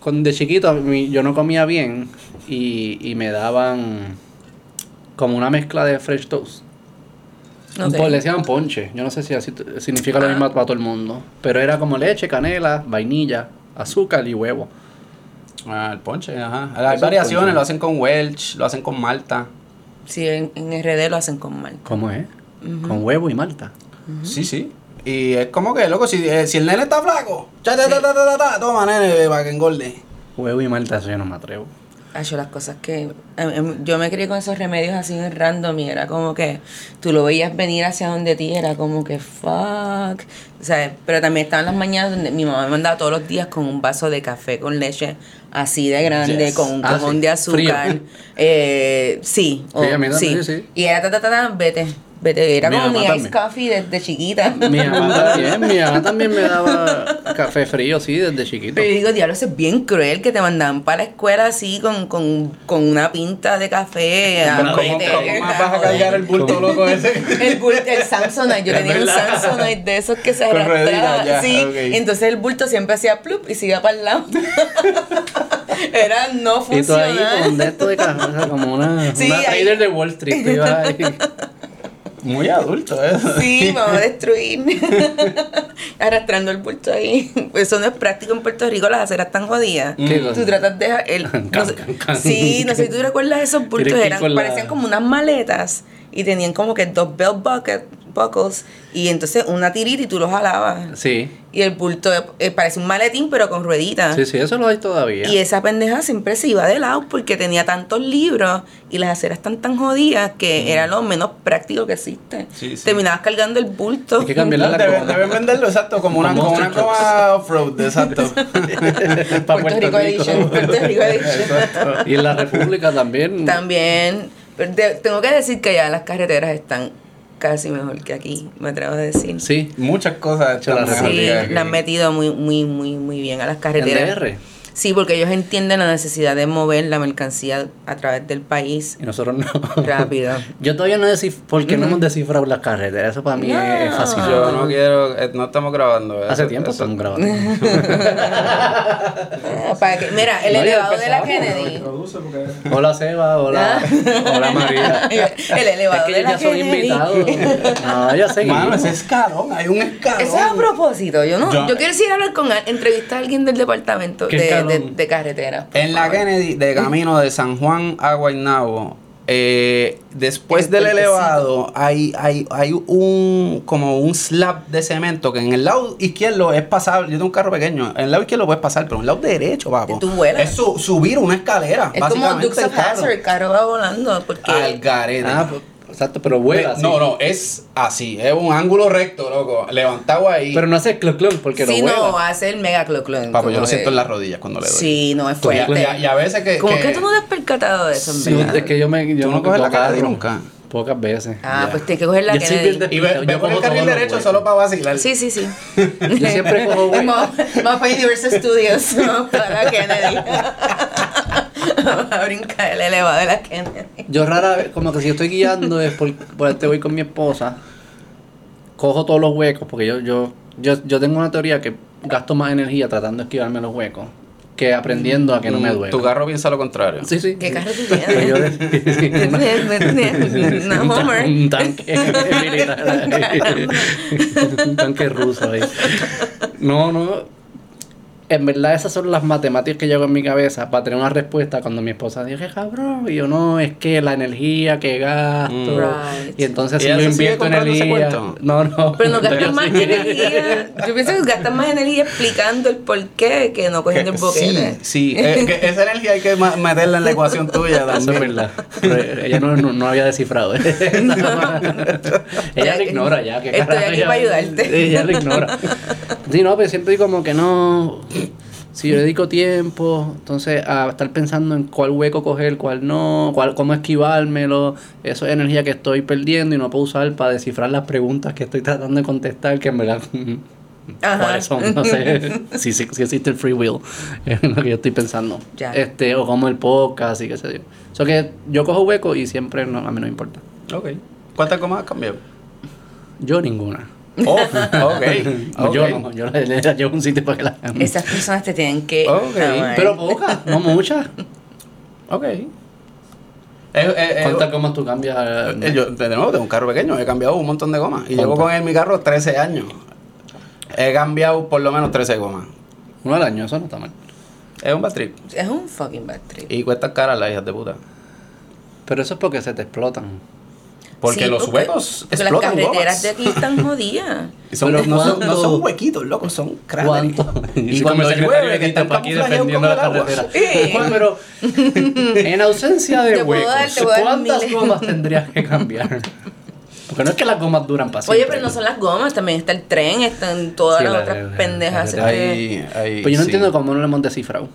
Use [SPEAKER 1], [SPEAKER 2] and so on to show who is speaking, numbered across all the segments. [SPEAKER 1] cuando de chiquito mi- yo no comía bien y, y me daban como una mezcla de French toast. Un
[SPEAKER 2] Ok.
[SPEAKER 1] po- le decían ponche. Yo no sé si así t- significa lo
[SPEAKER 2] Ah.
[SPEAKER 1] mismo para todo el mundo. Pero era como leche, canela, vainilla, azúcar y huevo.
[SPEAKER 3] Ah, el ponche, ajá. Hay
[SPEAKER 1] el
[SPEAKER 3] variaciones,
[SPEAKER 1] ponche.
[SPEAKER 3] lo hacen con Welch, lo hacen con Malta.
[SPEAKER 2] Sí, en, en RD lo hacen con mal.
[SPEAKER 1] ¿Cómo es? Con huevo y malta.
[SPEAKER 3] Sí, sí. Y es como que, loco, si, eh, si el nene está flaco, cha, ta, ta, ta, ta, ta, toma, nene, para que engorde.
[SPEAKER 1] Huevo y malta, eso yo no me atrevo.
[SPEAKER 2] Ah, yo las cosas que. em, em, Yo me crié con esos remedios así en random y era como que tú lo veías venir hacia donde ti, era como que fuck. O sea, pero también estaban las mañanas donde mi mamá me mandaba todos los días con un vaso de café con leche así de grande,
[SPEAKER 3] Yes.
[SPEAKER 2] con un
[SPEAKER 1] Ah,
[SPEAKER 2] cojón
[SPEAKER 1] sí.
[SPEAKER 2] de azúcar.
[SPEAKER 1] Frío.
[SPEAKER 2] Eh, sí, o-
[SPEAKER 1] Sí, a mí
[SPEAKER 2] sí.
[SPEAKER 1] también, sí.
[SPEAKER 2] Y era ta ta ta, ta, vete, vete. Era
[SPEAKER 1] Mi
[SPEAKER 2] como
[SPEAKER 1] mamá
[SPEAKER 2] mi ice
[SPEAKER 1] también.
[SPEAKER 2] coffee desde chiquita.
[SPEAKER 1] Mi mamá también, mi mamá también me daba café frío, sí, desde chiquito.
[SPEAKER 2] Pero yo digo, diablo, eso es bien cruel que te mandaban para la escuela así con, con, con una pinta de café. a
[SPEAKER 3] ¿Cómo,
[SPEAKER 2] vete,
[SPEAKER 3] cómo más vas a
[SPEAKER 2] joder.
[SPEAKER 3] cargar el bulto loco ese?
[SPEAKER 2] El, bulto, el Samsonite, yo
[SPEAKER 3] Es
[SPEAKER 2] tenía un
[SPEAKER 3] verdad.
[SPEAKER 2] Samsonite de esos que se
[SPEAKER 3] Con
[SPEAKER 2] arrastraba.
[SPEAKER 3] rueditas, ya,
[SPEAKER 2] sí,
[SPEAKER 3] ok.
[SPEAKER 2] entonces el bulto siempre hacía plup y se iba para el lado. Era no
[SPEAKER 1] Y tú ahí con
[SPEAKER 2] funcional.
[SPEAKER 1] de esto de caja, como una,
[SPEAKER 2] Sí,
[SPEAKER 1] una
[SPEAKER 2] ahí.
[SPEAKER 1] trader de Wall Street. tú ibas ahí.
[SPEAKER 3] Muy adulto eh. eso.
[SPEAKER 2] Sí, vamos a destruir. Arrastrando el bulto ahí. Eso no es práctico en Puerto Rico, las aceras están jodidas.
[SPEAKER 1] ¿Qué cosa?
[SPEAKER 2] Tú tratas de dejar el.
[SPEAKER 1] Mm. Can,
[SPEAKER 2] no sé-
[SPEAKER 1] can, can.
[SPEAKER 2] sí, no sé si tú recuerdas esos bultos,
[SPEAKER 1] Tienes que ir
[SPEAKER 2] eran,
[SPEAKER 1] con la-
[SPEAKER 2] parecían como unas maletas y tenían como que dos belt bucket, buckles y entonces una tirita y tú los jalabas.
[SPEAKER 1] Sí,
[SPEAKER 2] Y el bulto eh, parece un maletín, pero con rueditas.
[SPEAKER 1] sí, sí, eso lo hay todavía.
[SPEAKER 2] Ah. Y esa pendeja siempre se iba de lado porque tenía tantos libros y las aceras están tan jodidas que era lo menos práctico que existe.
[SPEAKER 3] Sí, sí.
[SPEAKER 2] Terminabas cargando el bulto.
[SPEAKER 1] Hay que cambiarle
[SPEAKER 3] Deben,
[SPEAKER 1] la cola.
[SPEAKER 3] deben venderlo exacto como una,
[SPEAKER 1] Como
[SPEAKER 3] como una
[SPEAKER 1] monster
[SPEAKER 3] coma off-road, exacto.
[SPEAKER 1] Para
[SPEAKER 2] Puerto Rico Edition, Puerto Rico Edition.
[SPEAKER 1] Y en la República también.
[SPEAKER 2] También, pero te- tengo que decir que ya las carreteras están casi mejor que aquí, me atrevo a decir. Sí,
[SPEAKER 1] Sí.
[SPEAKER 3] Muchas cosas
[SPEAKER 1] Muchas gracias.
[SPEAKER 3] están mejor que-
[SPEAKER 2] la han metido muy, muy, muy, muy bien a las
[SPEAKER 1] En
[SPEAKER 2] carreteras.
[SPEAKER 1] DR.
[SPEAKER 2] Sí, porque ellos entienden la necesidad de mover la mercancía a través del país
[SPEAKER 1] Y nosotros no.
[SPEAKER 2] rápido.
[SPEAKER 1] Yo todavía no descifro. ¿Por qué no hemos descifrado las carreteras? Eso para mí
[SPEAKER 2] No.
[SPEAKER 1] es fácil.
[SPEAKER 3] Yo no quiero, eh, no estamos grabando.
[SPEAKER 1] Hace
[SPEAKER 3] eso-
[SPEAKER 1] tiempo
[SPEAKER 3] eso-
[SPEAKER 1] estamos grabando.
[SPEAKER 2] Ah, para que- mira, el
[SPEAKER 1] No, ya
[SPEAKER 2] elevado de la
[SPEAKER 1] empezamos.
[SPEAKER 2] Kennedy.
[SPEAKER 4] Introduce porque
[SPEAKER 1] Hola, Seba. Hola. Hola, María.
[SPEAKER 2] el
[SPEAKER 1] Es
[SPEAKER 2] elevado
[SPEAKER 1] que
[SPEAKER 2] de
[SPEAKER 1] yo
[SPEAKER 2] la
[SPEAKER 1] ya soy
[SPEAKER 2] Kennedy.
[SPEAKER 1] invitado. No, ya sé.
[SPEAKER 3] Mano, ese escalón, hay un escalón.
[SPEAKER 2] Eso es a propósito, yo no, yo,
[SPEAKER 3] Yo-
[SPEAKER 2] quiero ir a hablar con a- entrevistar a alguien del departamento de,
[SPEAKER 1] ¿Qué
[SPEAKER 2] de,
[SPEAKER 1] escalón?
[SPEAKER 2] de carretera. por
[SPEAKER 3] En la
[SPEAKER 2] favor.
[SPEAKER 3] Kennedy, de camino de San Juan a Guaynabo, eh, después
[SPEAKER 2] El
[SPEAKER 3] del
[SPEAKER 2] puentecito.
[SPEAKER 3] elevado, hay, hay, hay un como un slab de cemento que en el lado izquierdo es pasable. Yo tengo un carro pequeño, en el lado izquierdo puedes pasar, pero en el lado derecho, papo.
[SPEAKER 2] Tú vuelas.
[SPEAKER 3] Es su- subir una escalera.
[SPEAKER 2] Es como
[SPEAKER 3] básicamente
[SPEAKER 2] Dukes of
[SPEAKER 3] el carro.
[SPEAKER 2] Hazzard, el carro va volando porque
[SPEAKER 3] Al garete.
[SPEAKER 1] Ah, pues, exacto, pero vuela. sí.
[SPEAKER 3] no, no, es así, es un ángulo recto, loco, levantado ahí.
[SPEAKER 1] Pero no hace clon clon porque
[SPEAKER 2] si
[SPEAKER 1] no
[SPEAKER 2] no, ah,
[SPEAKER 1] vuela.
[SPEAKER 2] hace el mega cloclón.
[SPEAKER 3] Papo, yo lo siento en las rodillas cuando le doy.
[SPEAKER 2] Sí, no, es
[SPEAKER 1] Tú-
[SPEAKER 2] fuerte.
[SPEAKER 3] Y a, y a veces que.
[SPEAKER 2] ¿Cómo que tú no te has percatado de eso, en
[SPEAKER 1] Sí,
[SPEAKER 2] verdad?
[SPEAKER 1] es que yo me. Yo
[SPEAKER 3] ¿Tú no coges la
[SPEAKER 1] toco
[SPEAKER 3] Kennedy
[SPEAKER 1] carro
[SPEAKER 3] nunca?
[SPEAKER 1] Pocas veces.
[SPEAKER 2] Ah,
[SPEAKER 3] Ya.
[SPEAKER 2] pues tienes que coger la
[SPEAKER 1] Yo soy
[SPEAKER 2] Kennedy.
[SPEAKER 1] bien de-
[SPEAKER 3] Y ve, ve
[SPEAKER 1] Yo
[SPEAKER 3] por
[SPEAKER 1] cojo
[SPEAKER 3] el
[SPEAKER 1] todos
[SPEAKER 3] carril
[SPEAKER 1] los
[SPEAKER 3] derecho
[SPEAKER 1] huecos.
[SPEAKER 3] solo para vacilar.
[SPEAKER 2] Sí, sí, sí.
[SPEAKER 1] Yo siempre cojo güey.
[SPEAKER 2] Vamos vamos para Universal Studios, vamos para la Kennedy. Vamos a brincar el elevado de la Kennedy.
[SPEAKER 1] Yo rara vez, como que si yo estoy guiando es por, por este voy con mi esposa, cojo todos los huecos, porque yo, yo, yo, yo tengo una teoría que gasto más energía tratando de esquivarme los huecos que aprendiendo a que no me duele.
[SPEAKER 3] Mm, Tu carro piensa lo contrario.
[SPEAKER 1] Sí, sí.
[SPEAKER 2] ¿Qué carro tú
[SPEAKER 1] Pero yo
[SPEAKER 2] tienes?
[SPEAKER 1] de- sí,
[SPEAKER 2] Tú
[SPEAKER 1] una-
[SPEAKER 2] tienes Una
[SPEAKER 1] un
[SPEAKER 2] una
[SPEAKER 1] tan-
[SPEAKER 2] Homer.
[SPEAKER 1] Un tanque militar ahí. Un tanque ruso ahí. No, no. En verdad esas son las matemáticas que yo hago en mi cabeza para tener una respuesta cuando mi esposa dice, "Qué cabrón, y yo no, es que la energía que gasto.
[SPEAKER 3] Mm.
[SPEAKER 2] Right.
[SPEAKER 1] Y entonces
[SPEAKER 3] ¿Y
[SPEAKER 1] si
[SPEAKER 3] ella
[SPEAKER 1] yo
[SPEAKER 3] se sigue
[SPEAKER 1] invierto
[SPEAKER 3] comprando ese
[SPEAKER 1] energía.
[SPEAKER 3] cuento?
[SPEAKER 1] No, no.
[SPEAKER 2] Pero no
[SPEAKER 1] Yo
[SPEAKER 2] gastas
[SPEAKER 1] sí.
[SPEAKER 2] más energía. Yo pienso que gastas más energía explicando el porqué que no cogiendo
[SPEAKER 3] Que-
[SPEAKER 2] el boquete.
[SPEAKER 3] Sí, sí. eh, que esa energía hay que ma- meterla en la ecuación tuya
[SPEAKER 1] Eso es
[SPEAKER 3] también.
[SPEAKER 1] verdad. Pero ella no, no, no había descifrado. ¿eh? ella lo ignora ya. que
[SPEAKER 2] Estoy
[SPEAKER 1] carajo,
[SPEAKER 2] aquí
[SPEAKER 1] ella-
[SPEAKER 2] para ayudarte.
[SPEAKER 1] Ella lo ignora. Sí, no, pero siempre digo como que no. Si yo dedico tiempo, entonces a estar pensando en cuál hueco coger, cuál no, cuál, cómo esquivármelo, eso es energía que estoy perdiendo y no puedo usar para descifrar las preguntas que estoy tratando de contestar, que en verdad
[SPEAKER 2] Ajá.
[SPEAKER 1] cuáles son, no sé si, si- si existe el free will, es lo que yo estoy pensando.
[SPEAKER 2] Ya.
[SPEAKER 1] Este, o como el podcast y qué sé yo. So que yo cojo hueco y siempre no, a mí no me importa.
[SPEAKER 3] Ok. ¿Cuántas comas has cambiado?
[SPEAKER 1] Yo ninguna.
[SPEAKER 3] Oh, ok. Ah, ok.
[SPEAKER 1] Yo no, yo le, le- le llevo un sitio para que la hagan.
[SPEAKER 2] Esas personas te tienen que
[SPEAKER 3] Ok,
[SPEAKER 2] amar.
[SPEAKER 1] Pero pocas, no muchas.
[SPEAKER 3] Ok. Eh, eh, eh,
[SPEAKER 1] ¿Cuántas gomas tú cambias?
[SPEAKER 3] eh, yo, de nuevo, tengo un carro pequeño, he cambiado un montón de gomas. Y
[SPEAKER 1] ¿Cuántas?
[SPEAKER 3] llevo con él mi carro 13 años. He cambiado por lo menos 13 gomas.
[SPEAKER 1] Uno al año, eso no está mal.
[SPEAKER 3] Es un bad trip.
[SPEAKER 2] Es un fucking bad trip.
[SPEAKER 3] Y cuesta cara las hijas de puta.
[SPEAKER 1] Pero eso es porque se te explotan.
[SPEAKER 3] Porque
[SPEAKER 2] Sí,
[SPEAKER 3] los huecos
[SPEAKER 2] porque las
[SPEAKER 3] explotan
[SPEAKER 2] carreteras
[SPEAKER 3] gomas.
[SPEAKER 2] de aquí están jodidas.
[SPEAKER 3] Y son-
[SPEAKER 1] Pero
[SPEAKER 3] no, son, no
[SPEAKER 1] ¿cuánto?
[SPEAKER 3] son huequitos, loco, son cráteres.
[SPEAKER 1] ¿Cuánto?
[SPEAKER 3] Y,
[SPEAKER 1] Sí,
[SPEAKER 3] cuando
[SPEAKER 1] como el
[SPEAKER 3] llueve,
[SPEAKER 1] secretario
[SPEAKER 3] que están
[SPEAKER 1] Benito aquí
[SPEAKER 3] camuflajeados
[SPEAKER 1] defendiendo
[SPEAKER 3] con
[SPEAKER 1] la
[SPEAKER 3] el agua.
[SPEAKER 1] carretera.
[SPEAKER 2] Sí.
[SPEAKER 1] Juan, Pero en ausencia de
[SPEAKER 2] Te puedo
[SPEAKER 1] huecos,
[SPEAKER 2] dar- te puedo dar
[SPEAKER 1] ¿cuántas
[SPEAKER 2] miles.
[SPEAKER 1] gomas tendrías que cambiar? Porque no es que las gomas duran para
[SPEAKER 2] Oye,
[SPEAKER 1] siempre.
[SPEAKER 2] pero no son las gomas, también está el tren, están todas
[SPEAKER 1] Sí,
[SPEAKER 2] las
[SPEAKER 1] la-
[SPEAKER 2] otras
[SPEAKER 1] la- la-
[SPEAKER 2] pendejas.
[SPEAKER 1] la-
[SPEAKER 2] este-
[SPEAKER 3] Ahí, ahí,
[SPEAKER 1] Pues yo no
[SPEAKER 3] sí.
[SPEAKER 1] entiendo cómo no le hemos descifrado.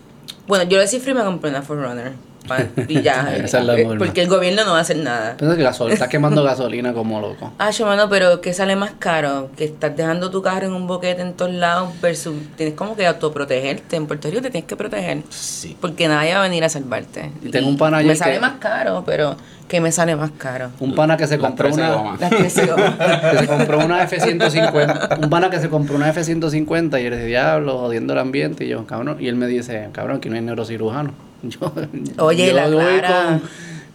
[SPEAKER 2] Bueno, yo lo cifré y me compré una Forerunner. pa- Y ya.
[SPEAKER 1] Esa es la
[SPEAKER 2] eh,
[SPEAKER 1] norma.
[SPEAKER 2] porque el gobierno no va a hacer nada.
[SPEAKER 1] Pienso que gasol, estás quemando gasolina como loco.
[SPEAKER 2] Ah, yo, mano, pero ¿qué sale más caro? Que estás dejando tu carro en un boquete en todos lados versus tienes como que autoprotegerte. En Puerto Rico te tienes que proteger.
[SPEAKER 3] Sí.
[SPEAKER 2] Porque nadie va a venir a salvarte.
[SPEAKER 1] Y tengo un pana allí
[SPEAKER 2] Me
[SPEAKER 1] que-
[SPEAKER 2] sale más caro, pero ¿qué me sale más caro?
[SPEAKER 1] Un pana que se
[SPEAKER 3] Las
[SPEAKER 1] compró
[SPEAKER 3] 13
[SPEAKER 1] una.
[SPEAKER 3] gomas.
[SPEAKER 2] Las 13 gomas.
[SPEAKER 1] que se compró una F-150. Un pana que se compró una F-150 y él dice, diablo, jodiendo el ambiente. Y yo, cabrón. Y él me dice, cabrón, aquí no hay neurocirujano. Yo,
[SPEAKER 2] Oye,
[SPEAKER 1] yo
[SPEAKER 2] la
[SPEAKER 1] voy
[SPEAKER 2] clara.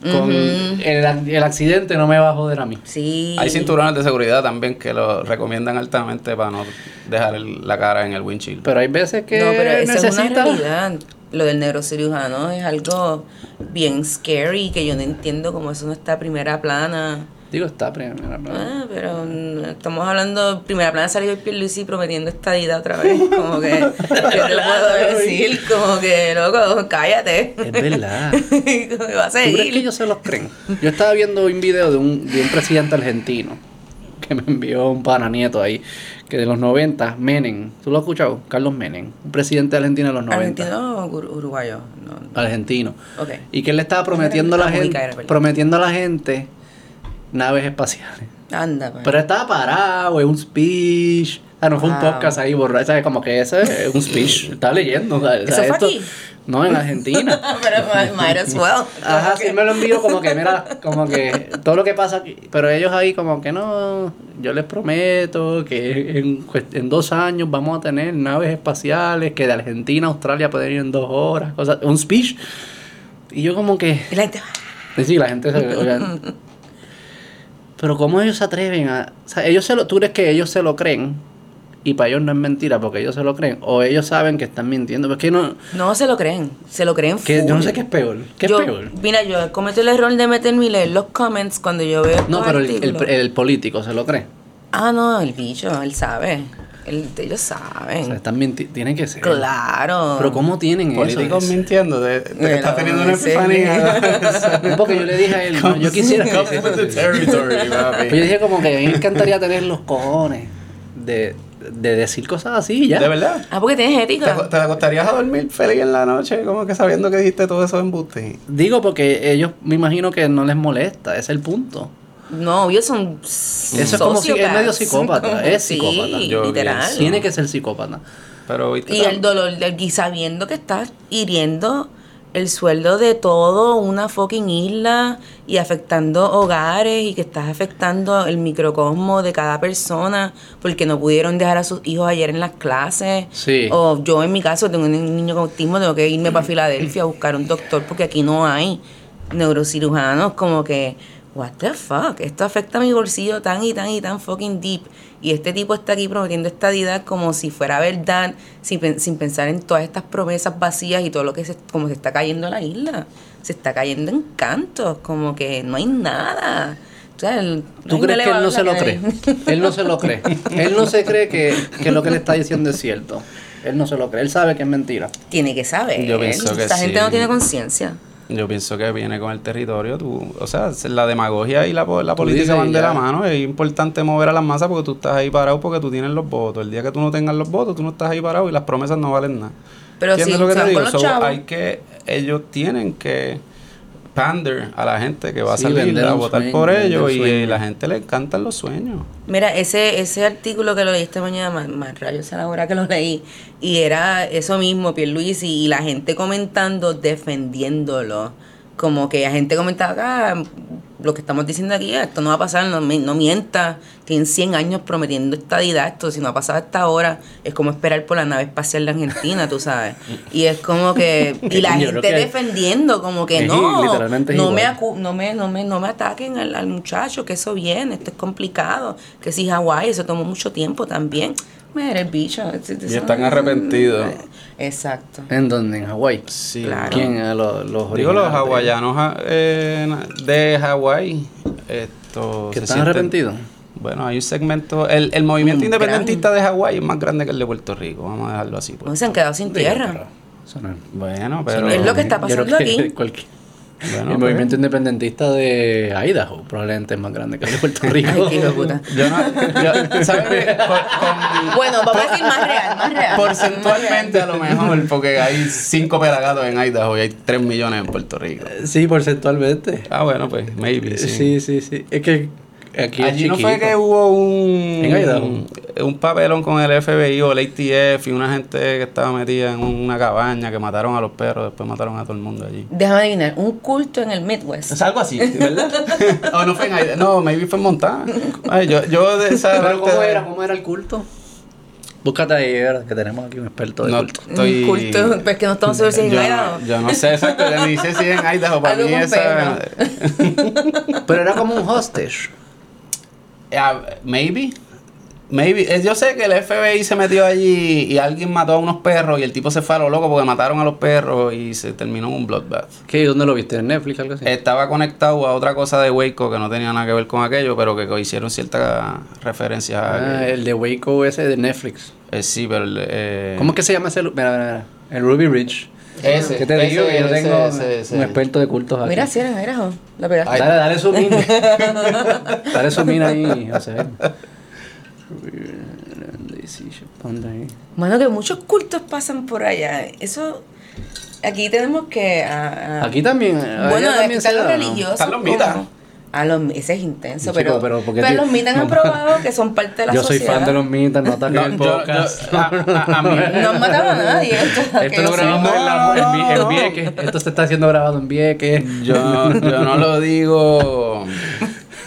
[SPEAKER 1] con, con
[SPEAKER 2] Ujú.
[SPEAKER 1] el, ac- el accidente no me va a joder a mí.
[SPEAKER 2] Sí.
[SPEAKER 3] Hay cinturones de seguridad también que lo recomiendan altamente para no dejar el- la cara en el windshield.
[SPEAKER 1] Pero hay veces que
[SPEAKER 2] no, pero esa es una
[SPEAKER 1] necesitas-
[SPEAKER 2] realidad. Lo del neurocirujano es algo bien scary que yo no entiendo cómo eso no está a primera plana.
[SPEAKER 1] Digo, está primero. ¿no?
[SPEAKER 2] Ah, pero mm, estamos hablando, primera plana salió el Pierluisi prometiendo estadidad otra vez. Como que, ¿qué te puedo decir? Como que, loco, cállate.
[SPEAKER 1] Es verdad.
[SPEAKER 2] Como que va a
[SPEAKER 1] ¿Tú crees que
[SPEAKER 2] seguir.
[SPEAKER 1] ellos se los creen? Yo estaba viendo un video de un, de un presidente argentino que me envió un pana nieto ahí, que de los 90, Menem, ¿tú lo has escuchado? Carlos Menem, un presidente argentino de los 90.
[SPEAKER 2] ¿Argentino o ur- uruguayo? No.
[SPEAKER 1] Argentino.
[SPEAKER 2] Ok.
[SPEAKER 1] Y que él le estaba prometiendo a
[SPEAKER 2] Ah,
[SPEAKER 1] la
[SPEAKER 2] muy
[SPEAKER 1] gente,
[SPEAKER 2] cara, perdón.
[SPEAKER 1] prometiendo a la gente naves espaciales.
[SPEAKER 2] Anda, pues. pa.
[SPEAKER 1] Pero estaba parado, es un speech. O sea, no fue un
[SPEAKER 2] Wow.
[SPEAKER 1] podcast ahí borracho, ¿sabes? Como que ese es un speech. Estaba leyendo. o sea, o sea,
[SPEAKER 2] ¿Eso fue
[SPEAKER 1] esto-
[SPEAKER 2] aquí?
[SPEAKER 1] No, en Argentina.
[SPEAKER 2] pero might- might as well.
[SPEAKER 1] Ajá,
[SPEAKER 2] Como que-
[SPEAKER 1] sí me lo envío como que, mira, como que todo lo que pasa aquí. Pero ellos ahí como que no, yo les prometo que en, cuest- en dos años vamos a tener naves espaciales que de Argentina a Australia pueden ir en dos horas, cosas, un speech. Y yo como que,
[SPEAKER 2] Y la gente,
[SPEAKER 1] y sí, la gente se... oigan. pero cómo ellos se atreven a... O sea, ellos se lo, ¿Tú crees que ellos se lo creen? Y para ellos no es mentira porque ellos se lo creen. O ellos saben que están mintiendo. Pero es que no...
[SPEAKER 2] No se lo creen, se lo creen
[SPEAKER 1] que yo no
[SPEAKER 2] full.
[SPEAKER 1] sé qué es peor. ¿Qué es
[SPEAKER 2] Yo-
[SPEAKER 1] peor?
[SPEAKER 2] Mira, yo cometo el error de meterme y leer los comments cuando yo veo.
[SPEAKER 1] No,
[SPEAKER 2] estos
[SPEAKER 1] pero el, el,
[SPEAKER 2] artículos.
[SPEAKER 1] el político se lo cree.
[SPEAKER 2] Ah, no, el bicho, él sabe. Él- ellos
[SPEAKER 1] O sea,
[SPEAKER 2] saben.
[SPEAKER 1] están minti- tienen que ser.
[SPEAKER 2] Mm. Claro.
[SPEAKER 1] Pero ¿cómo tienen
[SPEAKER 3] Políticos
[SPEAKER 1] eso?
[SPEAKER 3] mintiendo, de, de que
[SPEAKER 2] Mira,
[SPEAKER 3] estás teniendo una
[SPEAKER 2] sí.
[SPEAKER 3] epifanía.
[SPEAKER 1] No, porque yo le dije a él, no, yo quisiera...
[SPEAKER 3] Comes with the territory, papi.
[SPEAKER 1] Pues yo dije como que a mí me encantaría tener los cojones de, de decir cosas así ya.
[SPEAKER 3] De verdad.
[SPEAKER 2] Ah, porque tienes
[SPEAKER 3] ¿Te, aco-
[SPEAKER 2] ética.
[SPEAKER 3] te acostarías a dormir feliz en la noche, como que sabiendo que dijiste todo eso embuste.
[SPEAKER 1] Digo porque ellos me imagino que no les molesta, ese es el punto.
[SPEAKER 2] No, ellos son.
[SPEAKER 1] Eso es como si- es
[SPEAKER 2] sociopaths.
[SPEAKER 1] medio psicópata,
[SPEAKER 2] Como-
[SPEAKER 1] es
[SPEAKER 2] sí,
[SPEAKER 1] psicópata.
[SPEAKER 3] Yo
[SPEAKER 2] literal.
[SPEAKER 3] pienso.
[SPEAKER 1] Tiene que ser psicópata.
[SPEAKER 3] Pero ¿viste?
[SPEAKER 2] Y el dolor, de- y sabiendo que estás hiriendo el sueldo de todo una fucking isla y afectando hogares y que estás afectando el microcosmo de cada persona porque no pudieron dejar a sus hijos ayer en las clases.
[SPEAKER 1] Sí.
[SPEAKER 2] O yo en mi caso tengo un niño con autismo, tengo que irme para Filadelfia a buscar un doctor porque aquí no hay neurocirujanos como que what the fuck, esto afecta a mi bolsillo tan y tan y tan fucking deep y este tipo está aquí prometiendo estadidad como si fuera verdad, sin, pen- sin pensar en todas estas promesas vacías y todo lo que se, como se está cayendo la isla, se está cayendo en cantos, como que no hay nada. O sea, el-
[SPEAKER 1] ¿Tú
[SPEAKER 2] hay
[SPEAKER 1] crees que él
[SPEAKER 2] elevador
[SPEAKER 1] no
[SPEAKER 2] en la
[SPEAKER 1] se lo
[SPEAKER 2] calle.
[SPEAKER 1] cree? Él no se lo cree. Él no se cree que, que lo que le está diciendo es cierto. Él no se lo cree. Él sabe que es mentira.
[SPEAKER 2] Tiene que saber.
[SPEAKER 3] Yo pienso que
[SPEAKER 2] Esta gente
[SPEAKER 3] sí.
[SPEAKER 2] no tiene conciencia.
[SPEAKER 3] Yo pienso que viene con el territorio. Tú, o sea, la demagogia y la, po- la
[SPEAKER 1] Tú
[SPEAKER 3] política
[SPEAKER 1] dices,
[SPEAKER 3] van de
[SPEAKER 1] ya.
[SPEAKER 3] la mano. Es importante mover a las masas porque tú estás ahí parado porque tú tienes los votos. El día que tú no tengas los votos, tú no estás ahí parado y las promesas no valen nada.
[SPEAKER 2] Pero
[SPEAKER 3] ¿Entiendes
[SPEAKER 2] si
[SPEAKER 3] lo que
[SPEAKER 2] son
[SPEAKER 3] te digo?
[SPEAKER 2] con los
[SPEAKER 3] So,
[SPEAKER 2] chavos.
[SPEAKER 3] hay que, ellos tienen que pander a la gente que va
[SPEAKER 1] Sí,
[SPEAKER 3] a salir
[SPEAKER 1] vender
[SPEAKER 3] a
[SPEAKER 1] un
[SPEAKER 3] votar
[SPEAKER 1] sueño,
[SPEAKER 3] por
[SPEAKER 1] vender
[SPEAKER 3] ellos y eh,
[SPEAKER 1] sueño.
[SPEAKER 3] la gente le encantan los sueños.
[SPEAKER 2] Mira, ese, ese artículo que lo leí esta mañana, más, más rayos a la hora que lo leí, y era eso mismo, Pierluisi, y la gente comentando, defendiéndolo. Como que la gente comentaba, ah, lo que estamos diciendo aquí, esto no va a pasar, no, mi- no mientas. Tienen 100 años prometiendo estadidad, esto si no ha pasado hasta ahora, es como esperar por la nave espacial de Argentina, tú sabes. Y es como que, y la
[SPEAKER 1] Yo creo
[SPEAKER 2] gente
[SPEAKER 1] que-
[SPEAKER 2] defendiendo, como que
[SPEAKER 1] es
[SPEAKER 2] no,
[SPEAKER 1] i- literalmente es
[SPEAKER 2] no me,
[SPEAKER 1] igual.
[SPEAKER 2] acu- no, me, no, me, no me ataquen al, al muchacho, que eso viene, esto es complicado, que si Hawái, eso tomó mucho tiempo también. Mira el bicho.
[SPEAKER 3] Y están arrepentidos.
[SPEAKER 2] Exacto.
[SPEAKER 1] ¿En dónde? ¿En Hawái?
[SPEAKER 3] Sí.
[SPEAKER 2] Claro.
[SPEAKER 1] ¿Quién? Ah, los, los
[SPEAKER 3] Digo, los
[SPEAKER 1] originales de-
[SPEAKER 3] hawaianos ja- eh, na- de Hawái. Esto.
[SPEAKER 1] ¿Que
[SPEAKER 3] se
[SPEAKER 1] están
[SPEAKER 3] sienten-
[SPEAKER 1] arrepentidos?
[SPEAKER 3] Bueno, hay un segmento. El, el movimiento
[SPEAKER 2] Mm,
[SPEAKER 3] independentista de Hawái es más grande que el de Puerto Rico. Vamos a dejarlo así.
[SPEAKER 2] No
[SPEAKER 3] pues.
[SPEAKER 2] se han quedado sin
[SPEAKER 1] Digo,
[SPEAKER 2] tierra.
[SPEAKER 1] pero eso no es-
[SPEAKER 3] Bueno, pero.
[SPEAKER 2] Es lo que está
[SPEAKER 1] Yo creo
[SPEAKER 2] pasando
[SPEAKER 1] que
[SPEAKER 2] aquí.
[SPEAKER 1] cualquier-
[SPEAKER 3] Bueno,
[SPEAKER 1] el
[SPEAKER 3] pues.
[SPEAKER 1] movimiento independentista de Idaho probablemente es más grande que el de Puerto Rico.
[SPEAKER 2] Ay, qué hijo de puta.
[SPEAKER 3] Yo no. yo- ¿sabes qué? Con- con-
[SPEAKER 2] Bueno, vamos a decir más real, más real.
[SPEAKER 3] Porcentualmente a lo mejor, porque hay 5 pelagatos en Idaho y hay 3 millones en Puerto Rico.
[SPEAKER 1] sí, porcentualmente.
[SPEAKER 3] Ah, bueno, pues, maybe, sí.
[SPEAKER 1] Sí, sí, sí. Es que aquí es
[SPEAKER 3] Allí no fue
[SPEAKER 1] chiquito.
[SPEAKER 3] que hubo un,
[SPEAKER 1] ¿En Idaho?
[SPEAKER 3] un, papelón con el FBI o el ATF y una gente que estaba metida en una cabaña que mataron a los perros, después mataron a todo el mundo allí.
[SPEAKER 2] Déjame adivinar, un culto en el Midwest.
[SPEAKER 3] Es algo así, ¿verdad? o Oh, no fue en Idaho, no, maybe fue en Montana. Ay, yo, yo de esa
[SPEAKER 1] Pero
[SPEAKER 3] parte
[SPEAKER 1] ¿cómo
[SPEAKER 3] de-
[SPEAKER 1] era? ¿Cómo era el culto? Búscate ahí, ¿verdad? que tenemos aquí un experto de
[SPEAKER 3] No,
[SPEAKER 1] culto.
[SPEAKER 3] estoy...
[SPEAKER 2] Un culto, pues que no estamos seguros si es
[SPEAKER 3] yo,
[SPEAKER 2] Idaho.
[SPEAKER 3] no, yo no sé exacto, yo ni sé si es en Idaho, para
[SPEAKER 2] Algo
[SPEAKER 3] mí
[SPEAKER 2] con
[SPEAKER 3] esa...
[SPEAKER 1] Pero era como un hostage.
[SPEAKER 3] Ah, maybe. Maybe. Eh, Yo sé que el FBI se metió allí y alguien mató a unos perros y el tipo se fue a lo loco porque mataron a los perros y se terminó en un bloodbath.
[SPEAKER 1] ¿Qué? ¿Dónde lo viste? ¿En Netflix algo así?
[SPEAKER 3] Estaba conectado a otra cosa de Waco que no tenía nada que ver con aquello, pero que co- hicieron ciertas referencias a
[SPEAKER 1] Ah,
[SPEAKER 3] aquello.
[SPEAKER 1] el de Waco ese de Netflix.
[SPEAKER 3] Eh, sí, pero... el, Eh,
[SPEAKER 1] ¿Cómo es que se llama ese? lu- Mira, mira, mira. El Ruby Ridge.
[SPEAKER 3] Ese,
[SPEAKER 1] ¿Qué te digo?
[SPEAKER 3] ese,
[SPEAKER 1] Que yo
[SPEAKER 3] ese,
[SPEAKER 1] tengo
[SPEAKER 3] ese, ese.
[SPEAKER 1] un experto de cultos aquí.
[SPEAKER 2] Mira, si era en Idaho, la pegaste.
[SPEAKER 1] dale, dale su mina. dale su mina ahí, José. Ponte ahí.
[SPEAKER 2] Mano, que muchos cultos pasan por allá. Eso, aquí tenemos que... ah, ah.
[SPEAKER 1] Aquí también. allá
[SPEAKER 2] bueno,
[SPEAKER 1] también
[SPEAKER 2] están
[SPEAKER 1] se
[SPEAKER 2] los
[SPEAKER 1] da, ¿no?
[SPEAKER 2] religiosos.
[SPEAKER 3] Están los
[SPEAKER 2] como-
[SPEAKER 3] mitas.
[SPEAKER 2] Ah, los, ese es intenso,
[SPEAKER 1] Chico,
[SPEAKER 2] pero,
[SPEAKER 1] pero
[SPEAKER 2] pero,
[SPEAKER 1] ¿por qué tío?
[SPEAKER 2] los mitas
[SPEAKER 1] No.
[SPEAKER 2] han probado que son parte de la
[SPEAKER 1] Yo soy
[SPEAKER 2] sociedad.
[SPEAKER 1] fan de los mitas, no ataquen
[SPEAKER 3] No,
[SPEAKER 1] el
[SPEAKER 3] yo- ah, yo-
[SPEAKER 1] podcast.
[SPEAKER 3] a- a- a mí-
[SPEAKER 2] No han matado a nadie. Esto,
[SPEAKER 1] Esto lo
[SPEAKER 2] que yo sepa.
[SPEAKER 1] grabamos en, la, en Vi- en Vieques. Esto se está haciendo grabado en Vieques.
[SPEAKER 3] Yo, yo no lo digo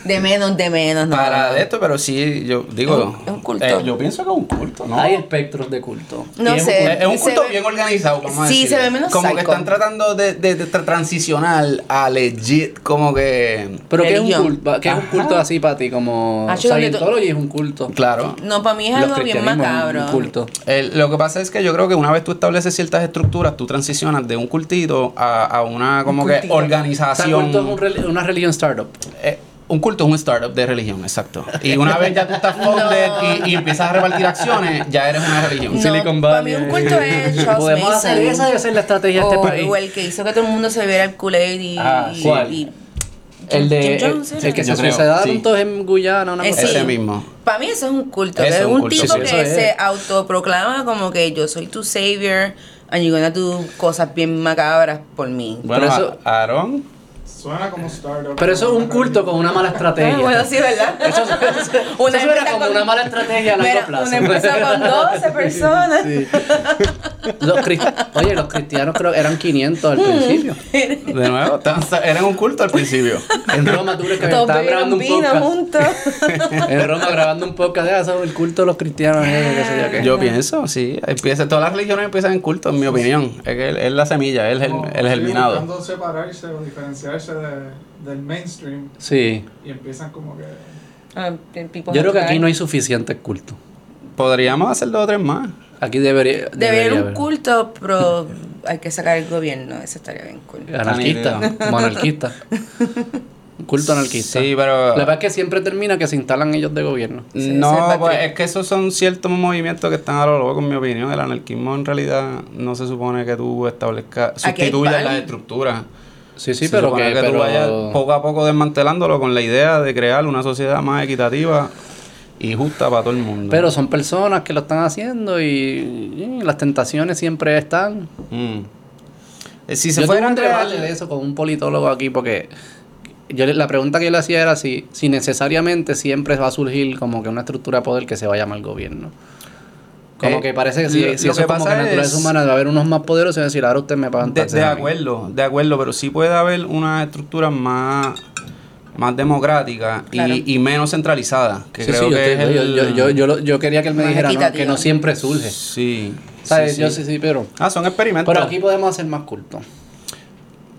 [SPEAKER 2] De menos, de menos. No,
[SPEAKER 3] para
[SPEAKER 2] no.
[SPEAKER 3] de esto, pero sí, yo
[SPEAKER 2] Es
[SPEAKER 3] digo...
[SPEAKER 2] un- es un culto.
[SPEAKER 3] eh, yo pienso que es un culto, ¿no?
[SPEAKER 1] Hay espectros de culto.
[SPEAKER 2] No
[SPEAKER 1] Y es-
[SPEAKER 2] sé.
[SPEAKER 3] Es es un
[SPEAKER 2] Se
[SPEAKER 3] culto
[SPEAKER 2] ve-
[SPEAKER 3] bien organizado, vamos a
[SPEAKER 2] Sí,
[SPEAKER 3] decirlo.
[SPEAKER 2] se ve menos
[SPEAKER 3] Como que
[SPEAKER 2] psycho.
[SPEAKER 3] están tratando de, de- de tra- transicionar a legit, como que...
[SPEAKER 1] Pero ¿qué es, un
[SPEAKER 2] Religión.
[SPEAKER 1] culto, ¿qué es un culto así para ti? Como
[SPEAKER 2] Ah, yo donde to-
[SPEAKER 1] Scientology es un culto.
[SPEAKER 3] Claro.
[SPEAKER 2] No, para mí es
[SPEAKER 1] Los
[SPEAKER 2] algo bien
[SPEAKER 1] cristianismos es
[SPEAKER 2] macabro.
[SPEAKER 1] un culto.
[SPEAKER 3] El- lo que pasa es que yo creo que una vez tú estableces ciertas estructuras, tú transicionas de un cultito a, a una como que
[SPEAKER 2] cultito.
[SPEAKER 1] O sea, el
[SPEAKER 3] organización.
[SPEAKER 1] culto es un reli- una religión startup.
[SPEAKER 3] Eh, un culto es un startup de religión, exacto. Y una vez ya tú estás founded y, y empiezas a repartir acciones, ya eres una religión.
[SPEAKER 2] No,
[SPEAKER 1] Un Silicon
[SPEAKER 2] para
[SPEAKER 1] Valley.
[SPEAKER 2] mí un culto es Charles
[SPEAKER 1] Podemos
[SPEAKER 2] Mason.
[SPEAKER 1] hacer esa debe ser la estrategia de este
[SPEAKER 2] o,
[SPEAKER 1] país.
[SPEAKER 2] o el que hizo que todo el mundo se viera el Kool-Aid y,
[SPEAKER 3] Ah,
[SPEAKER 2] y-
[SPEAKER 1] ¿cuál?
[SPEAKER 2] y-
[SPEAKER 1] El de
[SPEAKER 2] Jim
[SPEAKER 1] el,
[SPEAKER 2] Jones,
[SPEAKER 1] el que
[SPEAKER 3] Yo
[SPEAKER 1] se
[SPEAKER 3] creo,
[SPEAKER 1] suicidaron
[SPEAKER 3] sí.
[SPEAKER 1] todos en Guyana, una
[SPEAKER 2] Eh,
[SPEAKER 1] cosa
[SPEAKER 2] sí.
[SPEAKER 3] Ese
[SPEAKER 1] así.
[SPEAKER 3] mismo.
[SPEAKER 2] Para mí eso es un culto. que
[SPEAKER 3] Eso es
[SPEAKER 2] es
[SPEAKER 3] un
[SPEAKER 2] un
[SPEAKER 3] culto,
[SPEAKER 2] tipo
[SPEAKER 3] sí,
[SPEAKER 2] que
[SPEAKER 1] eso es.
[SPEAKER 2] se autoproclama como que yo soy tu savior and you're gonna do cosas bien macabras por mí.
[SPEAKER 3] Bueno,
[SPEAKER 1] eso-
[SPEAKER 3] a- Aarón.
[SPEAKER 4] Suena como startup.
[SPEAKER 1] Pero eso es un culto con una mala
[SPEAKER 2] Ah,
[SPEAKER 1] estrategia.
[SPEAKER 2] bueno, sí, ¿verdad?
[SPEAKER 1] Eso, eso- eso
[SPEAKER 2] Una
[SPEAKER 1] suena
[SPEAKER 2] empresa
[SPEAKER 1] como
[SPEAKER 2] con-
[SPEAKER 1] una mala estrategia a largo
[SPEAKER 2] Mira,
[SPEAKER 1] plazo.
[SPEAKER 2] una empresa con 12 personas.
[SPEAKER 1] Sí. Los cris- Oye, los cristianos creo que eran 500
[SPEAKER 2] Mm.
[SPEAKER 1] al principio.
[SPEAKER 3] De nuevo, estaban- eran un culto al principio.
[SPEAKER 1] En Roma, tú crees que me
[SPEAKER 2] Todos
[SPEAKER 1] estaban grabando
[SPEAKER 2] bebieron
[SPEAKER 1] un
[SPEAKER 2] vino
[SPEAKER 1] podcast.
[SPEAKER 2] juntos.
[SPEAKER 1] En Roma grabando un podcast de eso, el culto de los cristianos. eh, qué sé yo qué.
[SPEAKER 3] Yo pienso, sí. Empieza, todas las religiones empiezan en culto, en mi opinión. Es, que él- es la semilla, él es el,
[SPEAKER 4] Como
[SPEAKER 3] él es el
[SPEAKER 4] sí,
[SPEAKER 3] minado.
[SPEAKER 4] Buscando separarse o diferenciarse de- del mainstream
[SPEAKER 1] Sí.
[SPEAKER 4] y empiezan como que.
[SPEAKER 2] Ah, people
[SPEAKER 1] Yo creo que
[SPEAKER 2] have
[SPEAKER 1] aquí
[SPEAKER 2] tried.
[SPEAKER 1] no hay suficientes cultos.
[SPEAKER 3] Podríamos hacer dos o tres más.
[SPEAKER 1] Aquí debería,
[SPEAKER 2] Debe
[SPEAKER 1] debería
[SPEAKER 2] haber un
[SPEAKER 1] haber.
[SPEAKER 2] culto, pero hay que sacar el gobierno. Eso estaría bien cool.
[SPEAKER 3] Ah,
[SPEAKER 1] Anarquista, como anarquista. Un culto anarquista.
[SPEAKER 3] Sí, pero.
[SPEAKER 1] La verdad es que siempre termina que se instalan ellos de gobierno.
[SPEAKER 2] Sí, ese es
[SPEAKER 3] no,
[SPEAKER 2] el
[SPEAKER 3] pues
[SPEAKER 2] patriarca.
[SPEAKER 3] es que esos son ciertos movimientos que están a lo loco, en mi opinión. El anarquismo en realidad no se supone que tú establezcas,
[SPEAKER 2] Aquí hay
[SPEAKER 3] sustituyas
[SPEAKER 2] pan.
[SPEAKER 3] las estructuras.
[SPEAKER 1] Sí, sí,
[SPEAKER 3] Se
[SPEAKER 1] pero
[SPEAKER 3] supone
[SPEAKER 1] que,
[SPEAKER 3] que tú
[SPEAKER 1] pero-
[SPEAKER 3] vayas poco a poco desmantelándolo con la idea de crear una sociedad más equitativa y justa para todo el mundo.
[SPEAKER 1] pero son personas que lo están haciendo y, y las tentaciones siempre están.
[SPEAKER 3] Mm. Eh, Si se
[SPEAKER 1] yo tuve
[SPEAKER 3] fuera
[SPEAKER 1] un debate
[SPEAKER 3] real-
[SPEAKER 1] de eso con un politólogo aquí porque yo le- la pregunta que yo le hacía era si, si necesariamente siempre va a surgir como que una estructura de poder que se va a llamar gobierno. Como
[SPEAKER 3] Eh,
[SPEAKER 1] que parece que si,
[SPEAKER 3] lo-
[SPEAKER 1] si
[SPEAKER 3] lo
[SPEAKER 1] eso
[SPEAKER 3] que
[SPEAKER 1] es como que
[SPEAKER 3] pasa
[SPEAKER 1] naturaleza
[SPEAKER 3] es-
[SPEAKER 1] humana va a haber unos más poderosos y van a decir, ahora usted me pagan
[SPEAKER 3] De,
[SPEAKER 1] taxes
[SPEAKER 3] de
[SPEAKER 1] a mí".
[SPEAKER 3] acuerdo, de acuerdo, pero sí puede haber una estructura más más democrática
[SPEAKER 2] Claro.
[SPEAKER 3] y, y menos centralizada. Que
[SPEAKER 1] Sí,
[SPEAKER 3] creo
[SPEAKER 1] sí, yo,
[SPEAKER 3] que
[SPEAKER 1] te-
[SPEAKER 3] es
[SPEAKER 1] yo-
[SPEAKER 3] el-
[SPEAKER 1] yo, yo, yo lo- yo quería que él me
[SPEAKER 2] Más
[SPEAKER 1] dijera no, que
[SPEAKER 2] equitativo.
[SPEAKER 1] no siempre surge.
[SPEAKER 3] Sí.
[SPEAKER 1] ¿Sabes?
[SPEAKER 3] sí,
[SPEAKER 1] Yo
[SPEAKER 3] sí.
[SPEAKER 1] sí, sí, pero.
[SPEAKER 3] Ah, son experimentos.
[SPEAKER 1] Pero aquí podemos hacer más culto.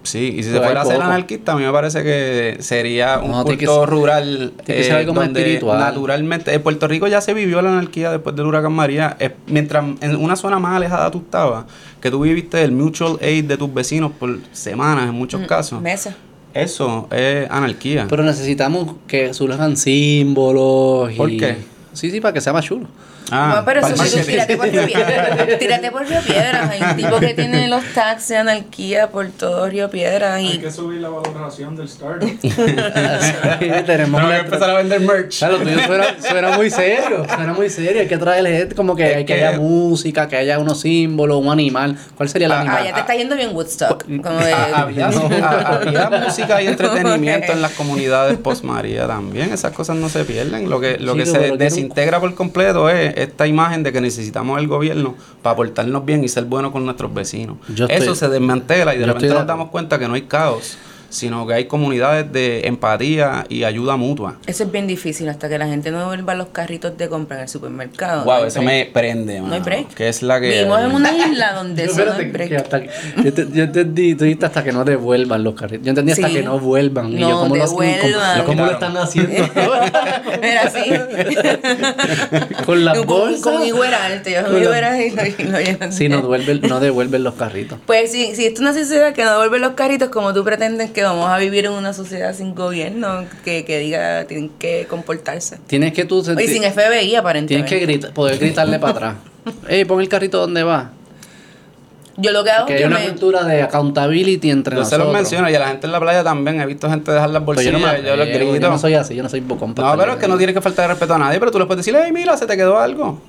[SPEAKER 3] Sí, y si se
[SPEAKER 1] Pero hay
[SPEAKER 3] fuera a ser
[SPEAKER 1] poco.
[SPEAKER 3] anarquista, a mí me parece que sería un
[SPEAKER 1] No, tiene que
[SPEAKER 3] culto
[SPEAKER 1] ser-
[SPEAKER 3] rural eh,
[SPEAKER 1] tiene que ser algo más
[SPEAKER 3] donde
[SPEAKER 1] espiritual.
[SPEAKER 3] naturalmente... En Puerto Rico ya se vivió la anarquía después del huracán María. Es- mientras en una zona más alejada tú estabas, que tú viviste el mutual aid de tus vecinos por semanas en muchos
[SPEAKER 2] Mm,
[SPEAKER 3] casos.
[SPEAKER 2] Meses.
[SPEAKER 3] Eso es anarquía.
[SPEAKER 1] Pero necesitamos que surjan símbolos y.
[SPEAKER 3] ¿Por qué?
[SPEAKER 1] Sí, sí, para que sea más chulo.
[SPEAKER 3] Ah,
[SPEAKER 2] no, pero eso sí,
[SPEAKER 3] parece-
[SPEAKER 2] tú tírate por Río Piedras. Tírate por Río Piedras. Hay un tipo que tiene los taxis de anarquía por todo Río Piedras.
[SPEAKER 4] Hay
[SPEAKER 2] Y
[SPEAKER 4] que subir la valoración del startup.
[SPEAKER 1] Tenemos
[SPEAKER 3] Tengo que
[SPEAKER 1] una-
[SPEAKER 3] empezar a vender merch.
[SPEAKER 1] Claro, lo tuyo suena, suena muy serio, suena muy serio. Hay que traerle gente como que,
[SPEAKER 3] Es
[SPEAKER 1] hay que
[SPEAKER 3] que-
[SPEAKER 1] haya música, que haya unos símbolos, un animal. ¿Cuál sería el
[SPEAKER 3] Ah,
[SPEAKER 2] Ah,
[SPEAKER 1] animal?
[SPEAKER 2] ya te está yendo bien Woodstock. Como de,
[SPEAKER 3] Ah, Había,
[SPEAKER 1] No.
[SPEAKER 3] ah, había música y entretenimiento en las comunidades post María también. Esas cosas no se pierden. Lo que, lo
[SPEAKER 1] Sí,
[SPEAKER 3] que
[SPEAKER 1] pero
[SPEAKER 3] se
[SPEAKER 1] quiero-
[SPEAKER 3] desintegra por completo es esta imagen de que necesitamos el gobierno para portarnos bien y ser buenos con nuestros vecinos.
[SPEAKER 1] Yo
[SPEAKER 3] Eso
[SPEAKER 1] estoy-
[SPEAKER 3] se desmantela y de
[SPEAKER 1] yo
[SPEAKER 3] repente
[SPEAKER 1] estoy de
[SPEAKER 3] nos
[SPEAKER 1] acuerdo.
[SPEAKER 3] damos cuenta que no hay caos, sino que hay comunidades de empatía y ayuda mutua.
[SPEAKER 2] Eso es bien difícil hasta que la gente no vuelva los carritos de compra en el supermercado.
[SPEAKER 3] Wow,
[SPEAKER 2] No hay
[SPEAKER 3] eso
[SPEAKER 2] break.
[SPEAKER 3] me prende, mano,
[SPEAKER 2] No hay break.
[SPEAKER 3] Que es la que.
[SPEAKER 2] Vivimos en una isla donde
[SPEAKER 1] Yo,
[SPEAKER 2] eso no hay
[SPEAKER 1] espérate, que
[SPEAKER 2] break.
[SPEAKER 1] hasta que- yo te- yo entendí, tú dijiste hasta que no devuelvan los carritos. Yo entendí hasta
[SPEAKER 2] Sí.
[SPEAKER 1] que no vuelvan. y yo,
[SPEAKER 2] No,
[SPEAKER 1] ¿cómo, los- cómo-
[SPEAKER 2] devuelvan.
[SPEAKER 1] cómo lo están haciendo?
[SPEAKER 2] Era así.
[SPEAKER 1] con las
[SPEAKER 2] Con-
[SPEAKER 1] bolsas.
[SPEAKER 2] Con Igueralte. Yo
[SPEAKER 1] Con la-
[SPEAKER 2] Igueralte y lo, y lo llevan.
[SPEAKER 1] Sí, no devuelven, no devuelven los carritos.
[SPEAKER 2] Pues sí, si esto es una sociedad que no vuelve los carritos, como tú pretendes que vamos a vivir en una sociedad sin gobierno, que, que diga tienen que comportarse.
[SPEAKER 1] Tienes que tú
[SPEAKER 2] Y
[SPEAKER 1] sentir-
[SPEAKER 2] sin eh. FBI
[SPEAKER 1] Tienes
[SPEAKER 2] aparentemente.
[SPEAKER 1] que grita- poder gritarle para atrás. Ey, pon el carrito donde va.
[SPEAKER 2] Yo lo que hago
[SPEAKER 1] Que
[SPEAKER 2] es
[SPEAKER 1] hay
[SPEAKER 2] que
[SPEAKER 1] una
[SPEAKER 2] me...
[SPEAKER 1] cultura de accountability entre
[SPEAKER 3] Yo se
[SPEAKER 1] nosotros.
[SPEAKER 3] los menciono y a la gente en la playa también he visto gente dejar las
[SPEAKER 1] Pero
[SPEAKER 3] bolsillas,
[SPEAKER 1] yo, no me
[SPEAKER 3] yo los
[SPEAKER 1] atrevo,
[SPEAKER 3] grito.
[SPEAKER 1] yo no soy así, yo no soy bocón. para
[SPEAKER 3] No, pero
[SPEAKER 1] estarle
[SPEAKER 3] es que no
[SPEAKER 1] gritando.
[SPEAKER 3] tienes que faltar de respeto a nadie, pero tú les puedes decir, hey, mira, se te quedó algo.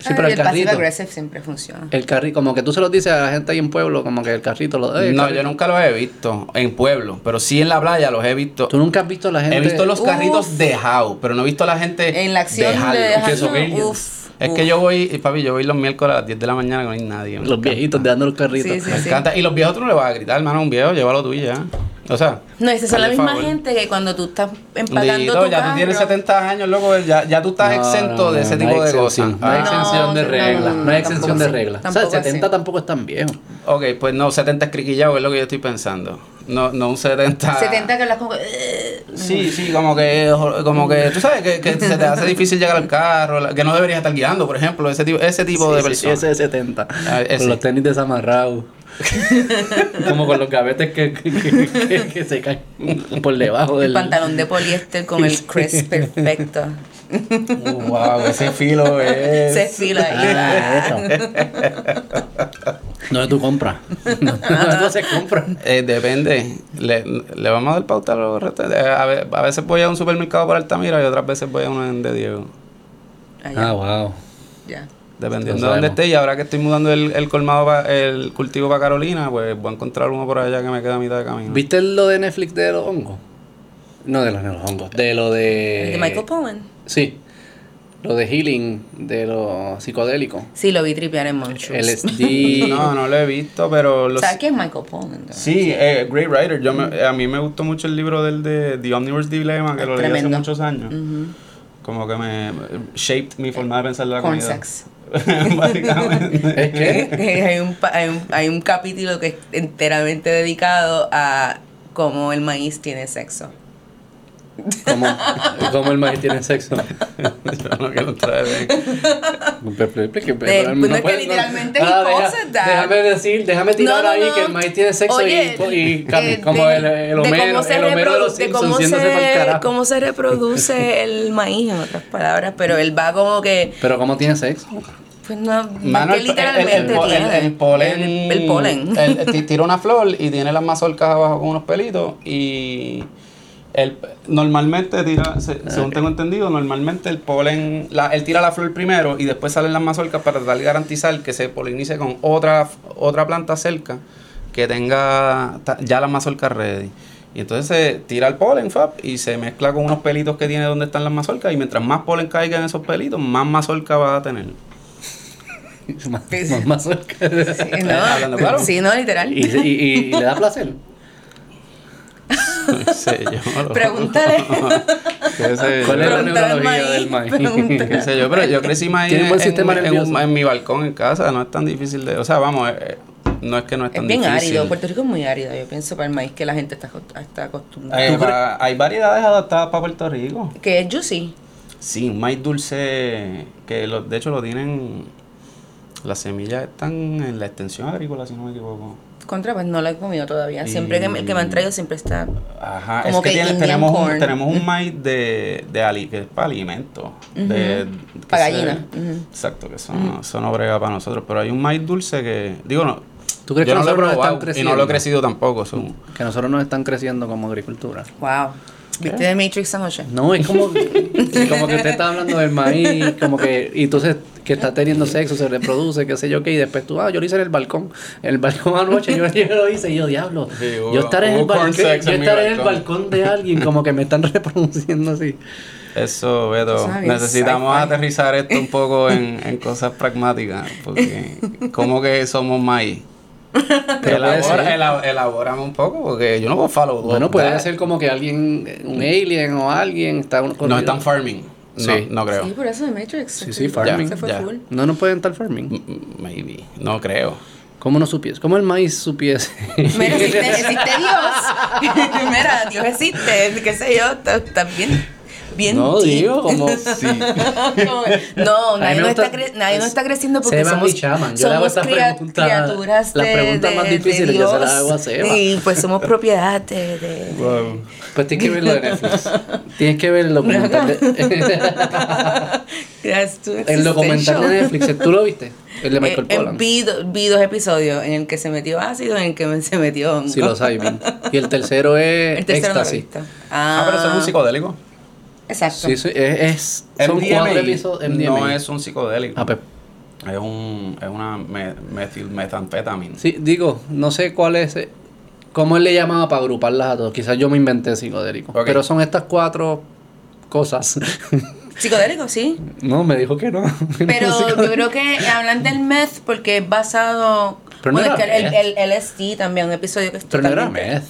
[SPEAKER 1] Sí, pero
[SPEAKER 2] Ay, el
[SPEAKER 1] el
[SPEAKER 2] Ah, pasivo
[SPEAKER 1] carrito.
[SPEAKER 2] aggressive siempre funciona.
[SPEAKER 1] El carrito, como que tú se lo dices a la gente ahí en pueblo, como que el carrito lo. "Ey, el
[SPEAKER 3] No,
[SPEAKER 1] carrito".
[SPEAKER 3] yo nunca los he visto en pueblo, pero sí en la playa los he visto.
[SPEAKER 1] Tú nunca has visto a la gente.
[SPEAKER 3] He visto los
[SPEAKER 2] Uf.
[SPEAKER 3] carritos dejados, pero no he visto a la gente
[SPEAKER 2] En la acción de
[SPEAKER 3] dejarlo.
[SPEAKER 2] dejarlo,
[SPEAKER 3] Que eso,
[SPEAKER 2] uf,
[SPEAKER 3] es
[SPEAKER 2] uf.
[SPEAKER 3] que yo voy, y, papi, yo voy los miércoles a las 10 de la mañana que no hay nadie. me
[SPEAKER 1] Los
[SPEAKER 3] encanta.
[SPEAKER 1] viejitos dejando los carritos.
[SPEAKER 2] Sí, sí.
[SPEAKER 3] Me encanta. Y los viejos tú no le vas a gritar, hermano, un viejo, llévalo tú y ya. O sea,
[SPEAKER 2] No, esa es la
[SPEAKER 3] hazle
[SPEAKER 2] misma
[SPEAKER 3] favor.
[SPEAKER 2] gente que cuando tú estás empacando
[SPEAKER 3] Dito,
[SPEAKER 2] tu
[SPEAKER 3] ya
[SPEAKER 2] carro,
[SPEAKER 3] tú tienes 70 años, loco, ya, ya tú estás
[SPEAKER 1] No,
[SPEAKER 3] exento
[SPEAKER 1] no,
[SPEAKER 3] de ese
[SPEAKER 1] no
[SPEAKER 3] tipo
[SPEAKER 1] hay
[SPEAKER 3] de
[SPEAKER 1] exención,
[SPEAKER 3] cosas.
[SPEAKER 1] No hay
[SPEAKER 3] Ah.
[SPEAKER 2] No,
[SPEAKER 1] exención de
[SPEAKER 2] no,
[SPEAKER 1] reglas.
[SPEAKER 2] no,
[SPEAKER 1] No
[SPEAKER 2] tampoco
[SPEAKER 1] hay exención de
[SPEAKER 2] así,
[SPEAKER 1] reglas. O sea, el
[SPEAKER 2] tampoco
[SPEAKER 1] 70
[SPEAKER 2] así.
[SPEAKER 1] tampoco es tan viejo.
[SPEAKER 3] Ok, pues no, 70 es criquillado, es lo que yo estoy pensando. No, no un 70.
[SPEAKER 2] 70 Ah. que eh, hablas como... que, "Ugh".
[SPEAKER 3] Sí, sí, como que, como que tú sabes que, que se te hace difícil llegar al carro, la- que no deberías estar guiando, por ejemplo, ese tipo, ese tipo
[SPEAKER 1] Sí,
[SPEAKER 3] de
[SPEAKER 1] sí,
[SPEAKER 3] personas.
[SPEAKER 1] Ese es 70.
[SPEAKER 3] Ah, ese.
[SPEAKER 1] Con los tenis desamarrados. como con los gavetes que, que, que- que- que se caen por debajo
[SPEAKER 2] El
[SPEAKER 1] del.
[SPEAKER 2] pantalón de poliéster con el crisp perfecto.
[SPEAKER 3] wow, ese filo es.
[SPEAKER 2] Se fila ahí.
[SPEAKER 1] Ah, eso. ¿Dónde tú compras? No, no se compra.
[SPEAKER 3] Eh, depende. Le, le vamos a dar pauta a los restaurantes. Eh, A, ve- a veces voy a un supermercado por Altamira y otras veces voy a uno en de Diego.
[SPEAKER 1] Ah,
[SPEAKER 2] Allá,
[SPEAKER 1] wow.
[SPEAKER 2] ya.
[SPEAKER 3] Dependiendo
[SPEAKER 1] Lo
[SPEAKER 3] de dónde
[SPEAKER 1] sabemos.
[SPEAKER 3] esté. Y ahora que estoy mudando el, el colmado, pa- el cultivo para Carolina, pues voy a encontrar uno por allá que me queda a mitad de camino.
[SPEAKER 1] ¿Viste lo de Netflix de los hongos? No de los, de los hongos, de lo
[SPEAKER 2] El
[SPEAKER 1] de...
[SPEAKER 2] de Michael Cohen.
[SPEAKER 1] Sí, lo de healing, de lo psicodélico.
[SPEAKER 2] Sí, lo vi tripear en Montrose.
[SPEAKER 1] LSD...
[SPEAKER 3] No, no lo he visto, pero lo
[SPEAKER 2] ¿Sabes quién es Michael Pollan?
[SPEAKER 3] Sí, eh, great writer. Yo me- a mí me gustó mucho el libro del de The Omniverse Dilemma, que lo leí hace
[SPEAKER 2] Tremendo.
[SPEAKER 3] muchos años. Como que me shaped mi forma de pensar la
[SPEAKER 2] Corn
[SPEAKER 3] comida.
[SPEAKER 2] sex.
[SPEAKER 3] Básicamente.
[SPEAKER 1] ¿Es que?
[SPEAKER 2] hay, un, pa- hay, un, hay un capítulo que es enteramente dedicado a cómo el maíz tiene sexo.
[SPEAKER 1] Como, como el maíz tiene sexo.
[SPEAKER 3] Yo no quiero entrar en-
[SPEAKER 1] Pero- pero- pero-
[SPEAKER 2] De-
[SPEAKER 1] pero-
[SPEAKER 2] pues no es que
[SPEAKER 1] puedes-
[SPEAKER 2] literalmente
[SPEAKER 1] Ah,
[SPEAKER 2] he
[SPEAKER 1] deja-
[SPEAKER 2] cosas, Dad.
[SPEAKER 1] Déjame decir, déjame tirar
[SPEAKER 2] No, no,
[SPEAKER 1] ahí
[SPEAKER 2] no.
[SPEAKER 1] que el maíz tiene sexo
[SPEAKER 2] Oye, eh,
[SPEAKER 1] y, y
[SPEAKER 2] de-
[SPEAKER 1] como
[SPEAKER 2] de-
[SPEAKER 1] el, el
[SPEAKER 2] de cómo
[SPEAKER 1] Homero,
[SPEAKER 2] se
[SPEAKER 1] el Homero de
[SPEAKER 2] reprodu-
[SPEAKER 1] los
[SPEAKER 2] de cómo
[SPEAKER 1] Simpsons yéndose
[SPEAKER 2] se-
[SPEAKER 1] para el carajo.
[SPEAKER 2] Cómo se reproduce el maíz, en otras palabras, pero él va como que.
[SPEAKER 1] Pero ¿cómo tiene sexo?
[SPEAKER 2] Pues no,
[SPEAKER 3] Mano,
[SPEAKER 2] que
[SPEAKER 3] el, el, el,
[SPEAKER 2] literalmente
[SPEAKER 3] po- el-
[SPEAKER 2] tiene.
[SPEAKER 3] el polen.
[SPEAKER 2] El, el polen.
[SPEAKER 3] el- el- ti- tira una flor y tiene las mazorcas abajo con unos pelitos. Y el, normalmente tira, se- según tengo entendido, normalmente el polen. la- él tira la flor primero y después salen las mazorcas para tratar de garantizar que se polinice con otra, otra planta cerca que tenga ta- ya las mazorcas ready. Y entonces se tira el polen, fab, y se mezcla con unos pelitos que tiene donde están las mazorcas. Y mientras más polen caiga en esos pelitos, más mazorca va a tener.
[SPEAKER 1] Más, más- más cerca.
[SPEAKER 2] Sí,
[SPEAKER 3] Hablando claro.
[SPEAKER 2] no, sí, no, literal.
[SPEAKER 1] Y, y- y- y le da placer.
[SPEAKER 3] Señor.
[SPEAKER 2] Pregúntale.
[SPEAKER 3] Qué sé yo.
[SPEAKER 1] ¿Cuál es la
[SPEAKER 2] Preguntar al
[SPEAKER 1] neurología
[SPEAKER 2] maíz,
[SPEAKER 1] del maíz?
[SPEAKER 2] preguntar.
[SPEAKER 3] Qué sé yo, pero yo crecí más
[SPEAKER 1] Tiene
[SPEAKER 3] en,
[SPEAKER 1] un buen
[SPEAKER 3] en-
[SPEAKER 1] sistema
[SPEAKER 3] en un-
[SPEAKER 1] nervioso.
[SPEAKER 3] en mi balcón en casa, no es tan difícil de... O sea, vamos, eh, eh, no es que no es tan
[SPEAKER 2] Es bien
[SPEAKER 3] difícil.
[SPEAKER 2] árido, Puerto Rico es muy árido, yo pienso, para el maíz que la gente está, acost- está acostumbrada.
[SPEAKER 3] Eh, va- hay variedades adaptadas para Puerto Rico.
[SPEAKER 2] Que es juicy.
[SPEAKER 3] Sí, un maíz dulce que lo- de hecho lo tienen... Las semillas están en la extensión agrícola, si no me equivoco.
[SPEAKER 2] Contra, pues no lo he comido todavía. Siempre que me, que me han traído, siempre está.
[SPEAKER 3] Ajá,
[SPEAKER 2] Como
[SPEAKER 3] es que,
[SPEAKER 2] que
[SPEAKER 3] tiene-
[SPEAKER 2] Indian
[SPEAKER 3] tenemos, un,
[SPEAKER 2] corn. Mm.
[SPEAKER 3] tenemos un maíz de, de ali- que es para alimento. de- que
[SPEAKER 2] Para
[SPEAKER 3] se-
[SPEAKER 2] gallina, ujú. Mm.
[SPEAKER 3] Exacto, que eso, no, eso no brega para nosotros. Pero hay un maíz dulce que. Digo, no.
[SPEAKER 1] ¿Tú crees
[SPEAKER 3] yo
[SPEAKER 1] que
[SPEAKER 3] no lo he
[SPEAKER 1] nosotros están
[SPEAKER 3] probado y no lo
[SPEAKER 1] creciendo?
[SPEAKER 3] he crecido tampoco. eso-
[SPEAKER 1] Que nosotros no están creciendo como agricultura.
[SPEAKER 2] Wow. ¿Viste de Matrix anoche?
[SPEAKER 1] No, es como, que- como que usted está hablando del maíz, como que, y entonces que está teniendo sexo, se reproduce, qué sé yo qué, y después tú, ah, yo lo hice en el balcón, en el balcón anoche, yo, yo lo hice, y yo, diablo,
[SPEAKER 3] Sí, hubo-
[SPEAKER 1] yo estaré en el
[SPEAKER 3] hubo corn
[SPEAKER 1] balcón, yo
[SPEAKER 3] sex en mi
[SPEAKER 1] estaré en el
[SPEAKER 3] balcón.
[SPEAKER 1] balcón de alguien, como que me están reproduciendo así.
[SPEAKER 3] Eso, Beto.
[SPEAKER 2] Eso es bien
[SPEAKER 3] necesitamos
[SPEAKER 2] sci-fi.
[SPEAKER 3] aterrizar esto un poco en, en cosas pragmáticas. Porque, ¿cómo que somos maíz?
[SPEAKER 1] Pero puede ser.
[SPEAKER 3] Elabora, ela- elabórame un poco, porque yo no puedo follow.
[SPEAKER 1] Bueno,
[SPEAKER 3] up
[SPEAKER 1] puede
[SPEAKER 3] that.
[SPEAKER 1] ser como que alguien, un alien o alguien, está uno
[SPEAKER 3] No están farming. No,
[SPEAKER 1] Sí.
[SPEAKER 3] no creo.
[SPEAKER 2] Sí, por eso de Matrix. Sí,
[SPEAKER 1] sí, farming,
[SPEAKER 2] Se fue
[SPEAKER 3] ya.
[SPEAKER 2] full.
[SPEAKER 1] No, no pueden estar farming.
[SPEAKER 3] M- Maybe. No creo.
[SPEAKER 1] ¿Cómo no supiese? ¿Cómo el maíz supiese?
[SPEAKER 2] Mira, existe, existe Dios. Mira, Dios existe, qué sé yo, está, está bien. Bien
[SPEAKER 1] no,
[SPEAKER 2] deep.
[SPEAKER 1] digo, como...
[SPEAKER 2] Como- no,
[SPEAKER 1] mí
[SPEAKER 2] nadie,
[SPEAKER 1] me
[SPEAKER 2] nos
[SPEAKER 1] gusta-
[SPEAKER 2] está cre- nadie nos está creciendo porque
[SPEAKER 1] Seba
[SPEAKER 2] somos,
[SPEAKER 1] y Chaman. Yo le hago
[SPEAKER 2] somos
[SPEAKER 1] esa
[SPEAKER 2] crea-
[SPEAKER 1] pregunta-
[SPEAKER 2] criaturas
[SPEAKER 1] la
[SPEAKER 2] de-
[SPEAKER 1] pregunta más
[SPEAKER 2] de-
[SPEAKER 1] difícil
[SPEAKER 2] de
[SPEAKER 1] yo se la
[SPEAKER 2] Dios.
[SPEAKER 1] hago a Seba.
[SPEAKER 2] Y pues somos propiedad de... de-
[SPEAKER 1] Pues tienes que verlo de Netflix. Tienes que ver el documental de,
[SPEAKER 2] Creas tú
[SPEAKER 1] el documental
[SPEAKER 2] existential.
[SPEAKER 1] de Netflix. ¿Tú lo viste? El de Michael
[SPEAKER 2] Eh, eh,
[SPEAKER 1] Pollan.
[SPEAKER 2] vi, do- vi dos episodios, en el que se metió ácido, en el que se metió hongo.
[SPEAKER 1] Si los hay, bien. Y el tercero es
[SPEAKER 2] El tercero no lo he
[SPEAKER 1] Éxtasis.
[SPEAKER 2] visto.
[SPEAKER 3] Ah, pero eso es un psicodélico.
[SPEAKER 2] Exacto.
[SPEAKER 1] Sí, sí, es, es- son
[SPEAKER 3] MDMA
[SPEAKER 1] cuatro episodios. MDMA.
[SPEAKER 3] No es un psicodélico.
[SPEAKER 1] Ah, pues,
[SPEAKER 3] Es, un, es una me- metil- metanfetamina.
[SPEAKER 1] sí, digo, no sé cuál es. eh, ¿Cómo él le llamaba para agruparlas a todos? Quizás yo me inventé psicodélico.
[SPEAKER 3] Ok.
[SPEAKER 1] Pero son estas cuatro cosas.
[SPEAKER 2] Psicodélico, sí.
[SPEAKER 1] no, me dijo que no. que
[SPEAKER 2] Pero
[SPEAKER 1] no es
[SPEAKER 2] yo creo
[SPEAKER 1] psicodélico.
[SPEAKER 2] que hablan del meth porque es basado.
[SPEAKER 1] Pero no
[SPEAKER 2] bueno, es
[SPEAKER 1] era
[SPEAKER 2] que el,
[SPEAKER 1] meth.
[SPEAKER 2] el, el LSD también, un episodio que es
[SPEAKER 1] Pero no era
[SPEAKER 2] totalmente-
[SPEAKER 1] meth.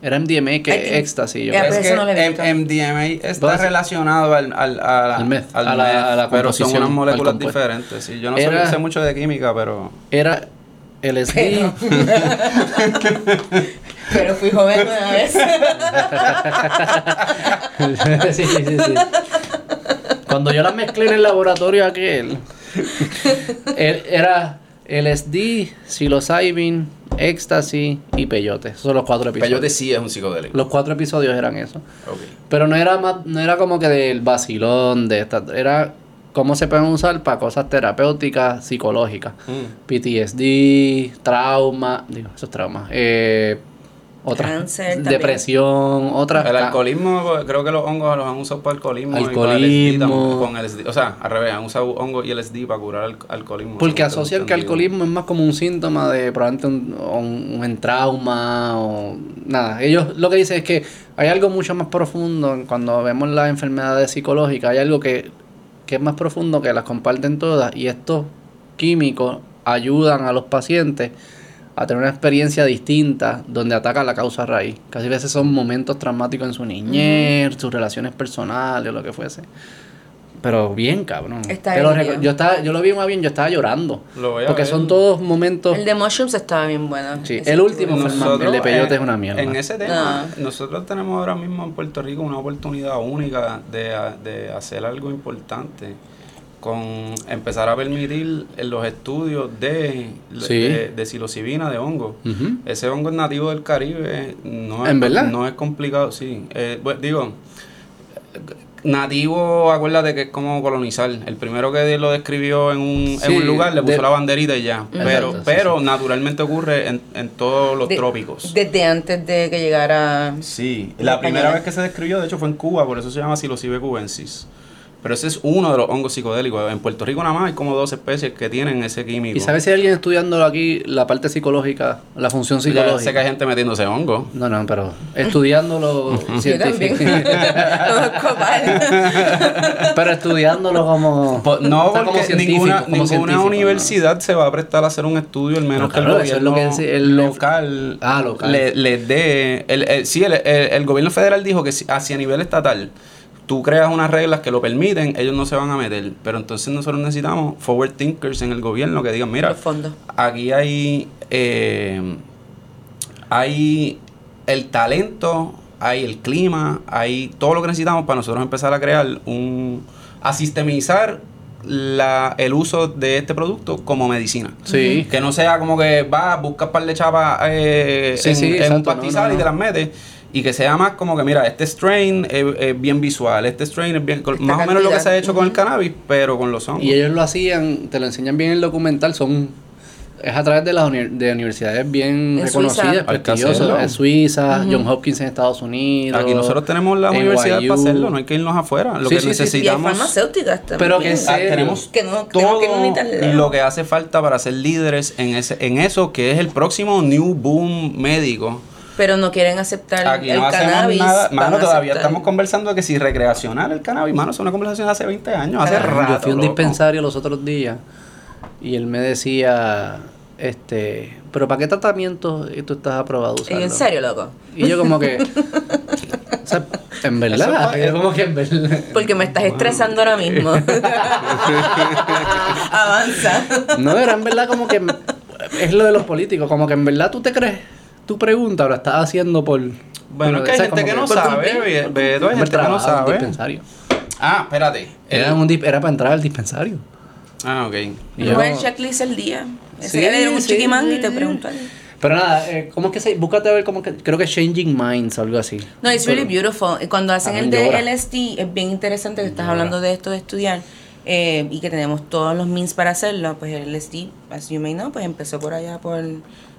[SPEAKER 1] Era MDMA, que
[SPEAKER 2] I think-
[SPEAKER 1] es éxtasis. Yo
[SPEAKER 2] Yeah,
[SPEAKER 1] creo.
[SPEAKER 2] pero eso no lo he
[SPEAKER 3] M-
[SPEAKER 2] visto.
[SPEAKER 3] MDMA está
[SPEAKER 1] Entonces-
[SPEAKER 3] relacionado al, al, a la-
[SPEAKER 1] Al meth,
[SPEAKER 3] al
[SPEAKER 1] a la-
[SPEAKER 3] meth,
[SPEAKER 1] a la
[SPEAKER 3] pero son
[SPEAKER 1] composición,
[SPEAKER 3] unas
[SPEAKER 1] al
[SPEAKER 3] moléculas
[SPEAKER 1] compuesto.
[SPEAKER 3] diferentes. sí. Yo no
[SPEAKER 1] Era-
[SPEAKER 3] sé, sé mucho de química, pero
[SPEAKER 1] Era el SD.
[SPEAKER 2] Pero, pero fui joven una vez.
[SPEAKER 1] sí, sí, sí. Cuando yo la mezclé en el laboratorio aquel, el- era LSD, psilocybin, éxtasis y peyote. Esos son los cuatro episodios.
[SPEAKER 3] peyote sí es un psicodélico.
[SPEAKER 1] Los cuatro episodios eran eso.
[SPEAKER 3] Ok.
[SPEAKER 1] Pero no era más, no era como que del vacilón de esta, era cómo se pueden usar para cosas terapéuticas, psicológicas.
[SPEAKER 3] Mm.
[SPEAKER 1] PTSD, trauma, digo, esos traumas. Eh, otras
[SPEAKER 2] Cáncer también.
[SPEAKER 1] depresión, otras
[SPEAKER 3] El
[SPEAKER 1] ca-
[SPEAKER 3] alcoholismo, pues, creo que los hongos los han usado para alcoholismo. y para LSD
[SPEAKER 1] Alcoholismo.
[SPEAKER 3] tam- con LSD. O sea, al revés, han usado hongos y LSD para curar al alcoholismo.
[SPEAKER 1] Porque
[SPEAKER 3] según tengo
[SPEAKER 1] asocian que
[SPEAKER 3] entendido.
[SPEAKER 1] alcoholismo es más como un síntoma de probablemente un, o un- un trauma o nada. Ellos lo que dicen es que hay algo mucho más profundo en cuando vemos las enfermedades psicológicas, hay algo que, que es más profundo que las comparten todas y estos químicos ayudan a los pacientes a tener una experiencia distinta donde ataca la causa raíz. Casi a veces son momentos traumáticos en su niñez, sus relaciones personales o lo que fuese. Pero bien, cabrón.
[SPEAKER 2] Está
[SPEAKER 1] Te lo
[SPEAKER 2] bien,
[SPEAKER 1] reco-
[SPEAKER 2] bien.
[SPEAKER 1] yo, estaba, yo lo vi más bien, yo estaba llorando.
[SPEAKER 3] Lo voy a
[SPEAKER 1] porque
[SPEAKER 3] ver.
[SPEAKER 1] son todos momentos...
[SPEAKER 2] El de Mushrooms estaba bien bueno.
[SPEAKER 1] Sí,
[SPEAKER 2] Ese
[SPEAKER 1] el último
[SPEAKER 2] estuvo
[SPEAKER 1] fue
[SPEAKER 2] bueno.
[SPEAKER 1] Fernández, el de peyote
[SPEAKER 3] eh,
[SPEAKER 1] es una mierda.
[SPEAKER 3] En ese tema,
[SPEAKER 2] Ah.
[SPEAKER 3] nosotros tenemos ahora mismo en Puerto Rico una oportunidad única de, a- de hacer algo importante con empezar a permitir los estudios de,
[SPEAKER 1] Sí.
[SPEAKER 3] de, de psilocibina, de hongo.
[SPEAKER 1] Ujú.
[SPEAKER 3] Ese hongo es nativo del Caribe, no es,
[SPEAKER 1] ¿En verdad?
[SPEAKER 3] no es complicado, sí. Eh, pues, digo, nativo, acuérdate que es como colonizar. El primero que lo describió en un, en
[SPEAKER 1] Sí,
[SPEAKER 3] un lugar le puso
[SPEAKER 1] de-
[SPEAKER 3] la banderita y ya. pero
[SPEAKER 1] sí,
[SPEAKER 3] pero naturalmente ocurre en, en todos los
[SPEAKER 2] De-
[SPEAKER 3] trópicos.
[SPEAKER 2] Desde antes de que llegara.
[SPEAKER 3] sí,
[SPEAKER 2] Los
[SPEAKER 3] la primera
[SPEAKER 2] cañones.
[SPEAKER 3] vez que se describió, de hecho, fue en Cuba, por eso se llama psilocibe cubensis. Pero ese es uno de los hongos psicodélicos. En Puerto Rico nada más hay como dos especies que tienen ese químico.
[SPEAKER 1] ¿Y sabes si hay alguien estudiando aquí la parte psicológica, la función
[SPEAKER 3] Ya sé que
[SPEAKER 1] psicológica?
[SPEAKER 3] hay gente metiéndose hongo.
[SPEAKER 1] No, no, pero estudiando lo
[SPEAKER 2] Yo también.
[SPEAKER 1] científico.
[SPEAKER 2] Conozco varios.
[SPEAKER 1] pero estudiándolo como.
[SPEAKER 3] Po- no,
[SPEAKER 1] está como
[SPEAKER 3] porque
[SPEAKER 1] científico,
[SPEAKER 3] ninguna,
[SPEAKER 1] como
[SPEAKER 3] ninguna
[SPEAKER 1] científico,
[SPEAKER 3] universidad se va a prestar a hacer un estudio, al menos
[SPEAKER 1] No, claro,
[SPEAKER 3] que el
[SPEAKER 1] eso es lo
[SPEAKER 3] gobierno
[SPEAKER 1] que dice el-
[SPEAKER 3] local,
[SPEAKER 1] Ah, local.
[SPEAKER 3] le, le dé. El, el- sí, el, el- el gobierno federal dijo que si- hacia nivel estatal tú creas unas reglas que lo permiten, ellos no se van a meter. Pero entonces nosotros necesitamos forward thinkers en el gobierno que digan: mira,
[SPEAKER 2] Los fondos.
[SPEAKER 3] aquí hay eh, hay el talento, hay el clima, hay todo lo que necesitamos para nosotros empezar a crear un a sistemizar la, el uso de este producto como medicina.
[SPEAKER 1] ¿no? Sí.
[SPEAKER 3] Que no sea como que vas, buscas par de chapas eh,
[SPEAKER 1] Sí,
[SPEAKER 3] en,
[SPEAKER 1] sí,
[SPEAKER 3] en un
[SPEAKER 1] exacto, no,
[SPEAKER 3] pastizal
[SPEAKER 1] no,
[SPEAKER 3] y te
[SPEAKER 1] no.
[SPEAKER 3] las metes. Y que sea más como que, mira, este strain es, es bien visual, este strain es bien. más o menos lo que
[SPEAKER 2] cantidad.
[SPEAKER 3] se ha hecho con el cannabis, pero con los hongos.
[SPEAKER 1] Y ellos lo hacían, te lo enseñan bien en el documental, son es a través de las uni- de universidades bien
[SPEAKER 2] En
[SPEAKER 1] reconocidas,
[SPEAKER 2] Suiza.
[SPEAKER 3] Hay que hacerlo.
[SPEAKER 1] prestigiosas, en Suiza, John Hopkins en Estados Unidos.
[SPEAKER 3] Aquí nosotros tenemos la
[SPEAKER 1] NYU.
[SPEAKER 3] universidad para hacerlo, no hay que irnos afuera. Lo
[SPEAKER 1] Sí,
[SPEAKER 3] que
[SPEAKER 1] sí, sí,
[SPEAKER 2] Y
[SPEAKER 1] sí,
[SPEAKER 2] hay
[SPEAKER 3] necesitamos.
[SPEAKER 2] farmacéuticas también.
[SPEAKER 1] Pero que
[SPEAKER 3] Ah,
[SPEAKER 1] se- serio.
[SPEAKER 3] tenemos
[SPEAKER 2] Que no- que no-
[SPEAKER 3] todo
[SPEAKER 2] que no necesitan leer.
[SPEAKER 3] lo que hace falta para ser líderes en ese en eso que es el próximo new boom médico.
[SPEAKER 2] Pero no quieren aceptar
[SPEAKER 3] Aquí
[SPEAKER 2] el
[SPEAKER 3] no hacemos
[SPEAKER 2] cannabis.
[SPEAKER 3] nada.
[SPEAKER 2] van
[SPEAKER 3] Mano,
[SPEAKER 2] a
[SPEAKER 3] todavía
[SPEAKER 2] aceptar.
[SPEAKER 3] estamos conversando de que si recreacional el cannabis, mano, es una conversación de hace 20 años, hace
[SPEAKER 2] Carajo,
[SPEAKER 3] rato.
[SPEAKER 1] Yo fui a un
[SPEAKER 3] loco.
[SPEAKER 1] dispensario los otros días y él me decía, este, pero ¿para qué tratamiento tú estás
[SPEAKER 2] Y
[SPEAKER 1] aprobado? a
[SPEAKER 2] yo,
[SPEAKER 1] usarlo?"
[SPEAKER 2] en serio, loco.
[SPEAKER 1] Y yo como que, o sea, en verdad,
[SPEAKER 3] Eso-
[SPEAKER 1] yo como que en verdad.
[SPEAKER 2] Porque me estás estresando ahora mismo. Avanza.
[SPEAKER 1] No, era en verdad como que es lo de los políticos, como que en verdad tú te crees tu pregunta, lo estás haciendo por...
[SPEAKER 3] Bueno,
[SPEAKER 1] por-
[SPEAKER 3] es que hay
[SPEAKER 1] o sea,
[SPEAKER 3] gente
[SPEAKER 1] como
[SPEAKER 3] que no
[SPEAKER 1] por
[SPEAKER 3] sabe,
[SPEAKER 1] cumplir,
[SPEAKER 3] ve-
[SPEAKER 1] por
[SPEAKER 3] ve- hay
[SPEAKER 1] cumplir.
[SPEAKER 3] gente que no
[SPEAKER 1] Trabajaba en un
[SPEAKER 3] sabe.
[SPEAKER 1] dispensario.
[SPEAKER 3] Ah, espérate. El-
[SPEAKER 1] Era, un dip- era para entrar al dispensario.
[SPEAKER 3] ah, ok.
[SPEAKER 1] Y yo-
[SPEAKER 2] Pon el checklist al día. Ese
[SPEAKER 1] Sí,
[SPEAKER 2] día le dieron un
[SPEAKER 1] sí,
[SPEAKER 2] chiquimán
[SPEAKER 1] sí.
[SPEAKER 2] y te preguntan.
[SPEAKER 1] Pero nada, eh, ¿cómo es que se...? Búscate a ver cómo es que... Creo que Changing Minds o algo así.
[SPEAKER 2] No, it's really
[SPEAKER 1] Pero-
[SPEAKER 2] beautiful. Y Cuando hacen
[SPEAKER 1] Ah,
[SPEAKER 2] el
[SPEAKER 1] llora.
[SPEAKER 2] de LSD, es bien interesante que estás hablando de esto de estudiar eh, y que tenemos todos los means para hacerlo. Pues el LSD, as you may know, pues empezó por allá, por,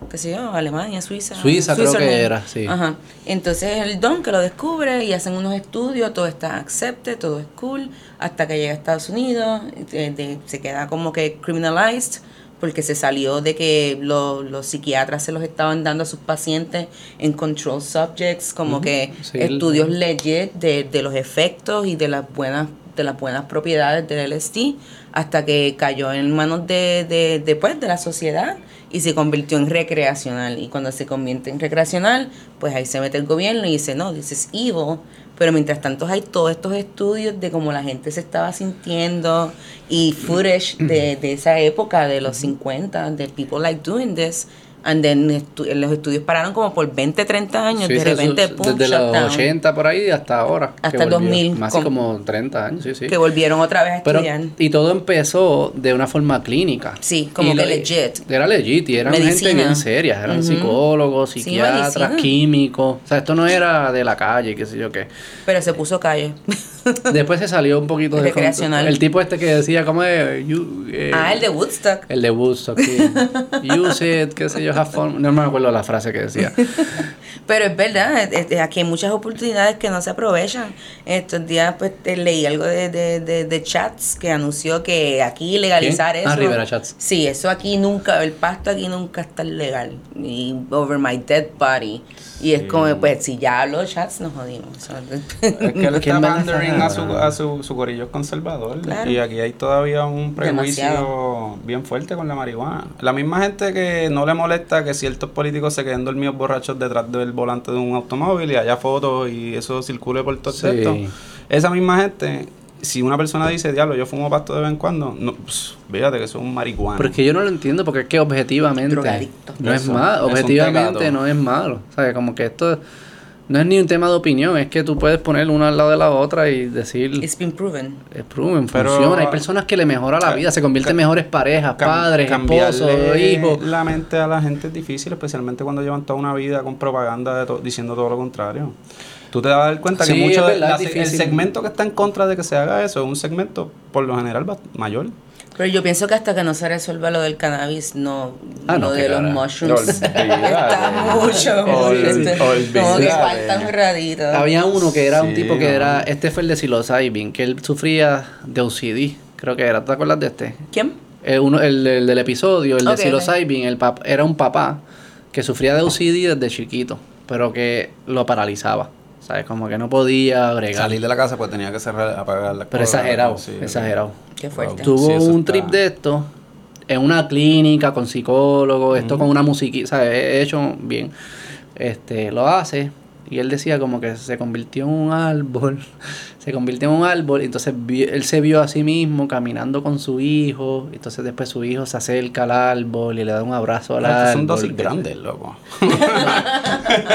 [SPEAKER 2] qué sé yo, Alemania, Suiza.
[SPEAKER 1] Suiza creo que
[SPEAKER 2] Switzerland.
[SPEAKER 1] era, sí.
[SPEAKER 2] Ajá. Entonces es el don que lo descubre y hacen unos estudios, todo está acepte, todo es cool, hasta que llega a Estados Unidos, eh, de- se queda como que criminalized porque se salió de que lo- los psiquiatras se los estaban dando a sus pacientes en control subjects, como que
[SPEAKER 1] sí, el-
[SPEAKER 2] estudios legit de, de los efectos y de las buenas de las buenas propiedades del LSD hasta que cayó en manos de, de, de, pues, de la sociedad y se convirtió en recreacional y cuando se convierte en recreacional pues ahí se mete el gobierno y dice no this is evil pero mientras tanto hay todos estos estudios de cómo la gente se estaba sintiendo y footage de, de esa época de los 50 de people like doing this and then estu- los estudios pararon como por 20 30 años
[SPEAKER 1] Sí,
[SPEAKER 2] de
[SPEAKER 1] eso-
[SPEAKER 2] repente
[SPEAKER 1] eso-
[SPEAKER 2] pum,
[SPEAKER 1] desde los
[SPEAKER 2] shutdown.
[SPEAKER 1] 80 por ahí hasta ahora. que
[SPEAKER 2] Hasta el
[SPEAKER 1] volvió.
[SPEAKER 2] 2000
[SPEAKER 1] Más
[SPEAKER 2] con-
[SPEAKER 1] como 30 años, sí, sí.
[SPEAKER 2] que volvieron otra vez a
[SPEAKER 1] Pero,
[SPEAKER 2] estudiar.
[SPEAKER 1] y todo empezó de una forma clínica.
[SPEAKER 2] Sí, como
[SPEAKER 1] Y
[SPEAKER 2] que legit.
[SPEAKER 1] Era legit y eran
[SPEAKER 2] Medicina.
[SPEAKER 1] gente bien seria. Eran
[SPEAKER 2] Ujú.
[SPEAKER 1] psicólogos,
[SPEAKER 2] Sí,
[SPEAKER 1] psiquiatras,
[SPEAKER 2] medicina.
[SPEAKER 1] químicos. O sea, esto no era de la calle, qué sé yo qué.
[SPEAKER 2] Pero se puso calle.
[SPEAKER 1] Después se salió un poquito de...
[SPEAKER 2] Recreacional.
[SPEAKER 1] El tipo este que decía, ¿cómo es? You- eh,
[SPEAKER 2] ah, el de Woodstock.
[SPEAKER 1] El de Woodstock, sí. Use it, qué sé yo, have fun. No me acuerdo la frase que decía.
[SPEAKER 2] Pero es verdad, es- es- aquí hay muchas oportunidades que no se aprovechan. Estos días pues te- leí algo de, de, de, de Chats que anunció que aquí legalizar
[SPEAKER 1] ¿Quién?
[SPEAKER 2] eso.
[SPEAKER 1] Ah, Rivera Chats.
[SPEAKER 2] Sí, eso aquí nunca, el pasto aquí nunca está legal. Y over my dead body. Y es como, pues si ya hablo Chats, nos jodimos.
[SPEAKER 3] Es que él
[SPEAKER 1] ¿Quién
[SPEAKER 3] está
[SPEAKER 1] va a
[SPEAKER 3] pandering a su,
[SPEAKER 1] saber?
[SPEAKER 3] a su, su corillo conservador.
[SPEAKER 2] Claro.
[SPEAKER 3] Y aquí hay todavía un prejuicio
[SPEAKER 2] Demasiado.
[SPEAKER 3] bien fuerte con la marihuana. La misma gente que no le molesta que ciertos políticos se queden dormidos borrachos detrás del volante de un automóvil y haya fotos y eso circule por todo el
[SPEAKER 1] Sí.
[SPEAKER 3] sector. Esa misma gente, si una persona dice, diablo, yo fumo pasto de vez en cuando, no, pss, fíjate que son un marihuana.
[SPEAKER 1] Pero es que yo no lo entiendo porque es que objetivamente
[SPEAKER 2] Drogadicto.
[SPEAKER 1] no es
[SPEAKER 3] Eso, es
[SPEAKER 1] malo,
[SPEAKER 3] un
[SPEAKER 1] objetivamente
[SPEAKER 3] pecado.
[SPEAKER 1] no es malo. O sea, como que esto no es ni un tema de opinión, es que tú puedes poner una al lado de la otra y decir,
[SPEAKER 2] It's been proven.
[SPEAKER 1] es proven,
[SPEAKER 3] Pero-
[SPEAKER 1] funciona. Hay personas que le mejora la
[SPEAKER 3] Ca-
[SPEAKER 1] vida, se convierten en mejores parejas,
[SPEAKER 3] Cam-
[SPEAKER 1] padres, esposos,
[SPEAKER 3] cambiarle
[SPEAKER 1] hijos.
[SPEAKER 3] La mente a la gente es difícil, especialmente cuando llevan toda una vida con propaganda de to- diciendo todo lo contrario. Tú te vas a dar cuenta
[SPEAKER 1] Sí,
[SPEAKER 3] que mucho
[SPEAKER 1] es
[SPEAKER 3] de-
[SPEAKER 1] verdad,
[SPEAKER 3] la
[SPEAKER 1] es
[SPEAKER 3] se- el
[SPEAKER 1] difícil.
[SPEAKER 3] segmento que está en contra de que se haga eso es un segmento por lo general ba- mayor.
[SPEAKER 2] Pero yo pienso que hasta que no se resuelva lo del cannabis, no,
[SPEAKER 1] Ah, no,
[SPEAKER 2] lo
[SPEAKER 1] qué
[SPEAKER 2] de los
[SPEAKER 1] cara.
[SPEAKER 2] mushrooms. Está
[SPEAKER 3] Olvídate.
[SPEAKER 2] mucho.
[SPEAKER 3] Olvi-
[SPEAKER 2] Como que
[SPEAKER 3] olvídate.
[SPEAKER 2] falta un ratito.
[SPEAKER 1] Había uno que era un
[SPEAKER 3] Sí,
[SPEAKER 1] tipo que
[SPEAKER 3] no.
[SPEAKER 1] era. Este fue el de psilocybin, que él sufría de OCD, creo que era. ¿Te acuerdas de este?
[SPEAKER 2] ¿Quién?
[SPEAKER 1] Eh, uno- el, el del episodio, el
[SPEAKER 2] Ok, ok.
[SPEAKER 1] de psilocybin, el pap- era un papá que sufría de OCD desde chiquito, pero que lo paralizaba. ¿Sabes? Como que no podía bregar.
[SPEAKER 3] Salir de la casa pues tenía que cerrar, apagar la
[SPEAKER 1] Pero exagerado, exagerado.
[SPEAKER 2] Qué fuerte.
[SPEAKER 3] Wow.
[SPEAKER 1] Tuvo
[SPEAKER 3] Sí, eso
[SPEAKER 1] un
[SPEAKER 3] está-
[SPEAKER 1] trip de esto en una clínica con psicólogo, esto con una musiquita, ¿sabes? He hecho bien. Este, lo hace y él decía como que se convirtió en un árbol, se convirtió en un árbol, y entonces vi- él se vio a sí mismo caminando con su hijo, entonces después su hijo se acerca al árbol y le da un abrazo al árbol.
[SPEAKER 3] Ah, Estos son dosis
[SPEAKER 1] que-
[SPEAKER 3] grandes, loco.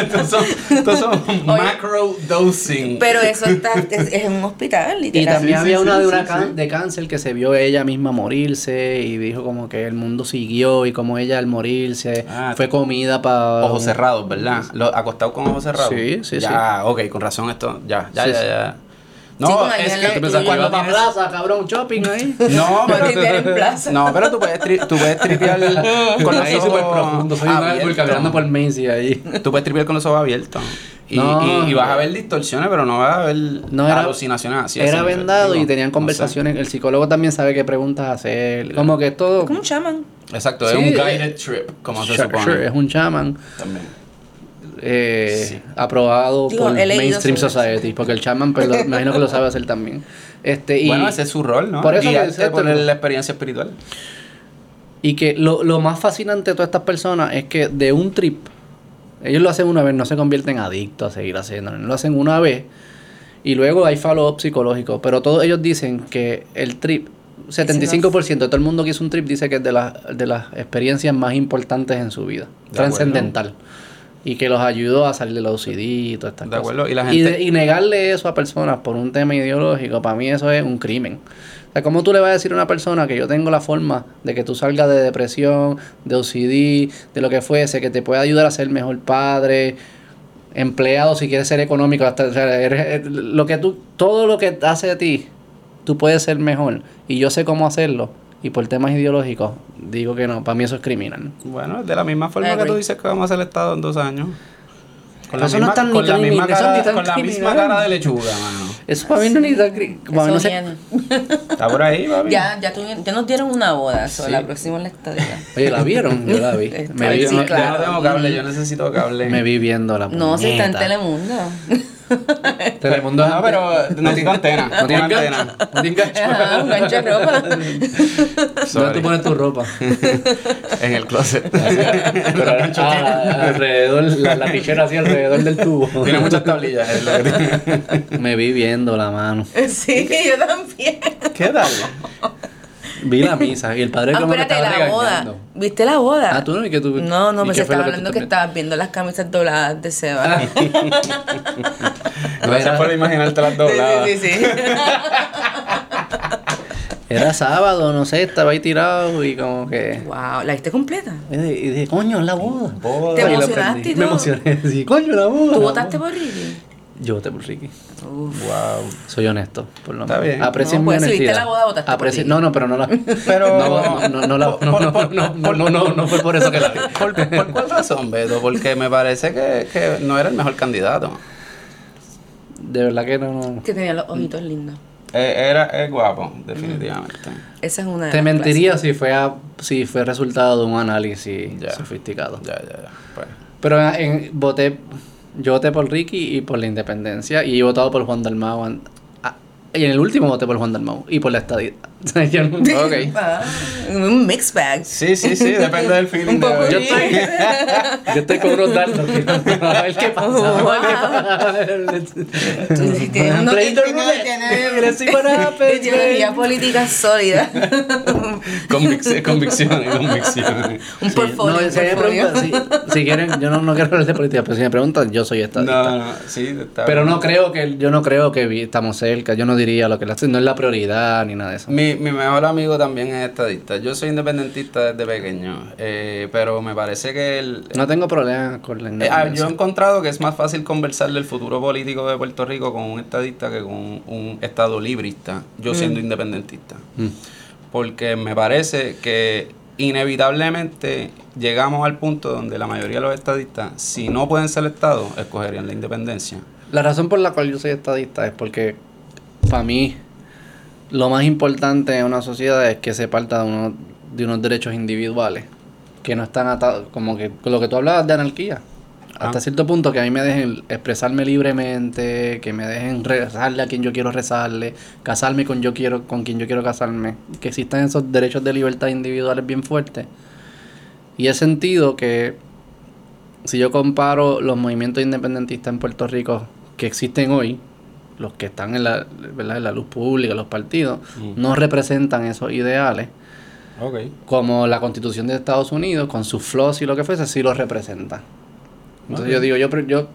[SPEAKER 3] Estos son, estos son macro dosing.
[SPEAKER 2] Pero eso está es, es en un hospital,
[SPEAKER 1] Y
[SPEAKER 2] literal.
[SPEAKER 1] también
[SPEAKER 3] Sí, sí,
[SPEAKER 1] había
[SPEAKER 3] sí,
[SPEAKER 1] una de,
[SPEAKER 3] sí,
[SPEAKER 1] una
[SPEAKER 3] sí.
[SPEAKER 1] can- de cáncer que se vio ella misma morirse y dijo como que el mundo siguió y como ella al morirse
[SPEAKER 3] Ah,
[SPEAKER 1] fue comida para...
[SPEAKER 3] Ojos cerrados, ¿verdad? Lo, acostado con ojos cerrados.
[SPEAKER 1] Em, Sí, sí,
[SPEAKER 3] Ya, ok, con razón esto. Ya, ya,
[SPEAKER 1] Sí,
[SPEAKER 3] ya,
[SPEAKER 1] sí.
[SPEAKER 3] ya.
[SPEAKER 2] Sí,
[SPEAKER 3] No,
[SPEAKER 2] con alguien
[SPEAKER 3] es
[SPEAKER 2] al
[SPEAKER 3] que
[SPEAKER 2] lado
[SPEAKER 3] tú piensas
[SPEAKER 2] tuyo.
[SPEAKER 3] cuando
[SPEAKER 1] Cuando para
[SPEAKER 3] tienes-
[SPEAKER 1] plaza, cabrón, shopping ahí.
[SPEAKER 3] No, pero
[SPEAKER 2] Tripear en plaza.
[SPEAKER 3] No, pero tú puedes, tri- tú puedes tripear con los
[SPEAKER 1] ahí
[SPEAKER 3] ojos
[SPEAKER 1] súper profundo, soy un árbol
[SPEAKER 3] abiertos.
[SPEAKER 1] caminando por Macy ahí.
[SPEAKER 3] Tú puedes tripear con los ojos abiertos. Y,
[SPEAKER 1] No.
[SPEAKER 3] y, y vas a ver distorsiones, pero no vas a ver
[SPEAKER 1] No, era-
[SPEAKER 3] alucinaciones así.
[SPEAKER 1] Era vendado y tenían
[SPEAKER 3] conversaciones
[SPEAKER 1] conversaciones. El psicólogo también sabe qué preguntas hacer. Como que todo...
[SPEAKER 2] Como un chamán.
[SPEAKER 3] Exacto,
[SPEAKER 1] Sí,
[SPEAKER 3] es un
[SPEAKER 1] eh,
[SPEAKER 3] guided trip, como se
[SPEAKER 1] Sure,
[SPEAKER 3] supone.
[SPEAKER 1] sure, es un chaman
[SPEAKER 3] También.
[SPEAKER 1] eh,
[SPEAKER 3] Sí.
[SPEAKER 1] aprobado
[SPEAKER 2] Digo,
[SPEAKER 1] por
[SPEAKER 2] he leído
[SPEAKER 1] Mainstream
[SPEAKER 2] sobre eso.
[SPEAKER 1] Society, porque el chaman, pues, lo- imagino que lo sabe hacer también. Este, y,
[SPEAKER 3] bueno, ese es su rol, ¿no?
[SPEAKER 1] Por eso que
[SPEAKER 3] Guiarte
[SPEAKER 1] dice-
[SPEAKER 3] por la experiencia espiritual.
[SPEAKER 1] Y que lo, lo más fascinante de todas estas personas es que de un trip, ellos lo hacen una vez, no se convierten en adictos a seguir haciéndolo, lo hacen una vez y luego hay follow-up psicológico, pero todos ellos dicen que el trip, 75% de todo el mundo que hizo un trip dice que es de, las de las experiencias más importantes en su vida,
[SPEAKER 3] De
[SPEAKER 1] trascendental. Y que los ayudó a salir de la OCD y todas estas
[SPEAKER 3] De
[SPEAKER 1] cosas.
[SPEAKER 3] acuerdo, y la
[SPEAKER 1] Y,
[SPEAKER 3] gente-
[SPEAKER 1] de- y negarle eso a personas por un tema ideológico, para mí eso es un crimen. O sea, ¿cómo tú le vas a decir a una persona que yo tengo la forma de que tú salgas de depresión, de OCD, de lo que fuese, que te pueda ayudar a ser mejor padre, empleado si quieres ser económico, hasta, o sea, eres- eh, lo que tú, todo lo que hace de ti, tú puedes ser mejor y yo sé cómo hacerlo y por temas ideológicos digo que no, para mí eso es criminal.
[SPEAKER 3] Bueno, de la misma forma que tú
[SPEAKER 2] Agree.
[SPEAKER 3] dices que vamos a hacer el Estado en dos años. Con la
[SPEAKER 1] Eso no
[SPEAKER 3] misma,
[SPEAKER 1] es tan ni
[SPEAKER 3] con la
[SPEAKER 1] tan
[SPEAKER 3] misma
[SPEAKER 1] ni- eso ni
[SPEAKER 3] cara,
[SPEAKER 1] tan
[SPEAKER 3] con la misma
[SPEAKER 1] criminal.
[SPEAKER 3] cara de lechuga, mano.
[SPEAKER 1] Eso para mí no es ni tan cri- para mí no
[SPEAKER 2] Eso
[SPEAKER 1] sé-
[SPEAKER 2] viene.
[SPEAKER 3] Está por ahí, papi.
[SPEAKER 2] Ya, ya, tuvieron- ya nos dieron una boda, so,
[SPEAKER 3] Sí.
[SPEAKER 2] la próxima es la estadía.
[SPEAKER 1] Oye, ¿la vieron? Yo la vi.
[SPEAKER 2] Está
[SPEAKER 1] Me
[SPEAKER 3] Ay,
[SPEAKER 1] vi,
[SPEAKER 3] yo,
[SPEAKER 2] sí,
[SPEAKER 3] no, yo
[SPEAKER 2] claro.
[SPEAKER 3] no tengo cable, yo necesito cable.
[SPEAKER 1] me vi viendo la
[SPEAKER 2] No, si está en
[SPEAKER 1] puñeta.
[SPEAKER 2] Telemundo.
[SPEAKER 1] Telemundo es
[SPEAKER 3] No,
[SPEAKER 1] antes.
[SPEAKER 3] pero necesito antena.
[SPEAKER 1] No
[SPEAKER 3] una
[SPEAKER 1] tiene
[SPEAKER 3] antena.
[SPEAKER 1] gancho. No tiene
[SPEAKER 2] Ajá, Ah, un gancho
[SPEAKER 1] gancho.
[SPEAKER 2] de ropa.
[SPEAKER 1] ¿Dónde
[SPEAKER 3] Sorry.
[SPEAKER 1] tú pones tu ropa?
[SPEAKER 3] En el closet.
[SPEAKER 1] Pero Ah, alrededor, la, la pichera así alrededor del tubo.
[SPEAKER 3] Tiene muchas tablillas. es lo que tiene.
[SPEAKER 1] Me vi viendo la mano.
[SPEAKER 2] Sí, yo también.
[SPEAKER 3] ¿Qué tal?
[SPEAKER 1] Vi la misa y el padre
[SPEAKER 2] Ah,
[SPEAKER 1] como que
[SPEAKER 2] espérate,
[SPEAKER 1] estaba
[SPEAKER 2] la boda.
[SPEAKER 1] regañando.
[SPEAKER 2] ¿Viste la boda?
[SPEAKER 1] Ah, tú no y que tú.
[SPEAKER 2] No, no,
[SPEAKER 1] ¿y
[SPEAKER 2] pues
[SPEAKER 1] qué
[SPEAKER 2] se estaba
[SPEAKER 1] fue lo tú Ah,
[SPEAKER 2] hablando que
[SPEAKER 1] te-
[SPEAKER 2] estabas viendo las camisas dobladas de Seba.
[SPEAKER 3] Gracias por imaginarte las dobladas.
[SPEAKER 2] Sí, sí, sí.
[SPEAKER 1] Era sábado, no sé, estaba ahí tirado y como que.
[SPEAKER 2] Wow, ¿la viste completa?
[SPEAKER 1] Y dije- y dije, coño, es la boda.
[SPEAKER 3] Boda.
[SPEAKER 2] Te
[SPEAKER 1] Y lo
[SPEAKER 2] emocionaste
[SPEAKER 1] prendí.
[SPEAKER 2] y
[SPEAKER 1] Me
[SPEAKER 2] todo.
[SPEAKER 1] emocioné, sí, coño, la boda.
[SPEAKER 2] ¿Tú
[SPEAKER 1] la
[SPEAKER 2] votaste
[SPEAKER 1] boda.
[SPEAKER 2] por Ricky?
[SPEAKER 1] Yo voté por Ricky.
[SPEAKER 2] Uf.
[SPEAKER 3] Wow.
[SPEAKER 1] Soy honesto, por lo menos.
[SPEAKER 3] Está bien.
[SPEAKER 1] Aprecio
[SPEAKER 2] No,
[SPEAKER 1] mi
[SPEAKER 2] pues, si viste
[SPEAKER 1] honestidad.
[SPEAKER 2] la boda, votaste por
[SPEAKER 1] Aprecio-
[SPEAKER 2] ti.
[SPEAKER 1] No, no, pero no la.
[SPEAKER 3] Pero-
[SPEAKER 1] No, no, no, no, la- no, no, no, no, no, no, no fue por eso que la vi.
[SPEAKER 3] ¿Por, por cuál razón, Beto? Porque me parece que, que no era el mejor candidato.
[SPEAKER 1] De verdad que no. no.
[SPEAKER 2] Que tenía los ojitos lindos.
[SPEAKER 3] Eh, era es guapo, definitivamente.
[SPEAKER 2] Esa es una de
[SPEAKER 1] Te
[SPEAKER 2] las
[SPEAKER 1] mentiría si fue, a- si fue resultado de un análisis
[SPEAKER 3] Ya.
[SPEAKER 1] sofisticado.
[SPEAKER 3] Ya, ya, ya. Pues.
[SPEAKER 1] Pero ah, en, voté, yo voté por Ricky y por la independencia y he votado por Juan Dalmau. an- ah, y en el último voté por Juan Dalmau y por la estadía. O sea, yo no-
[SPEAKER 2] clases.
[SPEAKER 1] ok.
[SPEAKER 2] Ah, un mix bag.
[SPEAKER 3] Sí, sí, sí, depende del feeling
[SPEAKER 2] Un
[SPEAKER 3] de
[SPEAKER 2] poco
[SPEAKER 3] hoy.
[SPEAKER 1] Yo estoy, yo estoy con unos dardos. que- A ver qué pasa. a ver qué pasa.
[SPEAKER 2] Tú dices, tiene uno
[SPEAKER 1] Play
[SPEAKER 2] que
[SPEAKER 1] the
[SPEAKER 2] tiene-
[SPEAKER 1] roulette. Let's see
[SPEAKER 2] tiene-
[SPEAKER 1] what happens,
[SPEAKER 2] tiene una vida política sólida.
[SPEAKER 3] Convic- convicciones, convicciones.
[SPEAKER 2] Un
[SPEAKER 1] Sí,
[SPEAKER 2] portfolio.
[SPEAKER 1] no,
[SPEAKER 2] un
[SPEAKER 1] si, me
[SPEAKER 2] portfolio.
[SPEAKER 1] preguntan, si, si quieren, yo no, no quiero hablar de política, pero si me preguntan, yo soy estadista.
[SPEAKER 3] No, no, sí, está
[SPEAKER 1] Pero
[SPEAKER 3] bien.
[SPEAKER 1] no creo que, yo no creo que vi- estamos cerca, yo no diría lo que la- no es la prioridad ni nada de eso.
[SPEAKER 3] Mi, mi mejor amigo también es estadista. Yo soy independentista desde pequeño, eh, pero me parece que el,
[SPEAKER 1] No tengo problemas con la
[SPEAKER 3] Eh, ah, yo
[SPEAKER 1] independencia.
[SPEAKER 3] he encontrado que es más fácil conversar del futuro político de Puerto
[SPEAKER 1] Mm.
[SPEAKER 3] Rico con un estadista que con un estado librista, yo siendo independentista. porque me parece que inevitablemente llegamos al punto donde la mayoría de los estadistas, si no pueden ser Estado, escogerían la independencia.
[SPEAKER 1] La razón por la cual yo soy estadista es porque, para mí, lo más importante en una sociedad es que se parta de, uno- de unos derechos individuales, que no están atados, como que con lo que tú hablabas de anarquía. Hasta
[SPEAKER 3] Ah.
[SPEAKER 1] cierto punto que a mí me dejen expresarme libremente, que me dejen rezarle a quien yo quiero rezarle, casarme con, yo quiero, con quien yo quiero casarme, que existan esos derechos de libertad individuales bien fuertes. Y he sentido que si yo comparo los movimientos independentistas en Puerto Rico que existen hoy, los que están en la, ¿verdad? en la luz pública, los partidos,
[SPEAKER 3] Mm.
[SPEAKER 1] no representan esos ideales,
[SPEAKER 3] Ok.
[SPEAKER 1] como la constitución de Estados Unidos, con sus flaws y lo que fuese, sí los representa. Entonces yo digo, yo, pre- yo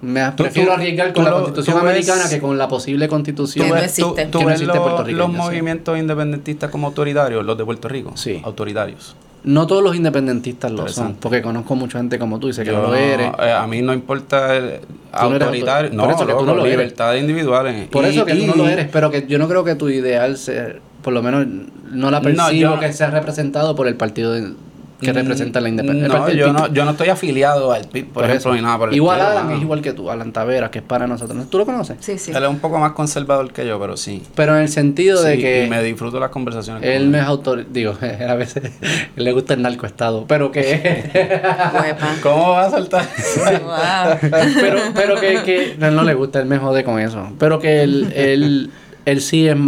[SPEAKER 1] me
[SPEAKER 3] Tú-
[SPEAKER 1] prefiero
[SPEAKER 3] tú-
[SPEAKER 1] arriesgar
[SPEAKER 3] tú
[SPEAKER 1] con la
[SPEAKER 3] lo-
[SPEAKER 1] constitución
[SPEAKER 3] tú ves-
[SPEAKER 1] americana que con la posible
[SPEAKER 3] ¿Tú
[SPEAKER 1] constitución.
[SPEAKER 2] Que no
[SPEAKER 3] ves, tú-
[SPEAKER 2] existe.
[SPEAKER 3] tú
[SPEAKER 1] Que no
[SPEAKER 3] ves
[SPEAKER 1] existe
[SPEAKER 3] los-
[SPEAKER 1] puertorriqueño,
[SPEAKER 3] los
[SPEAKER 1] sí.
[SPEAKER 3] movimientos independentistas como autoritarios, los de Puerto Rico?
[SPEAKER 1] Sí.
[SPEAKER 3] Autoritarios.
[SPEAKER 1] No todos los independentistas lo son,
[SPEAKER 3] Interesante.
[SPEAKER 1] porque conozco mucha gente como tú, dice que
[SPEAKER 3] Yo
[SPEAKER 1] no lo
[SPEAKER 3] no-
[SPEAKER 1] eres.
[SPEAKER 3] eh, a mí no importa el
[SPEAKER 1] autor-
[SPEAKER 3] autoritario. No,
[SPEAKER 1] por eso que tú
[SPEAKER 3] loco,
[SPEAKER 1] no lo eres.
[SPEAKER 3] libertades individuales.
[SPEAKER 1] Por
[SPEAKER 3] Y-
[SPEAKER 1] eso que tú no
[SPEAKER 3] y-
[SPEAKER 1] lo eres, pero que yo no creo que tu ideal sea, por lo menos no la
[SPEAKER 3] No,
[SPEAKER 1] percibo
[SPEAKER 3] yo- Mm,
[SPEAKER 1] que sea representado por el partido de- que representa la independencia.
[SPEAKER 3] No, yo no, yo no estoy afiliado al PIB, por, ejemplo, ni nada por el
[SPEAKER 1] Igual
[SPEAKER 3] estilo,
[SPEAKER 1] Alan
[SPEAKER 3] no.
[SPEAKER 1] es igual que tú, Alan Tavera, que es para nosotros. ¿Tú lo conoces?
[SPEAKER 2] Sí, sí.
[SPEAKER 3] Él es un poco más conservador que yo, pero sí.
[SPEAKER 1] Pero en el sentido de
[SPEAKER 3] Sí,
[SPEAKER 1] que
[SPEAKER 3] y me eh. disfruto las conversaciones. con
[SPEAKER 1] él no es autor, digo, a veces le gusta el narcoestado, pero que
[SPEAKER 2] Ah, Huepa.
[SPEAKER 3] ¿Cómo va a saltar?
[SPEAKER 2] Wow.
[SPEAKER 1] pero, pero que, que- no, no le gusta, él me jode con eso. Pero que él, él, él sí es más,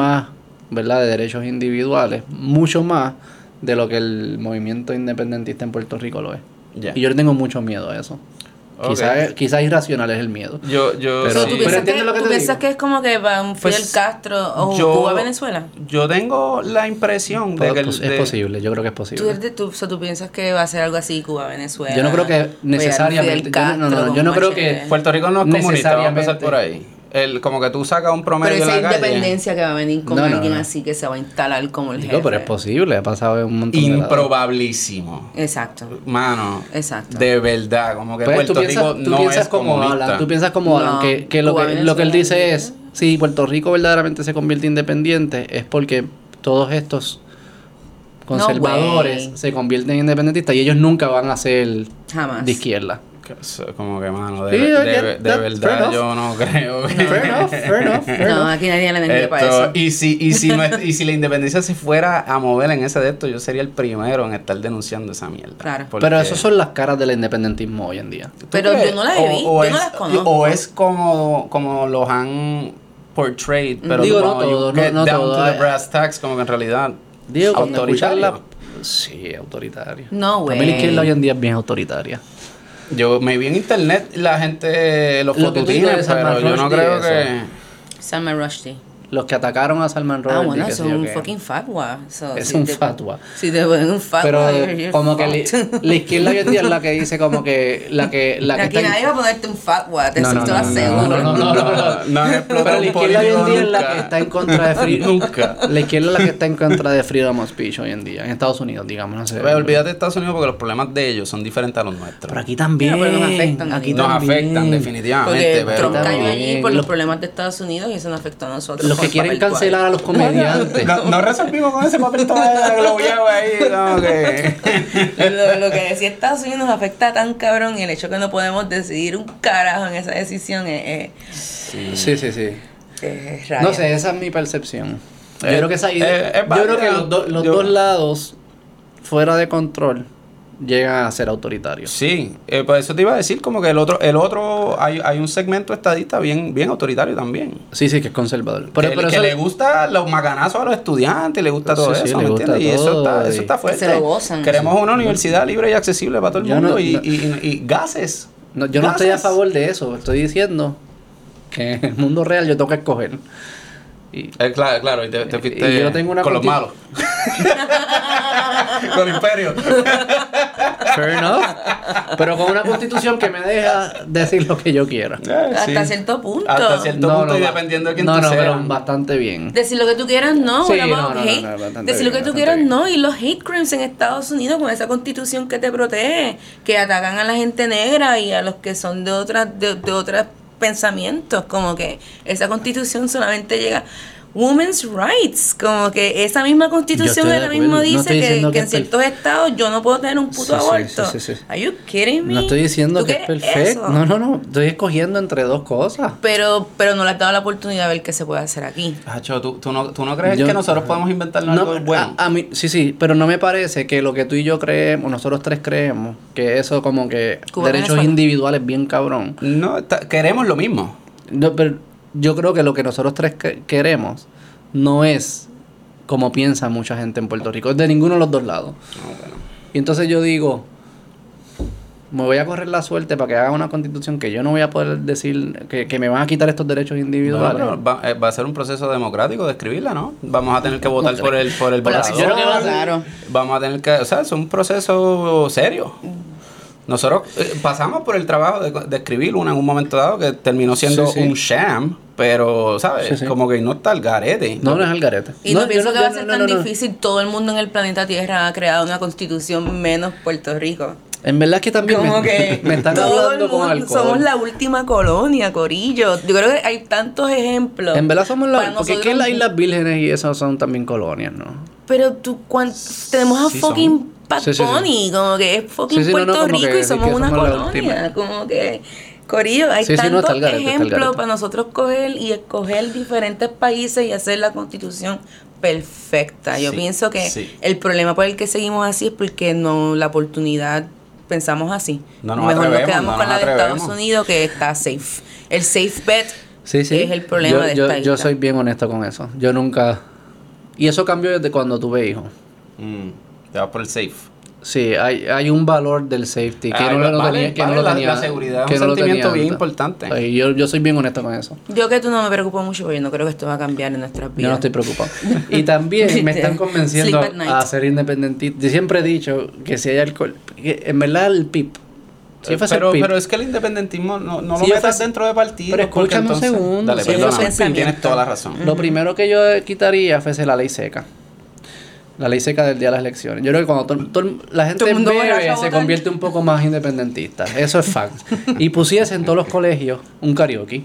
[SPEAKER 1] ¿verdad?, de derechos individuales, mucho más de lo que el movimiento independentista en Puerto Rico lo es.
[SPEAKER 3] Ya.
[SPEAKER 1] Y yo le tengo mucho miedo a eso.
[SPEAKER 3] Ok.
[SPEAKER 1] Quizás quizás irracional es el miedo.
[SPEAKER 3] Yo,
[SPEAKER 1] Pero
[SPEAKER 3] yo,
[SPEAKER 2] Pero,
[SPEAKER 1] sí.
[SPEAKER 2] tú piensas,
[SPEAKER 1] entiendes
[SPEAKER 2] que,
[SPEAKER 1] lo que oh,
[SPEAKER 2] tú
[SPEAKER 1] te
[SPEAKER 2] piensas
[SPEAKER 1] digo.
[SPEAKER 2] que es como que van Fidel
[SPEAKER 3] Pues,
[SPEAKER 2] Castro o
[SPEAKER 3] yo-
[SPEAKER 2] Cuba, Venezuela.
[SPEAKER 3] Yo tengo la impresión de
[SPEAKER 1] Todo
[SPEAKER 3] que el-
[SPEAKER 1] pos-
[SPEAKER 3] de-
[SPEAKER 1] Pues, es posible, yo creo que es
[SPEAKER 2] Tú,
[SPEAKER 1] posible.
[SPEAKER 2] eres de- tú- o sea, tú piensas que va a ser algo así Cuba, Venezuela.
[SPEAKER 1] Yo no creo que
[SPEAKER 2] Oye,
[SPEAKER 1] necesariamente-
[SPEAKER 2] Fidel
[SPEAKER 1] yo no- no, no,
[SPEAKER 2] Castro
[SPEAKER 1] yo no
[SPEAKER 2] con
[SPEAKER 1] creo
[SPEAKER 2] machete.
[SPEAKER 1] que-
[SPEAKER 3] Puerto Rico no es comunista, vamos a empezar
[SPEAKER 1] Necesariamente.
[SPEAKER 3] por ahí. El, como que tú sacas un
[SPEAKER 2] Pero
[SPEAKER 3] promedio de
[SPEAKER 2] esa
[SPEAKER 3] la calle.
[SPEAKER 2] independencia que va a venir con
[SPEAKER 1] No, no,
[SPEAKER 2] alguien
[SPEAKER 1] no.
[SPEAKER 2] así que se va a instalar como el
[SPEAKER 1] Digo,
[SPEAKER 2] jefe.
[SPEAKER 1] pero es posible, ha pasado en un montón de lados.
[SPEAKER 3] Improbabilísimo.
[SPEAKER 2] Exacto,
[SPEAKER 3] Mano,
[SPEAKER 2] exacto.
[SPEAKER 3] de verdad, como que
[SPEAKER 1] Pues,
[SPEAKER 3] Puerto
[SPEAKER 1] tú piensas,
[SPEAKER 3] Rico
[SPEAKER 1] tú
[SPEAKER 3] no
[SPEAKER 1] piensas
[SPEAKER 3] es
[SPEAKER 1] como
[SPEAKER 3] comunista.
[SPEAKER 1] Alan, tú piensas como Alan,
[SPEAKER 2] No,
[SPEAKER 1] que, que lo,
[SPEAKER 2] Cuba,
[SPEAKER 1] que, lo que él
[SPEAKER 2] Venezuela,
[SPEAKER 1] dice
[SPEAKER 2] ¿no?
[SPEAKER 1] es, si Puerto Rico verdaderamente se convierte independiente, es porque todos estos conservadores
[SPEAKER 2] güey.
[SPEAKER 1] se convierten en independentistas y ellos nunca van a ser
[SPEAKER 2] Jamás.
[SPEAKER 1] de izquierda.
[SPEAKER 3] Que eso- Como que, mano, de,
[SPEAKER 1] Sí,
[SPEAKER 3] de-
[SPEAKER 1] yo-
[SPEAKER 3] de-
[SPEAKER 1] yo-
[SPEAKER 3] de
[SPEAKER 1] that- fair
[SPEAKER 3] verdad
[SPEAKER 1] enough.
[SPEAKER 3] yo no creo. que-
[SPEAKER 1] fair enough, fair
[SPEAKER 2] No, aquí nadie le vendió para
[SPEAKER 3] Esto,
[SPEAKER 2] eso.
[SPEAKER 3] Y si, y, si no es- y si la independencia se fuera a mover en ese de esto, yo sería el primero en estar denunciando esa mierda.
[SPEAKER 2] Claro.
[SPEAKER 1] Pero
[SPEAKER 3] Porque-
[SPEAKER 1] esas son las caras del independentismo hoy en día.
[SPEAKER 3] ¿tú
[SPEAKER 2] Pero
[SPEAKER 3] crees?
[SPEAKER 2] yo no las he visto, yo no las conozco.
[SPEAKER 3] O es como, como los han portrayed, pero
[SPEAKER 1] Digo,
[SPEAKER 3] como
[SPEAKER 1] no
[SPEAKER 3] you
[SPEAKER 1] todo, no-
[SPEAKER 3] get
[SPEAKER 1] no
[SPEAKER 3] down
[SPEAKER 1] todo,
[SPEAKER 3] to the
[SPEAKER 1] eh.
[SPEAKER 3] brass tacks, como que en realidad
[SPEAKER 1] Digo, cuando escuchas
[SPEAKER 3] autoritario.
[SPEAKER 1] la... Sí, autoritario.
[SPEAKER 2] No,
[SPEAKER 1] Para mí la
[SPEAKER 2] güey.
[SPEAKER 1] izquierda hoy en día es bien autoritaria.
[SPEAKER 3] Yo me vi en internet la gente, los
[SPEAKER 1] Lo que tú dices de
[SPEAKER 3] fotutines,
[SPEAKER 1] Salman
[SPEAKER 3] pero yo no
[SPEAKER 1] Rushdie,
[SPEAKER 3] creo
[SPEAKER 1] eso.
[SPEAKER 3] que...
[SPEAKER 2] Salman Rushdie.
[SPEAKER 1] Los que atacaron a Salman
[SPEAKER 2] Ah,
[SPEAKER 1] Rushdie.
[SPEAKER 2] bueno,
[SPEAKER 1] qué
[SPEAKER 2] eso
[SPEAKER 1] sé
[SPEAKER 2] es
[SPEAKER 1] yo
[SPEAKER 2] un
[SPEAKER 1] qué.
[SPEAKER 2] fucking fatwa. So,
[SPEAKER 1] Es
[SPEAKER 2] si
[SPEAKER 1] un
[SPEAKER 2] te-
[SPEAKER 1] fatwa.
[SPEAKER 2] Si te ponen un fatwa,
[SPEAKER 1] pero
[SPEAKER 2] you're- you're
[SPEAKER 1] como que li-
[SPEAKER 2] fucked.
[SPEAKER 1] la izquierda hoy en día es la que dice como que la que la que
[SPEAKER 2] Aquí nadie va a ponerte un fatwa, te,
[SPEAKER 1] No, no,
[SPEAKER 2] te lo
[SPEAKER 1] no, no,
[SPEAKER 2] aseguro.
[SPEAKER 1] no, no, no.
[SPEAKER 3] no han
[SPEAKER 1] pero
[SPEAKER 3] explotado
[SPEAKER 1] la
[SPEAKER 3] un
[SPEAKER 1] izquierda hoy en
[SPEAKER 3] político
[SPEAKER 1] día es la que
[SPEAKER 3] nunca.
[SPEAKER 1] está en contra de free-
[SPEAKER 3] Nunca.
[SPEAKER 1] la izquierda es la que está en contra de freedom of speech hoy en día en Estados Unidos digamos no sé
[SPEAKER 3] Ve, Pues, olvídate de Estados Unidos porque los problemas de ellos son diferentes a los
[SPEAKER 1] pero
[SPEAKER 3] nuestros.
[SPEAKER 1] aquí también
[SPEAKER 2] Pero nos afectan,
[SPEAKER 1] aquí
[SPEAKER 3] Nos
[SPEAKER 1] también.
[SPEAKER 3] afectan definitivamente,
[SPEAKER 2] Porque
[SPEAKER 3] pero...
[SPEAKER 2] Trump cayó
[SPEAKER 1] también.
[SPEAKER 2] allí por
[SPEAKER 1] Los-
[SPEAKER 2] los problemas de Estados Unidos y eso nos afectó a nosotros.
[SPEAKER 1] los que
[SPEAKER 2] con
[SPEAKER 1] quieren
[SPEAKER 2] papel toalla.
[SPEAKER 1] cancelar a los comediantes
[SPEAKER 3] No, no resolvimos con ese papel todavía globeado ahí, no, que...
[SPEAKER 2] Lo, lo que decía Estados Unidos nos afecta tan cabrón y el hecho que no podemos decidir un carajo en esa decisión es,
[SPEAKER 1] sí sí sí
[SPEAKER 2] es, es raro.
[SPEAKER 1] no sé esa es mi percepción yo
[SPEAKER 3] Eh,
[SPEAKER 1] creo que esa
[SPEAKER 3] eh,
[SPEAKER 1] idea-
[SPEAKER 3] es
[SPEAKER 1] yo
[SPEAKER 3] válida.
[SPEAKER 1] creo que los, do- los
[SPEAKER 3] Yo-
[SPEAKER 1] dos lados fuera de control llegan a ser autoritarios
[SPEAKER 3] Sí, eh, por eso te iba a decir como que el otro, el otro hay, hay un segmento estadista bien, bien autoritario también.
[SPEAKER 1] Sí, sí, que es conservador. Pero,
[SPEAKER 3] que
[SPEAKER 1] pero
[SPEAKER 3] que
[SPEAKER 1] eso-
[SPEAKER 3] le gusta los macanazos a los estudiantes, le gusta todo
[SPEAKER 1] Sí, sí,
[SPEAKER 3] eso,
[SPEAKER 1] le
[SPEAKER 3] ¿me
[SPEAKER 1] gusta
[SPEAKER 3] entiendes? Y eso
[SPEAKER 1] todo,
[SPEAKER 3] está,
[SPEAKER 1] y-
[SPEAKER 3] eso está fuerte.
[SPEAKER 2] Se lo gozan.
[SPEAKER 3] Queremos una universidad libre y accesible para todo el
[SPEAKER 1] Yo
[SPEAKER 3] mundo
[SPEAKER 1] no-
[SPEAKER 3] y,
[SPEAKER 1] no-
[SPEAKER 3] y- y- y gases.
[SPEAKER 1] No, yo no estoy a
[SPEAKER 3] Gases.
[SPEAKER 1] favor de eso. Estoy diciendo que en el mundo real yo tengo que escoger. Y
[SPEAKER 3] Eh, claro, claro, y te, te
[SPEAKER 1] Y
[SPEAKER 3] fuiste
[SPEAKER 1] yo tengo una
[SPEAKER 3] con los
[SPEAKER 1] conti-
[SPEAKER 3] malos. con el imperio.
[SPEAKER 1] fair enough. pero con una constitución que me deja decir lo que yo quiera.
[SPEAKER 3] Eh,
[SPEAKER 2] Hasta
[SPEAKER 3] sí.
[SPEAKER 2] cierto punto.
[SPEAKER 3] Hasta cierto
[SPEAKER 1] No,
[SPEAKER 3] punto
[SPEAKER 1] no,
[SPEAKER 3] y
[SPEAKER 1] va-
[SPEAKER 3] dependiendo de quién
[SPEAKER 1] no,
[SPEAKER 3] tú
[SPEAKER 1] no,
[SPEAKER 3] seas.
[SPEAKER 1] pero bastante bien.
[SPEAKER 2] Decir lo que tú quieras, no.
[SPEAKER 1] Sí,
[SPEAKER 2] what about
[SPEAKER 1] no, no, no,
[SPEAKER 2] hate?
[SPEAKER 1] no, bastante
[SPEAKER 2] Decir lo que
[SPEAKER 1] bien,
[SPEAKER 2] tú
[SPEAKER 1] bastante
[SPEAKER 2] quieras,
[SPEAKER 1] bien.
[SPEAKER 2] no. Y los hate crimes en Estados Unidos con esa constitución que te protege, que atacan a la gente negra y a los que son de otras de, de otros pensamientos. Como que esa constitución solamente llega. women's rights. Como que esa misma constitución
[SPEAKER 1] Yo estoy de
[SPEAKER 2] ahora mismo
[SPEAKER 1] acuerdo. No
[SPEAKER 2] dice
[SPEAKER 1] estoy
[SPEAKER 2] que,
[SPEAKER 1] diciendo
[SPEAKER 2] que
[SPEAKER 1] que
[SPEAKER 2] en
[SPEAKER 1] es per-
[SPEAKER 2] ciertos estados yo no puedo tener un puto
[SPEAKER 1] Sí, sí,
[SPEAKER 2] aborto.
[SPEAKER 1] sí, sí, sí.
[SPEAKER 2] Are you kidding me?
[SPEAKER 1] No estoy diciendo
[SPEAKER 2] ¿Tú
[SPEAKER 1] que es
[SPEAKER 2] crees
[SPEAKER 1] perfecto.
[SPEAKER 2] eso?
[SPEAKER 1] No, no, no. Estoy escogiendo entre dos cosas.
[SPEAKER 2] Pero, pero no le has dado la oportunidad de ver qué se puede hacer aquí.
[SPEAKER 3] Hacho, ¿tú, tú no, ¿tú no crees
[SPEAKER 1] Yo-
[SPEAKER 3] que nosotros podemos inventarnos
[SPEAKER 1] No, ah,
[SPEAKER 3] algo bueno?
[SPEAKER 1] a, a mí, sí, sí, pero no me parece que lo que tú y yo creemos, nosotros tres creemos, que eso como que
[SPEAKER 2] Cuba,
[SPEAKER 1] derechos
[SPEAKER 2] Venezuela.
[SPEAKER 1] individuales bien cabrón.
[SPEAKER 3] no, ta- queremos lo mismo.
[SPEAKER 1] No, pero yo creo que lo que nosotros tres que- queremos no es como piensa mucha gente en Puerto Rico, es de ninguno de los dos lados.
[SPEAKER 3] No, Ah, bueno.
[SPEAKER 1] Y entonces yo digo, me voy a correr la suerte para que haga una constitución que yo no voy a poder decir que, que me van a quitar estos derechos
[SPEAKER 3] Bueno,
[SPEAKER 1] individuales.
[SPEAKER 3] pero va, eh, va a ser un proceso democrático de escribirla, ¿no? Vamos a tener que votar por el, por el
[SPEAKER 2] Por la-
[SPEAKER 3] borrador.
[SPEAKER 1] yo creo que va a-
[SPEAKER 2] Claro.
[SPEAKER 3] Vamos a tener que, o sea, es un proceso serio. Nosotros eh, pasamos por el trabajo de, de escribir una en un momento dado que terminó siendo
[SPEAKER 1] Sí, sí.
[SPEAKER 3] un sham, pero, ¿sabes?
[SPEAKER 1] Sí, sí.
[SPEAKER 3] Como que no está el garete.
[SPEAKER 1] no, no es al garete.
[SPEAKER 2] Y no,
[SPEAKER 1] yo
[SPEAKER 2] pienso que va a
[SPEAKER 1] yo
[SPEAKER 2] ser
[SPEAKER 1] no,
[SPEAKER 2] tan
[SPEAKER 1] no, no.
[SPEAKER 2] difícil. Todo el mundo en el planeta Tierra ha creado una constitución menos Puerto Rico.
[SPEAKER 1] En verdad es que también
[SPEAKER 2] Como
[SPEAKER 1] me,
[SPEAKER 2] que
[SPEAKER 1] me están
[SPEAKER 2] todo
[SPEAKER 1] hablando
[SPEAKER 2] el
[SPEAKER 1] con
[SPEAKER 2] mundo-
[SPEAKER 1] alcohol.
[SPEAKER 2] Somos la última colonia, Corillo. Yo creo que hay tantos ejemplos.
[SPEAKER 1] En verdad somos la...
[SPEAKER 2] Para
[SPEAKER 1] Porque ¿qué
[SPEAKER 2] nosotros-
[SPEAKER 1] las Islas Vírgenes y esas son también colonias, no?
[SPEAKER 2] Pero tú, cuan- tenemos a
[SPEAKER 3] Sí, son.
[SPEAKER 2] fucking Pat
[SPEAKER 1] Sí, sí, sí.
[SPEAKER 2] Bunny, como que es fucking
[SPEAKER 1] Sí, sí, no, no,
[SPEAKER 2] Puerto
[SPEAKER 1] como que
[SPEAKER 2] Rico y
[SPEAKER 1] sí,
[SPEAKER 2] somos
[SPEAKER 1] que
[SPEAKER 2] una
[SPEAKER 1] somos la
[SPEAKER 2] colonia.
[SPEAKER 1] última.
[SPEAKER 2] Como que, Corillo, hay
[SPEAKER 1] Sí, sí, no,
[SPEAKER 2] tantos
[SPEAKER 1] está el garete, está el
[SPEAKER 2] ejemplos
[SPEAKER 1] garete.
[SPEAKER 2] para nosotros coger y escoger diferentes países y hacer la constitución perfecta. Yo
[SPEAKER 3] Sí,
[SPEAKER 2] pienso que
[SPEAKER 3] sí.
[SPEAKER 2] el problema por el que seguimos así es porque no la oportunidad pensamos así.
[SPEAKER 3] No nos
[SPEAKER 2] Mejor nos
[SPEAKER 3] atrevemos,
[SPEAKER 2] quedamos
[SPEAKER 3] no
[SPEAKER 2] con
[SPEAKER 3] nos
[SPEAKER 2] la de
[SPEAKER 3] atrevemos.
[SPEAKER 2] Estados Unidos que está safe. El safe bet
[SPEAKER 1] Sí, sí.
[SPEAKER 2] es el problema
[SPEAKER 1] yo,
[SPEAKER 2] de
[SPEAKER 1] yo,
[SPEAKER 2] esta
[SPEAKER 1] yo
[SPEAKER 2] isla.
[SPEAKER 1] soy bien honesto con eso. Yo nunca... Y eso cambió desde cuando tuve hijos.
[SPEAKER 3] Mm, te vas por el safe.
[SPEAKER 1] Sí, hay, hay un valor del safety que
[SPEAKER 3] Ay,
[SPEAKER 1] no, lo
[SPEAKER 3] Ah, vale,
[SPEAKER 1] tenía, que
[SPEAKER 3] vale,
[SPEAKER 1] no lo
[SPEAKER 3] la-
[SPEAKER 1] tenía.
[SPEAKER 3] la seguridad es
[SPEAKER 1] que
[SPEAKER 3] un
[SPEAKER 1] no lo
[SPEAKER 3] sentimiento
[SPEAKER 1] tenía
[SPEAKER 3] bien
[SPEAKER 1] antes.
[SPEAKER 3] importante.
[SPEAKER 1] Ay, yo, yo soy bien honesto con eso.
[SPEAKER 2] Yo que tú no me preocupo mucho porque yo no creo que esto va a cambiar en nuestras vidas.
[SPEAKER 1] Yo no estoy preocupado. Y también me están convenciendo
[SPEAKER 2] Sleep at night.
[SPEAKER 1] a ser independentista. Yo siempre he dicho que si hay alcohol, que en verdad el PIP. Si yo fuese el
[SPEAKER 3] Eh, pero,
[SPEAKER 1] PIP,
[SPEAKER 3] pero es que el independentismo no, no
[SPEAKER 1] Si
[SPEAKER 3] lo
[SPEAKER 1] yo
[SPEAKER 3] metas
[SPEAKER 1] fuese-
[SPEAKER 3] dentro de partido.
[SPEAKER 1] Pero
[SPEAKER 3] porque
[SPEAKER 1] escúchame un
[SPEAKER 3] entonces-
[SPEAKER 1] segundo,
[SPEAKER 3] Dale,
[SPEAKER 1] si yo
[SPEAKER 3] perdóname,
[SPEAKER 2] fuese el
[SPEAKER 3] Tienes
[SPEAKER 2] pensamiento.
[SPEAKER 3] toda la razón.
[SPEAKER 1] lo primero que yo quitaría fuese la ley seca. La ley seca del día de las elecciones. Yo creo que cuando to- to- la gente
[SPEAKER 2] Todo el mundo borracho a
[SPEAKER 1] bebe se
[SPEAKER 2] votar.
[SPEAKER 1] convierte un poco más independentista. Eso es fact. y pusiese en todos los colegios un karaoke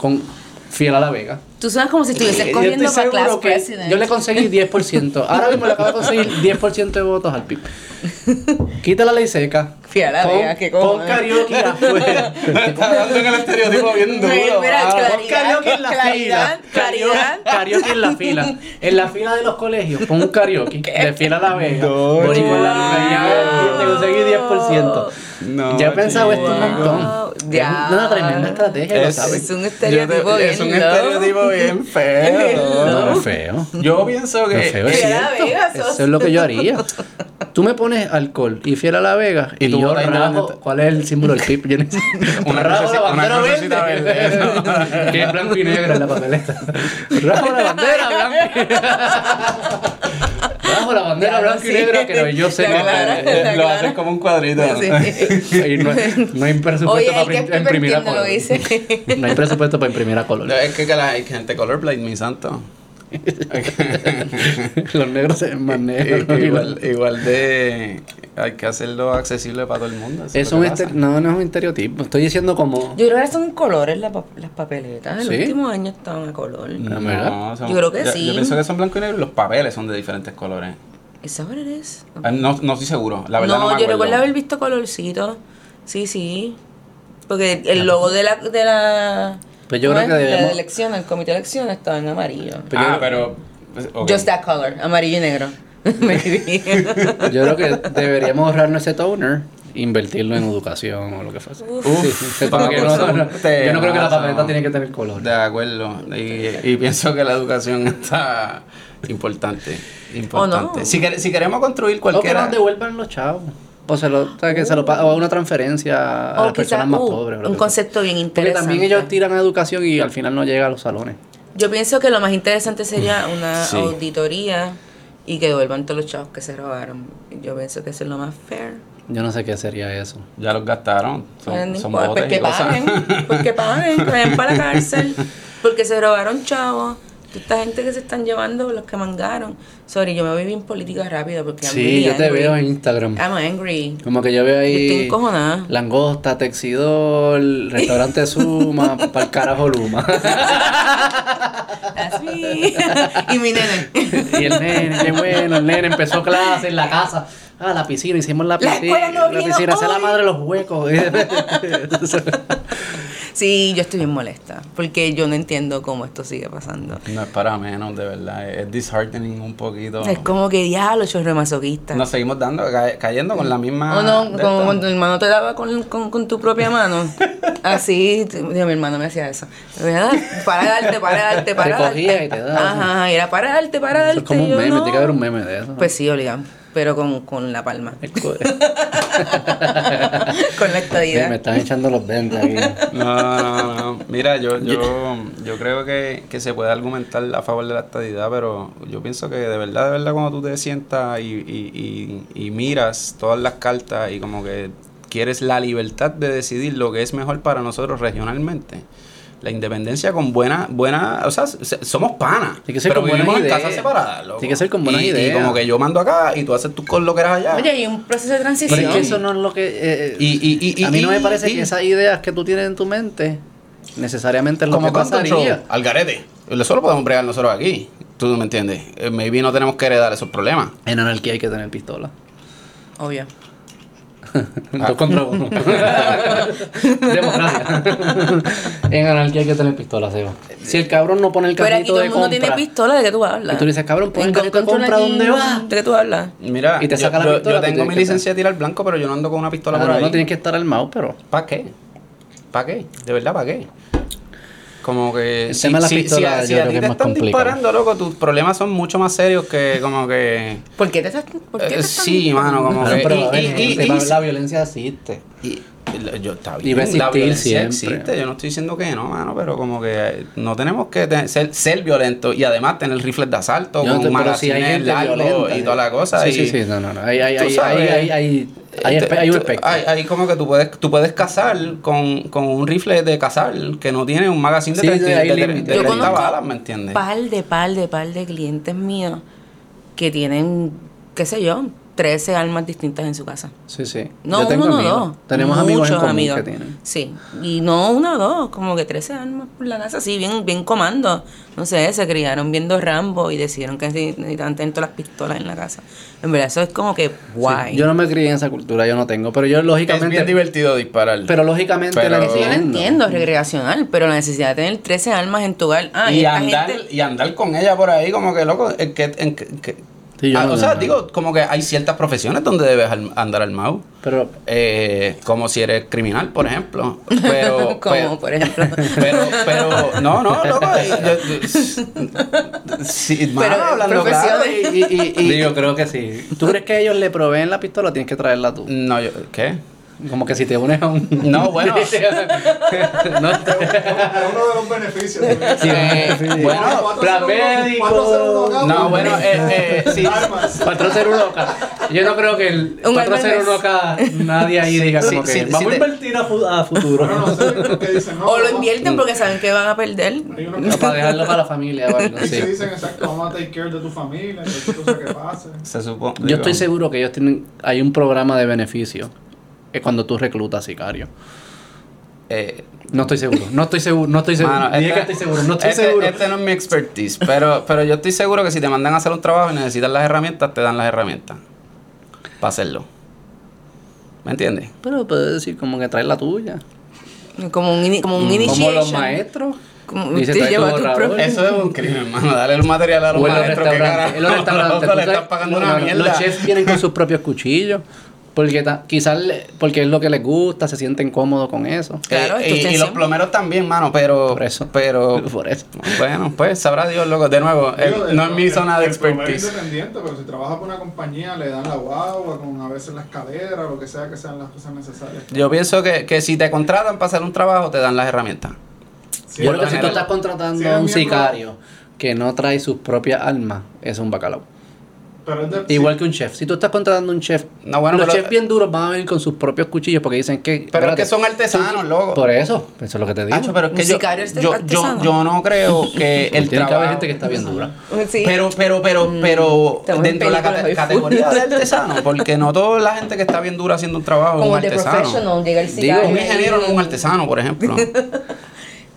[SPEAKER 1] con fiel a la vega.
[SPEAKER 2] Tú sabes como si
[SPEAKER 1] Eh,
[SPEAKER 2] estuvieses
[SPEAKER 1] yo estoy
[SPEAKER 2] corriendo para
[SPEAKER 1] seguro
[SPEAKER 2] class
[SPEAKER 1] que
[SPEAKER 2] president.
[SPEAKER 1] Yo le conseguí 10%. Ahora mismo le acabo de conseguir 10% de votos al PIB. Quita la ley seca.
[SPEAKER 2] Fui a la
[SPEAKER 1] Pon-
[SPEAKER 2] vega, qué
[SPEAKER 1] Pon
[SPEAKER 2] cojones.
[SPEAKER 1] karaoke afuera.
[SPEAKER 3] Está dando en el estereotipo bien duro.
[SPEAKER 2] Mira, mira,
[SPEAKER 3] Ah,
[SPEAKER 2] claro.
[SPEAKER 1] Pon karaoke en la
[SPEAKER 2] Claridad,
[SPEAKER 1] fila.
[SPEAKER 2] claridad.
[SPEAKER 1] Karaoke- Karaoke en la fila. En la fila de los coleos. Pon un karaoke. De fila a la vega.
[SPEAKER 3] No,
[SPEAKER 1] Boricua en la
[SPEAKER 2] chico.
[SPEAKER 1] luna. Ya, Te conseguí 10%.
[SPEAKER 3] no,
[SPEAKER 1] ya he pensado esto un
[SPEAKER 3] chico.
[SPEAKER 1] montón. Es
[SPEAKER 2] Ya.
[SPEAKER 1] una tremenda estrategia, lo
[SPEAKER 3] Es-
[SPEAKER 1] sabes.
[SPEAKER 2] Es un estereotipo
[SPEAKER 3] Yo te-
[SPEAKER 2] bien
[SPEAKER 3] Es un
[SPEAKER 2] loco.
[SPEAKER 3] estereotipo bien feo.
[SPEAKER 1] No, feo.
[SPEAKER 3] Yo pienso
[SPEAKER 1] No,
[SPEAKER 3] que.
[SPEAKER 1] feo,
[SPEAKER 3] eh,
[SPEAKER 1] es
[SPEAKER 2] Fui a la
[SPEAKER 1] cierto.
[SPEAKER 2] Vega, sos-
[SPEAKER 1] Eso es lo que yo haría. Tú me pones alcohol y fiel a la Vega
[SPEAKER 3] Y
[SPEAKER 1] y,
[SPEAKER 3] tú
[SPEAKER 1] yo
[SPEAKER 3] votas
[SPEAKER 1] rajo.
[SPEAKER 3] independiente.
[SPEAKER 1] ¿Cuál es el símbolo del PIB? Yo ni sé.
[SPEAKER 3] Una
[SPEAKER 1] Rajo
[SPEAKER 3] crucecita- una crucecita verde.
[SPEAKER 1] que es blanco y negro en la papeleta. Rajo la bandera blanco y Rajo la bandera
[SPEAKER 2] Ya,
[SPEAKER 1] blanco y
[SPEAKER 2] sí.
[SPEAKER 1] negro que no- yo sé
[SPEAKER 2] Ya,
[SPEAKER 1] que
[SPEAKER 2] claro.
[SPEAKER 3] eh, Lo hacen como un cuadrito.
[SPEAKER 2] Sí.
[SPEAKER 1] Y no, no hay presupuesto
[SPEAKER 2] Oye,
[SPEAKER 1] para
[SPEAKER 2] hay que
[SPEAKER 1] prim- imprimir a
[SPEAKER 2] no lo
[SPEAKER 1] color.
[SPEAKER 2] hice.
[SPEAKER 1] No hay presupuesto para imprimir a color.
[SPEAKER 3] Es que la hay gente colorblind, mi santo.
[SPEAKER 1] Los negros se ven más negros.
[SPEAKER 3] I- igual, igual de. Hay que hacerlo accesible para todo el mundo. eso
[SPEAKER 1] Es
[SPEAKER 3] lo
[SPEAKER 1] un
[SPEAKER 3] que pasa.
[SPEAKER 1] estere- no, no es un estereotipo. Estoy diciendo como.
[SPEAKER 2] Yo creo que ahora son colores las, pa- las papeletas. El
[SPEAKER 1] ¿Sí?
[SPEAKER 2] último año estaban a color.
[SPEAKER 1] Ah, ¿verdad?
[SPEAKER 3] son-
[SPEAKER 2] Yo creo que
[SPEAKER 3] yo,
[SPEAKER 2] sí.
[SPEAKER 3] Yo pienso que son blanco y negro y los papeles son de diferentes colores.
[SPEAKER 2] ¿Es ahora eres?
[SPEAKER 3] Ah, No, no estoy seguro, la verdad no, me
[SPEAKER 2] yo
[SPEAKER 3] acuerdo.
[SPEAKER 2] recuerdo haber visto colorcito. Sí, sí. Porque el logo de la. De la
[SPEAKER 1] Pues yo
[SPEAKER 2] ¿cómo
[SPEAKER 1] creo
[SPEAKER 2] es? De
[SPEAKER 1] que debemos- Pues,
[SPEAKER 2] La elección, el comité de elección estaba en amarillo.
[SPEAKER 3] Ah, pero. ok.
[SPEAKER 2] Just that color, amarillo y negro. Maybe.
[SPEAKER 1] Yo creo que deberíamos ahorrarnos ese toner, invertirlo en educación o lo que fuese.
[SPEAKER 3] Uf,
[SPEAKER 1] Sí, como que no-
[SPEAKER 3] vamos,
[SPEAKER 1] no-
[SPEAKER 3] un
[SPEAKER 1] yo no creo que la
[SPEAKER 3] temazo.
[SPEAKER 1] papeleta tiene que tener color.
[SPEAKER 3] De acuerdo. Y, y pienso que la educación está importante. Importante.
[SPEAKER 2] Oh, no.
[SPEAKER 3] si, quere- si queremos construir
[SPEAKER 1] O que
[SPEAKER 3] cualquiera.
[SPEAKER 1] nos devuelvan los chavos. O, se lo, o sea, que se lo pa- o una transferencia a
[SPEAKER 2] O
[SPEAKER 1] Ah, las
[SPEAKER 2] quizá,
[SPEAKER 1] personas más
[SPEAKER 2] uh,
[SPEAKER 1] pobres. o lo
[SPEAKER 2] un
[SPEAKER 1] que sea.
[SPEAKER 2] concepto bien
[SPEAKER 1] Porque
[SPEAKER 2] interesante.
[SPEAKER 1] también ellos tiran a educación y al final no llega a los salones.
[SPEAKER 2] Yo pienso que lo más interesante sería una
[SPEAKER 3] Mm, Sí.
[SPEAKER 2] auditoría y que devuelvan todos los chavos que se robaron. Yo pienso que eso es lo más fair.
[SPEAKER 1] Yo no sé qué sería eso.
[SPEAKER 3] Ya los gastaron.
[SPEAKER 2] Pues
[SPEAKER 3] Son,
[SPEAKER 2] no
[SPEAKER 3] son
[SPEAKER 2] importa,
[SPEAKER 3] botes
[SPEAKER 2] pues que
[SPEAKER 3] y cosas.
[SPEAKER 2] paguen, pues que paguen, que vayan para la cárcel, porque se robaron chavos. Toda Esta gente que se están llevando, los que mangaron. Sorry, yo me voy bien política rápido porque I'm
[SPEAKER 1] Sí,
[SPEAKER 2] really
[SPEAKER 1] yo te
[SPEAKER 2] angry.
[SPEAKER 1] veo en Instagram.
[SPEAKER 2] I'm angry.
[SPEAKER 1] Como que yo veo
[SPEAKER 2] Yo Ah, estoy
[SPEAKER 1] ahí
[SPEAKER 2] encojonada.
[SPEAKER 1] langosta, texidor, restaurante Suma, para el carajo Luma.
[SPEAKER 2] That's me. y mi nene.
[SPEAKER 1] Y el nene, qué bueno, el nene empezó clase en la casa. Ah, la piscina, hicimos la
[SPEAKER 2] La
[SPEAKER 1] piscina.
[SPEAKER 2] escuela no vino
[SPEAKER 1] piscina, esa es la
[SPEAKER 2] hoy.
[SPEAKER 1] madre de los huecos.
[SPEAKER 2] Sí, yo estoy bien molesta. Porque yo no entiendo cómo esto sigue pasando.
[SPEAKER 3] No es para menos, de verdad. Es disheartening un poquito.
[SPEAKER 2] Es como que diablo, chorro masoquista.
[SPEAKER 3] Nos seguimos dando, ca- cayendo con la misma.
[SPEAKER 1] Ah,
[SPEAKER 2] O no,
[SPEAKER 3] de
[SPEAKER 2] como
[SPEAKER 3] esto.
[SPEAKER 2] cuando tu hermano te daba con, con, con tu propia mano. Así, t- mira, mi hermano me hacía eso. ¿Verdad? Para darte, para darte, para
[SPEAKER 1] Te
[SPEAKER 2] darte.
[SPEAKER 1] cogía y te daba.
[SPEAKER 2] Ajá, era para darte, para
[SPEAKER 1] Eso
[SPEAKER 2] darte.
[SPEAKER 1] es como un
[SPEAKER 2] yo,
[SPEAKER 1] meme,
[SPEAKER 2] no.
[SPEAKER 1] tiene que haber un meme de eso.
[SPEAKER 2] Pues sí, obligado. Pero con, con la palma.
[SPEAKER 1] El co-
[SPEAKER 2] con la
[SPEAKER 1] Mira, me
[SPEAKER 2] estadía.
[SPEAKER 1] están echando los dentes aquí.
[SPEAKER 3] No, no, no, no. Mira, yo, yo, yo creo que, que se puede argumentar a favor de la estadidad, pero yo pienso que de verdad, de verdad, cuando tú te sientas y, y, y, y miras todas las cartas y como que quieres la libertad de decidir lo que es mejor para nosotros regionalmente. La independencia con buena, buena, o sea, se- somos panas,
[SPEAKER 1] Tiene que ser
[SPEAKER 3] pero
[SPEAKER 1] con buenas
[SPEAKER 3] vivimos en
[SPEAKER 1] ideas.
[SPEAKER 3] casas separadas. loco.
[SPEAKER 1] Tiene que ser con buenas
[SPEAKER 3] Y- Y
[SPEAKER 1] ideas.
[SPEAKER 3] como que yo mando acá y tú haces tus con lo que eras allá.
[SPEAKER 2] Oye, y un proceso de
[SPEAKER 1] Pero es
[SPEAKER 2] transición.
[SPEAKER 1] que eso no es lo que. eh, eh,
[SPEAKER 3] Y- y- y-
[SPEAKER 1] a mí no
[SPEAKER 3] y-
[SPEAKER 1] me parece
[SPEAKER 3] y-
[SPEAKER 1] que esas ideas que tú tienes en tu mente necesariamente es lo
[SPEAKER 3] como
[SPEAKER 1] que
[SPEAKER 3] gun control,
[SPEAKER 1] pasaría.
[SPEAKER 3] al garete. Eso lo podemos bregar nosotros aquí. Tú no me entiendes. Eh, Maybe no tenemos que heredar esos problemas.
[SPEAKER 1] En anarquía hay que tener pistola.
[SPEAKER 2] Obvio.
[SPEAKER 3] Ah.
[SPEAKER 1] Dos contra uno. Democracia. en anarquía hay que tener pistola, Seba. Si el cabrón no pone el
[SPEAKER 2] Pero aquí
[SPEAKER 1] carrito
[SPEAKER 2] todo el
[SPEAKER 1] de
[SPEAKER 2] mundo
[SPEAKER 1] compra.
[SPEAKER 2] tiene pistola, ¿de qué tú hablas?
[SPEAKER 1] Y tú dices, cabrón, pon
[SPEAKER 2] En
[SPEAKER 1] el carrito de
[SPEAKER 2] control
[SPEAKER 1] compra
[SPEAKER 2] aquí,
[SPEAKER 1] donde va.
[SPEAKER 2] ¿De qué tú hablas?
[SPEAKER 3] Mira,
[SPEAKER 1] Y te saca
[SPEAKER 3] yo,
[SPEAKER 1] la
[SPEAKER 3] yo-
[SPEAKER 1] pistola,
[SPEAKER 3] yo
[SPEAKER 1] tú
[SPEAKER 3] tengo
[SPEAKER 1] tienes
[SPEAKER 3] mi
[SPEAKER 1] que
[SPEAKER 3] licencia de tirar blanco, pero yo no ando con una pistola
[SPEAKER 1] Ah,
[SPEAKER 3] por
[SPEAKER 1] no,
[SPEAKER 3] ahí.
[SPEAKER 1] no tienes que estar armado, pero.
[SPEAKER 3] ¿Para qué? ¿Para qué? De verdad, ¿para qué? Como que.
[SPEAKER 1] El tema de las pistolas,
[SPEAKER 3] si,
[SPEAKER 1] yo
[SPEAKER 3] a
[SPEAKER 1] creo
[SPEAKER 3] ti
[SPEAKER 1] que es
[SPEAKER 3] te
[SPEAKER 1] más
[SPEAKER 3] están
[SPEAKER 1] complicado.
[SPEAKER 3] disparando, loco, tus problemas son mucho más serios que como que.
[SPEAKER 2] ¿Por qué te estás.? ¿Por qué
[SPEAKER 3] Eh,
[SPEAKER 2] te estás
[SPEAKER 3] sí, mano, como
[SPEAKER 1] Cabrón,
[SPEAKER 3] que.
[SPEAKER 1] pero este
[SPEAKER 3] y-
[SPEAKER 1] a ver,
[SPEAKER 3] y- y-
[SPEAKER 1] gente,
[SPEAKER 3] y-
[SPEAKER 1] la violencia existe.
[SPEAKER 3] Y, yo, está
[SPEAKER 1] Y
[SPEAKER 3] bien,
[SPEAKER 1] va a
[SPEAKER 3] la
[SPEAKER 1] existir
[SPEAKER 3] violencia
[SPEAKER 1] siempre.
[SPEAKER 3] existe, yo no estoy diciendo que no, mano, pero como que eh, no tenemos que te- ser, ser violentos y además tener rifles de asalto
[SPEAKER 1] Yo no
[SPEAKER 3] con
[SPEAKER 1] te- pero si
[SPEAKER 3] magazines
[SPEAKER 1] hay gente
[SPEAKER 3] largos
[SPEAKER 1] violenta,
[SPEAKER 3] y
[SPEAKER 1] ¿eh?
[SPEAKER 3] toda la cosa.
[SPEAKER 1] Sí,
[SPEAKER 3] y,
[SPEAKER 1] sí, sí, no, no, no. Hay, hay,
[SPEAKER 3] Tú
[SPEAKER 1] hay,
[SPEAKER 3] sabes, Este,
[SPEAKER 1] hay, hay, hay, hay, espe- hay un espectro.
[SPEAKER 3] Hay, hay como que tú puedes, tú puedes cazar con, con un rifle de cazar que no tiene un magazine de,
[SPEAKER 1] Sí,
[SPEAKER 3] 30
[SPEAKER 1] hay
[SPEAKER 3] de- de-
[SPEAKER 1] límites.
[SPEAKER 3] de
[SPEAKER 1] Yo
[SPEAKER 3] 30
[SPEAKER 2] conozco
[SPEAKER 3] balas, ¿me entiendes?
[SPEAKER 2] Pal de pal de pal de clientes míos que tienen, qué sé yo, 13 almas distintas en su casa.
[SPEAKER 1] Sí, sí.
[SPEAKER 2] No,
[SPEAKER 1] Yo tengo
[SPEAKER 2] uno o
[SPEAKER 1] amigos.
[SPEAKER 2] dos.
[SPEAKER 1] Tenemos amigos en
[SPEAKER 2] Muchos
[SPEAKER 1] común
[SPEAKER 2] amigos.
[SPEAKER 1] que tienen.
[SPEAKER 2] Sí. Y no uno o dos, como que 13 almas por la casa, sí, bien, bien comando. No sé, se criaron viendo Rambo y decidieron que necesitaban tener todas las pistolas en la casa. En verdad, eso es como que guay.
[SPEAKER 1] Sí, Yo no me crié en esa cultura, yo no tengo. Pero yo,
[SPEAKER 3] Es bien
[SPEAKER 1] lógicamente.
[SPEAKER 3] divertido disparar.
[SPEAKER 1] Pero lógicamente
[SPEAKER 3] Pero-
[SPEAKER 1] la
[SPEAKER 2] Eso yo lo
[SPEAKER 1] entiendo.
[SPEAKER 2] entiendo, es recreacional, pero la necesidad de tener 13 almas en tu hogar. Ah,
[SPEAKER 3] y,
[SPEAKER 2] esta
[SPEAKER 3] andar,
[SPEAKER 2] gente-
[SPEAKER 3] y andar con ella por ahí, como que loco. en que- en que- en que-
[SPEAKER 1] Sí, yo
[SPEAKER 3] Ah,
[SPEAKER 1] no-
[SPEAKER 3] o sea,
[SPEAKER 1] no.
[SPEAKER 3] digo, como que hay ciertas profesiones donde debes al- andar armado.
[SPEAKER 1] Pero
[SPEAKER 3] Eh, como si eres criminal, por ejemplo. Pero. pues.
[SPEAKER 2] como
[SPEAKER 3] pero-
[SPEAKER 2] por ejemplo.
[SPEAKER 3] pero, pero, no, no, loco. yo- yo- sí, mano,
[SPEAKER 2] Pero,
[SPEAKER 3] hablando claro.
[SPEAKER 2] profesiones.
[SPEAKER 1] y, y- y- yo creo que sí. ¿Tú crees que ellos le proveen la pistola? Tienes que traerla tú.
[SPEAKER 3] No, yo, ¿qué?
[SPEAKER 1] Como que si te unes a un.
[SPEAKER 3] No, bueno.
[SPEAKER 1] No,
[SPEAKER 4] Es uno de los beneficios.
[SPEAKER 1] sí,
[SPEAKER 4] Bueno,
[SPEAKER 1] bueno, plan médico.
[SPEAKER 3] No, bueno, eh, eh, sí.
[SPEAKER 4] Armas.
[SPEAKER 1] 401K. Yo no creo que el
[SPEAKER 2] Un
[SPEAKER 1] 401K nadie ahí diga
[SPEAKER 3] sí,
[SPEAKER 1] como que
[SPEAKER 3] sí,
[SPEAKER 1] vamos
[SPEAKER 3] sí,
[SPEAKER 1] a
[SPEAKER 3] te-
[SPEAKER 1] invertir a, fu- a futuro.
[SPEAKER 4] Bueno, no sé por qué dicen, no,
[SPEAKER 2] O lo
[SPEAKER 4] vamos-
[SPEAKER 2] invierten porque saben que van a perder.
[SPEAKER 4] Hay uno
[SPEAKER 1] No,
[SPEAKER 4] que
[SPEAKER 1] para dejarlo para la familia. o algo,
[SPEAKER 4] y
[SPEAKER 1] sí.
[SPEAKER 4] se dicen, exacto, vamos a take care de tu familia, cualquier cosa que pase.
[SPEAKER 3] Se supo-
[SPEAKER 1] Yo
[SPEAKER 3] digo,
[SPEAKER 1] estoy seguro que ellos tienen. Hay un programa de beneficio. Es cuando tú reclutas sicarios.
[SPEAKER 3] eh,
[SPEAKER 1] No estoy seguro, no estoy seguro, no estoy seguro.
[SPEAKER 3] Mano,
[SPEAKER 1] Dije
[SPEAKER 3] este-
[SPEAKER 1] que estoy seguro, no estoy
[SPEAKER 3] este-
[SPEAKER 1] seguro.
[SPEAKER 3] Este no es mi expertise, pero, pero yo estoy seguro que si te mandan a hacer un trabajo y necesitas las herramientas, te dan las herramientas para hacerlo. ¿Me entiendes?
[SPEAKER 1] Pero puedes decir como que traes la tuya.
[SPEAKER 2] Como un, ini- como un
[SPEAKER 1] Como
[SPEAKER 2] initiation.
[SPEAKER 1] los maestros.
[SPEAKER 2] Como
[SPEAKER 1] Dice,
[SPEAKER 2] te
[SPEAKER 1] trae tu
[SPEAKER 2] lleva tu
[SPEAKER 1] borrador.
[SPEAKER 2] propio-
[SPEAKER 3] Eso es un crimen, hermano. Dale los materiales a los
[SPEAKER 1] O en los
[SPEAKER 3] maestros que
[SPEAKER 1] restaurantes.
[SPEAKER 3] carajo.
[SPEAKER 1] En los restaurantes.
[SPEAKER 3] Loco, le
[SPEAKER 1] tú sabes,
[SPEAKER 3] están pagando
[SPEAKER 1] no,
[SPEAKER 3] una
[SPEAKER 1] no, no,
[SPEAKER 3] mierda. Eh,
[SPEAKER 1] Los chefs vienen con sus propios cuchillos. Porque ta- quizás le- porque es lo que les gusta, se sienten cómodos con eso.
[SPEAKER 2] Claro,
[SPEAKER 3] Eh,
[SPEAKER 2] es tu
[SPEAKER 3] y- y, los
[SPEAKER 2] extensión.
[SPEAKER 3] plomeros también, mano, pero...
[SPEAKER 1] Por eso.
[SPEAKER 3] Pero...
[SPEAKER 1] Por eso.
[SPEAKER 3] Bueno, pues sabrá Dios, loco. De nuevo, eh,
[SPEAKER 4] Digo, de-
[SPEAKER 3] no es mi
[SPEAKER 4] el-
[SPEAKER 3] zona de
[SPEAKER 4] el plomero
[SPEAKER 3] expertise.
[SPEAKER 4] independiente, pero si trabaja por una compañía, le dan la guagua, con a veces la escalera, lo que sea que sean las cosas necesarias.
[SPEAKER 3] Yo pienso que, que si te contratan para hacer un trabajo, te dan las herramientas.
[SPEAKER 4] Sí,
[SPEAKER 1] Yo creo que
[SPEAKER 3] por lo
[SPEAKER 1] si tú
[SPEAKER 3] general.
[SPEAKER 1] estás contratando
[SPEAKER 4] Sí,
[SPEAKER 1] a un
[SPEAKER 4] miembro.
[SPEAKER 1] sicario que no trae sus propias armas, es un bacalao.
[SPEAKER 4] pero es de-
[SPEAKER 1] Igual que un chef. Si tú estás contratando a un chef,
[SPEAKER 3] No, bueno,
[SPEAKER 1] los
[SPEAKER 3] pero-
[SPEAKER 1] chefs bien duros van a venir con sus propios cuchillos porque dicen que.
[SPEAKER 3] Pero es
[SPEAKER 1] espérate,
[SPEAKER 3] que son artesanos, loco.
[SPEAKER 1] Por eso, eso es lo que te digo.
[SPEAKER 3] Hacho, pero es
[SPEAKER 2] Un
[SPEAKER 3] que yo,
[SPEAKER 2] sicario es
[SPEAKER 3] yo, yo,
[SPEAKER 2] este artesano.
[SPEAKER 3] yo no creo que
[SPEAKER 1] Tiene
[SPEAKER 3] el
[SPEAKER 1] que haber
[SPEAKER 3] trabajo...
[SPEAKER 1] gente que está bien dura.
[SPEAKER 2] Sí. Mm.
[SPEAKER 3] Pero, pero, pero, pero
[SPEAKER 2] estamos en
[SPEAKER 3] dentro
[SPEAKER 2] películas
[SPEAKER 3] de la cate-
[SPEAKER 2] hoy,
[SPEAKER 3] categoría
[SPEAKER 2] full.
[SPEAKER 3] de artesano, porque no toda la gente que está bien dura haciendo un trabajo es
[SPEAKER 2] como
[SPEAKER 3] un
[SPEAKER 2] el de
[SPEAKER 3] artesano.
[SPEAKER 2] professional, llega el
[SPEAKER 1] Digo,
[SPEAKER 2] sicario.
[SPEAKER 3] Un
[SPEAKER 2] y-
[SPEAKER 3] ingeniero no es un artesano, por ejemplo.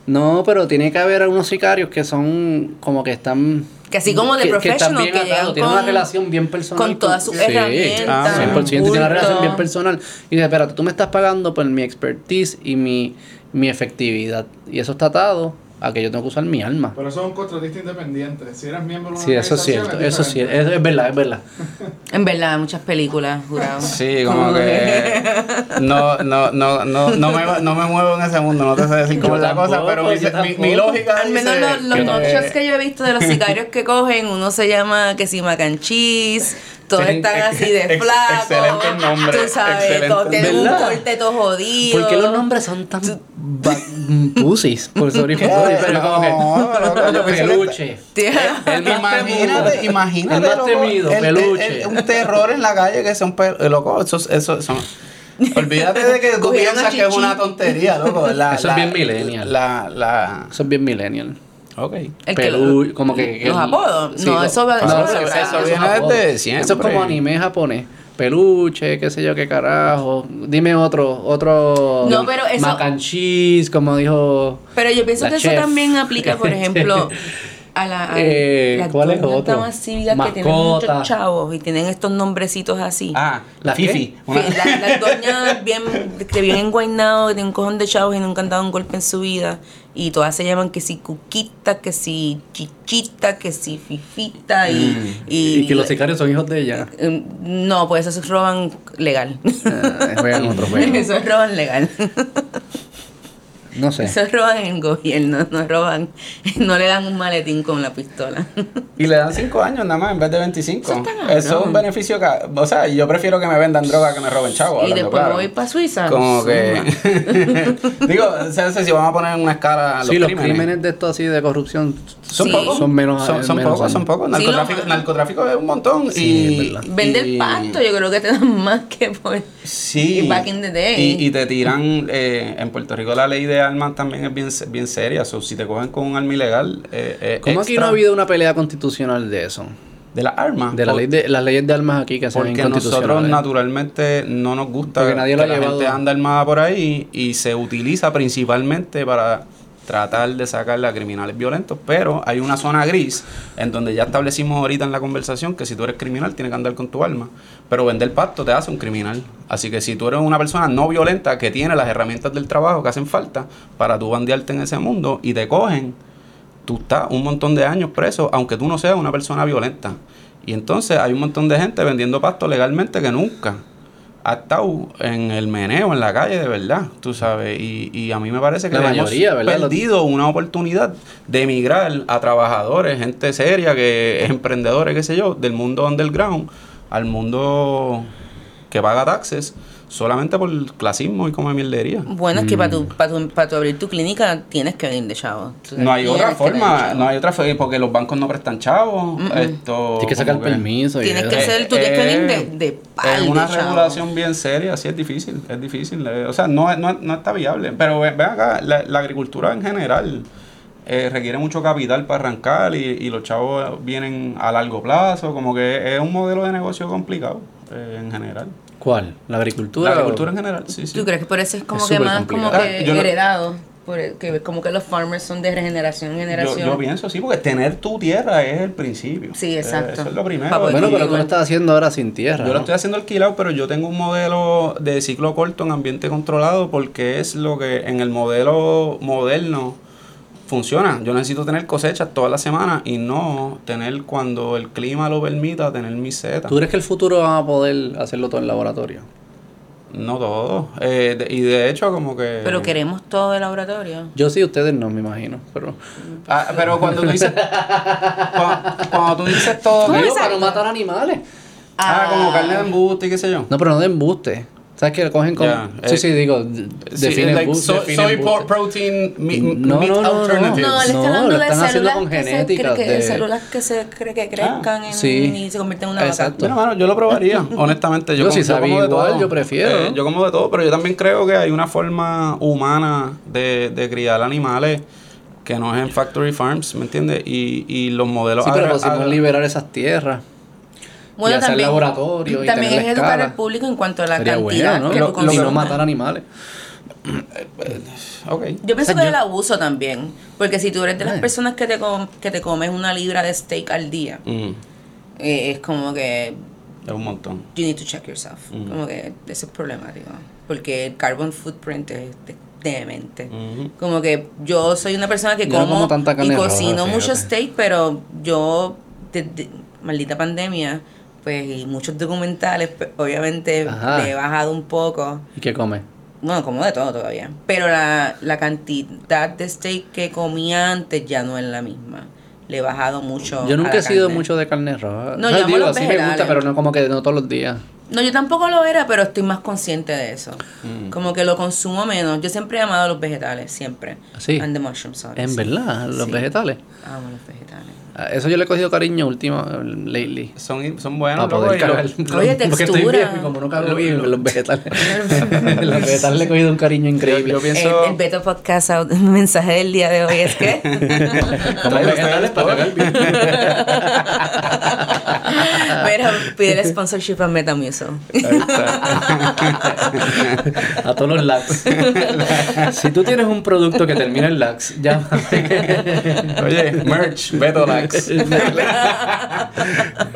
[SPEAKER 1] No, pero tiene que haber algunos sicarios que son como que están.
[SPEAKER 2] Que así como de
[SPEAKER 1] que- que están
[SPEAKER 2] professional,
[SPEAKER 1] bien
[SPEAKER 2] que
[SPEAKER 1] atados,
[SPEAKER 2] llegan
[SPEAKER 1] tienen una
[SPEAKER 2] con-
[SPEAKER 1] relación bien personal.
[SPEAKER 2] con todas sus
[SPEAKER 1] Sí,
[SPEAKER 2] herramientas,
[SPEAKER 1] ah, 100%, tiene una
[SPEAKER 2] bulto.
[SPEAKER 1] relación bien personal. Y dice, espérate, tú me estás pagando por mi expertise y mi, mi efectividad. Y eso está atado a que yo tengo que usar mi alma.
[SPEAKER 4] Pero eso es un contratista independiente. Si eres miembro de una
[SPEAKER 1] Sí, eso es
[SPEAKER 4] organización,
[SPEAKER 1] cierto, eso es
[SPEAKER 4] diferente.
[SPEAKER 1] cierto, es, es verdad, es verdad.
[SPEAKER 2] En verdad, muchas películas, jurado.
[SPEAKER 3] Sí, como que no, no, no, no, no, me, no me muevo en ese mundo, no te sé decir cómo
[SPEAKER 1] Yo
[SPEAKER 3] es la cosa,
[SPEAKER 1] tampoco,
[SPEAKER 3] pero mi,
[SPEAKER 1] yo
[SPEAKER 3] mi- mi
[SPEAKER 1] tampoco.
[SPEAKER 3] lógica
[SPEAKER 2] Al menos
[SPEAKER 3] dice
[SPEAKER 2] los, los
[SPEAKER 3] que-
[SPEAKER 2] muchachos que yo he visto de los sicarios que cogen, uno se llama que si mac and cheese, todos
[SPEAKER 3] Tienen
[SPEAKER 2] están
[SPEAKER 3] ex-
[SPEAKER 2] así de
[SPEAKER 3] ex-
[SPEAKER 2] flacos.
[SPEAKER 3] excelentes nombres,
[SPEAKER 2] Tú sabes,
[SPEAKER 3] excelentes
[SPEAKER 2] todos tienen un
[SPEAKER 1] nombres.
[SPEAKER 2] corte todo jodido.
[SPEAKER 1] ¿Por qué los nombres son tan ba- pussies? Por sorry, por sorry, pero como que-
[SPEAKER 3] No, pero yo pensé que-
[SPEAKER 1] peluche.
[SPEAKER 3] Eh,
[SPEAKER 2] Tía.
[SPEAKER 1] El más
[SPEAKER 3] Imagínate,
[SPEAKER 1] temido.
[SPEAKER 3] imagínate.
[SPEAKER 1] El más
[SPEAKER 3] loco,
[SPEAKER 1] temido,
[SPEAKER 3] el- el-
[SPEAKER 1] peluche.
[SPEAKER 3] el- un terror en la calle que sea un peluche. Loco, eso, eso son. Olvídate de que tú
[SPEAKER 2] Cogieron a
[SPEAKER 3] piensas que es
[SPEAKER 2] Chichi.
[SPEAKER 3] una tontería, loco. La,
[SPEAKER 1] Eso es
[SPEAKER 3] la-
[SPEAKER 1] bien millennial.
[SPEAKER 3] La, la.
[SPEAKER 1] Eso es bien millennial.
[SPEAKER 3] Ok.
[SPEAKER 2] El que-
[SPEAKER 1] Pelu- como que,
[SPEAKER 2] los apodos.
[SPEAKER 1] sí,
[SPEAKER 2] no,
[SPEAKER 1] lo-
[SPEAKER 2] eso va
[SPEAKER 3] no,
[SPEAKER 2] eso va-
[SPEAKER 3] eso-
[SPEAKER 2] o sea,
[SPEAKER 3] eso
[SPEAKER 1] es
[SPEAKER 3] viene
[SPEAKER 1] un apodo.
[SPEAKER 3] desde
[SPEAKER 1] Eso es
[SPEAKER 3] siempre.
[SPEAKER 1] como anime japonés. Peluche, qué sé yo, qué carajo. Dime otro, otro.
[SPEAKER 2] No, pero eso-
[SPEAKER 1] Mac and cheese, como dijo.
[SPEAKER 2] Pero yo pienso
[SPEAKER 1] La
[SPEAKER 2] que
[SPEAKER 1] chef.
[SPEAKER 2] eso también aplica, por ejemplo, a la, a
[SPEAKER 1] Eh,
[SPEAKER 2] las
[SPEAKER 1] ¿cuál es
[SPEAKER 2] doñas
[SPEAKER 1] otro?
[SPEAKER 2] damas cívicas que tienen
[SPEAKER 1] Mascota.
[SPEAKER 2] muchos chavos y tienen estos nombrecitos así.
[SPEAKER 3] Ah,
[SPEAKER 1] ¿La
[SPEAKER 3] la Fifi.
[SPEAKER 1] qué?
[SPEAKER 3] Una,
[SPEAKER 2] Sí, la- Las doñas bien, que bien enguainados, que tienen un cojón de chavos y nunca han dado un golpe en su vida. Y todas se llaman que si cuquita, que si chichita, que si fifita y...
[SPEAKER 1] Mm. Y, que los sicarios son hijos de ella.
[SPEAKER 2] eh, No, pues eso es roban legal.
[SPEAKER 3] Eh,
[SPEAKER 1] Ah, juegan otro juego.
[SPEAKER 2] Eso es roban legal.
[SPEAKER 1] No sé.
[SPEAKER 2] Eso roban en el gobierno, no roban, no le dan un maletín con la pistola.
[SPEAKER 3] Y le dan 5 años nada más en vez de 25. Eso, es
[SPEAKER 2] cabrón.
[SPEAKER 3] un beneficio. ca- O sea, yo prefiero que me vendan droga que me roben chavo.
[SPEAKER 2] y
[SPEAKER 3] hablando
[SPEAKER 2] después
[SPEAKER 3] claro.
[SPEAKER 2] voy para Suiza.
[SPEAKER 3] Como que.
[SPEAKER 2] Suma.
[SPEAKER 3] Digo, o sea, no sé si vamos a poner en una escala Ah, los
[SPEAKER 1] sí, los
[SPEAKER 3] crímenes.
[SPEAKER 1] crímenes de esto así de corrupción
[SPEAKER 3] Son
[SPEAKER 2] Sí.
[SPEAKER 3] pocos.
[SPEAKER 1] Son menos-
[SPEAKER 3] Son, son
[SPEAKER 1] menos
[SPEAKER 3] pocos,
[SPEAKER 1] años.
[SPEAKER 3] son pocos.
[SPEAKER 2] Sí,
[SPEAKER 3] Narcotráfico,
[SPEAKER 2] lo-
[SPEAKER 3] narcotráfico es un montón.
[SPEAKER 1] Sí,
[SPEAKER 3] y,
[SPEAKER 1] es verdad.
[SPEAKER 2] Vende
[SPEAKER 3] y-
[SPEAKER 2] el pasto, yo creo que te dan más que por.
[SPEAKER 3] Sí.
[SPEAKER 2] Y back in the day.
[SPEAKER 3] Y, y te tiran. eh, en Puerto Rico la ley de armas también es bien, se- bien seria. So, si te cogen con un arma ilegal. Eh, eh,
[SPEAKER 1] ¿Cómo aquí
[SPEAKER 3] extra
[SPEAKER 1] no ha habido una pelea constitucional de eso?
[SPEAKER 3] De pues, las armas.
[SPEAKER 1] De la
[SPEAKER 3] Por-
[SPEAKER 1] ley de, las leyes de armas aquí que son
[SPEAKER 3] Porque nosotros
[SPEAKER 1] inconstitucionales.
[SPEAKER 3] naturalmente no nos gusta
[SPEAKER 1] Porque nadie lo
[SPEAKER 3] que
[SPEAKER 1] ha
[SPEAKER 3] la
[SPEAKER 1] llevado.
[SPEAKER 3] gente anda armada por ahí y se utiliza principalmente para tratar de sacar a criminales violentos, pero hay una zona gris en donde ya establecimos ahorita en la conversación que si tú eres criminal tienes que andar con tu alma, pero vender pacto te hace un criminal. Así que si tú eres una persona no violenta que tiene las herramientas del trabajo que hacen falta para tú bandearte en ese mundo y te cogen, tú estás un montón de años preso, aunque tú no seas una persona violenta. Y entonces hay un montón de gente vendiendo pasto legalmente que nunca ha estado en el meneo, en la calle, de verdad, tú sabes. Y, y a mí me parece que
[SPEAKER 1] La
[SPEAKER 3] le
[SPEAKER 1] mayoría,
[SPEAKER 3] hemos
[SPEAKER 1] ¿verdad?
[SPEAKER 3] perdido una oportunidad de emigrar a trabajadores, gente seria, que emprendedores, qué sé yo, del mundo underground al mundo que paga taxes solamente por clasismo y como mierdería.
[SPEAKER 2] Bueno, es que
[SPEAKER 3] Mm.
[SPEAKER 2] para tu, para tu, para tu abrir tu clínica tienes que venir de chavo. Tú
[SPEAKER 3] No hay
[SPEAKER 2] tienes
[SPEAKER 3] otra
[SPEAKER 2] que
[SPEAKER 3] forma,
[SPEAKER 2] tener
[SPEAKER 3] no hay otra forma, porque los bancos no prestan chavos.
[SPEAKER 2] Mm-mm.
[SPEAKER 3] Esto,
[SPEAKER 1] Tienes que sacar
[SPEAKER 3] como que-
[SPEAKER 1] permiso. y
[SPEAKER 2] Tienes
[SPEAKER 1] eso.
[SPEAKER 2] que hacer- tú tienes que venir de- de pal
[SPEAKER 3] Es una
[SPEAKER 2] de chavo.
[SPEAKER 3] regulación bien seria, sí es difícil, es difícil. eh, o sea, no, no, no está viable. Pero ve- ven acá, la, la agricultura en general eh, requiere mucho capital para arrancar y, y los chavos vienen a largo plazo, como que es un modelo de negocio complicado eh, en general.
[SPEAKER 1] ¿Cuál? ¿La agricultura?
[SPEAKER 3] La agricultura en general, sí, sí.
[SPEAKER 2] ¿Tú crees que por eso es como
[SPEAKER 1] Es
[SPEAKER 2] que
[SPEAKER 1] súper
[SPEAKER 2] más como
[SPEAKER 1] complicado.
[SPEAKER 2] que
[SPEAKER 3] Ah, yo no-
[SPEAKER 2] heredado? Por- que como que los farmers son de generación en
[SPEAKER 3] Yo,
[SPEAKER 2] generación.
[SPEAKER 3] yo pienso, sí, porque tener tu tierra es el principio.
[SPEAKER 2] Sí,
[SPEAKER 3] Eh,
[SPEAKER 2] exacto.
[SPEAKER 3] Eso es lo primero.
[SPEAKER 2] Pa' poder
[SPEAKER 1] Bueno, pero tú
[SPEAKER 2] Igual.
[SPEAKER 1] lo estás haciendo ahora sin tierra.
[SPEAKER 3] Yo lo
[SPEAKER 1] ¿no?
[SPEAKER 3] estoy haciendo alquilado, pero yo tengo un modelo de ciclo corto en ambiente controlado porque es lo que en el modelo moderno funciona. Yo necesito tener cosechas todas las semanas y no tener cuando el clima lo permita tener mis setas.
[SPEAKER 1] ¿Tú crees que el futuro van a poder hacerlo todo en laboratorio?
[SPEAKER 3] No todo. Eh, de- y de hecho como que...
[SPEAKER 2] Pero queremos todo de laboratorio.
[SPEAKER 1] Yo sí, ustedes no, me imagino. Pero.
[SPEAKER 3] Ah, pero cuando tú dices... cuando, cuando tú dices todo...
[SPEAKER 1] Digo,
[SPEAKER 3] Ah,
[SPEAKER 1] para no matar animales.
[SPEAKER 2] Ah.
[SPEAKER 3] como carne de embuste y qué sé yo.
[SPEAKER 1] No, pero no de embuste. ¿Sabes que lo cogen con.?
[SPEAKER 3] Ya,
[SPEAKER 1] sí,
[SPEAKER 3] eh,
[SPEAKER 1] sí, digo. d-
[SPEAKER 3] Sí,
[SPEAKER 1] define
[SPEAKER 3] like
[SPEAKER 1] embuste,
[SPEAKER 3] so-
[SPEAKER 1] define
[SPEAKER 3] soy
[SPEAKER 1] embuste.
[SPEAKER 3] por protein mi-
[SPEAKER 1] No,
[SPEAKER 3] meat
[SPEAKER 1] no, no, no.
[SPEAKER 3] alternatives.
[SPEAKER 2] No, le
[SPEAKER 1] No,
[SPEAKER 2] están
[SPEAKER 1] lo
[SPEAKER 2] hablando de
[SPEAKER 1] están haciendo
[SPEAKER 2] células,
[SPEAKER 1] con
[SPEAKER 2] que se
[SPEAKER 1] genéticas
[SPEAKER 2] cree que,
[SPEAKER 1] de- Ah,
[SPEAKER 2] células que se cree que crezcan en-
[SPEAKER 1] sí.
[SPEAKER 2] y se convierten en una
[SPEAKER 1] Exacto.
[SPEAKER 2] vaca.
[SPEAKER 3] Bueno, mano, yo lo probaría, honestamente. Yo,
[SPEAKER 1] Yo
[SPEAKER 3] com-
[SPEAKER 1] si sabía
[SPEAKER 3] como de
[SPEAKER 1] igual,
[SPEAKER 3] todo.
[SPEAKER 1] yo prefiero.
[SPEAKER 3] Eh, yo como de todo, pero yo también creo que hay una forma humana de, de criar animales que no es en factory farms, ¿me entiendes? Y, y los modelos...
[SPEAKER 1] Sí, pero
[SPEAKER 3] agra-
[SPEAKER 1] podemos
[SPEAKER 3] agra-
[SPEAKER 1] liberar esas tierras.
[SPEAKER 2] Bueno,
[SPEAKER 1] y hacer laboratorio y
[SPEAKER 2] también
[SPEAKER 1] tener
[SPEAKER 2] es
[SPEAKER 1] la
[SPEAKER 2] educar
[SPEAKER 1] escala.
[SPEAKER 2] al público en cuanto a la
[SPEAKER 1] Sería
[SPEAKER 2] cantidad
[SPEAKER 1] bueno, ¿no?
[SPEAKER 2] que
[SPEAKER 1] Lo-
[SPEAKER 2] tú
[SPEAKER 1] y no
[SPEAKER 2] consumas.
[SPEAKER 1] matar animales.
[SPEAKER 3] eh, eh, ok.
[SPEAKER 2] Yo pienso
[SPEAKER 1] O sea,
[SPEAKER 2] que
[SPEAKER 1] yo-
[SPEAKER 2] el abuso también. Porque si tú eres de las
[SPEAKER 1] Ay.
[SPEAKER 2] personas que te, com- que te comes una libra de steak al día,
[SPEAKER 3] Mm,
[SPEAKER 2] eh, es como que
[SPEAKER 3] es un montón.
[SPEAKER 2] you need to check yourself.
[SPEAKER 1] Mm.
[SPEAKER 3] Ujú.
[SPEAKER 2] Como que eso es problemático. Porque el carbon footprint es de-
[SPEAKER 1] Mm.
[SPEAKER 2] demente.
[SPEAKER 3] Ujú.
[SPEAKER 2] Como que yo soy una persona que
[SPEAKER 1] Yo no
[SPEAKER 2] como,
[SPEAKER 1] como tanta carne
[SPEAKER 2] y
[SPEAKER 1] roja,
[SPEAKER 2] cocino mucho
[SPEAKER 1] fíjate.
[SPEAKER 2] steak, pero yo, desde maldita pandemia, pues y muchos documentales, pues, obviamente
[SPEAKER 1] Ajá.
[SPEAKER 2] le he bajado un poco.
[SPEAKER 1] ¿Y qué come?
[SPEAKER 2] Bueno, como de todo todavía. Pero la, la cantidad de steak que comía antes ya no es la misma. Le he bajado mucho.
[SPEAKER 1] Yo
[SPEAKER 2] a
[SPEAKER 1] nunca
[SPEAKER 2] la
[SPEAKER 1] he sido
[SPEAKER 2] carne.
[SPEAKER 1] mucho de carne roja.
[SPEAKER 2] No,
[SPEAKER 1] O sea,
[SPEAKER 2] yo amo los
[SPEAKER 1] sí me
[SPEAKER 2] vegetales.
[SPEAKER 1] gusta, pero no como que no todos los días.
[SPEAKER 2] No, yo tampoco lo era, pero estoy más consciente de eso.
[SPEAKER 1] Mm.
[SPEAKER 2] Como que lo consumo menos. Yo siempre he amado los vegetales, siempre.
[SPEAKER 1] ¿Ah, Sí.
[SPEAKER 2] And the mushrooms, sorry,
[SPEAKER 1] En
[SPEAKER 2] Ah, sí.
[SPEAKER 1] verdad, los
[SPEAKER 2] Sí.
[SPEAKER 1] vegetales.
[SPEAKER 2] Amo los vegetales.
[SPEAKER 1] A Eso yo le he cogido cariño último, eh, lately.
[SPEAKER 3] Son, son
[SPEAKER 1] Para
[SPEAKER 3] buenos.
[SPEAKER 1] poder
[SPEAKER 3] loco,
[SPEAKER 1] cagar.
[SPEAKER 3] y lo-
[SPEAKER 2] Oye,
[SPEAKER 1] Porque estoy
[SPEAKER 2] textura.
[SPEAKER 1] viejo y como no cago bien los vegetales. los vegetales le he cogido un cariño
[SPEAKER 3] yo,
[SPEAKER 1] increíble.
[SPEAKER 3] yo
[SPEAKER 2] El,
[SPEAKER 3] pienso.
[SPEAKER 2] el Beto Podcast, el mensaje del día de hoy es que...
[SPEAKER 1] Comer vegetales para cagar bien.
[SPEAKER 2] Pero pide el sponsorship a Metamuso.
[SPEAKER 3] Ahí está.
[SPEAKER 1] A todos los lags. si tú tienes un producto que termina en lags, llámame.
[SPEAKER 3] Oye, merch, Betolax.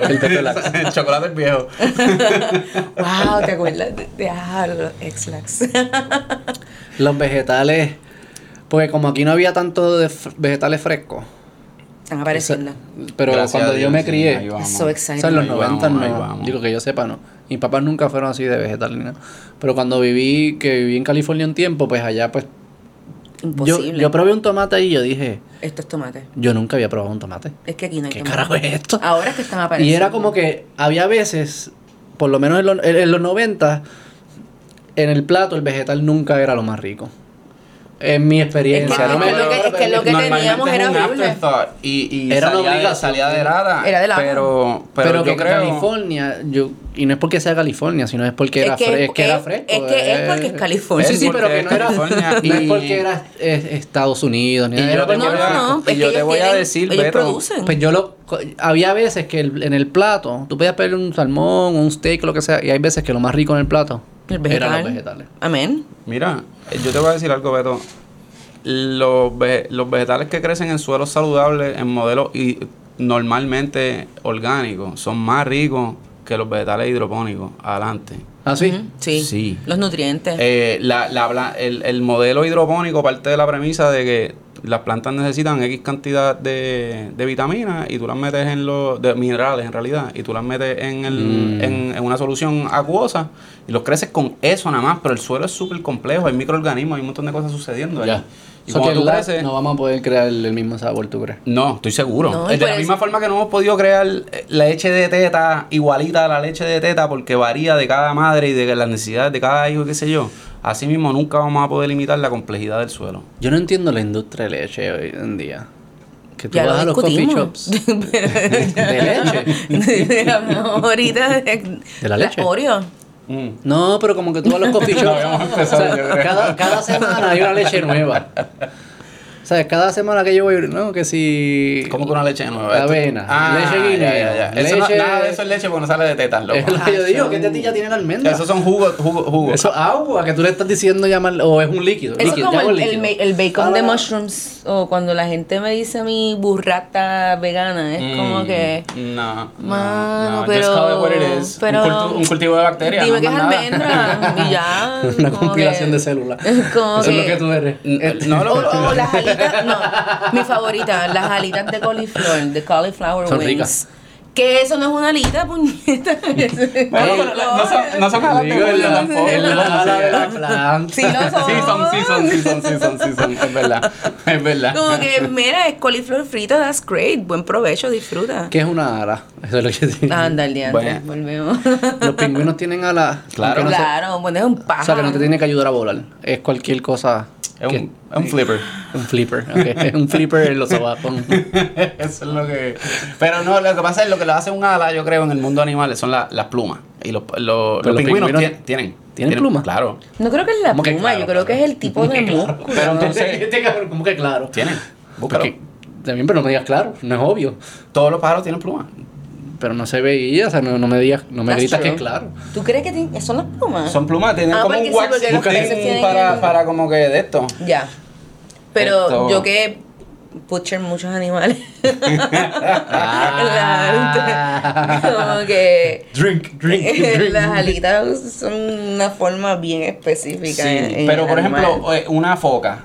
[SPEAKER 1] El Betolax.
[SPEAKER 3] El chocolate es viejo.
[SPEAKER 2] wow, ¿te acuerdas? De, de- ah, los Ex-Lax.
[SPEAKER 1] Los vegetales. Porque como aquí no había tanto de f- vegetales frescos.
[SPEAKER 2] Están apareciendo.
[SPEAKER 1] Pero
[SPEAKER 3] Gracias
[SPEAKER 1] cuando
[SPEAKER 3] a
[SPEAKER 1] yo
[SPEAKER 3] Dios,
[SPEAKER 1] me
[SPEAKER 3] sí,
[SPEAKER 1] crié,
[SPEAKER 3] ahí
[SPEAKER 1] o
[SPEAKER 3] vamos.
[SPEAKER 2] So
[SPEAKER 1] sea, en
[SPEAKER 2] exciting.
[SPEAKER 1] los
[SPEAKER 3] Ahí
[SPEAKER 1] 90
[SPEAKER 3] vamos, ahí
[SPEAKER 1] no.
[SPEAKER 3] vamos.
[SPEAKER 1] Digo que yo sepa, no. Mis papás nunca fueron así de vegetales. ni nada. Pero cuando viví, que viví en California un tiempo, pues allá pues... Yo,
[SPEAKER 2] Imposible.
[SPEAKER 1] yo probé un tomate ahí y yo dije,
[SPEAKER 2] Esto es tomate.
[SPEAKER 1] yo nunca había probado un tomate.
[SPEAKER 2] Es que aquí no hay
[SPEAKER 1] ¿Qué
[SPEAKER 2] tomate. Ah,
[SPEAKER 1] carajo es esto?
[SPEAKER 2] Ahora es que están apareciendo.
[SPEAKER 1] Y era como que había veces, por lo menos en, lo- en- en los 90, en el plato el vegetal nunca era lo más rico. En mi experiencia.
[SPEAKER 2] Es que-
[SPEAKER 1] no me-
[SPEAKER 2] es lo que- es que lo que
[SPEAKER 3] Normalmente
[SPEAKER 2] teníamos
[SPEAKER 3] es
[SPEAKER 2] era
[SPEAKER 3] un
[SPEAKER 2] horrible.
[SPEAKER 3] afterthought Y, y
[SPEAKER 1] Era una
[SPEAKER 3] salía de-
[SPEAKER 1] obligación.
[SPEAKER 3] salía de lata.
[SPEAKER 2] Era de lata.
[SPEAKER 3] Pero, pero,
[SPEAKER 1] pero que
[SPEAKER 3] yo creo.
[SPEAKER 1] California, yo, y no es porque sea California, sino es porque era,
[SPEAKER 2] Es que
[SPEAKER 1] fre-
[SPEAKER 2] es-
[SPEAKER 1] es que era
[SPEAKER 2] es-
[SPEAKER 1] fresco.
[SPEAKER 2] es que es porque es California.
[SPEAKER 1] Sí, sí,
[SPEAKER 3] Es
[SPEAKER 1] pero
[SPEAKER 3] porque
[SPEAKER 1] que no era
[SPEAKER 3] California
[SPEAKER 1] no es
[SPEAKER 3] y-
[SPEAKER 1] porque era eh, Estados Unidos, ni
[SPEAKER 3] Y
[SPEAKER 1] nada,
[SPEAKER 3] yo
[SPEAKER 1] era
[SPEAKER 3] te
[SPEAKER 1] porque-
[SPEAKER 2] No,
[SPEAKER 3] voy
[SPEAKER 2] no,
[SPEAKER 3] a-
[SPEAKER 2] no.
[SPEAKER 3] y
[SPEAKER 2] Es que
[SPEAKER 3] yo te
[SPEAKER 2] ellos
[SPEAKER 3] voy a
[SPEAKER 2] tienen-
[SPEAKER 3] decir,
[SPEAKER 2] ellos
[SPEAKER 3] Beto,
[SPEAKER 2] producen.
[SPEAKER 1] Pues yo lo. co- Había veces que el- en el plato, tú podías pedir un salmón, un steak, lo que sea, y hay veces que lo más rico en el plato
[SPEAKER 2] El vegetal.
[SPEAKER 1] eran los vegetales.
[SPEAKER 2] Amén.
[SPEAKER 3] Mira, eh, yo te voy a decir algo, Beto. Los, vege- los vegetales que crecen en suelos saludables, en modelos y normalmente orgánicos, son más ricos que los vegetales hidropónicos. Adelante.
[SPEAKER 1] ¿Ah, sí?
[SPEAKER 2] Ujú, Sí.
[SPEAKER 3] Sí.
[SPEAKER 2] Los nutrientes.
[SPEAKER 3] Eh, la, la bla- el, el modelo hidropónico parte de la premisa de que las plantas necesitan X cantidad de, de vitaminas y tú las metes en los... de minerales en realidad, y tú las metes en, el,
[SPEAKER 1] Mm.
[SPEAKER 3] en, en una solución acuosa y los creces con eso nada más, pero el suelo es súper complejo, hay microorganismos, hay un montón de cosas sucediendo ahí.
[SPEAKER 1] Ya.
[SPEAKER 3] Y
[SPEAKER 1] O sea, que
[SPEAKER 3] cuando tú
[SPEAKER 1] la-
[SPEAKER 3] creces...
[SPEAKER 1] no
[SPEAKER 3] No.
[SPEAKER 1] vamos a poder crear el, el mismo sabor, ¿tú crees?
[SPEAKER 3] estoy seguro.
[SPEAKER 2] No, y
[SPEAKER 3] de
[SPEAKER 2] por
[SPEAKER 3] la
[SPEAKER 2] eso-
[SPEAKER 3] misma forma que no hemos podido crear eh, la leche de teta igualita a la leche de teta porque varía de cada madre y de las necesidades de cada hijo, qué sé yo. Así mismo nunca vamos a poder limitar la complejidad del suelo.
[SPEAKER 1] Yo no entiendo la industria de leche hoy en día. Que tú
[SPEAKER 2] ya
[SPEAKER 1] vas
[SPEAKER 2] lo
[SPEAKER 1] a los coffee
[SPEAKER 2] discutimos.
[SPEAKER 1] shops de leche.
[SPEAKER 2] leche. Hablamos ahorita de,
[SPEAKER 1] De la leche.
[SPEAKER 2] Oreo.
[SPEAKER 1] No, pero como que tú vas a los coffee shops.
[SPEAKER 3] habíamos empezado,
[SPEAKER 1] o sea,
[SPEAKER 3] yo creo.
[SPEAKER 1] cada, cada semana hay una leche nueva. O sea, cada semana que yo voy, no, que si.
[SPEAKER 3] ¿Cómo que una leche nueva?
[SPEAKER 1] La
[SPEAKER 3] Esto-
[SPEAKER 1] avena,
[SPEAKER 3] Ah,
[SPEAKER 1] leche guineo,
[SPEAKER 3] ya, ya, ya. Eso no-
[SPEAKER 1] leche-
[SPEAKER 3] nada de eso es leche porque no sale de tetas, loco.
[SPEAKER 1] Es lo que yo digo, que este ti ya tiene la almendra.
[SPEAKER 3] Esos son jugos, jugos, jugos.
[SPEAKER 1] Eso es agua que tú le estás diciendo llamar. O es un líquido.
[SPEAKER 2] Eso es
[SPEAKER 1] líquido,
[SPEAKER 2] como
[SPEAKER 1] llamo
[SPEAKER 2] el, el
[SPEAKER 1] líquido.
[SPEAKER 2] ma- el bacon
[SPEAKER 1] Ah,
[SPEAKER 2] de
[SPEAKER 1] no, no.
[SPEAKER 2] mushrooms. O cuando la gente me dice mi burrata vegana. Es como
[SPEAKER 3] Mm,
[SPEAKER 2] que.
[SPEAKER 3] No.
[SPEAKER 2] Mano,
[SPEAKER 3] no, no.
[SPEAKER 2] pero.
[SPEAKER 3] Just call it what it is.
[SPEAKER 2] pero-
[SPEAKER 3] un, cultu- un cultivo de bacterias.
[SPEAKER 2] Dime
[SPEAKER 3] no
[SPEAKER 2] que es
[SPEAKER 3] más nada.
[SPEAKER 2] almendra. Y ya.
[SPEAKER 1] Una
[SPEAKER 2] como
[SPEAKER 1] compilación
[SPEAKER 2] que-
[SPEAKER 1] de células.
[SPEAKER 2] Como
[SPEAKER 1] Eso es
[SPEAKER 2] que-
[SPEAKER 1] lo que tú eres.
[SPEAKER 3] No,
[SPEAKER 2] O,
[SPEAKER 3] lo
[SPEAKER 2] o las alitas, no, mi favorita, las alitas de cauliflor, de cauliflower
[SPEAKER 1] Son
[SPEAKER 2] wings.
[SPEAKER 1] ricas.
[SPEAKER 2] Que eso no es una alita, puñeta. eso es
[SPEAKER 3] Bueno, pero
[SPEAKER 2] cauliflower.
[SPEAKER 3] no son, no son alas de
[SPEAKER 1] Digo, en
[SPEAKER 3] pollo
[SPEAKER 1] la,
[SPEAKER 3] tampoco.
[SPEAKER 1] en la ala de la planta.
[SPEAKER 2] Sí, lo son.
[SPEAKER 3] Sí, son, sí, son, sí, son, sí, son, sí, son. Es verdad. Es verdad.
[SPEAKER 2] Como que, mira, es coliflor frita, that's great. Buen provecho, disfruta.
[SPEAKER 1] ¿Qué es una ala? Eso es lo que digo.
[SPEAKER 2] Anda, el día antes,
[SPEAKER 3] Bueno.
[SPEAKER 2] volvemos.
[SPEAKER 1] Los pingüinos tienen alas.
[SPEAKER 3] Claro.
[SPEAKER 1] aunque no se-
[SPEAKER 2] claro, bueno, es un pájaro.
[SPEAKER 1] o sea, que no te tiene que ayudar a volar. Es cualquier cosa.
[SPEAKER 3] Es
[SPEAKER 1] que-
[SPEAKER 3] un, es un flipper.
[SPEAKER 1] un flipper. ok. un flipper en los sobacos.
[SPEAKER 3] Eso es lo que. Pero no, lo que pasa es lo que lo hace un ala, yo creo, en el mundo animal son la- las plumas. Y los, los, los
[SPEAKER 1] los
[SPEAKER 3] pingüinos,
[SPEAKER 1] pingüinos
[SPEAKER 3] tien- tienen.
[SPEAKER 1] plumas?
[SPEAKER 3] Claro.
[SPEAKER 2] No creo que es la
[SPEAKER 1] ¿Cómo que
[SPEAKER 2] pluma,
[SPEAKER 1] claro,
[SPEAKER 2] yo creo que es el tipo de músculo.
[SPEAKER 3] Pero entonces,
[SPEAKER 1] Este cabrón, ¿Cómo que claro?
[SPEAKER 3] tienen. Búscalo.
[SPEAKER 1] Porque- también, pero no me digas claro. No es obvio.
[SPEAKER 3] Todos los pájaros tienen plumas.
[SPEAKER 1] pero no se veía, o sea, no, no me digas, no me
[SPEAKER 2] That's
[SPEAKER 1] gritas
[SPEAKER 2] true.
[SPEAKER 1] que claro.
[SPEAKER 2] ¿Tú crees que tienen- son las plumas?
[SPEAKER 3] Son plumas, tienen
[SPEAKER 2] Ah,
[SPEAKER 3] como
[SPEAKER 2] porque
[SPEAKER 3] un
[SPEAKER 2] sí,
[SPEAKER 3] wax
[SPEAKER 2] porque los
[SPEAKER 3] thing
[SPEAKER 2] peces tienen
[SPEAKER 3] para,
[SPEAKER 2] el-
[SPEAKER 3] para como que de esto.
[SPEAKER 2] Ya. Pero
[SPEAKER 3] Esto-
[SPEAKER 2] yo que butcher muchos animales. En la-
[SPEAKER 1] Ah.
[SPEAKER 2] como que
[SPEAKER 1] Drink, drink, drink.
[SPEAKER 2] las alitas son una forma bien específica.
[SPEAKER 3] Sí,
[SPEAKER 2] en- en
[SPEAKER 3] pero
[SPEAKER 2] el
[SPEAKER 3] por
[SPEAKER 2] animal.
[SPEAKER 3] ejemplo, eh, una foca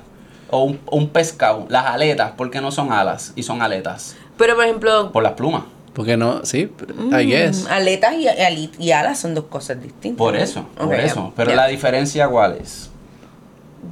[SPEAKER 3] o un, o un pescado, las aletas, porque no son alas y son aletas
[SPEAKER 2] Pero por ejemplo,
[SPEAKER 3] por las plumas.
[SPEAKER 1] Porque no, sí,
[SPEAKER 2] mm,
[SPEAKER 1] I guess.
[SPEAKER 2] aletas y, ali- y alas son dos cosas distintas.
[SPEAKER 3] Por eso,
[SPEAKER 2] Ok,
[SPEAKER 3] por
[SPEAKER 2] ya,
[SPEAKER 3] eso. Pero
[SPEAKER 2] ya.
[SPEAKER 3] la diferencia cuál es?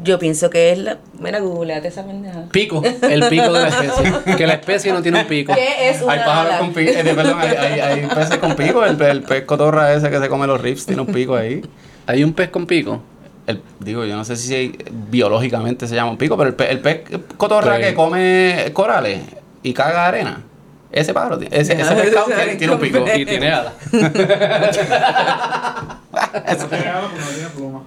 [SPEAKER 2] Yo pienso que es la. Mira, googleate esa pendeja.
[SPEAKER 1] Pico, el pico de la especie. Que la especie no tiene un pico.
[SPEAKER 2] ¿Qué es una
[SPEAKER 3] Hay pájaros
[SPEAKER 2] ala?
[SPEAKER 3] con pico, perdón, hay, hay- hay peces con pico, el, el pez cotorra ese que se come los rips tiene un pico ahí.
[SPEAKER 1] Hay un pez con pico.
[SPEAKER 3] El- digo, yo no sé si eh, biológicamente se llama un pico, pero el, pe- el pez cotorra
[SPEAKER 1] Pero-
[SPEAKER 3] que come corales y caga arena, ese pájaro, tiene- ese, ese pescado tiene, tiene un pico.
[SPEAKER 1] Y tiene alas.
[SPEAKER 4] No tiene alas porque no tiene pluma.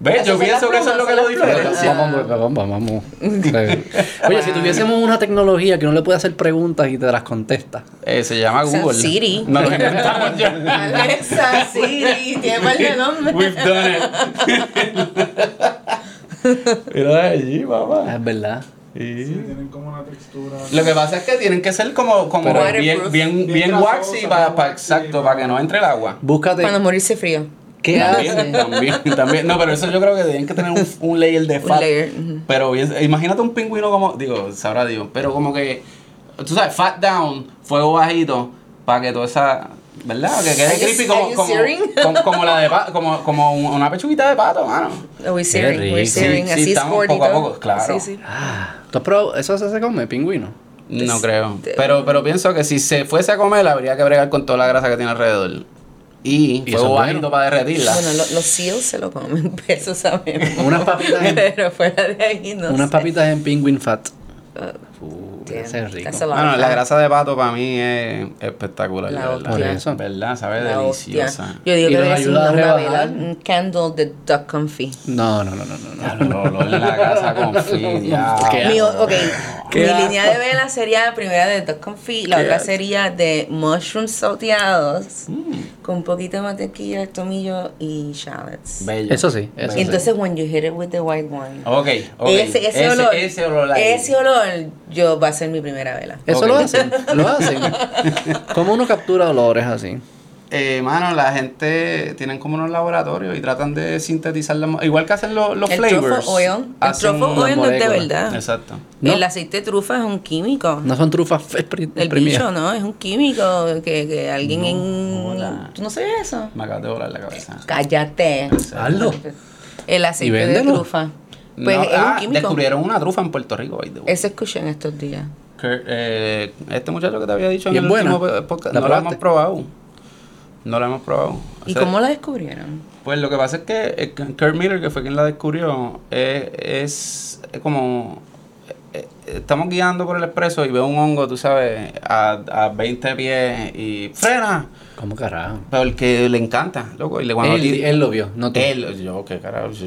[SPEAKER 3] ¿Ves? Yo
[SPEAKER 2] Esas son las
[SPEAKER 3] pienso que eso es lo que lo
[SPEAKER 2] plumas, son las
[SPEAKER 3] diferencia.
[SPEAKER 1] Vamos, vamos, vamos. Oye, si tuviésemos una tecnología que uno le puede hacer preguntas y te las contesta.
[SPEAKER 3] Eh, se llama
[SPEAKER 2] San
[SPEAKER 3] Google.
[SPEAKER 2] Siri.
[SPEAKER 3] No lo inventamos ya.
[SPEAKER 2] Alexa, Siri, tiene mal de nombre.
[SPEAKER 3] We've done it. Mira allí, papá.
[SPEAKER 1] Es verdad.
[SPEAKER 4] Sí, tienen como una textura.
[SPEAKER 3] Lo que pasa es que tienen que ser como, como
[SPEAKER 1] Pero-
[SPEAKER 3] bien,
[SPEAKER 2] Waterproof.
[SPEAKER 3] bien, bien,
[SPEAKER 4] Bien grasosa,
[SPEAKER 3] waxy para, para-
[SPEAKER 4] waxy,
[SPEAKER 3] exacto,
[SPEAKER 4] para-
[SPEAKER 3] para que no entre el agua.
[SPEAKER 1] Búscate.
[SPEAKER 2] Cuando morirse frío.
[SPEAKER 1] ¿Qué
[SPEAKER 3] También,
[SPEAKER 1] hace?
[SPEAKER 3] también, también. No, pero eso yo creo que tienen que tener un, un layer de
[SPEAKER 2] Un
[SPEAKER 3] fat.
[SPEAKER 2] layer, ujú.
[SPEAKER 3] Pero bien- imagínate un pingüino como, digo, sabrá Dios, pero como que, tú sabes, fat down, fuego bajito, para que toda esa, ¿verdad? Que
[SPEAKER 2] Are
[SPEAKER 3] quede
[SPEAKER 2] you-
[SPEAKER 3] creepy
[SPEAKER 2] are
[SPEAKER 3] como,
[SPEAKER 2] you
[SPEAKER 3] como,
[SPEAKER 2] searing?
[SPEAKER 3] como, como la de pa- como, como una pechuguita de pato, mano.
[SPEAKER 2] We're searing, we're
[SPEAKER 1] rico.
[SPEAKER 2] searing.
[SPEAKER 3] Sí, sí,
[SPEAKER 2] así es
[SPEAKER 3] estamos
[SPEAKER 2] gordito.
[SPEAKER 3] poco a poco, claro.
[SPEAKER 2] Sí, sí.
[SPEAKER 1] Ah, ¿tú has probado? ¿Eso se come, pingüino?
[SPEAKER 2] Este,
[SPEAKER 3] No creo. Pero,
[SPEAKER 2] mm.
[SPEAKER 3] pero pienso que si se fuese a comer, habría que bregar con toda la grasa que tiene alrededor. Y
[SPEAKER 1] Y eso
[SPEAKER 3] fuego
[SPEAKER 1] es
[SPEAKER 3] bajito
[SPEAKER 1] bueno.
[SPEAKER 3] para derretirla.
[SPEAKER 2] Bueno, lo- los seals se lo comen, eso sabemos.
[SPEAKER 1] Unas papitas en-
[SPEAKER 2] Pero fuera de ahí no
[SPEAKER 1] Unas
[SPEAKER 2] sé.
[SPEAKER 1] papitas en penguin fat.
[SPEAKER 2] Uh,
[SPEAKER 1] Uh,
[SPEAKER 2] Damn,
[SPEAKER 1] ese es rico.
[SPEAKER 2] that's a lot.
[SPEAKER 3] Mano, la grasa de pato para mí es espectacular,
[SPEAKER 2] La
[SPEAKER 3] de verdad.
[SPEAKER 1] Por
[SPEAKER 2] hostia.
[SPEAKER 1] eso.
[SPEAKER 3] ¿Verdad? Sabe
[SPEAKER 2] la hostia.
[SPEAKER 3] deliciosa.
[SPEAKER 2] Yo digo
[SPEAKER 1] Y
[SPEAKER 2] que
[SPEAKER 1] los
[SPEAKER 2] debe ser
[SPEAKER 1] ayuda a
[SPEAKER 2] una vela,
[SPEAKER 1] rebajar.
[SPEAKER 2] un candle de duck confit.
[SPEAKER 1] No, no, no, no, no. no.
[SPEAKER 3] Ya, lo- lo- lo- en la casa con fin, ya.
[SPEAKER 1] Qué
[SPEAKER 2] Mi, ok,
[SPEAKER 1] Qué
[SPEAKER 2] mi
[SPEAKER 1] asco.
[SPEAKER 2] línea de vela sería la primera de duck confit, la
[SPEAKER 3] Qué
[SPEAKER 2] otra
[SPEAKER 3] asco.
[SPEAKER 2] sería de mushrooms salteados
[SPEAKER 3] Mm,
[SPEAKER 2] con un poquito de mantequilla, tomillo y shallots.
[SPEAKER 3] bello.
[SPEAKER 1] Eso sí, eso
[SPEAKER 2] Y
[SPEAKER 1] sí.
[SPEAKER 2] entonces, when you hit it with the white wine,
[SPEAKER 3] Ok, Oh, ok.
[SPEAKER 2] Ese, ese, olor,
[SPEAKER 3] Ese olor ahí.
[SPEAKER 2] ese olor, yo va a ser mi primera vela.
[SPEAKER 1] Eso
[SPEAKER 3] Ok.
[SPEAKER 1] lo hacen, lo hacen. ¿Cómo uno captura olores así?
[SPEAKER 3] Eh, mano, la gente tienen como unos laboratorios y tratan de sintetizar la mo- Igual que hacen lo- los
[SPEAKER 2] el
[SPEAKER 3] flavors.
[SPEAKER 2] truffle oil, el
[SPEAKER 3] hacen-
[SPEAKER 2] truffle oil no es de
[SPEAKER 1] moléculas.
[SPEAKER 2] verdad.
[SPEAKER 3] Exacto.
[SPEAKER 1] No.
[SPEAKER 2] El aceite de trufa es un químico.
[SPEAKER 1] No son trufas expri-
[SPEAKER 2] El
[SPEAKER 1] exprimidas.
[SPEAKER 2] bicho, ¿no? Es un químico que, que alguien
[SPEAKER 3] No,
[SPEAKER 2] en...
[SPEAKER 3] hola.
[SPEAKER 2] ¿Tú no sabías eso?
[SPEAKER 3] Me acabas de volar la cabeza.
[SPEAKER 2] Cállate.
[SPEAKER 1] Hazlo.
[SPEAKER 2] El
[SPEAKER 1] ¿Y
[SPEAKER 2] aceite de
[SPEAKER 1] véndelo?
[SPEAKER 2] trufa.
[SPEAKER 3] No,
[SPEAKER 2] Pues es
[SPEAKER 3] ah,
[SPEAKER 2] un químico.
[SPEAKER 3] descubrieron una trufa en Puerto Rico. by the way.
[SPEAKER 2] Ese escuché en estos días.
[SPEAKER 3] Cur- eh, este muchacho que te había dicho en
[SPEAKER 1] ¿Y
[SPEAKER 3] el
[SPEAKER 1] es buena?
[SPEAKER 3] último po- podcast,
[SPEAKER 1] ¿La
[SPEAKER 3] no lo
[SPEAKER 1] probaste?
[SPEAKER 3] hemos probado. No lo hemos probado. O
[SPEAKER 2] ¿Y
[SPEAKER 3] sea,
[SPEAKER 2] cómo la descubrieron?
[SPEAKER 3] Pues lo que pasa es que eh, K- Kurt Miller, que fue quien la descubrió, eh, es, eh, como... eh, eh, Estamos guiando por el expreso y veo un hongo, tú sabes, a, a 20 pies y ¡frena!
[SPEAKER 1] ¿Cómo carajo?
[SPEAKER 3] Porque le encanta, loco. Y le cuando
[SPEAKER 1] él,
[SPEAKER 3] ti-
[SPEAKER 1] él lo vio, no tú.
[SPEAKER 3] él- yo, qué carajo, yo,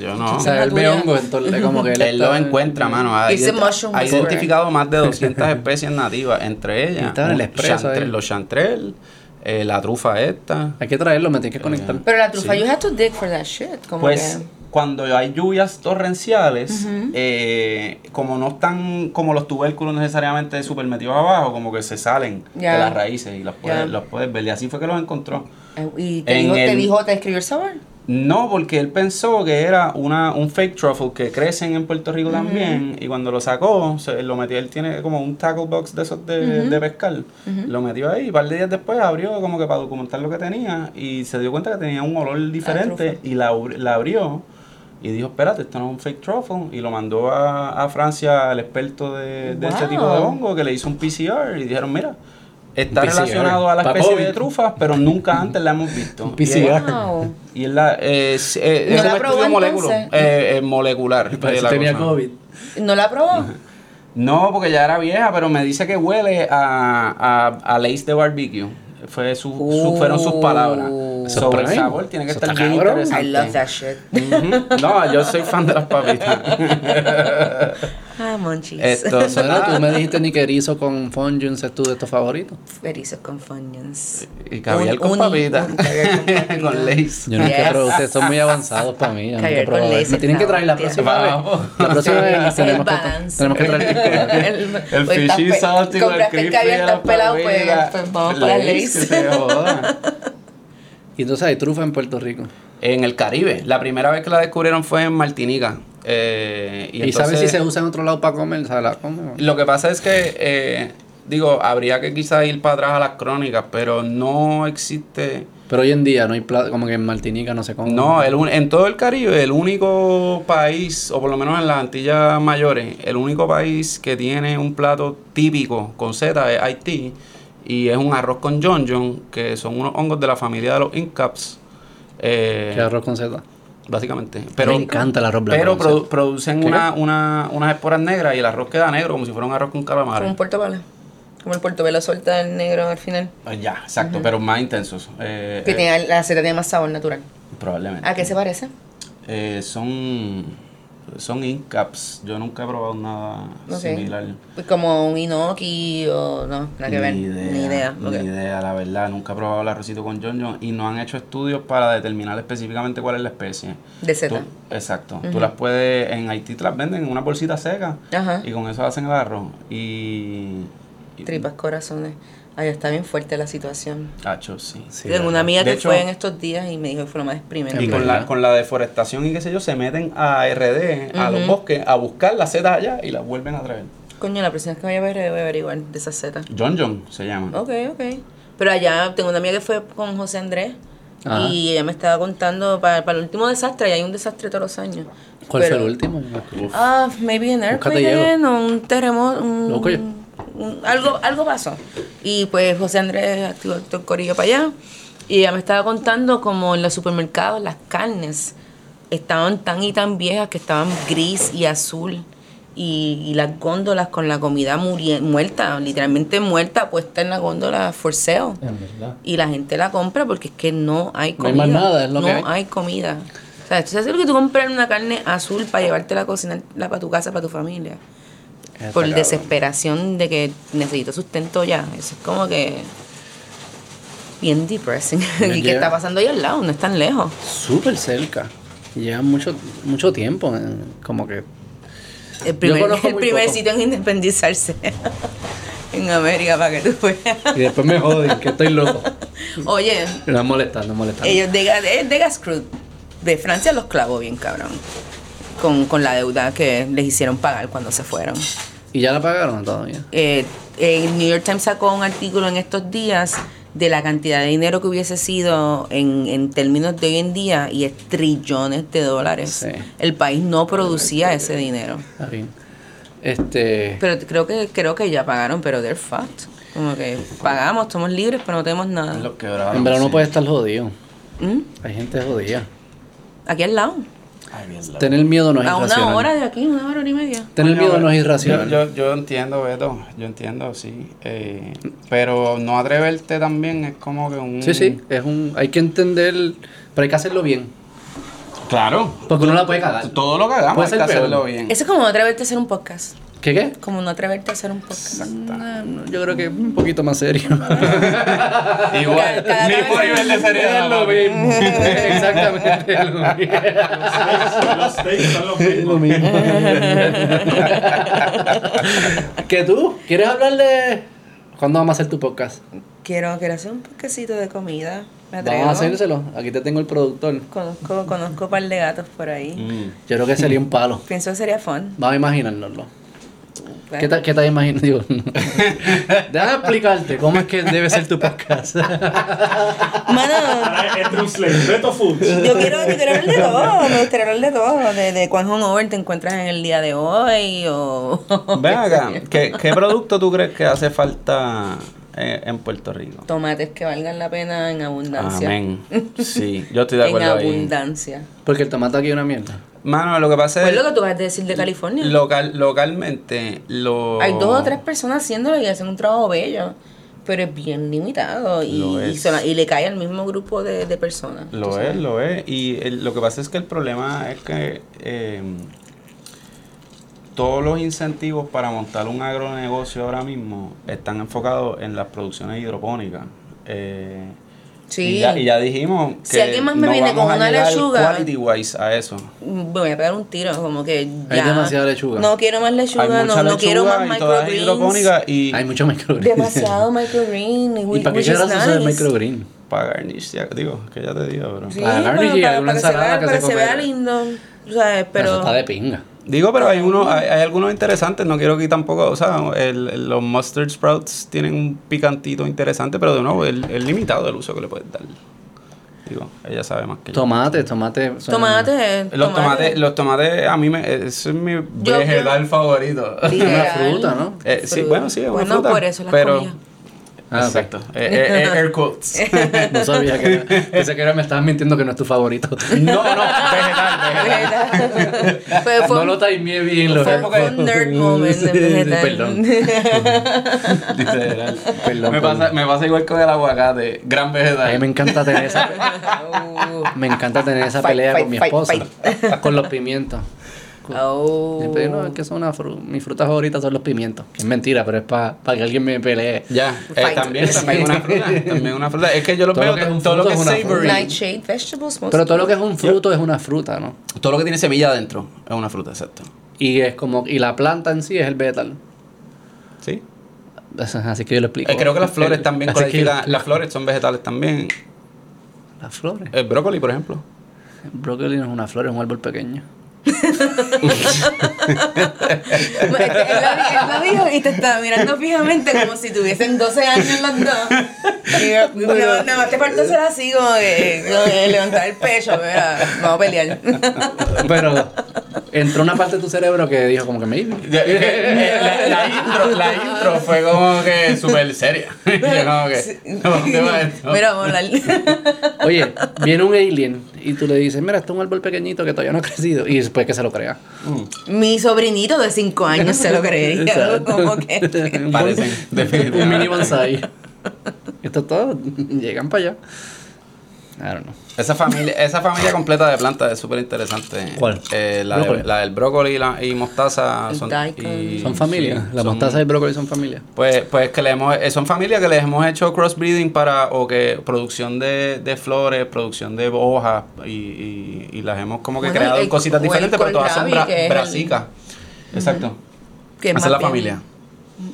[SPEAKER 3] yo no.
[SPEAKER 1] o sea, él ve hongo, entonces como que él,
[SPEAKER 3] Él lo
[SPEAKER 1] está-
[SPEAKER 3] encuentra, mano. Ha,
[SPEAKER 2] It's a
[SPEAKER 3] ident-
[SPEAKER 2] mushroom
[SPEAKER 3] ha
[SPEAKER 2] disorder.
[SPEAKER 3] identificado más de 200 especies nativas, entre ellas
[SPEAKER 1] Estaba en el
[SPEAKER 3] un
[SPEAKER 1] expreso
[SPEAKER 3] chantre-
[SPEAKER 1] ahí.
[SPEAKER 3] los chantrel, eh, la trufa esta.
[SPEAKER 1] Hay que traerlo, me tienes que conectar.
[SPEAKER 2] Pero la trufa, you have to dig for that shit. Como
[SPEAKER 3] Pues
[SPEAKER 2] que...
[SPEAKER 3] cuando hay lluvias torrenciales, eh, como no están como los tubérculos necesariamente super metidos abajo, como que se salen
[SPEAKER 2] Ya.
[SPEAKER 3] de las raíces y las puedes,
[SPEAKER 2] Ya.
[SPEAKER 3] los puedes ver. Y así fue que los encontró.
[SPEAKER 2] Eh, ¿Y te
[SPEAKER 3] en
[SPEAKER 2] dijo, te
[SPEAKER 3] el-
[SPEAKER 2] dijo, te escribió el sabor?
[SPEAKER 3] No, porque él pensó que era una, un fake truffle que crecen en Puerto Rico también. Y cuando lo sacó, se, lo metió, él tiene como un tackle box de esos de, de pescar. Lo metió ahí. Y un par de días después abrió como que para documentar lo que tenía. Y se dio cuenta que tenía un olor diferente. y la, abri- la abrió. Y dijo, espérate, esto no es un fake truffle. Y lo mandó a, a Francia al experto de, de este tipo de
[SPEAKER 2] Wow.
[SPEAKER 3] hongo que le hizo un PCR. Y dijeron, mira, está
[SPEAKER 1] PCR,
[SPEAKER 3] relacionado a la
[SPEAKER 1] pa'
[SPEAKER 3] especie
[SPEAKER 1] COVID.
[SPEAKER 3] de trufas, pero nunca antes la hemos visto.
[SPEAKER 1] Un
[SPEAKER 3] Y él-
[SPEAKER 1] PCR.
[SPEAKER 2] Wow.
[SPEAKER 3] y es la, es, eh,
[SPEAKER 2] ¿No
[SPEAKER 3] es
[SPEAKER 2] la
[SPEAKER 3] un
[SPEAKER 2] probó,
[SPEAKER 3] estudio molecular,
[SPEAKER 2] entonces?
[SPEAKER 3] eh, eh, molecular. de
[SPEAKER 1] Parece
[SPEAKER 3] la
[SPEAKER 1] que tenía
[SPEAKER 3] cosa.
[SPEAKER 1] COVID.
[SPEAKER 2] ¿No la probó?
[SPEAKER 3] No, porque ya era vieja, pero me dice que
[SPEAKER 2] Uh.
[SPEAKER 3] huele a, a, a Lace de barbecue. Fue su, su- fueron sus palabras.
[SPEAKER 1] Eso es
[SPEAKER 3] So, el
[SPEAKER 1] prime.
[SPEAKER 3] sabor tiene que
[SPEAKER 1] Eso
[SPEAKER 3] estar
[SPEAKER 1] está
[SPEAKER 3] bien
[SPEAKER 1] cabrón.
[SPEAKER 2] I love
[SPEAKER 3] interesante.
[SPEAKER 2] that shit.
[SPEAKER 3] Ujú. No, yo soy fan de las papitas.
[SPEAKER 2] Ah, monchis.
[SPEAKER 3] Esto, so,
[SPEAKER 1] Bueno, tú
[SPEAKER 3] nada.
[SPEAKER 1] me dijiste ni que erizo con fondue es tu de tus favoritos.
[SPEAKER 2] Perizos con Funyuns.
[SPEAKER 3] Y caviar
[SPEAKER 2] Un-
[SPEAKER 3] con
[SPEAKER 2] un-
[SPEAKER 3] papitas.
[SPEAKER 2] un caviar con papitas.
[SPEAKER 3] Con lace.
[SPEAKER 1] Yo no
[SPEAKER 2] Yes.
[SPEAKER 1] que probar, ustedes son muy avanzados para mí. Yo no
[SPEAKER 2] Caviar
[SPEAKER 1] que
[SPEAKER 2] con
[SPEAKER 1] probar.
[SPEAKER 2] laces,
[SPEAKER 1] Me tienen que
[SPEAKER 2] no,
[SPEAKER 1] traer la
[SPEAKER 2] tía.
[SPEAKER 1] próxima
[SPEAKER 3] Vamos.
[SPEAKER 1] vez. La próxima vez
[SPEAKER 2] Es el
[SPEAKER 1] tenemos que,
[SPEAKER 2] balance.
[SPEAKER 1] tenemos que traer picor.
[SPEAKER 3] El
[SPEAKER 2] pues, estás
[SPEAKER 3] fishy
[SPEAKER 2] pe-
[SPEAKER 3] salty con el
[SPEAKER 2] compraste el
[SPEAKER 3] creepy
[SPEAKER 2] caviar
[SPEAKER 3] de
[SPEAKER 2] tan
[SPEAKER 3] las
[SPEAKER 2] pelado, pues,
[SPEAKER 3] papitas.
[SPEAKER 2] pues, vamos para
[SPEAKER 3] Lace,
[SPEAKER 2] Lace.
[SPEAKER 3] que se joda.
[SPEAKER 1] Y entonces hay trufa en Puerto Rico.
[SPEAKER 3] En el Caribe. La primera vez que la descubrieron fue en Martinica. Eh,
[SPEAKER 1] Y,
[SPEAKER 3] y entonces,
[SPEAKER 1] sabes si se usa en otro lado para comer, ¿sabes? La come.
[SPEAKER 3] Lo que pasa es que, eh, digo, habría que quizás ir para atrás a las crónicas, pero no existe...
[SPEAKER 1] Pero hoy en día no hay plato, como que en Martinica no se come.
[SPEAKER 3] No, el un- en todo el Caribe, el único país, o por lo menos en las Antillas Mayores, el único país que tiene un plato típico con Z es Haití. Y es un arroz con John John, que son unos hongos de la familia de los Incaps. eh,
[SPEAKER 1] Que arroz con seta.
[SPEAKER 3] básicamente. Pero,
[SPEAKER 1] Me encanta el arroz blanco
[SPEAKER 3] Pero
[SPEAKER 1] con seta.
[SPEAKER 3] produ- producen
[SPEAKER 1] ¿Qué?
[SPEAKER 3] una, una, unas esporas negras y el arroz queda negro, como si fuera un arroz con
[SPEAKER 2] Como
[SPEAKER 3] calamares.
[SPEAKER 2] un portobelo. Como el portobelo suelta el negro al final.
[SPEAKER 3] Ah, Ya, exacto, pero más intensos. eh,
[SPEAKER 2] Que Ah.
[SPEAKER 3] eh,
[SPEAKER 2] tiene la seta tiene más sabor natural.
[SPEAKER 3] Probablemente.
[SPEAKER 2] ¿A qué se parece?
[SPEAKER 3] Eh, son son incaps. Yo nunca he probado nada
[SPEAKER 2] Ok.
[SPEAKER 3] similar.
[SPEAKER 2] Pues como un inoki o no, nada que ver.
[SPEAKER 3] Ni idea,
[SPEAKER 2] Ni idea.
[SPEAKER 3] ni
[SPEAKER 2] ok.
[SPEAKER 3] idea, la verdad. Nunca he probado el arrocito con John John y no han hecho estudios para determinar específicamente cuál es la especie.
[SPEAKER 2] De seta.
[SPEAKER 3] Tú- exacto. Tú las puedes, en Haití te las venden en una bolsita seca
[SPEAKER 2] Ajá.
[SPEAKER 3] y con eso hacen el arroz. Y... y-
[SPEAKER 2] Tripas, corazones. Ay, está bien fuerte la situación.
[SPEAKER 3] Hacho, sí.
[SPEAKER 2] Tengo una amiga
[SPEAKER 3] De
[SPEAKER 2] que
[SPEAKER 3] hecho-
[SPEAKER 2] fue en estos días y me dijo que fue lo más exprimente.
[SPEAKER 3] Y con la, con la deforestación y qué sé yo, se meten a RD, a los bosques, a buscar las setas allá y las vuelven a traer.
[SPEAKER 2] Coño, la próxima vez que vaya a ver, voy a averiguar de esa seta.
[SPEAKER 3] John John se llama.
[SPEAKER 2] Ok, ok. Pero allá tengo una amiga que fue con José Andrés
[SPEAKER 1] Ajá.
[SPEAKER 2] y ella me estaba contando para, para el último desastre, y hay un desastre todos los años.
[SPEAKER 1] ¿Cuál
[SPEAKER 2] Pero-
[SPEAKER 1] fue el último?
[SPEAKER 2] Ah, maybe an
[SPEAKER 1] Búscate
[SPEAKER 2] airplane o un terremoto, un,
[SPEAKER 1] Loco, yo-
[SPEAKER 2] un- algo, algo pasó. Y pues José Andrés activó el to- corillo para allá y ella me estaba contando como en los supermercados las carnes estaban tan y tan viejas que estaban gris y azul. Y, y las góndolas con la comida muri- muerta, literalmente muerta, puesta en la góndola for sale. Y la gente la compra porque es que no hay
[SPEAKER 1] No hay
[SPEAKER 2] comida.
[SPEAKER 1] más nada, es lo
[SPEAKER 2] No
[SPEAKER 1] que hay.
[SPEAKER 2] hay comida. O sea, tú sabes lo que tú compras una carne azul para llevártela a cocinarla para tu casa, para tu familia.
[SPEAKER 1] Está
[SPEAKER 2] Por
[SPEAKER 1] cabrón.
[SPEAKER 2] desesperación de que necesito sustento ya. Eso es como que. Bien depressing.
[SPEAKER 1] Me
[SPEAKER 2] y que
[SPEAKER 1] lleva-
[SPEAKER 2] está pasando ahí al lado, no es tan lejos.
[SPEAKER 1] Súper cerca. Llevan mucho, mucho tiempo. eh, Como que.
[SPEAKER 2] El primer,
[SPEAKER 1] conozco
[SPEAKER 2] el
[SPEAKER 1] muy
[SPEAKER 2] primer
[SPEAKER 1] poco.
[SPEAKER 2] sitio en independizarse en América, para que tú veas.
[SPEAKER 1] Y después me joden, que estoy loco.
[SPEAKER 2] Oye,
[SPEAKER 1] No molestan, no molestan.
[SPEAKER 2] Ellos de, Ga- de, de Gascruz, de Francia los clavó bien cabrón. Con, con la deuda que les hicieron pagar cuando se fueron.
[SPEAKER 1] Y ya la pagaron todavía.
[SPEAKER 2] Eh, el New York Times sacó un artículo en estos días de la cantidad de dinero que hubiese sido en, en términos de hoy en día y es trillones de dólares.
[SPEAKER 1] Sí.
[SPEAKER 2] El país no producía ese dinero.
[SPEAKER 1] Está bien. Este.
[SPEAKER 2] Pero creo que creo que ya pagaron, pero they're fucked. Como que pagamos, somos libres, pero no tenemos nada.
[SPEAKER 3] Los quebrados.
[SPEAKER 1] En verdad no
[SPEAKER 3] sí.
[SPEAKER 1] puede estar jodido.
[SPEAKER 2] ¿Mm?
[SPEAKER 1] Hay gente jodida.
[SPEAKER 2] Aquí al lado.
[SPEAKER 3] Ay, bien, la-
[SPEAKER 1] Tener miedo no es
[SPEAKER 2] A una
[SPEAKER 1] irracional.
[SPEAKER 2] hora de aquí, una hora, hora y media.
[SPEAKER 1] Tener
[SPEAKER 3] Coño,
[SPEAKER 1] miedo no es
[SPEAKER 3] yo-
[SPEAKER 1] irracional.
[SPEAKER 3] Yo, yo entiendo, Beto. Yo entiendo, sí. eh, pero no atreverte también es como que un.
[SPEAKER 1] Sí, sí, es un, hay que entender, pero hay que hacerlo bien.
[SPEAKER 3] Claro.
[SPEAKER 1] Porque uno la puede cagar.
[SPEAKER 3] Todo lo que hagamos
[SPEAKER 1] Puede
[SPEAKER 3] hay que
[SPEAKER 1] ser peor.
[SPEAKER 3] hacerlo bien.
[SPEAKER 2] Eso es como no atreverte a hacer un podcast.
[SPEAKER 1] ¿Qué qué?
[SPEAKER 2] Como no atreverte a hacer un podcast.
[SPEAKER 1] No, no, yo creo que es un poquito más serio.
[SPEAKER 3] Igual.
[SPEAKER 2] Cada- cada
[SPEAKER 3] Ni
[SPEAKER 2] vez
[SPEAKER 3] por
[SPEAKER 2] es-
[SPEAKER 3] nivel de seriedad.
[SPEAKER 1] es lo
[SPEAKER 3] papi.
[SPEAKER 1] mismo. Exactamente es lo mismo.
[SPEAKER 4] Los steaks son los mismos.
[SPEAKER 1] lo mismo. ¿Que tú? ¿Quieres hablarle? ¿Cuándo vamos a hacer tu podcast?
[SPEAKER 2] Quiero, quiero hacer un podcastito de comida. Me atrevo.
[SPEAKER 1] Vamos a hacérselo. Aquí te tengo el productor.
[SPEAKER 2] Conozco, conozco un par de gatos por ahí.
[SPEAKER 3] Mm.
[SPEAKER 1] Yo creo que sería un palo.
[SPEAKER 2] Pienso que sería fun.
[SPEAKER 1] Vamos a imaginárnoslo. ¿Qué te, qué te imaginas? Digo, déjame explicarte cómo es que debe ser tu podcast.
[SPEAKER 2] Mano,
[SPEAKER 4] Ahora es Drew Slade, Beto Foods.
[SPEAKER 2] yo quiero, yo quiero hablar de todo. Me gustaría hablar de todo. De, de cuán hungover te encuentras en el día de hoy. O...
[SPEAKER 3] Ven acá. ¿Qué, qué producto tú crees que hace falta eh, en Puerto Rico?
[SPEAKER 2] Tomates que valgan la pena en abundancia.
[SPEAKER 3] Amén. Sí, yo estoy de
[SPEAKER 2] En
[SPEAKER 3] acuerdo ahí.
[SPEAKER 2] abundancia.
[SPEAKER 1] Porque el tomate aquí es una mierda.
[SPEAKER 3] Mano, lo que pasa
[SPEAKER 2] Pues
[SPEAKER 3] es
[SPEAKER 2] lo que tú vas a decir de California.
[SPEAKER 3] local, localmente lo
[SPEAKER 2] Hay dos o tres personas haciéndolo y hacen un trabajo bello. pero es bien limitado y,
[SPEAKER 3] Lo
[SPEAKER 2] y
[SPEAKER 3] es.
[SPEAKER 2] sola- y le cae al mismo grupo de, de personas. tú
[SPEAKER 3] Lo
[SPEAKER 2] sabes.
[SPEAKER 3] es, lo es. Y el- lo que pasa es que el problema es que eh, todos los incentivos para montar un agronegocio ahora mismo están enfocados en las producciones hidropónicas. Eh,
[SPEAKER 2] Sí.
[SPEAKER 3] y, ya, y ya dijimos que
[SPEAKER 2] Si alguien más me
[SPEAKER 3] no
[SPEAKER 2] viene
[SPEAKER 3] vamos
[SPEAKER 2] con
[SPEAKER 3] a
[SPEAKER 2] una
[SPEAKER 3] llegar
[SPEAKER 2] lechuga-
[SPEAKER 3] quality wise a eso.
[SPEAKER 2] Me voy a pegar un tiro, como que ya.
[SPEAKER 1] Hay demasiada lechuga.
[SPEAKER 2] No quiero más lechuga,
[SPEAKER 3] Hay
[SPEAKER 2] no,
[SPEAKER 3] mucha
[SPEAKER 2] no quiero
[SPEAKER 3] lechuga
[SPEAKER 2] más
[SPEAKER 3] y todas
[SPEAKER 2] microgreens.
[SPEAKER 3] hidropónicas y
[SPEAKER 1] Hay mucho microgreen.
[SPEAKER 2] Demasiado microgreen.
[SPEAKER 1] ¿Y
[SPEAKER 2] which-
[SPEAKER 1] para qué
[SPEAKER 2] which is
[SPEAKER 1] carajo se usa el
[SPEAKER 2] nice.
[SPEAKER 1] microgreen?
[SPEAKER 3] para garnish, ya- digo, que ya te digo, pero...
[SPEAKER 2] Sí,
[SPEAKER 1] Para
[SPEAKER 2] para,
[SPEAKER 1] garnish y
[SPEAKER 2] para- para
[SPEAKER 1] alguna
[SPEAKER 2] que se
[SPEAKER 1] ensalada
[SPEAKER 2] vea,
[SPEAKER 1] que
[SPEAKER 2] para
[SPEAKER 1] se
[SPEAKER 2] que se vea
[SPEAKER 1] come.
[SPEAKER 2] lindo, ¿sabes? Pero...
[SPEAKER 1] Eso está de pinga.
[SPEAKER 3] Digo, pero hay uno, hay, hay algunos interesantes, no quiero que tampoco, o sea, el- el- los mustard sprouts tienen un picantito interesante, pero de nuevo, el- es limitado el uso que le puedes dar. Digo, ella sabe más que yo. Eh,
[SPEAKER 1] Tomate, tomate. son-
[SPEAKER 2] Eh, Tomate,
[SPEAKER 3] Los tomates, los tomates a mí me, ese es mi
[SPEAKER 2] creo-
[SPEAKER 3] vegetal favorito.
[SPEAKER 1] Una fruta, ¿no?
[SPEAKER 3] Eh, sí, bueno, sí, es una
[SPEAKER 2] Bueno,
[SPEAKER 3] fruta,
[SPEAKER 2] Pues por eso las
[SPEAKER 3] pero,
[SPEAKER 2] comía.
[SPEAKER 1] Ah, ok.
[SPEAKER 3] Exacto. Eh, eh, eh, air quotes.
[SPEAKER 1] No sabía que era. Pensé que era, me estabas mintiendo que no es tu favorito.
[SPEAKER 3] No, no, vegetal, vegetal.
[SPEAKER 2] Vegetal. Fue- fue
[SPEAKER 1] No
[SPEAKER 2] un-
[SPEAKER 1] lo ¿eh? timeé bien. Lo
[SPEAKER 2] fue- fue un nerd moment de vegetal.
[SPEAKER 1] Perdón.
[SPEAKER 3] Literal.
[SPEAKER 1] Perdón,
[SPEAKER 3] me,
[SPEAKER 1] perdón.
[SPEAKER 3] pasa, me pasa igual con el aguacate,
[SPEAKER 1] A
[SPEAKER 3] gran
[SPEAKER 1] mí
[SPEAKER 3] vegetal.
[SPEAKER 1] me encanta tener esa,
[SPEAKER 2] Oh.
[SPEAKER 1] me encanta tener esa
[SPEAKER 2] Fight,
[SPEAKER 1] pelea con mi
[SPEAKER 2] fight,
[SPEAKER 1] esposa.
[SPEAKER 2] fight,
[SPEAKER 1] Con los pimientos.
[SPEAKER 2] Oh.
[SPEAKER 1] Siempre digo, no, es que son una fru- mis frutas favoritas son los pimientos. Es mentira, pero es para que alguien me pelee.
[SPEAKER 3] Ya, eh,
[SPEAKER 2] Fight.
[SPEAKER 3] también, también una fruta, también una fruta. Es que yo lo
[SPEAKER 1] Todo
[SPEAKER 3] veo,
[SPEAKER 1] lo que es un
[SPEAKER 3] todo lo que
[SPEAKER 1] fruto
[SPEAKER 3] es
[SPEAKER 1] es una
[SPEAKER 3] savory,
[SPEAKER 2] Nightshade vegetables. most-
[SPEAKER 1] Pero todo lo que es un fruto es una fruta, ¿no?
[SPEAKER 3] todo lo que tiene semilla adentro es una fruta, exacto.
[SPEAKER 1] Y es como, y la planta en sí es el vegetal.
[SPEAKER 3] ¿Sí?
[SPEAKER 1] Eso es Así que yo lo explico.
[SPEAKER 3] Eh, creo que las flores
[SPEAKER 1] El-
[SPEAKER 3] también,
[SPEAKER 1] así que
[SPEAKER 3] codifican-
[SPEAKER 1] yo-
[SPEAKER 3] las flores son vegetales también.
[SPEAKER 1] Las flores.
[SPEAKER 3] El brócoli, por ejemplo.
[SPEAKER 1] El brócoli no es una flor, es un árbol pequeño.
[SPEAKER 2] Él lo- él lo dijo y te estaba mirando fijamente como si tuviesen 12 años los dos. Y yo, no, nada más te falta ser así, como que, como que levantar el pecho. mira, vamos a pelear.
[SPEAKER 1] Pero entró una parte de tu cerebro que dijo como que me
[SPEAKER 3] La, la intro, la intro fue como que súper seria. Yo como
[SPEAKER 2] Sí.
[SPEAKER 3] que, ¿dónde va esto?
[SPEAKER 2] Mira, vamos a hablar.
[SPEAKER 1] Oye, viene un alien y tú le dices, mira, esto es un árbol pequeñito que todavía no ha crecido. Y después que se lo crea.
[SPEAKER 2] Mi sobrinito de 5 años se lo creería.
[SPEAKER 1] Exacto.
[SPEAKER 2] Como que.
[SPEAKER 1] Un-
[SPEAKER 3] Parecen,
[SPEAKER 1] Un mini
[SPEAKER 3] definitivamente.
[SPEAKER 1] bonsai. Esto es todo. Llegan para allá. I don't know.
[SPEAKER 3] Esa familia, esa familia completa de plantas es súper interesante.
[SPEAKER 1] ¿Cuál?
[SPEAKER 3] Eh, la, de-
[SPEAKER 1] Brócoli.
[SPEAKER 3] la del brócoli y, la- y mostaza
[SPEAKER 2] El
[SPEAKER 3] son,
[SPEAKER 2] daikon.
[SPEAKER 3] y-
[SPEAKER 1] Son familia.
[SPEAKER 3] sí,
[SPEAKER 1] la
[SPEAKER 3] son-
[SPEAKER 1] mostaza y el brócoli son familia.
[SPEAKER 3] Pues, pues que le hemos, eh, son familias que les hemos hecho crossbreeding para, o que producción de, de flores, producción de hojas, y, y, y las hemos como que
[SPEAKER 2] Bueno,
[SPEAKER 3] creado en
[SPEAKER 2] el-
[SPEAKER 3] cositas
[SPEAKER 2] o el
[SPEAKER 3] diferentes, pero todas son bra-
[SPEAKER 2] kohlrabi, que es el-
[SPEAKER 3] brasicas. Exacto.
[SPEAKER 2] que
[SPEAKER 3] Esa
[SPEAKER 2] más
[SPEAKER 3] es la
[SPEAKER 2] bien-
[SPEAKER 3] familia.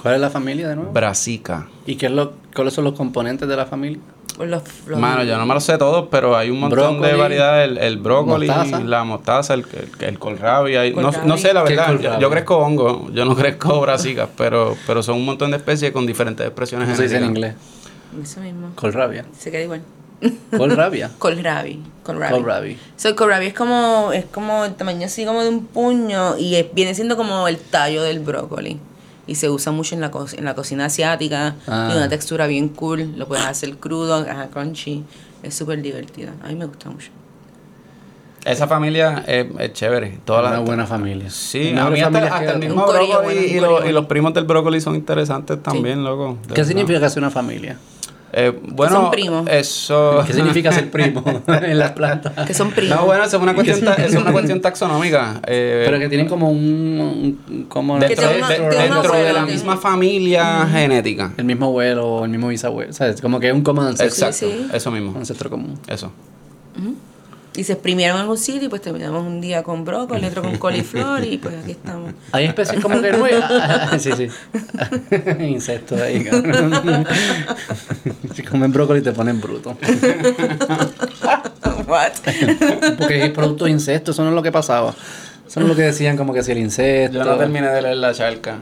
[SPEAKER 1] ¿Cuál es la familia de nuevo?
[SPEAKER 3] Brasica.
[SPEAKER 1] ¿Y qué es lo, cuáles son los componentes de la familia?
[SPEAKER 2] Los, los-
[SPEAKER 3] Mano, yo no me lo sé todos, pero hay un montón de
[SPEAKER 1] Brócoli,
[SPEAKER 3] variedades. El, el brócoli,
[SPEAKER 1] mostaza.
[SPEAKER 3] la mostaza, el, el, el kohlrabi, hay- no,
[SPEAKER 2] Kohlrabi.
[SPEAKER 3] no sé la
[SPEAKER 1] ¿Qué es
[SPEAKER 3] verdad. Yo,
[SPEAKER 1] kohlrabi?
[SPEAKER 3] yo crezco hongo, yo no crezco brasicas, pero, pero son un montón de especies con diferentes expresiones
[SPEAKER 1] ¿Cómo se dice en
[SPEAKER 3] genéticas.
[SPEAKER 1] inglés?
[SPEAKER 2] Eso mismo.
[SPEAKER 1] Colrabia.
[SPEAKER 2] Se queda igual.
[SPEAKER 1] Colrabia.
[SPEAKER 2] Colrabi. Colrabi.
[SPEAKER 1] Colrabia.
[SPEAKER 2] So, el kohlrabi es como, es como el tamaño así como de un puño y es- viene siendo como el tallo del brócoli. Y se usa mucho en la, co- en la cocina asiática.
[SPEAKER 1] Ah.
[SPEAKER 2] Tiene una textura bien cool. Lo puedes hacer crudo, ajá, crunchy. Es súper divertido. A mí me gusta mucho.
[SPEAKER 3] Esa familia es, es chévere. Todas
[SPEAKER 1] Una
[SPEAKER 3] las,
[SPEAKER 1] buena familia.
[SPEAKER 3] Sí,
[SPEAKER 1] Una
[SPEAKER 3] a mí
[SPEAKER 1] buena
[SPEAKER 3] hasta,
[SPEAKER 1] familia
[SPEAKER 3] hasta
[SPEAKER 1] que-
[SPEAKER 3] el
[SPEAKER 2] Un
[SPEAKER 3] mismo
[SPEAKER 2] corillo,
[SPEAKER 3] brócoli
[SPEAKER 2] bueno, un
[SPEAKER 3] y, lo-
[SPEAKER 2] corillo.
[SPEAKER 3] y los primos del brócoli son interesantes también, loco. de
[SPEAKER 1] ¿Qué
[SPEAKER 3] verdad.
[SPEAKER 1] significa que es una familia?
[SPEAKER 3] Eh, bueno,
[SPEAKER 2] son primos.
[SPEAKER 3] Eso.
[SPEAKER 1] ¿Qué significa ser primo en las plantas?
[SPEAKER 3] Eh,
[SPEAKER 2] Que son primos.
[SPEAKER 3] No, bueno, eso es una cuestión, ta- eso es una cuestión taxonómica. eh,
[SPEAKER 1] Pero que tienen como un... un- como
[SPEAKER 2] Que
[SPEAKER 3] dentro
[SPEAKER 2] tiene
[SPEAKER 3] de,
[SPEAKER 2] una-
[SPEAKER 3] de-
[SPEAKER 2] tiene una
[SPEAKER 3] dentro de la
[SPEAKER 2] abuela,
[SPEAKER 3] misma familia genética.
[SPEAKER 1] el mismo abuelo o el mismo bisabuelo. ¿Sabes? Como que es un común ancestro.
[SPEAKER 3] Exacto,
[SPEAKER 2] sí.
[SPEAKER 3] eso
[SPEAKER 1] Un
[SPEAKER 3] mismo.
[SPEAKER 1] ancestro común.
[SPEAKER 3] Eso.
[SPEAKER 2] Y se exprimieron en un sitio y pues terminamos un día con brócoli, otro con coliflor y pues aquí estamos.
[SPEAKER 1] Hay especies como que nuevas. sí, sí. Insectos ahí, cabrón. si comen brócoli te ponen bruto.
[SPEAKER 2] What?
[SPEAKER 1] Porque es producto de insectos, eso no es lo que pasaba. Eso no es lo que decían como que si el insecto.
[SPEAKER 3] Yo no terminé de leer la charca.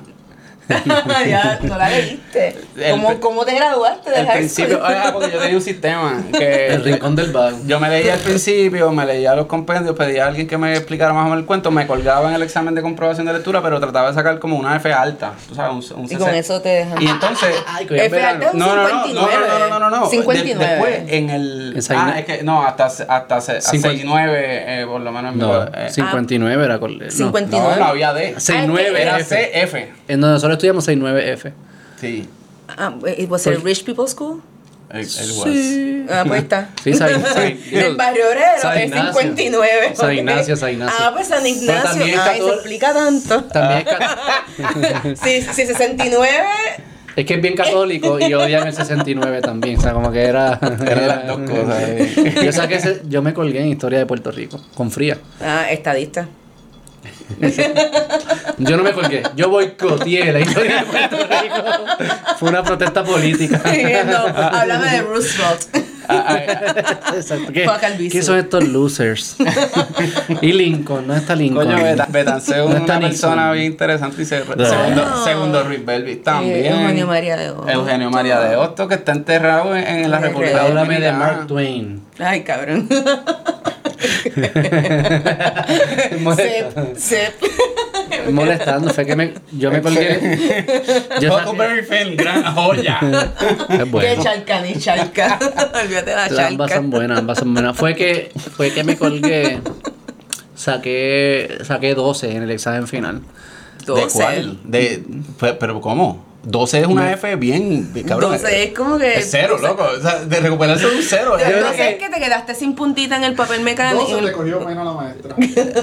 [SPEAKER 2] ya, no la leíste.
[SPEAKER 3] El
[SPEAKER 2] ¿Cómo,
[SPEAKER 3] pri-
[SPEAKER 2] ¿Cómo te graduaste de
[SPEAKER 3] Al
[SPEAKER 2] high
[SPEAKER 3] principio,
[SPEAKER 2] school?
[SPEAKER 3] ah, porque yo tenía un sistema que
[SPEAKER 1] El rincón del vago.
[SPEAKER 3] Yo me leía al principio, me leía los compendios, pedía a alguien que me explicara más o menos el cuento, me colgaba en el examen de comprobación de lectura, pero trataba de sacar como una F alta, tú sabes, un, un
[SPEAKER 2] Y con
[SPEAKER 3] 60.
[SPEAKER 2] eso te dejan.
[SPEAKER 3] Y entonces...
[SPEAKER 1] Ay, que ya es
[SPEAKER 2] F
[SPEAKER 1] verano.
[SPEAKER 2] alto es un
[SPEAKER 3] No, no, no,
[SPEAKER 2] 59.
[SPEAKER 3] no, no, no, no, no, no. De-
[SPEAKER 2] 59.
[SPEAKER 3] después en el...
[SPEAKER 1] En seis-
[SPEAKER 3] ah, es que no, hasta, hasta se- a
[SPEAKER 1] 50.
[SPEAKER 3] 69, eh, por lo menos. en mi
[SPEAKER 1] No,
[SPEAKER 3] cole- eh,
[SPEAKER 1] 59 era con.
[SPEAKER 2] Cincuenta-
[SPEAKER 3] no, no había D.
[SPEAKER 2] Ah, es que
[SPEAKER 1] 69
[SPEAKER 3] Era
[SPEAKER 1] F.
[SPEAKER 3] CF.
[SPEAKER 1] En donde nosotros estudiamos 69F.
[SPEAKER 3] Sí.
[SPEAKER 2] Ah, it was a rich people school?
[SPEAKER 3] It, it was.
[SPEAKER 2] Sí. Ah, pues está.
[SPEAKER 1] Sí, San- San-
[SPEAKER 2] El barrio obrero,
[SPEAKER 1] San
[SPEAKER 2] el
[SPEAKER 1] Ignacio.
[SPEAKER 2] 59.
[SPEAKER 1] San
[SPEAKER 2] ok.
[SPEAKER 1] Ignacio, San Ignacio.
[SPEAKER 2] Ah, pues San Ignacio.
[SPEAKER 1] también
[SPEAKER 2] Ay, se
[SPEAKER 1] cató-
[SPEAKER 2] explica tanto.
[SPEAKER 1] También
[SPEAKER 3] Ah.
[SPEAKER 1] es, ca-
[SPEAKER 2] Sí, sí, 69.
[SPEAKER 1] es que es bien católico y odian el 69 también. O sea, como que era.
[SPEAKER 3] Eran las dos cosas. eh.
[SPEAKER 1] Yo saqué ese- yo me colgué en historia de Puerto Rico, con fría.
[SPEAKER 2] Ah, estadista.
[SPEAKER 1] Yo no me colgué, yo boicoteé la historia de Puerto Rico. Fue una protesta política.
[SPEAKER 2] no, háblame de Roosevelt.
[SPEAKER 1] Exacto. ¿Qué,
[SPEAKER 2] Fue a Calvicie.
[SPEAKER 1] qué son estos losers? y Lincoln, no está Lincoln.
[SPEAKER 3] Coño, Beta- Betancé es
[SPEAKER 1] No
[SPEAKER 3] una
[SPEAKER 1] está
[SPEAKER 3] persona
[SPEAKER 1] Nixon.
[SPEAKER 3] bien interesante y se-
[SPEAKER 1] No.
[SPEAKER 3] segundo, segundo Rick Belvis también.
[SPEAKER 2] Eh, Eugenio María de Hostos.
[SPEAKER 3] Eugenio María de Hostos, que está enterrado en, en la
[SPEAKER 2] Ay,
[SPEAKER 3] República
[SPEAKER 1] Háblame de
[SPEAKER 3] Dominicana.
[SPEAKER 1] Mark Twain.
[SPEAKER 2] Ay, cabrón. Sep, sep.
[SPEAKER 1] Molestando, fue que me, yo me colgué. Yo saqué-
[SPEAKER 3] Huckleberry Finn, gran joya. Ah,
[SPEAKER 1] es
[SPEAKER 2] Qué
[SPEAKER 1] bueno.
[SPEAKER 2] charca ni charca. Olvídate de la
[SPEAKER 1] Ambas
[SPEAKER 2] charca.
[SPEAKER 1] son buenas, ambas son buenas. Fue que, fue que me colgué. Saqué, saqué 12 en el examen final.
[SPEAKER 3] ¿De
[SPEAKER 2] 12.
[SPEAKER 3] cuál? De, pe- ¿Pero cómo? 12 es una F bien, bien- cabrón.
[SPEAKER 1] eh,
[SPEAKER 2] 12 es como que.
[SPEAKER 3] Es cero, loco. O sea, de recuperarse de un cero.
[SPEAKER 2] Yo
[SPEAKER 3] es-
[SPEAKER 2] creo que es que te quedaste sin puntita en el papel mecánico.
[SPEAKER 4] 12 te cogió menos la maestra.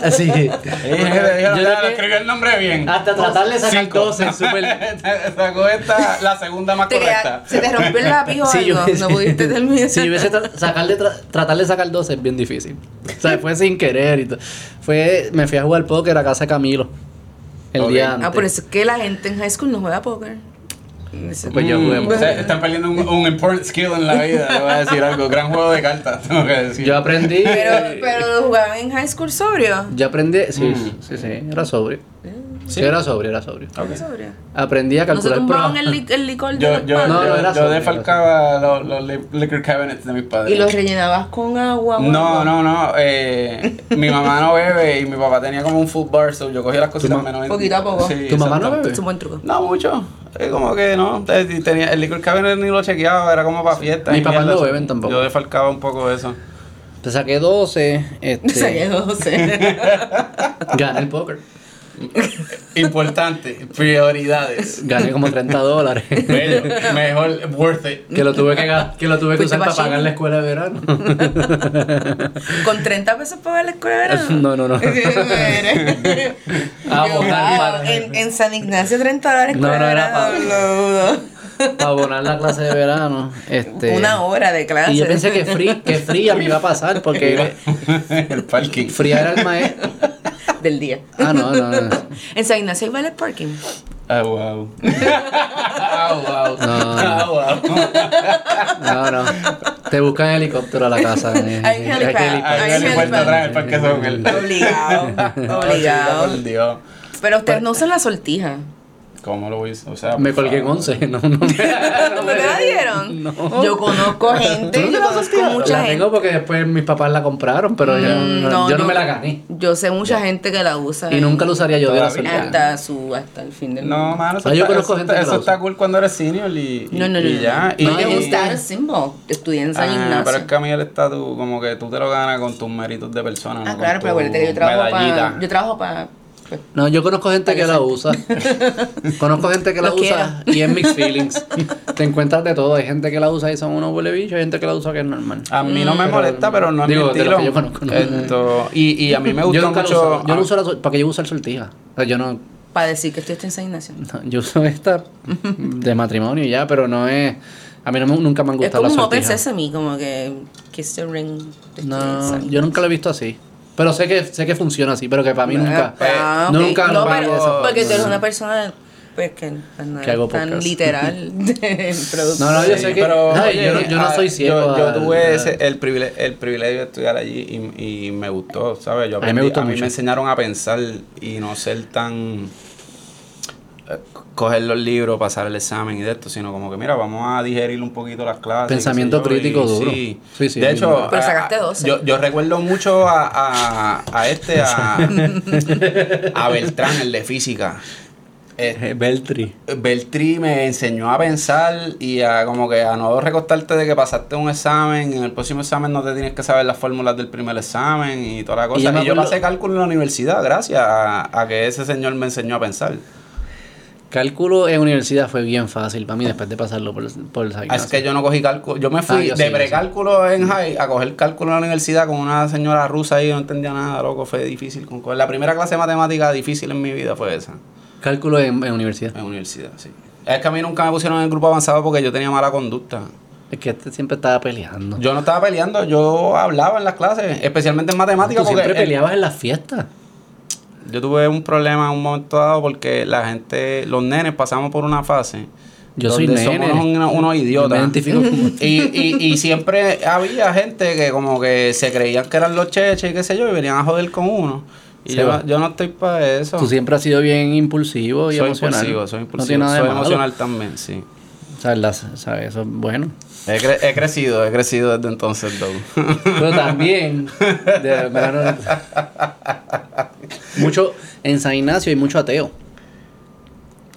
[SPEAKER 1] Así que.
[SPEAKER 3] Eh, dijeron,
[SPEAKER 1] Yo creo
[SPEAKER 3] "Ah,
[SPEAKER 1] que-
[SPEAKER 3] escribió el nombre bien.
[SPEAKER 1] Hasta tratar de sacar
[SPEAKER 3] Cinco.
[SPEAKER 1] 12 es súper.
[SPEAKER 3] Sacó esta, la segunda más
[SPEAKER 2] Te queda-
[SPEAKER 3] correcta.
[SPEAKER 2] se te rompió el lápiz o
[SPEAKER 1] Si yo
[SPEAKER 2] algo.
[SPEAKER 1] hubiese-
[SPEAKER 2] No pudiste terminar.
[SPEAKER 1] si yo hubiese tra- sacarle tra- tratar de sacar 12 es bien difícil. O sea, fue sin querer y todo. Fue, me fui a jugar póker a casa de Camilo. El
[SPEAKER 3] Ok.
[SPEAKER 1] día
[SPEAKER 3] Ah,
[SPEAKER 1] antes.
[SPEAKER 2] Ah, por eso es que la gente en high school no juega póker. Eso-
[SPEAKER 1] Pues yo jugué.
[SPEAKER 3] O sea, están perdiendo un, un important skill en la vida, le voy a decir algo. Gran juego de cartas, tengo que decir.
[SPEAKER 1] Yo aprendí. eh,
[SPEAKER 2] Pero, pero lo jugaban en high school sobrio.
[SPEAKER 1] Yo aprendí. Sí,
[SPEAKER 3] Mm.
[SPEAKER 1] sí, sí. Era sobrio. Sí, era sobrio, era sobrio.
[SPEAKER 2] ¿Cómo sobrio?
[SPEAKER 1] Aprendí a
[SPEAKER 2] No se
[SPEAKER 1] calcular
[SPEAKER 2] tumbaban
[SPEAKER 1] pro-
[SPEAKER 2] el, li- el licor de
[SPEAKER 3] yo,
[SPEAKER 2] los
[SPEAKER 3] yo,
[SPEAKER 2] palos?
[SPEAKER 1] No,
[SPEAKER 3] yo,
[SPEAKER 1] no, era
[SPEAKER 3] yo
[SPEAKER 1] sobre,
[SPEAKER 3] defalcaba los, los li- liquor cabinets de mis padres.
[SPEAKER 2] Y los rellenabas con agua. o
[SPEAKER 3] No,
[SPEAKER 2] algo?
[SPEAKER 3] no, no. eh, mi mamá no bebe y mi papá tenía como un food bar, so yo cogía las cositas
[SPEAKER 1] ma-
[SPEAKER 3] menos.
[SPEAKER 2] Poquito a poco.
[SPEAKER 1] ¿Tu mamá no
[SPEAKER 3] exacto.
[SPEAKER 1] bebe?
[SPEAKER 2] Es un buen truco.
[SPEAKER 3] No mucho. Es como que no. te- te- Tenía, el liquor cabinet ni lo chequeaba, era como para fiestas.
[SPEAKER 1] Mi
[SPEAKER 3] y
[SPEAKER 1] papá no
[SPEAKER 3] mierdas.
[SPEAKER 1] beben tampoco.
[SPEAKER 3] Yo defalcaba un poco eso.
[SPEAKER 1] Te saqué 12. Este,
[SPEAKER 2] Saqué 12.
[SPEAKER 1] Gané el póker.
[SPEAKER 3] Importante, prioridades.
[SPEAKER 1] Gané como 30 dólares.
[SPEAKER 3] Bello, mejor, worth it.
[SPEAKER 1] que lo tuve que, ga- que, lo tuve que
[SPEAKER 2] Fuiste
[SPEAKER 1] usar para
[SPEAKER 2] pachín.
[SPEAKER 1] pagar la escuela de verano.
[SPEAKER 2] ¿Con 30 pesos pagar la escuela? de verano?
[SPEAKER 1] No, no, no. Ah,
[SPEAKER 2] Yo,
[SPEAKER 1] votar
[SPEAKER 2] wow,
[SPEAKER 1] para-
[SPEAKER 2] en, en San Ignacio 30 dólares
[SPEAKER 1] No, no,
[SPEAKER 2] escuela de
[SPEAKER 1] era
[SPEAKER 2] verano, lo dudo.
[SPEAKER 1] para abonar la clase de verano. Este,
[SPEAKER 2] Una hora de clase.
[SPEAKER 1] Y yo pensé que, frí- que fría me iba a pasar porque eh,
[SPEAKER 3] el parking.
[SPEAKER 1] fría era el maestro.
[SPEAKER 2] Del día.
[SPEAKER 1] Ah, no, no, no.
[SPEAKER 2] En San Ignacio hay valet parking.
[SPEAKER 3] Ah, wow. ah, wow.
[SPEAKER 1] No,
[SPEAKER 3] Ah, wow.
[SPEAKER 1] no, no. Te buscan en helicóptero a la casa. eh.
[SPEAKER 2] Hay un helipad.
[SPEAKER 1] helipad.
[SPEAKER 3] Ahí
[SPEAKER 2] Ahí
[SPEAKER 3] viene
[SPEAKER 2] se
[SPEAKER 3] el puerto
[SPEAKER 2] va.
[SPEAKER 3] atrás del parque son el.
[SPEAKER 2] Obligado.
[SPEAKER 3] Ah,
[SPEAKER 2] Obligado.
[SPEAKER 3] por Dios.
[SPEAKER 2] Pero ustedes no usan la sortija.
[SPEAKER 3] ¿Cómo lo hizo? O sea,
[SPEAKER 1] Me colgué en 11. No, no. Ah,
[SPEAKER 2] ¿No te la dieron? Yo conozco gente. Yo conozco mucha
[SPEAKER 1] la
[SPEAKER 2] gente. Mm,
[SPEAKER 1] tengo porque después mis papás la compraron, pero yo, no, yo no me la gané.
[SPEAKER 2] Yo sé mucha gente que la usa.
[SPEAKER 1] Y
[SPEAKER 2] en-
[SPEAKER 1] nunca lo usaría yo de la
[SPEAKER 3] Todavía.
[SPEAKER 1] soltera.
[SPEAKER 2] Hasta, su, hasta el fin del
[SPEAKER 3] No,
[SPEAKER 2] mundo.
[SPEAKER 3] mano, eso,
[SPEAKER 1] Ah, yo
[SPEAKER 3] está,
[SPEAKER 1] conozco
[SPEAKER 3] eso
[SPEAKER 1] gente
[SPEAKER 3] está-
[SPEAKER 1] que la
[SPEAKER 3] eso
[SPEAKER 1] usa.
[SPEAKER 3] está cool cuando eres senior y, y,
[SPEAKER 2] No, no, no.
[SPEAKER 3] y ya. Y,
[SPEAKER 2] No, me
[SPEAKER 3] y-
[SPEAKER 2] gusta el symbol. Estudié en San
[SPEAKER 3] Ah,
[SPEAKER 2] Ignacio.
[SPEAKER 3] pero es que a mí el estatus, como que tú te lo ganas con tus méritos de persona.
[SPEAKER 2] Ah,
[SPEAKER 3] no
[SPEAKER 2] claro,
[SPEAKER 3] con
[SPEAKER 2] pero
[SPEAKER 3] tu
[SPEAKER 2] acuérdate que yo trabajo
[SPEAKER 3] medallita.
[SPEAKER 2] para. Yo trabajo para.
[SPEAKER 1] No, yo conozco gente que la usa. conozco gente que la
[SPEAKER 2] Lo
[SPEAKER 1] usa y es mixed feelings. Te encuentras de todo. Hay gente que la usa y son unos huele bichos, hay gente que la usa que es normal.
[SPEAKER 3] A mí no me molesta, pero no es
[SPEAKER 1] Mm. Digo,
[SPEAKER 3] mi
[SPEAKER 1] de
[SPEAKER 3] estilo.
[SPEAKER 1] lo que yo conozco, no.
[SPEAKER 3] Esto, y, y a mí me
[SPEAKER 1] yo
[SPEAKER 3] gusta
[SPEAKER 1] nunca
[SPEAKER 3] mucho.
[SPEAKER 1] la usaba. Yo
[SPEAKER 3] ah,
[SPEAKER 1] no uso la sol- ¿Para qué yo uso el sortija? O sea, yo no,
[SPEAKER 2] para decir que estoy en San Ignacio.
[SPEAKER 1] no, Yo uso esta de matrimonio y ya, pero no es. A mí no me- nunca me han
[SPEAKER 2] Es
[SPEAKER 1] gustado
[SPEAKER 2] como
[SPEAKER 1] las
[SPEAKER 2] un Open
[SPEAKER 1] sortijas.
[SPEAKER 2] Sesame, como que. Kiss the ring. estoy en
[SPEAKER 1] No,
[SPEAKER 2] San Ignacio.
[SPEAKER 1] yo nunca lo he visto así. Pero sé que sé que funciona así, pero que para mí nunca.
[SPEAKER 3] eh. pues,
[SPEAKER 2] Ah, ok.
[SPEAKER 1] Nunca
[SPEAKER 2] no,
[SPEAKER 1] lo vi
[SPEAKER 2] pero-
[SPEAKER 1] eso.
[SPEAKER 2] Porque tú eres
[SPEAKER 1] No.
[SPEAKER 2] una persona. Pues que pues, no
[SPEAKER 1] Que
[SPEAKER 2] eres
[SPEAKER 1] hago
[SPEAKER 2] tan
[SPEAKER 1] podcast.
[SPEAKER 2] literal del producto.
[SPEAKER 1] No, no, yo sé que. ay, yo, no- yo no
[SPEAKER 3] ah,
[SPEAKER 1] soy ciego.
[SPEAKER 3] Yo, yo
[SPEAKER 1] al-
[SPEAKER 3] tuve ese,
[SPEAKER 1] al-
[SPEAKER 3] el, privilegio, el privilegio de estudiar allí y, y me gustó, ¿sabes? Yo
[SPEAKER 1] A mí me
[SPEAKER 3] aprendí-
[SPEAKER 1] gustó
[SPEAKER 3] a mí
[SPEAKER 1] mucho.
[SPEAKER 3] me enseñaron a pensar y no ser tan. eh, coger los libros, pasar el examen y de esto, sino como que mira, vamos a digerir un poquito las clases. qué sé
[SPEAKER 1] Pensamiento
[SPEAKER 3] yo,
[SPEAKER 1] crítico
[SPEAKER 3] y
[SPEAKER 1] duro.
[SPEAKER 3] Sí,
[SPEAKER 1] Sí, sí,
[SPEAKER 3] De
[SPEAKER 1] es
[SPEAKER 3] hecho,
[SPEAKER 1] bien
[SPEAKER 2] Pero
[SPEAKER 3] a-
[SPEAKER 2] sacaste
[SPEAKER 3] a-
[SPEAKER 2] 12.
[SPEAKER 3] Yo, yo recuerdo mucho a, a, a este, a, a Beltrán, el de física. Este,
[SPEAKER 1] Eh, Beltri.
[SPEAKER 3] Beltri me enseñó a pensar y a como que a no recostarte de que pasaste un examen, en el próximo examen no te tienes que saber las fórmulas del primer examen y toda la cosa. Y,
[SPEAKER 1] yo me
[SPEAKER 3] yo
[SPEAKER 1] acuerdo-
[SPEAKER 3] Ah, pasé cálculo en la universidad gracias a, a que ese señor me enseñó a pensar.
[SPEAKER 1] Cálculo en universidad fue bien fácil para mí después de pasarlo por, por el
[SPEAKER 3] Ah, es que yo no cogí cálculo. Yo me fui
[SPEAKER 1] Ah, yo sí,
[SPEAKER 3] de
[SPEAKER 1] yo sí.
[SPEAKER 3] precálculo en high a coger cálculo en la universidad con una señora rusa ahí. Yo no entendía nada, loco. Fue difícil. Con, con- la primera clase de matemática difícil en mi vida fue esa.
[SPEAKER 1] Cálculo en, en universidad.
[SPEAKER 3] En universidad, sí. Es que a mí nunca me pusieron en el grupo avanzado porque yo tenía mala conducta.
[SPEAKER 1] Es que este siempre estaba peleando.
[SPEAKER 3] Yo no estaba peleando, yo hablaba en las clases, especialmente en matemáticas.
[SPEAKER 1] Tú
[SPEAKER 3] Ah, porque
[SPEAKER 1] siempre
[SPEAKER 3] el-
[SPEAKER 1] peleabas en las fiestas.
[SPEAKER 3] Yo tuve un problema en un momento dado porque la gente, los nenes pasamos por una fase.
[SPEAKER 1] Yo soy
[SPEAKER 3] donde
[SPEAKER 1] nene.
[SPEAKER 3] Somos unos, unos idiotas.
[SPEAKER 1] Yo me identifico como-
[SPEAKER 3] y, y, y siempre había gente que como que se creían que eran los cheches y qué sé yo y venían a joder con uno. Y
[SPEAKER 1] Se
[SPEAKER 3] yo,
[SPEAKER 1] va.
[SPEAKER 3] yo no estoy para eso.
[SPEAKER 1] Tú siempre has sido bien impulsivo y
[SPEAKER 3] soy
[SPEAKER 1] emocional.
[SPEAKER 3] impulsivo, soy
[SPEAKER 1] No
[SPEAKER 3] impulsivo.
[SPEAKER 1] tiene nada de
[SPEAKER 3] soy
[SPEAKER 1] malo.
[SPEAKER 3] emocional también, sí.
[SPEAKER 1] O sea, las- ¿sabes? Eso es bueno.
[SPEAKER 3] He, cre- he crecido, he crecido desde entonces, Doug.
[SPEAKER 1] Pero también, de verdad, no- mucho en San Ignacio hay mucho ateo.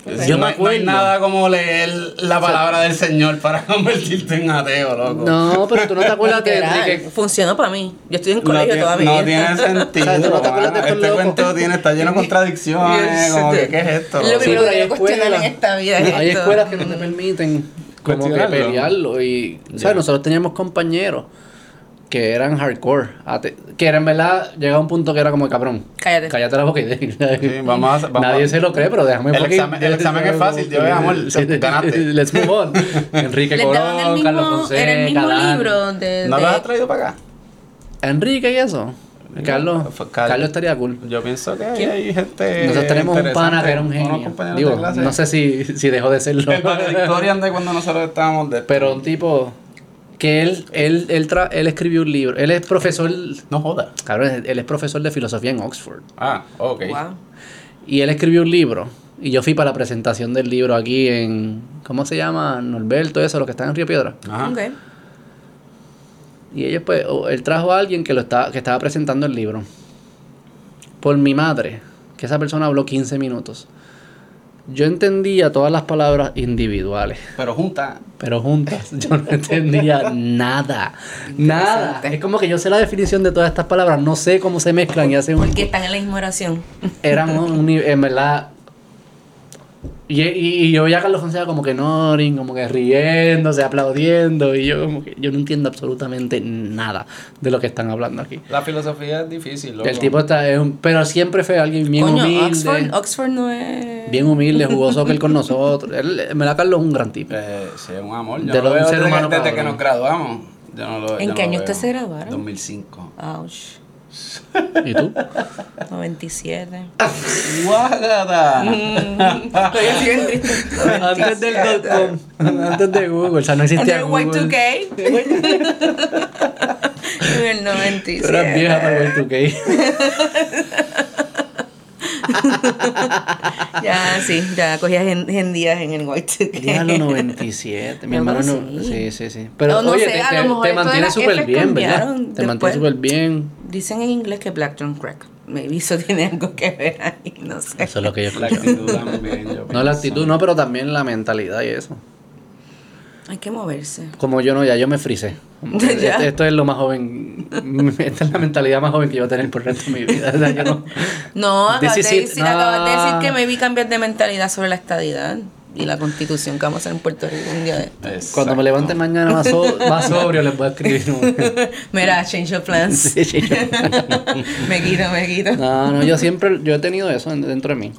[SPEAKER 1] Yo
[SPEAKER 3] Pues no,
[SPEAKER 1] me
[SPEAKER 3] hay- no hay
[SPEAKER 1] acuerdo.
[SPEAKER 3] nada como leer la palabra del Señor para convertirte en ateo, loco.
[SPEAKER 1] No, pero tú no te acuerdas de, de
[SPEAKER 2] Literal,
[SPEAKER 1] que.
[SPEAKER 2] Funcionó para mí. Yo estoy en
[SPEAKER 3] No,
[SPEAKER 2] colegio
[SPEAKER 3] tiene-
[SPEAKER 2] todavía.
[SPEAKER 3] no tiene sentido.
[SPEAKER 1] O sea, tú no te acuerdas
[SPEAKER 3] mano.
[SPEAKER 1] de estos
[SPEAKER 3] este
[SPEAKER 1] locos.
[SPEAKER 3] cuento tiene, está lleno de contradicciones.
[SPEAKER 2] Yes,
[SPEAKER 3] como que,
[SPEAKER 2] de-
[SPEAKER 3] ¿Qué es esto?
[SPEAKER 2] Lo
[SPEAKER 3] Sí.
[SPEAKER 2] primero
[SPEAKER 1] pero
[SPEAKER 2] que yo
[SPEAKER 1] hay
[SPEAKER 2] cuestiono en esta vida es
[SPEAKER 1] Hay
[SPEAKER 2] esto.
[SPEAKER 1] escuelas que no te permiten como que
[SPEAKER 3] Cuestionarlo.
[SPEAKER 1] pelearlo. Y, ¿sabes?
[SPEAKER 3] Ya.
[SPEAKER 1] Nosotros teníamos compañeros que eran hardcore, ate- que eran, ¿verdad? Llegaba un punto que era como cabrón.
[SPEAKER 2] Cállate.
[SPEAKER 1] Cállate la boca y déjala.
[SPEAKER 3] Sí, vamos a- vamos
[SPEAKER 1] Nadie
[SPEAKER 3] a-
[SPEAKER 1] se lo cree, pero déjame
[SPEAKER 3] El
[SPEAKER 1] fucking-
[SPEAKER 3] examen- el examen es fácil, yo, amor, ganaste.
[SPEAKER 1] Let's move on. Enrique
[SPEAKER 2] Les daban el
[SPEAKER 1] Colón,
[SPEAKER 2] mismo,
[SPEAKER 1] Carlos Fonseca,
[SPEAKER 2] era el mismo
[SPEAKER 1] Dan.
[SPEAKER 2] libro de,
[SPEAKER 3] ¿No
[SPEAKER 2] de-
[SPEAKER 3] lo has traído para acá?
[SPEAKER 1] Enrique y eso. Carlos,
[SPEAKER 3] Fue Carlos.
[SPEAKER 1] Carlos estaría cool.
[SPEAKER 3] Yo pienso que
[SPEAKER 2] ¿Quién?
[SPEAKER 3] hay gente.
[SPEAKER 1] Nosotros tenemos un pana
[SPEAKER 3] interesante,
[SPEAKER 1] que era un
[SPEAKER 3] unos
[SPEAKER 1] genio.
[SPEAKER 3] compañeros de
[SPEAKER 1] Digo,
[SPEAKER 3] clase.
[SPEAKER 1] no sé si, si dejó de serlo.
[SPEAKER 3] El valedictorian de cuando nosotros estábamos de.
[SPEAKER 1] Pero un tipo que él, él, él, tra- él escribió un libro. Él es profesor,
[SPEAKER 3] No joda.
[SPEAKER 1] cabrón, él es profesor de filosofía en Oxford.
[SPEAKER 3] Ah, ok.
[SPEAKER 2] Wow.
[SPEAKER 1] Y él escribió un libro. Y yo fui para la presentación del libro aquí en, ¿cómo se llama? Norberto, eso, los que están en Río Piedra.
[SPEAKER 3] Ajá.
[SPEAKER 2] Ok.
[SPEAKER 1] Y ellos, pues, o- él trajo a alguien que, lo estaba, que estaba presentando el libro. Por mi madre, que esa persona habló 15 minutos. Yo entendía todas las palabras individuales,
[SPEAKER 3] Pero junta.
[SPEAKER 1] pero juntas yo no entendía nada. Nada.
[SPEAKER 2] Interesante.
[SPEAKER 1] Es como que yo sé la definición de todas estas palabras, no sé cómo se mezclan y hacen un...
[SPEAKER 2] Porque están en la misma oración.
[SPEAKER 1] Eran un, un- en verdad... Y, y- y yo veía a Carlos Fonseca como que norin, como que riéndose, aplaudiendo, y yo como que yo no entiendo absolutamente nada de lo que están hablando aquí.
[SPEAKER 3] La filosofía es difícil, loco.
[SPEAKER 1] El tipo está, es un- pero siempre fue alguien bien
[SPEAKER 2] Coño,
[SPEAKER 1] humilde.
[SPEAKER 2] Oxford, Oxford no es.
[SPEAKER 1] Bien humilde, jugó soccer con nosotros. Él, me la Carlos es un gran tipo.
[SPEAKER 3] Eh, sí, es un amor. Yo
[SPEAKER 1] De
[SPEAKER 3] lo
[SPEAKER 1] lo- un
[SPEAKER 3] veo
[SPEAKER 1] ser
[SPEAKER 3] desde,
[SPEAKER 1] humano
[SPEAKER 3] desde
[SPEAKER 1] cabrón.
[SPEAKER 3] que nos graduamos. Yo no lo,
[SPEAKER 2] ¿En
[SPEAKER 3] yo
[SPEAKER 2] qué
[SPEAKER 3] no lo
[SPEAKER 2] año ustedes
[SPEAKER 3] veo.
[SPEAKER 2] se graduaron?
[SPEAKER 3] 2005.
[SPEAKER 2] Ouch.
[SPEAKER 1] ¿Y tú?
[SPEAKER 2] 97.
[SPEAKER 3] ¡Guágata!
[SPEAKER 2] Todavía estoy bien triste.
[SPEAKER 1] antes del dot com, antes de Google, o sea, no
[SPEAKER 2] En
[SPEAKER 1] existía
[SPEAKER 2] el
[SPEAKER 1] Google.
[SPEAKER 2] Y2K. en el
[SPEAKER 1] Tú eras
[SPEAKER 2] 97.
[SPEAKER 1] vieja para el Y2K.
[SPEAKER 2] Ya, sí, ya cogía gen- gendías en el
[SPEAKER 1] Ya los
[SPEAKER 2] Y2K.
[SPEAKER 1] 97, mi
[SPEAKER 2] Algo
[SPEAKER 1] hermano no.
[SPEAKER 2] así.
[SPEAKER 1] Sí, sí, sí. Pero
[SPEAKER 2] O no
[SPEAKER 1] oye,
[SPEAKER 2] sé,
[SPEAKER 1] te,
[SPEAKER 2] a
[SPEAKER 1] te-
[SPEAKER 2] lo
[SPEAKER 1] te
[SPEAKER 2] mejor todas
[SPEAKER 1] mantiene
[SPEAKER 2] las
[SPEAKER 1] súper
[SPEAKER 2] Fs
[SPEAKER 1] bien, ¿verdad? Te
[SPEAKER 2] cambiaron
[SPEAKER 1] mantiene
[SPEAKER 2] después.
[SPEAKER 1] súper bien.
[SPEAKER 2] Dicen en inglés que Black don't crack. Maybe eso tiene algo que ver ahí, no sé.
[SPEAKER 1] Eso es lo que yo
[SPEAKER 3] La
[SPEAKER 1] escucho.
[SPEAKER 3] actitud también. yo
[SPEAKER 1] No la
[SPEAKER 3] pienso.
[SPEAKER 1] actitud, no, pero también la mentalidad y eso.
[SPEAKER 2] Hay que moverse.
[SPEAKER 1] Como yo no, ya yo me frisé. Como que
[SPEAKER 2] Ya.
[SPEAKER 1] este- Esto es lo más joven. Esta es la mentalidad más joven que yo voy a tener por el resto de mi vida. O sea, yo no-
[SPEAKER 2] No, acabas de,
[SPEAKER 1] This is it.
[SPEAKER 2] decir, acabas de decir
[SPEAKER 1] No.
[SPEAKER 3] Ah.
[SPEAKER 2] que me vi cambiar de mentalidad sobre la estadidad y la constitución que vamos a hacer en Puerto Rico un día de esto.
[SPEAKER 3] Exacto.
[SPEAKER 1] Cuando me levante mañana más, so- más sobrio les voy a escribir. un-
[SPEAKER 2] Mira, change of plans.
[SPEAKER 1] Sí, sí, yo-
[SPEAKER 2] me quito, me quito.
[SPEAKER 1] No, no, yo siempre yo he tenido eso en- dentro de mí.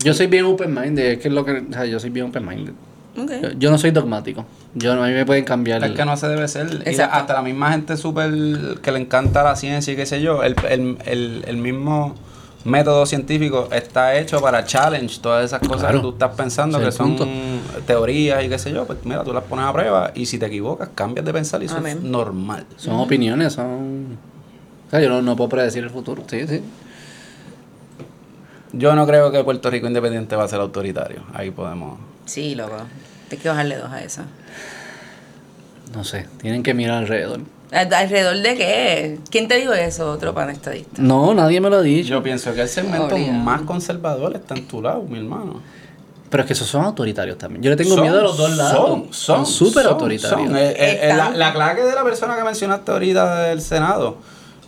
[SPEAKER 1] Yo soy bien open-minded, es que es lo que... O sea, yo soy bien open-minded. Yo,
[SPEAKER 2] Ok.
[SPEAKER 1] yo no soy dogmático. Yo no, a mí me pueden cambiar.
[SPEAKER 3] Es que no se debe ser. Y la-
[SPEAKER 2] Exacto.
[SPEAKER 3] hasta la misma gente súper que le encanta la ciencia y qué sé yo, el, el, el, el mismo método científico está hecho para challenge todas esas cosas
[SPEAKER 1] Claro.
[SPEAKER 3] que tú estás pensando
[SPEAKER 1] Ese
[SPEAKER 3] que
[SPEAKER 1] es el
[SPEAKER 3] son
[SPEAKER 1] punto.
[SPEAKER 3] teorías y qué sé yo. Pues mira, tú las pones a prueba y si te equivocas, cambias de pensar y eso es
[SPEAKER 2] Amén.
[SPEAKER 3] normal.
[SPEAKER 1] Son opiniones, son... O sea, yo no, no puedo predecir el futuro. Sí, sí.
[SPEAKER 3] Yo no creo que Puerto Rico independiente va a ser autoritario. Ahí podemos.
[SPEAKER 2] Sí, loco. Te que bajarle dos a esa.
[SPEAKER 1] No sé, tienen que mirar alrededor.
[SPEAKER 2] ¿Al- ¿Alrededor de qué? ¿Quién te dijo eso? Otro pan estadista.
[SPEAKER 1] No, nadie me lo ha dicho.
[SPEAKER 3] Yo pienso que el segmento
[SPEAKER 2] Obligado.
[SPEAKER 3] más conservador está en tu lado, mi hermano.
[SPEAKER 1] Pero es que esos son autoritarios también. Yo le tengo
[SPEAKER 3] Son,
[SPEAKER 1] miedo a los dos lados.
[SPEAKER 3] Son, son.
[SPEAKER 1] súper
[SPEAKER 3] son,
[SPEAKER 1] autoritarios.
[SPEAKER 3] son. Eh, eh, eh, la,
[SPEAKER 2] Están-
[SPEAKER 3] la clave de la persona que mencionaste ahorita del Senado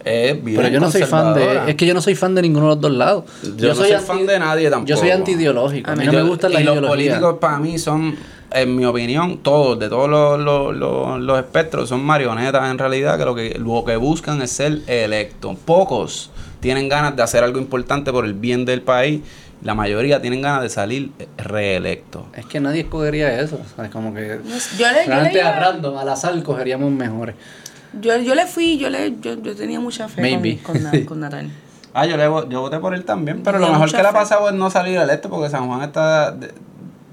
[SPEAKER 3] Es bien
[SPEAKER 1] Pero yo no soy fan de.
[SPEAKER 3] conservadora.
[SPEAKER 1] Es que yo no soy fan de ninguno de los dos lados.
[SPEAKER 3] Yo no soy fan de nadie
[SPEAKER 1] Yo soy
[SPEAKER 3] tampoco.
[SPEAKER 1] antiideológico. A mí no
[SPEAKER 3] Yo-
[SPEAKER 1] me gustan
[SPEAKER 3] y
[SPEAKER 1] las
[SPEAKER 3] los
[SPEAKER 1] ideologías.
[SPEAKER 3] políticos para mí son, en mi opinión, todos, de todos los, los- los- los espectros, son marionetas en realidad, que lo, que lo que buscan es ser electo. Pocos tienen ganas de hacer algo importante por el bien del país. La mayoría tienen ganas de salir reelecto.
[SPEAKER 1] Es que nadie escogería eso. o sea, Es como que.
[SPEAKER 2] No sé, Yo le, yo, le,
[SPEAKER 1] Realmente a
[SPEAKER 2] iba-
[SPEAKER 1] random, al azar, cogeríamos mejores.
[SPEAKER 2] yo, yo le fui, yo le yo, yo tenía mucha fe
[SPEAKER 1] Maybe.
[SPEAKER 2] con, con, Na- con Natal.
[SPEAKER 3] Ah, yo, le, vo- yo voté por él también, pero lo
[SPEAKER 2] Tenía
[SPEAKER 3] mejor
[SPEAKER 2] mucha
[SPEAKER 3] que le ha
[SPEAKER 2] fe.
[SPEAKER 3] pasado es no salir electo porque San Juan está de-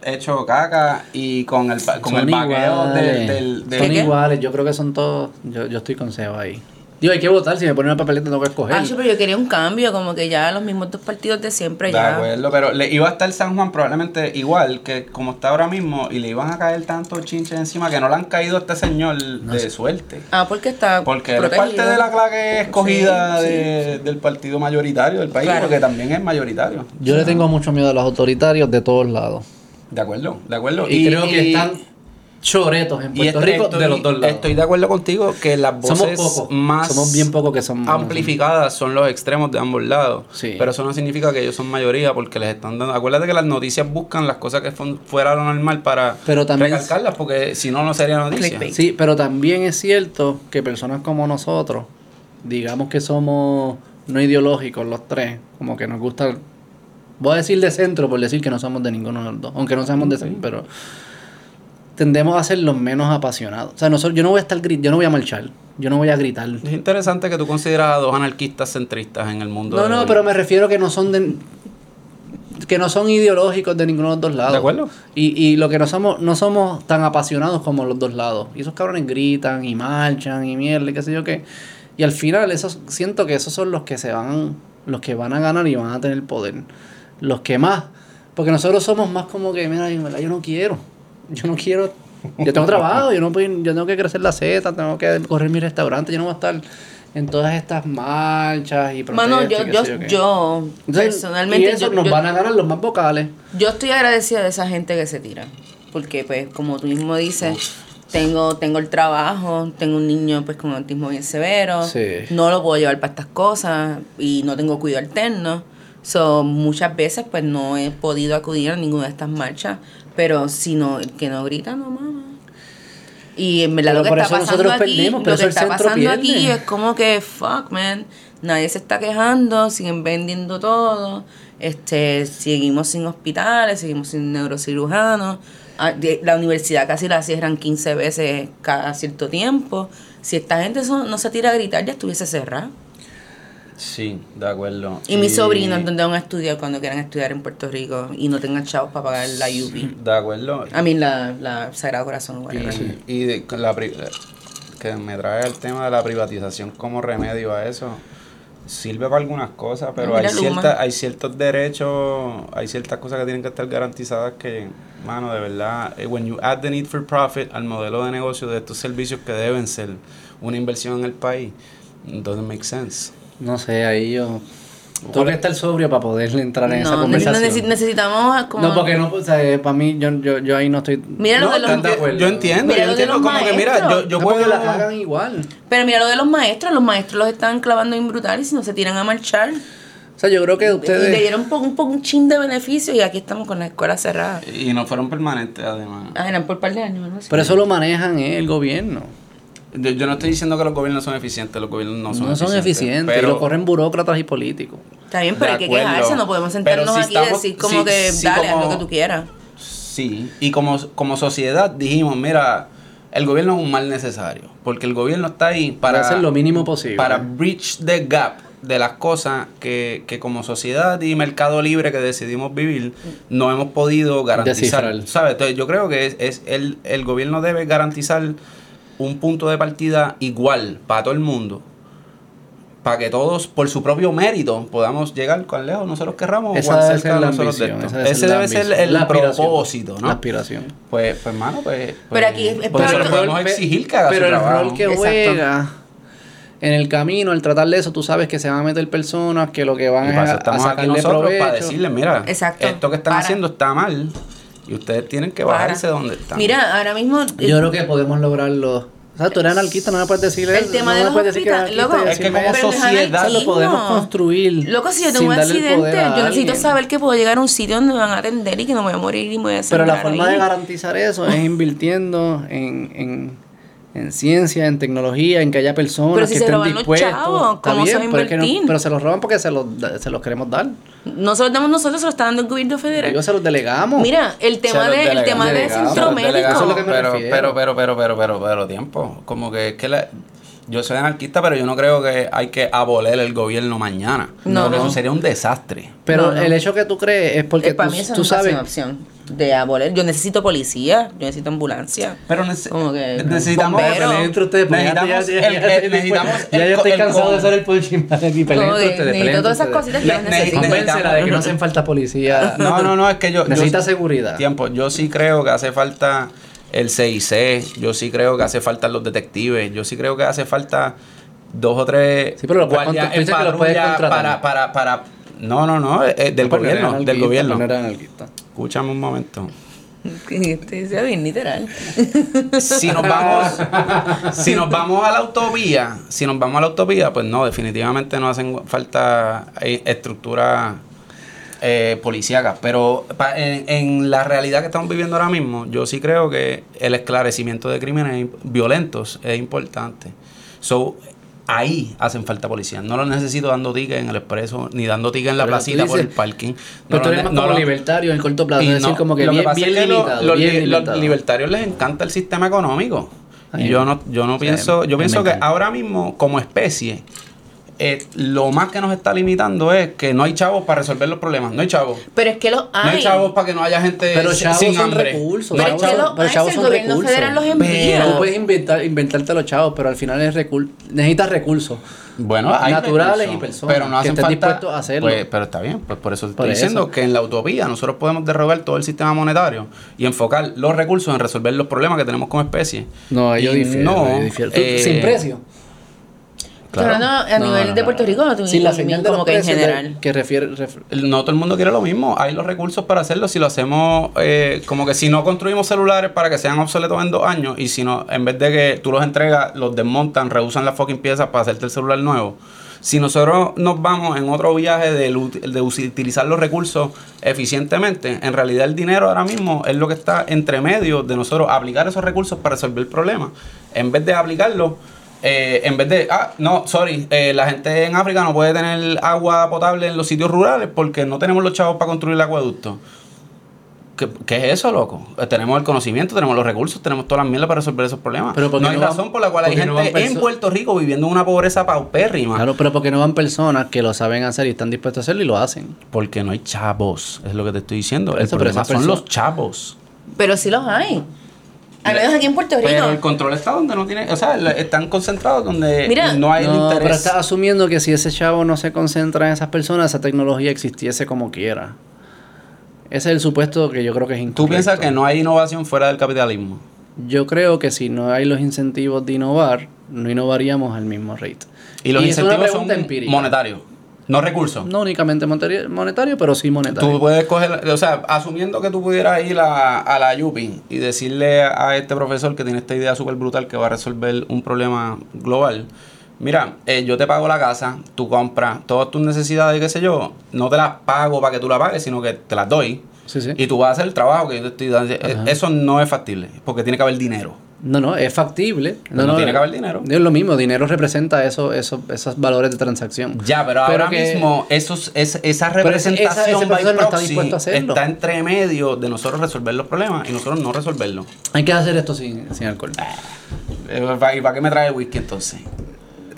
[SPEAKER 3] hecho caca y con el, pa- con el
[SPEAKER 1] Son
[SPEAKER 3] vaqueo del...
[SPEAKER 1] iguales.
[SPEAKER 3] del- del-
[SPEAKER 1] Son
[SPEAKER 2] ¿Qué, qué?
[SPEAKER 1] iguales, yo creo que son todos. Yo, yo estoy con Seba ahí. Digo, hay que votar, si me ponen una papeleta tengo que escoger.
[SPEAKER 2] Ah, sí, pero yo quería un cambio, como que ya los mismos dos partidos de siempre
[SPEAKER 3] De
[SPEAKER 2] ya.
[SPEAKER 3] acuerdo, pero le iba a estar San Juan probablemente igual que como está ahora mismo y le iban a caer tantos chinches encima que no le han caído a este señor de suerte.
[SPEAKER 2] Ah, porque está
[SPEAKER 3] Porque él es
[SPEAKER 2] protegido.
[SPEAKER 3] parte de la claque escogida
[SPEAKER 2] Sí, sí,
[SPEAKER 3] de- del partido mayoritario del país,
[SPEAKER 2] Claro.
[SPEAKER 3] porque también es mayoritario.
[SPEAKER 1] Yo le tengo mucho miedo a los autoritarios de todos lados.
[SPEAKER 3] De acuerdo, de acuerdo.
[SPEAKER 1] Y, creo que están choretos en
[SPEAKER 3] y
[SPEAKER 1] Puerto
[SPEAKER 3] est-
[SPEAKER 1] Rico
[SPEAKER 3] estoy,
[SPEAKER 1] de los dos lados.
[SPEAKER 3] Estoy de acuerdo contigo que las
[SPEAKER 1] somos
[SPEAKER 3] voces
[SPEAKER 1] pocos.
[SPEAKER 3] más
[SPEAKER 1] somos bien pocos que son
[SPEAKER 3] amplificadas son los extremos de ambos lados.
[SPEAKER 1] Sí.
[SPEAKER 3] Pero eso no significa que ellos son mayoría porque les están dando. Acuérdate que las noticias buscan las cosas que fon- fuera lo normal para
[SPEAKER 1] Pero también-
[SPEAKER 3] recalcarlas porque si no, no sería noticia.
[SPEAKER 2] Clickbait.
[SPEAKER 1] Sí, pero también es cierto que personas como nosotros, digamos que somos no ideológicos los tres, como que nos gusta, el- voy a decir de centro por decir que no somos de ninguno de los dos, aunque no seamos de centro, pero tendemos a ser los menos apasionados. O sea, nosotros, yo no voy a estar gri- yo no voy a marchar, yo no voy a gritar.
[SPEAKER 3] Es interesante que tú consideras a dos anarquistas centristas en el mundo.
[SPEAKER 1] No,
[SPEAKER 3] de
[SPEAKER 1] no,
[SPEAKER 3] hoy.
[SPEAKER 1] pero me refiero que no son de que no son ideológicos de ninguno de los dos lados.
[SPEAKER 3] De acuerdo.
[SPEAKER 1] Y, y lo que no somos, no somos tan apasionados como los dos lados. Y esos cabrones gritan y marchan y mierda y qué sé yo qué. Y al final esos, siento que esos son los que se van, los que van a ganar y van a tener poder. Los que más. Porque nosotros somos más como que, mira, en verdad yo no quiero. Yo no quiero. Yo tengo trabajo, yo no puedo ir- yo tengo que crecer la seta, tengo que correr mi restaurante, yo no voy a estar en todas estas marchas y
[SPEAKER 2] Mano, yo,
[SPEAKER 1] protestas y qué
[SPEAKER 2] yo,
[SPEAKER 1] sé qué.
[SPEAKER 2] yo
[SPEAKER 1] Entonces,
[SPEAKER 2] personalmente
[SPEAKER 1] y eso
[SPEAKER 2] yo,
[SPEAKER 1] nos
[SPEAKER 2] yo-
[SPEAKER 1] van a ganar los más vocales.
[SPEAKER 2] yo estoy agradecida de esa gente que se tira. Porque, pues, como tú mismo dices, tengo, tengo el trabajo, tengo un niño pues con autismo bien severo,
[SPEAKER 1] Sí.
[SPEAKER 2] no lo puedo llevar para estas cosas y no tengo cuidado alterno. So, muchas veces pues no he podido acudir a ninguna de estas marchas, pero si no, el que no grita, no mamá. Y eh, en verdad
[SPEAKER 1] Pero
[SPEAKER 2] lo que
[SPEAKER 1] por
[SPEAKER 2] está
[SPEAKER 1] eso
[SPEAKER 2] pasando
[SPEAKER 1] nosotros
[SPEAKER 2] aquí,
[SPEAKER 1] perdimos, por
[SPEAKER 2] lo
[SPEAKER 1] eso
[SPEAKER 2] que
[SPEAKER 1] el
[SPEAKER 2] está
[SPEAKER 1] centro
[SPEAKER 2] pasando
[SPEAKER 1] pierde.
[SPEAKER 2] aquí es como que fuck man, nadie se está quejando, siguen vendiendo todo, este, seguimos sin hospitales, seguimos sin neurocirujanos, Ah, de- la universidad casi la cierran 15 veces cada cierto tiempo. Si esta gente so- no se tira a gritar, ya estuviese cerrada.
[SPEAKER 3] Sí, de acuerdo.
[SPEAKER 2] Y mis sobrinos, donde van a estudiar cuando quieran estudiar en Puerto Rico y no tengan chavos para pagar la UP.
[SPEAKER 3] De acuerdo.
[SPEAKER 2] A mí la, la Sagrado Corazón. whatever.
[SPEAKER 3] Y de- con la pri- que me trae el tema de la privatización como remedio a eso. Sirve para algunas cosas, pero hay,
[SPEAKER 2] Mira, Luma.
[SPEAKER 3] cierta- hay ciertos derechos, hay ciertas cosas que tienen que estar garantizadas que, mano, de verdad, eh, when you add the need for profit al modelo de negocio de estos servicios que deben ser una inversión en el país, doesn't make sense.
[SPEAKER 1] No sé, ahí yo. Tengo que estar sobrio para poder entrar en esa
[SPEAKER 2] No, neces-
[SPEAKER 1] conversación.
[SPEAKER 2] neces- necesitamos como...
[SPEAKER 1] no, porque no, o sea, para mí, yo, yo, yo ahí no estoy.
[SPEAKER 2] Mira lo
[SPEAKER 3] No,
[SPEAKER 2] de los...
[SPEAKER 1] están de acuerdo.
[SPEAKER 3] yo entiendo,
[SPEAKER 2] Mira
[SPEAKER 3] yo
[SPEAKER 2] lo de
[SPEAKER 3] entiendo
[SPEAKER 2] los
[SPEAKER 3] como que, mira,
[SPEAKER 2] maestros.
[SPEAKER 3] yo, yo
[SPEAKER 1] No, porque
[SPEAKER 3] puedo...
[SPEAKER 1] las hagan igual.
[SPEAKER 2] Pero mira lo de los maestros, los maestros los están clavando en brutal y si no se tiran a marchar.
[SPEAKER 1] O sea, yo creo que ustedes.
[SPEAKER 2] Y le dieron un, po- un, po- un chin de beneficio y aquí estamos con la escuela cerrada.
[SPEAKER 3] Y no fueron permanentes, además.
[SPEAKER 2] Ah, eran por par de años, ¿no? Sí.
[SPEAKER 1] Pero eso lo manejan eh, el gobierno.
[SPEAKER 3] Yo, yo no estoy diciendo que los gobiernos son eficientes, los gobiernos no son
[SPEAKER 1] No son eficientes.
[SPEAKER 3] pero-
[SPEAKER 1] y lo corren burócratas y políticos.
[SPEAKER 2] Está bien, pero
[SPEAKER 3] De
[SPEAKER 2] hay que
[SPEAKER 3] acuerdo.
[SPEAKER 2] quejarse, no podemos
[SPEAKER 3] Pero
[SPEAKER 2] sentarnos
[SPEAKER 3] si
[SPEAKER 2] aquí y
[SPEAKER 3] estamos-
[SPEAKER 2] decir como
[SPEAKER 3] sí,
[SPEAKER 2] que
[SPEAKER 3] sí,
[SPEAKER 2] dale, haz
[SPEAKER 3] como-
[SPEAKER 2] lo que tú quieras.
[SPEAKER 3] Sí, y como, como sociedad dijimos, mira, el gobierno es un mal necesario, porque el gobierno está ahí para,
[SPEAKER 1] Para, hacer lo mínimo posible.
[SPEAKER 3] para bridge the gap de las cosas que, que como sociedad y mercado libre que decidimos vivir no hemos podido garantizar.
[SPEAKER 1] Descifrar.
[SPEAKER 3] ¿Sabes? Entonces yo creo que es, es el, el gobierno debe garantizar un punto de partida igual para todo el mundo. Para que todos, por su propio mérito, podamos llegar cuán lejos nosotros querramos o
[SPEAKER 1] esa
[SPEAKER 3] cuán
[SPEAKER 1] debe
[SPEAKER 3] cerca
[SPEAKER 1] ser la
[SPEAKER 3] nosotros de
[SPEAKER 1] ambición. esa
[SPEAKER 3] esto.
[SPEAKER 1] debe
[SPEAKER 3] Ese
[SPEAKER 1] la
[SPEAKER 3] debe ser
[SPEAKER 1] ambición,
[SPEAKER 3] el
[SPEAKER 1] la aspiración,
[SPEAKER 3] propósito, ¿no?
[SPEAKER 1] La aspiración.
[SPEAKER 3] Pues, pues, mano, pues.
[SPEAKER 2] Pero aquí es-
[SPEAKER 3] Por eso
[SPEAKER 2] pero
[SPEAKER 3] le
[SPEAKER 2] el
[SPEAKER 3] podemos
[SPEAKER 1] rol-
[SPEAKER 3] exigir que haga
[SPEAKER 1] Pero
[SPEAKER 3] su
[SPEAKER 1] el
[SPEAKER 3] trabajo.
[SPEAKER 1] rol que
[SPEAKER 2] Exacto.
[SPEAKER 1] juega en el camino, al tratar de eso, tú sabes que se van a meter personas que lo que van
[SPEAKER 3] Y
[SPEAKER 1] es
[SPEAKER 3] para eso
[SPEAKER 1] a, a
[SPEAKER 3] estamos aquí
[SPEAKER 1] sacarle
[SPEAKER 3] nosotros,
[SPEAKER 1] provecho.
[SPEAKER 3] para decirle, mira,
[SPEAKER 2] Exacto.
[SPEAKER 3] esto que están
[SPEAKER 2] Para.
[SPEAKER 3] haciendo está mal y ustedes tienen que bajarse
[SPEAKER 2] Para.
[SPEAKER 3] donde están.
[SPEAKER 2] Mira, ahora mismo... eh,
[SPEAKER 1] Yo creo que podemos lograrlo O sea, tú eres anarquista, no me puedes decir
[SPEAKER 2] El
[SPEAKER 1] eso,
[SPEAKER 2] tema
[SPEAKER 1] no
[SPEAKER 2] de
[SPEAKER 1] me
[SPEAKER 2] los
[SPEAKER 1] puedes decir que eres
[SPEAKER 2] hospitales, loco,
[SPEAKER 1] anarquista,
[SPEAKER 3] Es que
[SPEAKER 1] decirme eso.
[SPEAKER 3] como
[SPEAKER 2] pero no es
[SPEAKER 3] sociedad-
[SPEAKER 1] Eso lo
[SPEAKER 2] anarquismo.
[SPEAKER 1] podemos construir.
[SPEAKER 2] Loco, si yo tengo
[SPEAKER 1] sin
[SPEAKER 2] un
[SPEAKER 1] darle el
[SPEAKER 2] accidente,
[SPEAKER 1] poder a
[SPEAKER 2] yo necesito
[SPEAKER 1] alguien.
[SPEAKER 2] saber que puedo llegar a un sitio donde me van a atender y que no me voy a morir y me voy a
[SPEAKER 1] Pero la
[SPEAKER 2] sangrar
[SPEAKER 1] forma
[SPEAKER 2] ahí.
[SPEAKER 1] de garantizar eso es invirtiendo en, en, en ciencia, en tecnología, en que haya personas
[SPEAKER 2] Pero si
[SPEAKER 1] que
[SPEAKER 2] se
[SPEAKER 1] estén
[SPEAKER 2] roban los
[SPEAKER 1] dispuestas.
[SPEAKER 2] chavos,
[SPEAKER 1] Está
[SPEAKER 2] ¿cómo se va a
[SPEAKER 1] bien, pero, es que no-
[SPEAKER 2] invertir?
[SPEAKER 1] pero se los roban porque se los, da- se los queremos dar.
[SPEAKER 2] No se los damos nosotros, se lo está dando el gobierno federal.
[SPEAKER 1] Digo, se los delegamos.
[SPEAKER 2] Mira, el tema,
[SPEAKER 3] Se los
[SPEAKER 2] de, el
[SPEAKER 3] delega-
[SPEAKER 2] tema de
[SPEAKER 3] delegado,
[SPEAKER 2] centro
[SPEAKER 3] se los
[SPEAKER 1] Eso
[SPEAKER 3] delega,
[SPEAKER 1] es lo
[SPEAKER 2] médico.
[SPEAKER 1] que me
[SPEAKER 3] pero,
[SPEAKER 1] refiero.
[SPEAKER 3] pero, pero, pero, pero, pero, pero, tiempo. Como que es que la- yo soy anarquista, pero yo no creo que hay que aboler el gobierno mañana.
[SPEAKER 2] No,
[SPEAKER 3] Porque
[SPEAKER 2] no.
[SPEAKER 3] Eso sería un desastre.
[SPEAKER 1] Pero
[SPEAKER 2] No, no.
[SPEAKER 1] el hecho que tú crees es porque
[SPEAKER 2] Eh, para
[SPEAKER 1] tú,
[SPEAKER 2] mí eso
[SPEAKER 1] tú
[SPEAKER 2] no es
[SPEAKER 1] sabes.
[SPEAKER 2] una opción de abolir. Yo necesito policía, yo necesito ambulancia.
[SPEAKER 3] Pero nece-
[SPEAKER 2] Como que-
[SPEAKER 3] necesitamos,
[SPEAKER 2] Bombero.
[SPEAKER 1] Peleen entre ustedes, porque ya-
[SPEAKER 3] necesitamos
[SPEAKER 1] ya- ya-
[SPEAKER 3] el-
[SPEAKER 1] ya- ya-
[SPEAKER 3] el- necesitamos
[SPEAKER 1] Ya
[SPEAKER 3] el
[SPEAKER 1] yo
[SPEAKER 3] co-
[SPEAKER 1] estoy
[SPEAKER 3] el
[SPEAKER 1] cansado de
[SPEAKER 3] combo.
[SPEAKER 1] ser el polichinal aquí. Peleen
[SPEAKER 2] Como que
[SPEAKER 1] entre ustedes.
[SPEAKER 2] necesito
[SPEAKER 1] peleen
[SPEAKER 2] todas esas
[SPEAKER 1] entre
[SPEAKER 2] cositas
[SPEAKER 1] ustedes.
[SPEAKER 2] que
[SPEAKER 3] Le-
[SPEAKER 2] yo
[SPEAKER 3] ne-
[SPEAKER 2] necesito.
[SPEAKER 3] ne-
[SPEAKER 1] Convéncela de que no hacen falta policía.
[SPEAKER 3] No, no, no, es que yo. yo-
[SPEAKER 1] Necesita seguridad.
[SPEAKER 3] Tiempo. Yo sí creo que hace falta el CIC, yo sí creo que hace falta los detectives, yo sí creo que hace falta dos o tres
[SPEAKER 1] Sí, pero lo puedes
[SPEAKER 3] guardias
[SPEAKER 1] contra- tú
[SPEAKER 3] en
[SPEAKER 1] dices que lo puedes
[SPEAKER 3] patrulla
[SPEAKER 1] contratar.
[SPEAKER 3] para, para, para. No, no, no, eh, eh, del
[SPEAKER 1] Porque no eres
[SPEAKER 3] gobierno, del
[SPEAKER 1] anarquista,
[SPEAKER 3] gobierno.
[SPEAKER 1] porque no eres anarquista.
[SPEAKER 3] Escúchame un momento.
[SPEAKER 2] Este, sea bien literal.
[SPEAKER 3] Si nos vamos, si nos vamos a la autovía, si nos vamos a la autovía, pues no, definitivamente no hacen falta eh, estructuras eh, policíacas. Pero pa- en, en la realidad que estamos viviendo ahora mismo, yo sí creo que el esclarecimiento de crímenes imp- violentos es importante. So, ahí hacen falta policías. No los necesito dando tickets en el expreso, ni dando tickets en la
[SPEAKER 1] Pero tú
[SPEAKER 3] placita por el
[SPEAKER 1] dices-
[SPEAKER 3] parking.
[SPEAKER 1] Pero
[SPEAKER 3] No
[SPEAKER 1] tú
[SPEAKER 3] los
[SPEAKER 1] eres
[SPEAKER 3] ne-
[SPEAKER 1] más
[SPEAKER 3] no
[SPEAKER 1] como
[SPEAKER 3] los-
[SPEAKER 1] libertario en el corto plazo,
[SPEAKER 3] y
[SPEAKER 1] es decir,
[SPEAKER 3] no,
[SPEAKER 1] como que
[SPEAKER 3] lo
[SPEAKER 1] bien,
[SPEAKER 3] pasa
[SPEAKER 1] bien
[SPEAKER 3] es que lo-
[SPEAKER 1] limitado.
[SPEAKER 3] los,
[SPEAKER 1] bien
[SPEAKER 3] li- los
[SPEAKER 1] limitado.
[SPEAKER 3] libertarios les encanta el sistema económico.
[SPEAKER 1] Ay,
[SPEAKER 3] Y yo no, yo no
[SPEAKER 1] sí,
[SPEAKER 3] pienso, yo
[SPEAKER 1] me
[SPEAKER 3] pienso que
[SPEAKER 1] encanta.
[SPEAKER 3] ahora mismo, como especie, eh, lo más que nos está limitando es que no hay chavos para resolver los problemas. No hay chavos.
[SPEAKER 2] Pero es que los hay.
[SPEAKER 3] No hay chavos para que no haya gente
[SPEAKER 1] Pero
[SPEAKER 3] sin-
[SPEAKER 1] chavos
[SPEAKER 3] sin
[SPEAKER 1] son
[SPEAKER 3] hambre.
[SPEAKER 1] recursos.
[SPEAKER 3] No hay
[SPEAKER 2] pero es que
[SPEAKER 3] chavos.
[SPEAKER 1] chavo-
[SPEAKER 2] los
[SPEAKER 1] pero
[SPEAKER 2] hay,
[SPEAKER 1] chavos
[SPEAKER 2] el
[SPEAKER 1] son
[SPEAKER 2] gobierno
[SPEAKER 1] recursos.
[SPEAKER 2] federal los
[SPEAKER 3] Pero-
[SPEAKER 2] envía.
[SPEAKER 1] Tú puedes inventar, inventarte los chavos, pero al final es recur- necesitas recursos.
[SPEAKER 3] Bueno, hay
[SPEAKER 1] Naturales y personas
[SPEAKER 3] Pero no
[SPEAKER 1] que
[SPEAKER 3] hacen
[SPEAKER 1] estén
[SPEAKER 3] falta.
[SPEAKER 1] dispuestos a hacerlo.
[SPEAKER 3] Pues, pero está bien, pues por eso te
[SPEAKER 1] Por
[SPEAKER 3] estoy
[SPEAKER 1] eso.
[SPEAKER 3] diciendo que en la utopía nosotros podemos derrogar todo el sistema monetario y enfocar los recursos en resolver los problemas que tenemos como especie.
[SPEAKER 1] No, yo
[SPEAKER 3] Y
[SPEAKER 1] difiero.
[SPEAKER 3] no,
[SPEAKER 1] yo difiero. Tú-
[SPEAKER 3] eh,
[SPEAKER 1] sin precio.
[SPEAKER 3] Claro.
[SPEAKER 2] Pero no, a
[SPEAKER 1] No,
[SPEAKER 2] nivel
[SPEAKER 1] no,
[SPEAKER 2] de
[SPEAKER 1] no,
[SPEAKER 2] Puerto
[SPEAKER 1] no.
[SPEAKER 2] Rico, tú-
[SPEAKER 1] sin la señal de
[SPEAKER 2] como
[SPEAKER 1] los
[SPEAKER 2] que en
[SPEAKER 1] precios de-
[SPEAKER 2] general.
[SPEAKER 1] que refiere, ref-
[SPEAKER 3] No todo el mundo quiere lo mismo. Hay los recursos para hacerlo. Si lo hacemos, eh, como que si no construimos celulares para que sean obsoletos en dos años y si no, en vez de que tú los entregas, los desmontan, rehusan las fucking piezas para hacerte el celular nuevo. Si nosotros nos vamos en otro viaje del ut- de, us- utilizar los recursos eficientemente, en realidad el dinero ahora mismo es lo que está entre medio de nosotros aplicar esos recursos para resolver problemas. En vez de aplicarlos eh, en vez de, ah, no, sorry, eh, la gente en África no puede tener agua potable en los sitios rurales porque no tenemos los chavos para construir el acueducto. ¿Qué, qué es eso, loco? Eh, tenemos el conocimiento, tenemos los recursos, tenemos todas las mierdas para resolver esos problemas.
[SPEAKER 1] Pero ¿por qué
[SPEAKER 3] no hay
[SPEAKER 1] no van-
[SPEAKER 3] razón por la cual hay
[SPEAKER 1] por qué
[SPEAKER 3] gente
[SPEAKER 1] no van perso-
[SPEAKER 3] en Puerto Rico viviendo en una pobreza paupérrima.
[SPEAKER 1] Claro, pero porque no van personas que lo saben hacer y están dispuestos a hacerlo y lo hacen.
[SPEAKER 3] Porque no hay chavos, es lo que te estoy diciendo.
[SPEAKER 1] Por
[SPEAKER 3] El
[SPEAKER 1] eso, pero
[SPEAKER 3] problema
[SPEAKER 1] esas
[SPEAKER 3] son
[SPEAKER 1] perso-
[SPEAKER 3] los chavos.
[SPEAKER 2] Pero sí los hay. Al menos aquí en Puerto Rico.
[SPEAKER 3] Pero el control está donde no tiene, o sea, la- están concentrados donde
[SPEAKER 2] Mira,
[SPEAKER 3] no hay el
[SPEAKER 1] No, pero
[SPEAKER 3] interés.
[SPEAKER 1] estás asumiendo que si ese chavo no se concentra en esas personas, esa tecnología existiese como quiera. Ese es el supuesto que yo creo que es incorrecto.
[SPEAKER 3] Tú piensas que no hay innovación fuera del capitalismo.
[SPEAKER 1] Yo creo que si no hay los incentivos de innovar, no innovaríamos al mismo rate.
[SPEAKER 3] Y los
[SPEAKER 1] es una
[SPEAKER 3] incentivos son
[SPEAKER 1] pregunta empírica.
[SPEAKER 3] monetarios, no recursos.
[SPEAKER 1] No únicamente monetari- monetario, pero sí monetario.
[SPEAKER 3] Tú puedes coger, o sea, asumiendo que tú pudieras ir a, a la Yupi y decirle a este profesor que tiene esta idea súper brutal que va a resolver un problema global. Mira, eh, yo te pago la casa, tú compras todas tus necesidades, qué sé yo, no te las pago para que tú la pagues, sino que te las doy
[SPEAKER 1] Sí, sí.
[SPEAKER 3] y tú vas a hacer el trabajo que yo te estoy dando. Eh, Eso no es factible, porque tiene que haber dinero.
[SPEAKER 1] No, no, es factible.
[SPEAKER 3] No, tiene que haber dinero.
[SPEAKER 1] Es lo mismo, dinero representa eso, eso, esos valores de transacción.
[SPEAKER 3] Ya, pero,
[SPEAKER 1] Pero
[SPEAKER 3] ahora
[SPEAKER 1] que-
[SPEAKER 3] mismo esos, es- esa
[SPEAKER 1] Pero ese- esa-
[SPEAKER 3] representación
[SPEAKER 1] ese profesor
[SPEAKER 3] by
[SPEAKER 1] no está
[SPEAKER 3] proxy
[SPEAKER 1] dispuesto a hacerlo.
[SPEAKER 3] está entre medio de nosotros resolver los problemas y nosotros no resolverlos.
[SPEAKER 1] Hay que hacer esto sin, sin alcohol.
[SPEAKER 3] Eh, ¿pa- ¿Y para qué me trae el whisky entonces?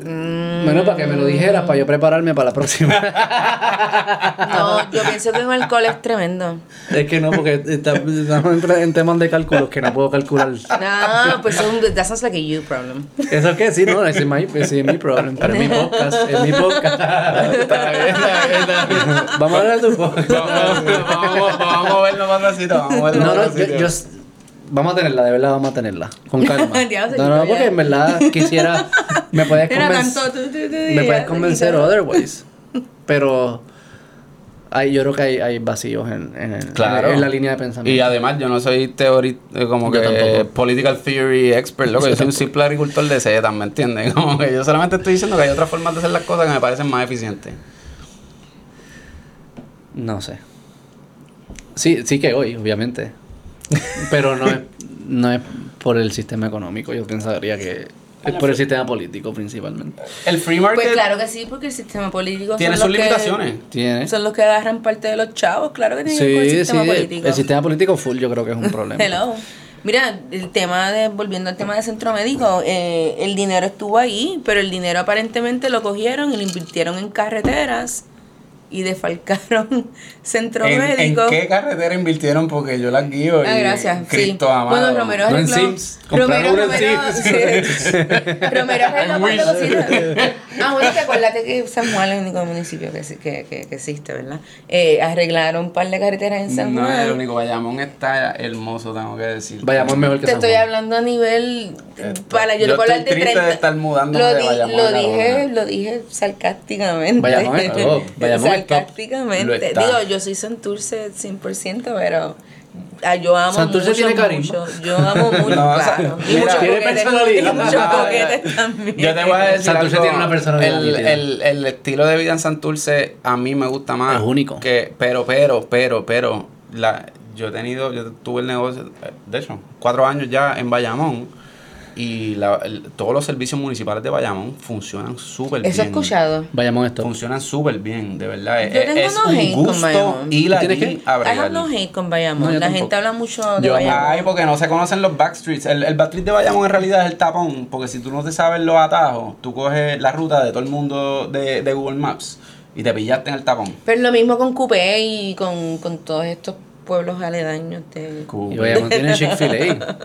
[SPEAKER 1] Bueno, para que me lo dijeras, para yo prepararme para la próxima.
[SPEAKER 2] No, yo pienso que con alcohol es tremendo.
[SPEAKER 1] es que no, porque está- estamos en- en temas de cálculos que no puedo calcular.
[SPEAKER 2] No, pues es un- that sounds like a you problem.
[SPEAKER 1] ¿Eso qué? Sí, no, ese es mi, ese es mi problema. Pero es mi podcast, es mi podcast. Vamos a hablar de tu podcast.
[SPEAKER 3] vamos, vamos, vamos a vernos más racito, vamos a vernos
[SPEAKER 1] No,
[SPEAKER 3] más
[SPEAKER 1] no, yo,
[SPEAKER 3] racito.
[SPEAKER 1] yo- Vamos a tenerla, de verdad, vamos a tenerla. Con calma.
[SPEAKER 2] Diablo,
[SPEAKER 1] No, no,
[SPEAKER 2] señorita,
[SPEAKER 1] porque
[SPEAKER 2] ya.
[SPEAKER 1] en verdad quisiera. Me puedes
[SPEAKER 2] Era
[SPEAKER 1] convencer.
[SPEAKER 2] tanto. tú, tú, tú,
[SPEAKER 1] Me
[SPEAKER 2] ya,
[SPEAKER 1] puedes convencer
[SPEAKER 2] quita.
[SPEAKER 1] otherwise. Pero. hay, yo creo que hay, hay vacíos en, en, el-
[SPEAKER 3] Claro.
[SPEAKER 1] en la línea de pensamiento.
[SPEAKER 3] Y además, yo no soy teoría, como
[SPEAKER 1] Yo
[SPEAKER 3] que
[SPEAKER 1] tampoco.
[SPEAKER 3] political theory expert, loco. Yo soy un simple agricultor de setas, ¿me entiendes? Como que yo solamente estoy diciendo que hay otras formas de hacer las cosas que me parecen más eficientes.
[SPEAKER 1] No sé. Sí, sí que hoy, obviamente. Pero no es, no es por el sistema económico. Yo pensaría que es por el sistema político principalmente.
[SPEAKER 3] El free market
[SPEAKER 2] Pues claro que sí, porque el sistema político
[SPEAKER 3] tiene
[SPEAKER 2] son los
[SPEAKER 3] sus
[SPEAKER 2] que-
[SPEAKER 3] limitaciones.
[SPEAKER 1] Tiene.
[SPEAKER 2] Son los que agarran parte de los chavos, claro que tienen que ver con el
[SPEAKER 1] ¿Eh? Sí, sí.
[SPEAKER 2] sistema político.
[SPEAKER 1] El sistema político full yo creo que es un problema.
[SPEAKER 2] Hello. Mira, el tema de, volviendo al tema de centro médico, eh, el dinero estuvo ahí, pero el dinero aparentemente lo cogieron y lo invirtieron en carreteras y defalcaron centro
[SPEAKER 3] ¿En, en
[SPEAKER 2] médico.
[SPEAKER 3] qué carretera invirtieron? Porque yo las guío.
[SPEAKER 2] Ah,
[SPEAKER 3] y
[SPEAKER 2] gracias.
[SPEAKER 3] Cristo
[SPEAKER 2] sí.
[SPEAKER 3] amado.
[SPEAKER 2] Bueno, Romero
[SPEAKER 3] No en
[SPEAKER 2] arregló-
[SPEAKER 3] Sims. Compraron
[SPEAKER 2] Romero,
[SPEAKER 3] uno en
[SPEAKER 2] Romero, sí. Romero arregló cuatro cositas. Ah, bueno, que acuérdate que San Juan es el único municipio que, sí- que, que, que existe, ¿verdad? Eh, arreglaron un par de carreteras en San
[SPEAKER 3] No
[SPEAKER 2] Juan.
[SPEAKER 3] es el único. Bayamón está hermoso, tengo que decir.
[SPEAKER 1] Vayamos mejor que
[SPEAKER 2] Te
[SPEAKER 1] San
[SPEAKER 2] estoy
[SPEAKER 1] Juan.
[SPEAKER 2] hablando a nivel.
[SPEAKER 3] Eh,
[SPEAKER 2] Para, yo,
[SPEAKER 3] yo
[SPEAKER 2] no puedo
[SPEAKER 3] estoy
[SPEAKER 2] hablar de
[SPEAKER 3] triste
[SPEAKER 2] 30.
[SPEAKER 3] de estar mudándome
[SPEAKER 2] lo
[SPEAKER 3] de
[SPEAKER 2] di-
[SPEAKER 3] Bayamón
[SPEAKER 2] Lo
[SPEAKER 3] a
[SPEAKER 2] dije,
[SPEAKER 3] Carolina.
[SPEAKER 2] lo dije sarcásticamente.
[SPEAKER 1] Bayamón es top, Bayamón es top.
[SPEAKER 3] Lo
[SPEAKER 2] sarcásticamente.
[SPEAKER 3] está.
[SPEAKER 2] Digo, yo soy Santurce 100%, pero. ah, yo amo
[SPEAKER 1] Santurce
[SPEAKER 2] mucho,
[SPEAKER 1] tiene carisma.
[SPEAKER 2] mucho. Yo amo mucho,
[SPEAKER 3] No, o sea,
[SPEAKER 2] claro.
[SPEAKER 3] mira,
[SPEAKER 1] tiene
[SPEAKER 2] Y
[SPEAKER 1] personalidad.
[SPEAKER 2] muchos
[SPEAKER 3] No,
[SPEAKER 2] coquetes también.
[SPEAKER 3] Ah, Yo te voy a decir.
[SPEAKER 1] Santurce
[SPEAKER 3] algo.
[SPEAKER 1] tiene una personalidad
[SPEAKER 3] El,
[SPEAKER 1] nítida.
[SPEAKER 3] el- el estilo de vida en Santurce a mí me gusta más.
[SPEAKER 1] Es único.
[SPEAKER 3] Que, pero, pero, pero, pero. La, yo he tenido, yo tuve el negocio, eh, de hecho, cuatro años ya en Bayamón. Y la- el- todos los servicios municipales de Bayamón funcionan súper bien.
[SPEAKER 2] Eso he escuchado.
[SPEAKER 1] Vayamos esto.
[SPEAKER 3] Funcionan súper bien, de verdad.
[SPEAKER 2] Yo
[SPEAKER 3] es
[SPEAKER 2] tengo
[SPEAKER 3] es
[SPEAKER 2] no
[SPEAKER 3] un
[SPEAKER 2] hate con
[SPEAKER 3] gusto
[SPEAKER 2] Bayamón.
[SPEAKER 3] ir
[SPEAKER 1] ¿Tienes
[SPEAKER 3] allí
[SPEAKER 1] qué?
[SPEAKER 3] a
[SPEAKER 2] I have
[SPEAKER 3] bregar.
[SPEAKER 2] no hate con
[SPEAKER 1] No,
[SPEAKER 2] Bayamón.
[SPEAKER 1] yo
[SPEAKER 2] la
[SPEAKER 1] tampoco.
[SPEAKER 2] gente habla mucho de
[SPEAKER 3] Yo,
[SPEAKER 2] Bayamón.
[SPEAKER 3] ay, porque no se conocen los backstreets. El, el backstreet de Bayamón en realidad es el tapón, porque si tú no te sabes los atajos, tú coges la ruta de todo el mundo de, de Google Maps y te pillaste en el tapón.
[SPEAKER 2] Pero lo mismo con Coupé y con, con todos estos pueblos aledaños de...
[SPEAKER 1] Y Bayamón tiene Chick-fil-A.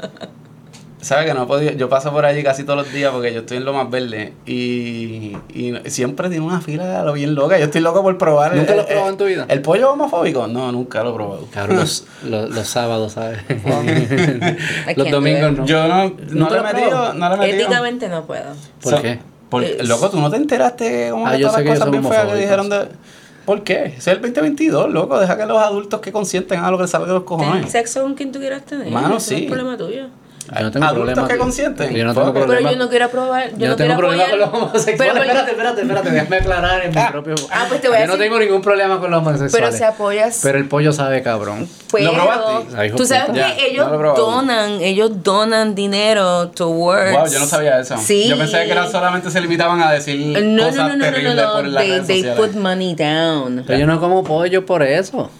[SPEAKER 3] ¿Sabes que no he podido? Yo paso por allí casi todos los días porque yo estoy en lo más verde y, y siempre tiene una fila a lo bien loca. Yo estoy loco por probar. el-
[SPEAKER 1] ¿Nunca lo
[SPEAKER 3] el-
[SPEAKER 1] has probado en tu vida?
[SPEAKER 3] ¿El pollo homofóbico? No, nunca lo he probado.
[SPEAKER 1] Cabrón, los, los, los sábados, ¿sabes? los domingos no.
[SPEAKER 3] Yo no, no
[SPEAKER 1] ¿Nunca
[SPEAKER 3] le he
[SPEAKER 1] lo has probado?
[SPEAKER 3] metido, no le he metido.
[SPEAKER 2] Éticamente no puedo.
[SPEAKER 1] ¿Por
[SPEAKER 3] So-
[SPEAKER 1] qué? Eh,
[SPEAKER 3] Porque, loco, tú no te enteraste cómo
[SPEAKER 1] Ah,
[SPEAKER 3] que
[SPEAKER 1] yo
[SPEAKER 3] todas
[SPEAKER 1] sé
[SPEAKER 3] las
[SPEAKER 1] que
[SPEAKER 3] cosas
[SPEAKER 1] son
[SPEAKER 3] bien feas que dijeron
[SPEAKER 1] homofóbicos.
[SPEAKER 3] de... ¿Por qué? Ese Es el 2022, loco. Deja que los adultos que consienten hagan lo que les salga de los
[SPEAKER 2] Tener
[SPEAKER 3] cojones.
[SPEAKER 2] sexo con quien tú quieras tener.
[SPEAKER 3] Oh, Mano,
[SPEAKER 2] eso no
[SPEAKER 3] sí.
[SPEAKER 2] es problema tuyo.
[SPEAKER 1] Yo no tengo
[SPEAKER 3] Adultos
[SPEAKER 1] problema.
[SPEAKER 3] que consienten.
[SPEAKER 1] Yo no tengo
[SPEAKER 3] Pero
[SPEAKER 1] problema.
[SPEAKER 2] Pero yo no quiero probar. Yo,
[SPEAKER 1] Yo no
[SPEAKER 2] no
[SPEAKER 1] tengo
[SPEAKER 2] quiero
[SPEAKER 1] problema con
[SPEAKER 2] apoyar.
[SPEAKER 1] los homosexuales.
[SPEAKER 2] Pero, pues,
[SPEAKER 1] espérate, espérate, espérate. Déjame aclarar en mi propio.
[SPEAKER 2] Ah, pues te voy a
[SPEAKER 1] Yo no
[SPEAKER 2] decir-
[SPEAKER 1] tengo ningún problema con los homosexuales.
[SPEAKER 2] pero se apoyas.
[SPEAKER 1] Pero el pollo sabe, cabrón.
[SPEAKER 2] Pero,
[SPEAKER 3] ¿Lo probaste? Ah,
[SPEAKER 1] Ay, hijo
[SPEAKER 2] tú sabes
[SPEAKER 1] puta.
[SPEAKER 2] que
[SPEAKER 3] Ya,
[SPEAKER 2] ellos
[SPEAKER 3] no lo he probado.
[SPEAKER 2] donan, ellos donan dinero towards.
[SPEAKER 3] Wow, yo no sabía eso.
[SPEAKER 2] Sí.
[SPEAKER 3] Yo pensé que era solamente se limitaban a decir
[SPEAKER 2] No, no,
[SPEAKER 3] cosas
[SPEAKER 2] no, no, no,
[SPEAKER 3] terribles
[SPEAKER 2] no,
[SPEAKER 3] por
[SPEAKER 2] no.
[SPEAKER 3] las
[SPEAKER 2] They,
[SPEAKER 3] redes
[SPEAKER 2] they put
[SPEAKER 3] sociales.
[SPEAKER 2] money down.
[SPEAKER 1] Pero yo no como pollo por eso.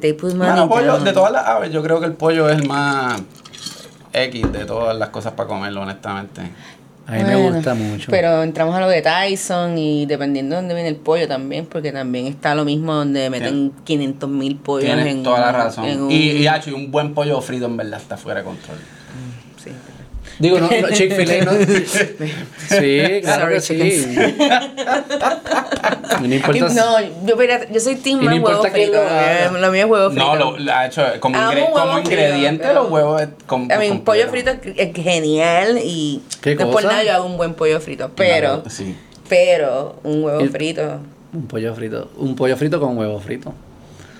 [SPEAKER 2] They put money
[SPEAKER 3] Mano, pollo,
[SPEAKER 2] down.
[SPEAKER 3] de todas las aves, yo creo que el pollo es el más X de todas las cosas para comerlo, honestamente.
[SPEAKER 1] A mí me
[SPEAKER 2] Bueno,
[SPEAKER 1] gusta mucho.
[SPEAKER 2] Pero entramos a lo de Tyson y dependiendo de dónde viene el pollo también, porque también está lo mismo donde meten 500 mil pollos
[SPEAKER 3] Tienes
[SPEAKER 2] en
[SPEAKER 3] toda la
[SPEAKER 2] un-
[SPEAKER 3] razón.
[SPEAKER 2] en un-
[SPEAKER 3] Y, y, hacho, y un buen pollo frito en verdad está fuera de control.
[SPEAKER 2] sí.
[SPEAKER 1] Digo, no, no, Chick-fil-A no. Sí, claro que
[SPEAKER 2] Sorry,
[SPEAKER 1] sí. No importa.
[SPEAKER 2] No, yo, espérate, yo soy team
[SPEAKER 1] Y no
[SPEAKER 2] más huevo
[SPEAKER 1] importa quién
[SPEAKER 2] frito.
[SPEAKER 1] lo haga.
[SPEAKER 2] eh, Lo mío es huevo frito.
[SPEAKER 3] No, lo, lo ha hecho como,
[SPEAKER 2] Amo
[SPEAKER 3] ingre-
[SPEAKER 2] huevos
[SPEAKER 3] como
[SPEAKER 2] fritos,
[SPEAKER 3] ingrediente
[SPEAKER 2] pero-
[SPEAKER 3] los huevos. eh, es com-
[SPEAKER 2] A mí, un pollo
[SPEAKER 3] completo.
[SPEAKER 2] frito es es genial y
[SPEAKER 1] ¿Qué
[SPEAKER 2] no es por
[SPEAKER 1] cosa?
[SPEAKER 2] nada yo hago un buen pollo frito, pero,
[SPEAKER 3] Claro, sí.
[SPEAKER 2] pero un huevo
[SPEAKER 1] El-
[SPEAKER 2] frito.
[SPEAKER 1] Un pollo frito. Un pollo frito con huevo frito.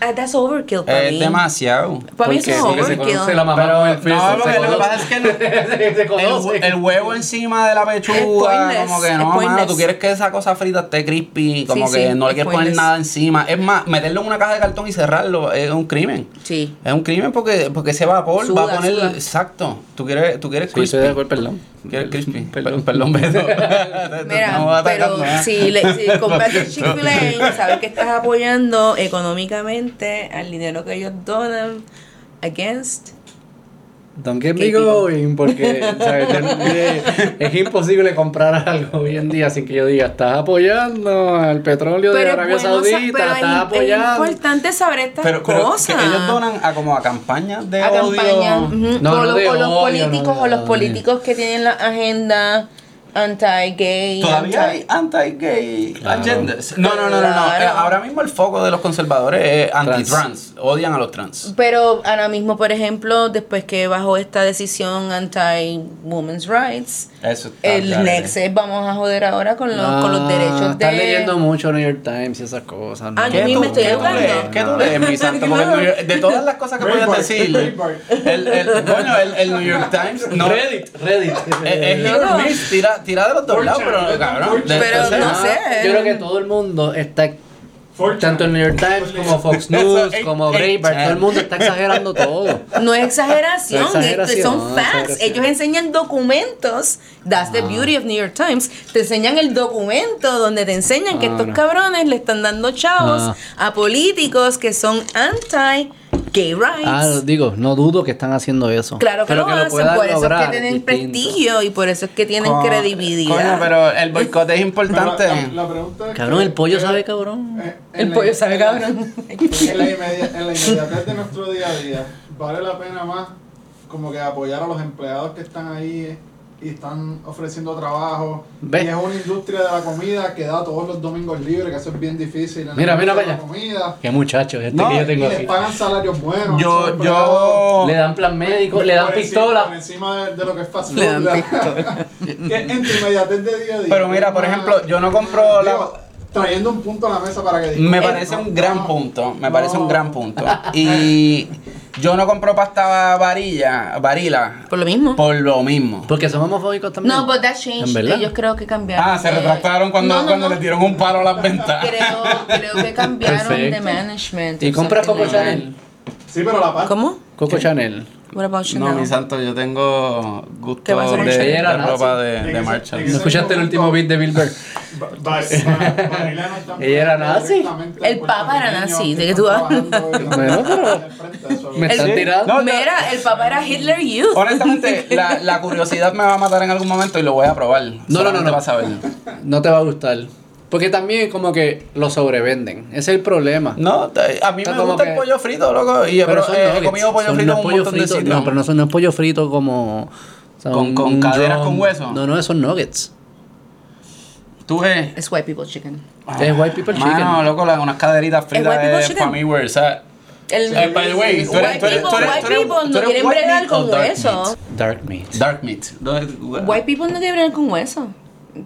[SPEAKER 2] Ah, that's overkill para
[SPEAKER 3] Es
[SPEAKER 2] mí.
[SPEAKER 3] demasiado.
[SPEAKER 2] Para mí eso
[SPEAKER 1] Porque-
[SPEAKER 2] es
[SPEAKER 1] porque se
[SPEAKER 2] overkill.
[SPEAKER 1] conoce la mamá
[SPEAKER 3] Pero-
[SPEAKER 1] con el frito.
[SPEAKER 3] no, porque
[SPEAKER 1] se
[SPEAKER 3] lo que
[SPEAKER 1] conoce.
[SPEAKER 3] pasa es que no-
[SPEAKER 1] Se
[SPEAKER 3] El,
[SPEAKER 1] conoce.
[SPEAKER 3] hue- el huevo encima de la pechuga,
[SPEAKER 2] pointless,
[SPEAKER 3] como que
[SPEAKER 2] es
[SPEAKER 3] no, mano,
[SPEAKER 2] pointless.
[SPEAKER 3] tú quieres que esa cosa frita esté crispy, como
[SPEAKER 2] Sí,
[SPEAKER 3] que
[SPEAKER 2] sí,
[SPEAKER 3] no le
[SPEAKER 2] es
[SPEAKER 3] quieres poner
[SPEAKER 2] pointless.
[SPEAKER 3] nada encima. Es más, meterlo en una caja de cartón y cerrarlo es un crimen.
[SPEAKER 2] Sí.
[SPEAKER 3] Es un crimen porque, porque ese vapor
[SPEAKER 2] Suda,
[SPEAKER 3] va a poner.
[SPEAKER 2] suda.
[SPEAKER 3] Exacto. Tú quieres, tú quieres
[SPEAKER 1] Sí,
[SPEAKER 3] crispy.
[SPEAKER 1] estoy de acuerdo, perdón.
[SPEAKER 3] ¿Quieres crispy? Perdón, perdón, Beto. Te estamos
[SPEAKER 2] Mira,
[SPEAKER 3] atacando,
[SPEAKER 2] pero
[SPEAKER 3] ¿eh?
[SPEAKER 2] si, le, si compraste Chick-fil-A, sabes que estás apoyando económicamente al dinero que ellos donan against.
[SPEAKER 1] Don't get me
[SPEAKER 2] Típico.
[SPEAKER 1] going, porque ¿sabes? Terminé- es imposible comprar algo hoy en día sin que yo diga, estás apoyando al petróleo de Arabia
[SPEAKER 2] es bueno sa-
[SPEAKER 1] Saudita,
[SPEAKER 2] pero
[SPEAKER 1] estás
[SPEAKER 2] es- es
[SPEAKER 1] apoyando.
[SPEAKER 2] importante saber estas
[SPEAKER 3] Pero, pero
[SPEAKER 2] cosas.
[SPEAKER 3] que ellos donan a como a campañas de
[SPEAKER 2] a
[SPEAKER 3] odio.
[SPEAKER 2] campañas ujú,
[SPEAKER 1] No,
[SPEAKER 2] o,
[SPEAKER 1] no
[SPEAKER 2] los,
[SPEAKER 1] de
[SPEAKER 2] o los
[SPEAKER 1] odio,
[SPEAKER 2] políticos
[SPEAKER 1] no de
[SPEAKER 2] o los
[SPEAKER 1] odio.
[SPEAKER 2] políticos que tienen la agenda anti-gay.
[SPEAKER 3] Todavía
[SPEAKER 2] anti-
[SPEAKER 3] hay anti-gay
[SPEAKER 1] Claro.
[SPEAKER 3] agendas. No, no, no, no, no.
[SPEAKER 2] Claro.
[SPEAKER 3] Eh, Ahora mismo el foco de los conservadores es anti-trans. Odian a los trans.
[SPEAKER 2] Pero ahora mismo, por ejemplo, después que bajó esta decisión anti-women's rights,
[SPEAKER 3] Eso
[SPEAKER 1] Ah,
[SPEAKER 3] está
[SPEAKER 2] El
[SPEAKER 3] claro.
[SPEAKER 2] next es vamos a joder ahora con los, con los
[SPEAKER 1] No,
[SPEAKER 2] derechos de.
[SPEAKER 1] Estás Ah, leyendo mucho New York Times y esas cosas.
[SPEAKER 2] Ah,
[SPEAKER 1] no,
[SPEAKER 2] yo misma
[SPEAKER 1] no,
[SPEAKER 2] estoy
[SPEAKER 1] no,
[SPEAKER 2] educando.
[SPEAKER 1] no,
[SPEAKER 3] lees? ¿Qué tú
[SPEAKER 1] no.
[SPEAKER 3] lees, mi santo? Porque el New York- de todas las cosas que podías
[SPEAKER 4] Breitbart,
[SPEAKER 3] decirle,
[SPEAKER 4] Breitbart.
[SPEAKER 3] el, el, bueno, el, el New York Times, no, Eh, es,
[SPEAKER 1] Reddit, Reddit. eh,
[SPEAKER 3] es hit or miss, tira, tira de los dos lados, pero cabrón. de-
[SPEAKER 2] Pero
[SPEAKER 3] entonces,
[SPEAKER 2] no
[SPEAKER 1] Ah,
[SPEAKER 2] sé.
[SPEAKER 1] Yo creo que todo el mundo está tanto el New York Times como Fox News,
[SPEAKER 3] Eso,
[SPEAKER 1] como
[SPEAKER 3] eh, eh,
[SPEAKER 1] Breitbart, todo el mundo está exagerando todo.
[SPEAKER 2] No es exageración,
[SPEAKER 1] No es exageración,
[SPEAKER 2] esto-
[SPEAKER 1] no
[SPEAKER 2] son
[SPEAKER 1] es
[SPEAKER 2] facts.
[SPEAKER 1] exageración. Ah.
[SPEAKER 2] Ellos enseñan documentos. That's the beauty of New York Times. Te enseñan el documento donde te enseñan que
[SPEAKER 1] Ah,
[SPEAKER 2] estos
[SPEAKER 1] no. Ah.
[SPEAKER 2] cabrones le están dando chavos a políticos que son anti gay rights.
[SPEAKER 1] Ah, digo, no dudo que están haciendo eso.
[SPEAKER 2] claro que
[SPEAKER 1] pero
[SPEAKER 2] lo
[SPEAKER 1] que lo
[SPEAKER 2] hacen,
[SPEAKER 1] puedan
[SPEAKER 2] por eso es
[SPEAKER 1] lograr,
[SPEAKER 2] que tienen
[SPEAKER 1] distinto.
[SPEAKER 2] prestigio y por eso es que tienen
[SPEAKER 3] co-
[SPEAKER 2] credibilidad.
[SPEAKER 3] Coño, pero el boicot es
[SPEAKER 4] Pero la-
[SPEAKER 3] importante.
[SPEAKER 4] La, la pregunta es
[SPEAKER 1] Cabrón,
[SPEAKER 4] que-
[SPEAKER 1] el pollo
[SPEAKER 4] que-
[SPEAKER 1] sabe, cabrón.
[SPEAKER 4] eh, en
[SPEAKER 2] el
[SPEAKER 4] la-
[SPEAKER 2] pollo sabe cabrón.
[SPEAKER 4] En la, inmedia- en la inmediatez de nuestro día a día, vale la pena más como que apoyar a los empleados que están ahí y están ofreciendo trabajo.
[SPEAKER 1] Ve.
[SPEAKER 4] Y es una industria de la comida que da todos los domingos libres, que eso es bien difícil. en
[SPEAKER 1] Mira,
[SPEAKER 4] la
[SPEAKER 1] mira
[SPEAKER 4] industria de
[SPEAKER 1] para
[SPEAKER 4] la comida.
[SPEAKER 1] Qué muchachos, este
[SPEAKER 3] No,
[SPEAKER 1] que yo
[SPEAKER 4] Y
[SPEAKER 1] tengo
[SPEAKER 4] les
[SPEAKER 1] aquí.
[SPEAKER 4] pagan salarios buenos. esos
[SPEAKER 3] Yo,
[SPEAKER 4] empleados-
[SPEAKER 3] yo.
[SPEAKER 1] Le dan plan médico, le dan
[SPEAKER 4] por encima- Por
[SPEAKER 1] pistola.
[SPEAKER 4] encima de, de lo que es fast food.
[SPEAKER 2] Le dan
[SPEAKER 4] la-
[SPEAKER 2] pistola.
[SPEAKER 4] que en tu inmediatez de día a
[SPEAKER 1] eh,
[SPEAKER 4] día.
[SPEAKER 3] Pero mira, por
[SPEAKER 4] Ah,
[SPEAKER 3] ejemplo, yo no compro la-
[SPEAKER 4] digo, Trayendo un punto a la mesa para que digan,
[SPEAKER 3] Me
[SPEAKER 4] "No,
[SPEAKER 3] parece
[SPEAKER 4] Eh, no,
[SPEAKER 3] un gran
[SPEAKER 4] no".
[SPEAKER 3] punto, me parece un
[SPEAKER 4] No.
[SPEAKER 3] gran punto. Y yo no compro pasta varilla, varila,
[SPEAKER 2] por lo mismo.
[SPEAKER 3] por lo mismo.
[SPEAKER 1] Porque son homofóbicos también.
[SPEAKER 2] no, pues, but that
[SPEAKER 1] ¿En
[SPEAKER 2] changed.
[SPEAKER 1] verdad?
[SPEAKER 2] Ellos creo que cambiaron.
[SPEAKER 3] Ah, se
[SPEAKER 2] Eh,
[SPEAKER 3] retractaron cuando,
[SPEAKER 2] no, no,
[SPEAKER 3] cuando
[SPEAKER 2] no.
[SPEAKER 3] le dieron un palo a las ventas.
[SPEAKER 2] Creo, creo que cambiaron de
[SPEAKER 1] Perfecto.
[SPEAKER 2] management.
[SPEAKER 1] Y
[SPEAKER 2] o
[SPEAKER 1] compras
[SPEAKER 2] something
[SPEAKER 1] Coco
[SPEAKER 2] like that.
[SPEAKER 1] Chanel.
[SPEAKER 4] Sí, pero la pasta.
[SPEAKER 2] ¿Cómo?
[SPEAKER 1] Coco Chanel.
[SPEAKER 2] What about
[SPEAKER 3] No,
[SPEAKER 2] Chanel?
[SPEAKER 3] mi santo, yo tengo
[SPEAKER 2] Te
[SPEAKER 3] gusto
[SPEAKER 2] vas a
[SPEAKER 3] de,
[SPEAKER 2] marchar.
[SPEAKER 3] de
[SPEAKER 1] Era nazi.
[SPEAKER 3] ropa de,
[SPEAKER 4] En
[SPEAKER 3] de
[SPEAKER 4] ese-
[SPEAKER 3] marcha.
[SPEAKER 4] en
[SPEAKER 1] ¿No
[SPEAKER 4] ese-
[SPEAKER 1] escuchaste el último beat de Bilber?
[SPEAKER 4] Ba- ba- ba- Varela no está
[SPEAKER 1] Ella era nazi.
[SPEAKER 4] directamente al
[SPEAKER 2] El Papa era
[SPEAKER 4] puertorriqueño
[SPEAKER 2] nazi,
[SPEAKER 4] que
[SPEAKER 2] ¿de qué
[SPEAKER 4] están
[SPEAKER 2] tú hablas?
[SPEAKER 4] trabajando y-
[SPEAKER 1] Bueno, pero-
[SPEAKER 4] al frente, eso-
[SPEAKER 1] Me
[SPEAKER 2] El-
[SPEAKER 1] están tirando.
[SPEAKER 3] No, no.
[SPEAKER 2] Mira, el papá era Hitler Youth.
[SPEAKER 3] Honestamente, la, la curiosidad me va a matar en algún momento y lo voy a probar.
[SPEAKER 1] no,
[SPEAKER 3] Solamente
[SPEAKER 1] no.
[SPEAKER 3] para saberlo.
[SPEAKER 1] No te va a gustar. Porque también como que lo sobrevenden. Ese es el problema.
[SPEAKER 3] No, te- a mí
[SPEAKER 1] Está
[SPEAKER 3] me
[SPEAKER 1] como
[SPEAKER 3] gusta el
[SPEAKER 1] que-
[SPEAKER 3] pollo frito, loco. Y pero
[SPEAKER 1] son
[SPEAKER 3] eh, he
[SPEAKER 1] nuggets,
[SPEAKER 3] comido pollo
[SPEAKER 1] son
[SPEAKER 3] frito en
[SPEAKER 1] los
[SPEAKER 3] un
[SPEAKER 1] pollos
[SPEAKER 3] montón de
[SPEAKER 1] fritos-
[SPEAKER 3] sitios.
[SPEAKER 1] No, pero no son no es pollo frito como... son
[SPEAKER 3] Con- con
[SPEAKER 1] un
[SPEAKER 3] caderas con
[SPEAKER 1] john-
[SPEAKER 3] hueso.
[SPEAKER 1] No, no, son nuggets.
[SPEAKER 3] Tú ves.
[SPEAKER 2] Es white people chicken.
[SPEAKER 1] Es white people
[SPEAKER 3] Mano,
[SPEAKER 1] chicken.
[SPEAKER 3] loco, la- unas caderitas
[SPEAKER 2] white people
[SPEAKER 3] fritas de
[SPEAKER 2] chicken.
[SPEAKER 3] Family Wear, o sea.
[SPEAKER 2] El,
[SPEAKER 3] Eh, by the way, tú eres-
[SPEAKER 2] white
[SPEAKER 3] tú eres-
[SPEAKER 2] people,
[SPEAKER 3] tú eres-
[SPEAKER 2] white
[SPEAKER 3] tú eres-
[SPEAKER 2] people
[SPEAKER 3] tú
[SPEAKER 2] no
[SPEAKER 3] eres
[SPEAKER 2] quieren
[SPEAKER 3] white
[SPEAKER 2] bregar
[SPEAKER 3] meat o
[SPEAKER 2] con
[SPEAKER 3] dark
[SPEAKER 2] hueso.
[SPEAKER 1] Dark meat.
[SPEAKER 3] Dark meat. No, es-
[SPEAKER 2] White people no quieren bregar con hueso.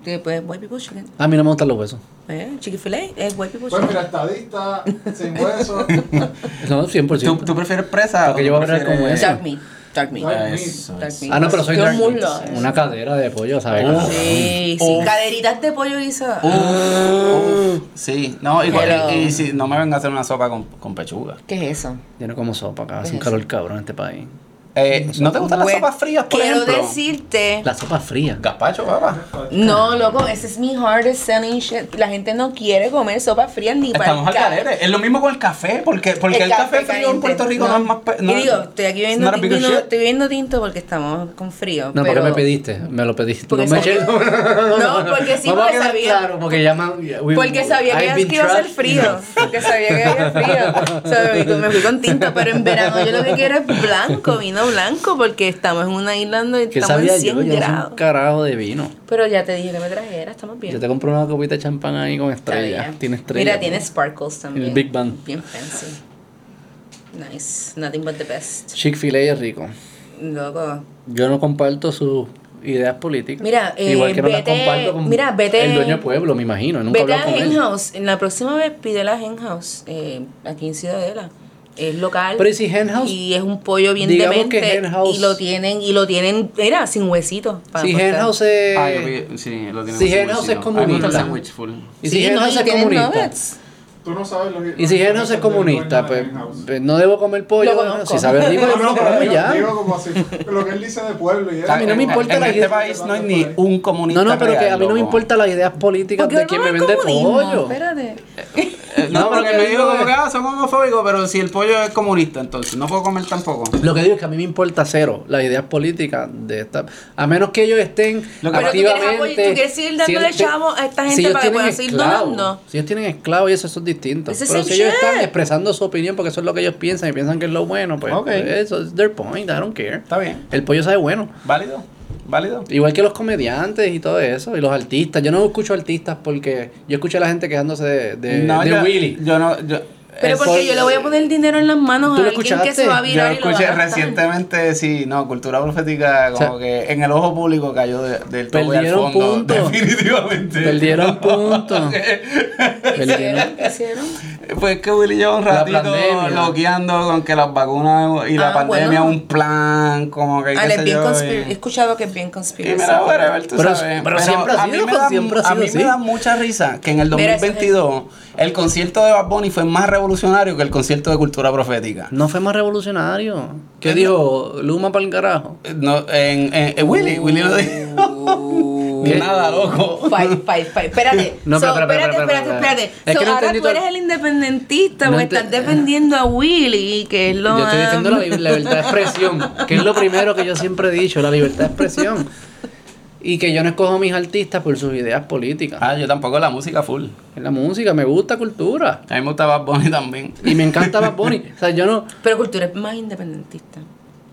[SPEAKER 2] Que, pues, white people chicken.
[SPEAKER 1] A mí no me gustan los huesos.
[SPEAKER 2] Eh, Chick-fil-A es white people
[SPEAKER 4] Pues
[SPEAKER 2] chicken.
[SPEAKER 4] mira, estadista, sin hueso.
[SPEAKER 1] No, 100%.
[SPEAKER 3] ¿Tú, tú prefieres presa?
[SPEAKER 1] Porque
[SPEAKER 3] o
[SPEAKER 1] yo
[SPEAKER 3] tú
[SPEAKER 1] voy a hablar con
[SPEAKER 3] prefieres-
[SPEAKER 1] eso.
[SPEAKER 2] Dark meat. Dark meat.
[SPEAKER 3] Eso.
[SPEAKER 2] Dark meat.
[SPEAKER 1] Ah, no, pero soy
[SPEAKER 2] Yo
[SPEAKER 1] dark meat.
[SPEAKER 2] muslo.
[SPEAKER 1] Una cadera de pollo, ¿sabes?
[SPEAKER 2] Sí, sí.
[SPEAKER 1] oh.
[SPEAKER 2] Caderitas de pollo guisada.
[SPEAKER 3] Oh. Uf, uf, Sí, no, y,
[SPEAKER 2] Pero-
[SPEAKER 3] y, si no me venga a hacer una sopa con, con pechuga.
[SPEAKER 2] ¿Qué es eso?
[SPEAKER 1] Yo no como sopa acá. Hace un
[SPEAKER 2] Eso.
[SPEAKER 1] calor cabrón en este país.
[SPEAKER 3] Eh, ¿No te gustan las
[SPEAKER 2] Bueno,
[SPEAKER 3] sopas frías, por
[SPEAKER 2] Quiero
[SPEAKER 3] ejemplo?
[SPEAKER 2] decirte.
[SPEAKER 1] La sopa fría.
[SPEAKER 3] Gazpacho, papá.
[SPEAKER 2] No, loco, ese es mi hardest selling shit. La gente no quiere comer sopa fría ni para
[SPEAKER 3] Estamos al
[SPEAKER 2] el ca-
[SPEAKER 3] carete. Es lo mismo con el café, porque, porque el, café, frío en
[SPEAKER 2] caliente,
[SPEAKER 3] Puerto Rico no, es más... pe- No,
[SPEAKER 2] y digo, estoy aquí
[SPEAKER 3] it's
[SPEAKER 2] bebiendo
[SPEAKER 3] not a big
[SPEAKER 2] tinto,
[SPEAKER 3] shit.
[SPEAKER 2] estoy bebiendo tinto porque estamos con frío.
[SPEAKER 1] No,
[SPEAKER 2] pero
[SPEAKER 1] ¿por qué me pediste? Me lo pediste.
[SPEAKER 2] Porque
[SPEAKER 1] no, me
[SPEAKER 2] sabía-
[SPEAKER 1] eches- no, no, no,
[SPEAKER 2] No, porque sí,
[SPEAKER 1] Vamos a
[SPEAKER 2] porque
[SPEAKER 1] quedar
[SPEAKER 2] sabía-
[SPEAKER 1] Claro, porque ya me- we-
[SPEAKER 2] Porque sabía
[SPEAKER 1] I've
[SPEAKER 2] que,
[SPEAKER 1] been
[SPEAKER 2] que iba a ser
[SPEAKER 1] trashed
[SPEAKER 2] frío.
[SPEAKER 1] enough.
[SPEAKER 2] Porque sabía que había frío. O sea, me fui- me fui con tinto, pero en verano yo lo que quiero es blanco, vino blanco, porque estamos en una isla donde
[SPEAKER 1] ¿Qué
[SPEAKER 2] estamos
[SPEAKER 1] sabía
[SPEAKER 2] en
[SPEAKER 1] yo?
[SPEAKER 2] 100
[SPEAKER 1] Yo no sé
[SPEAKER 2] grados.
[SPEAKER 1] un carajo de vino.
[SPEAKER 2] Pero ya te dije que me trajera, estamos bien.
[SPEAKER 1] Yo te compré una copita de champán ahí con
[SPEAKER 2] Está
[SPEAKER 1] estrella.
[SPEAKER 2] bien.
[SPEAKER 1] Tiene estrella.
[SPEAKER 2] Mira, tiene sparkles también.
[SPEAKER 1] El Big Bang.
[SPEAKER 2] Bien fancy. Nice. Nothing but the best.
[SPEAKER 1] Chick-fil-A es rico.
[SPEAKER 2] Loco.
[SPEAKER 1] Yo no comparto sus ideas políticas.
[SPEAKER 2] Mira, eh,
[SPEAKER 1] Igual que no las
[SPEAKER 2] vete-
[SPEAKER 1] comparto con
[SPEAKER 2] mira, vete-
[SPEAKER 1] el dueño de pueblo, me imagino. Nunca he
[SPEAKER 2] Vete a
[SPEAKER 1] hablado con él.
[SPEAKER 2] Henhouse. En La próxima vez pide la Henhouse. Eh, aquí en Ciudadela. Es local.
[SPEAKER 1] Pero ¿y si Henhouse?
[SPEAKER 2] Y es un pollo bien
[SPEAKER 1] Digamos
[SPEAKER 2] demente.
[SPEAKER 1] que Henhouse-
[SPEAKER 2] Y lo tienen, y lo tienen, mira, sin huesitos. para
[SPEAKER 1] Si
[SPEAKER 2] cortar.
[SPEAKER 1] Henhouse
[SPEAKER 3] Ah, yo
[SPEAKER 1] es...
[SPEAKER 3] vi- sí, lo tiene
[SPEAKER 1] si Henhouse
[SPEAKER 3] muy suavecito.
[SPEAKER 1] es
[SPEAKER 3] A mí me gusta el
[SPEAKER 1] comunista.
[SPEAKER 3] sándwich full.
[SPEAKER 1] Y si
[SPEAKER 2] Sí, no,
[SPEAKER 1] Henhouse es
[SPEAKER 2] tienen
[SPEAKER 1] comunista.
[SPEAKER 2] nuggets.
[SPEAKER 4] Tú no sabes lo que.
[SPEAKER 1] Y si Henhouse es comunista, pues pues, no debo comer pollo.
[SPEAKER 2] Lo
[SPEAKER 1] bueno,
[SPEAKER 2] conozco.
[SPEAKER 1] Si sabe rico,
[SPEAKER 4] No,
[SPEAKER 1] yo
[SPEAKER 4] no,
[SPEAKER 1] no
[SPEAKER 4] pero
[SPEAKER 1] como
[SPEAKER 4] digo,
[SPEAKER 1] ya.
[SPEAKER 4] digo como así. Lo que él dice de pueblo. Y
[SPEAKER 1] A mí no me
[SPEAKER 3] En-
[SPEAKER 1] importa
[SPEAKER 3] en
[SPEAKER 1] la
[SPEAKER 3] este
[SPEAKER 1] idea.
[SPEAKER 3] país no hay ni un comunista
[SPEAKER 1] No, no, pero que a
[SPEAKER 3] real,
[SPEAKER 1] mí no me
[SPEAKER 3] loco.
[SPEAKER 1] importan las ideas políticas
[SPEAKER 2] Porque
[SPEAKER 1] de quien
[SPEAKER 2] no
[SPEAKER 1] me
[SPEAKER 2] es
[SPEAKER 1] vende
[SPEAKER 2] comunismo,
[SPEAKER 1] pollo.
[SPEAKER 2] Espérate.
[SPEAKER 3] Eh, No,
[SPEAKER 1] No,
[SPEAKER 3] pero que
[SPEAKER 1] porque
[SPEAKER 3] me digo
[SPEAKER 1] no
[SPEAKER 3] como
[SPEAKER 1] es.
[SPEAKER 3] que ah, son homofóbicos, pero si el pollo es comunista, entonces no puedo comer tampoco.
[SPEAKER 1] Lo que digo es que a mí me importa cero las ideas políticas de esta. A menos que ellos estén
[SPEAKER 3] Lo que- Pero tú
[SPEAKER 1] activamente.
[SPEAKER 3] quieres
[SPEAKER 2] apoyar- tú quieres seguir dándole
[SPEAKER 1] siente-
[SPEAKER 2] chavo a esta gente
[SPEAKER 1] ellos
[SPEAKER 2] para que
[SPEAKER 1] tienen
[SPEAKER 2] puedan seguir
[SPEAKER 1] esclavos,
[SPEAKER 2] donando.
[SPEAKER 1] Si ellos tienen esclavos y eso, eso es distinto.
[SPEAKER 2] Ese es
[SPEAKER 1] Pero
[SPEAKER 2] el
[SPEAKER 1] si ellos
[SPEAKER 2] shit.
[SPEAKER 1] están expresando su opinión porque eso es lo que ellos piensan y piensan que es lo bueno, pues
[SPEAKER 3] Ok.
[SPEAKER 1] eso es their point, I don't care.
[SPEAKER 3] Está bien.
[SPEAKER 1] El pollo sabe bueno.
[SPEAKER 3] ¿Válido? ¿Válido?
[SPEAKER 1] Igual que los comediantes y todo eso, y los artistas. Yo no escucho artistas porque yo escucho a la gente quejándose de, de, de
[SPEAKER 3] yo,
[SPEAKER 1] Willy.
[SPEAKER 3] Yo no, yo,
[SPEAKER 2] Pero
[SPEAKER 1] el
[SPEAKER 2] porque
[SPEAKER 1] pol-
[SPEAKER 2] yo le voy a poner el dinero en las manos a
[SPEAKER 1] ¿Tú lo
[SPEAKER 2] alguien que se
[SPEAKER 1] escuchaste?
[SPEAKER 2] va a
[SPEAKER 3] Yo
[SPEAKER 2] virar y lo va a
[SPEAKER 3] escuché
[SPEAKER 2] gastar.
[SPEAKER 3] recientemente, sí, no, cultura profética, como
[SPEAKER 1] O
[SPEAKER 3] que en el ojo público cayó de- del todo y al
[SPEAKER 1] Perdieron
[SPEAKER 3] fondo.
[SPEAKER 1] punto.
[SPEAKER 3] Definitivamente.
[SPEAKER 1] Perdieron punto. Perdieron.
[SPEAKER 2] ¿Hicieron? ¿Hicieron?
[SPEAKER 3] Pues que Willy lleva un
[SPEAKER 1] La
[SPEAKER 3] ratito
[SPEAKER 1] pandemia.
[SPEAKER 3] loqueando con que las vacunas y la
[SPEAKER 2] Ah,
[SPEAKER 3] pandemia
[SPEAKER 2] bueno.
[SPEAKER 3] es un plan, como que.
[SPEAKER 2] Ah,
[SPEAKER 3] qué
[SPEAKER 2] le-
[SPEAKER 3] sé
[SPEAKER 2] bien
[SPEAKER 3] yo,
[SPEAKER 2] conspir- He
[SPEAKER 3] y-
[SPEAKER 2] escuchado que es bien
[SPEAKER 3] y mira,
[SPEAKER 2] conspiración.
[SPEAKER 3] whatever, tú
[SPEAKER 1] Pero-
[SPEAKER 3] sabes.
[SPEAKER 1] pero siempre ha
[SPEAKER 3] a mí
[SPEAKER 1] sido, pues,
[SPEAKER 3] me da,
[SPEAKER 1] siempre ha
[SPEAKER 3] a
[SPEAKER 1] sido
[SPEAKER 3] mí
[SPEAKER 1] así.
[SPEAKER 3] me da mucha risa que en el
[SPEAKER 2] Mira, ese es el-
[SPEAKER 3] 2022 el concierto de Bad Bunny fue más revolucionario que el concierto de Cultura Profética.
[SPEAKER 1] No fue más revolucionario. ¿Qué dijo? Luma para el carajo.
[SPEAKER 3] No, en, en- en Willy, Willy lo dijo.
[SPEAKER 1] ¿Qué?
[SPEAKER 3] Nada, loco.
[SPEAKER 2] Fight, fight, fight. Espérate.
[SPEAKER 1] No,
[SPEAKER 2] So,
[SPEAKER 1] pero, pero, pero,
[SPEAKER 2] espérate,
[SPEAKER 1] pero,
[SPEAKER 2] espérate,
[SPEAKER 1] pero,
[SPEAKER 2] espérate.
[SPEAKER 1] pero. Es
[SPEAKER 2] So,
[SPEAKER 1] que no
[SPEAKER 2] ahora
[SPEAKER 1] entendí
[SPEAKER 2] tú
[SPEAKER 1] todo-
[SPEAKER 2] eres el independentista,
[SPEAKER 1] No
[SPEAKER 2] porque
[SPEAKER 1] ente-
[SPEAKER 2] estás defendiendo a Willy, que es lo
[SPEAKER 1] Yo estoy
[SPEAKER 2] más-
[SPEAKER 1] defendiendo la, li- la libertad de expresión, que es lo primero que yo siempre he dicho, la libertad de expresión. Y que yo no escojo a mis artistas por sus ideas políticas.
[SPEAKER 3] Ah, yo tampoco la música full.
[SPEAKER 1] Es la música, me gusta cultura.
[SPEAKER 3] A mí me gusta Bad Bunny también.
[SPEAKER 1] Y me encanta Bad Bunny. O sea, yo no...
[SPEAKER 2] Pero cultura es más independentista.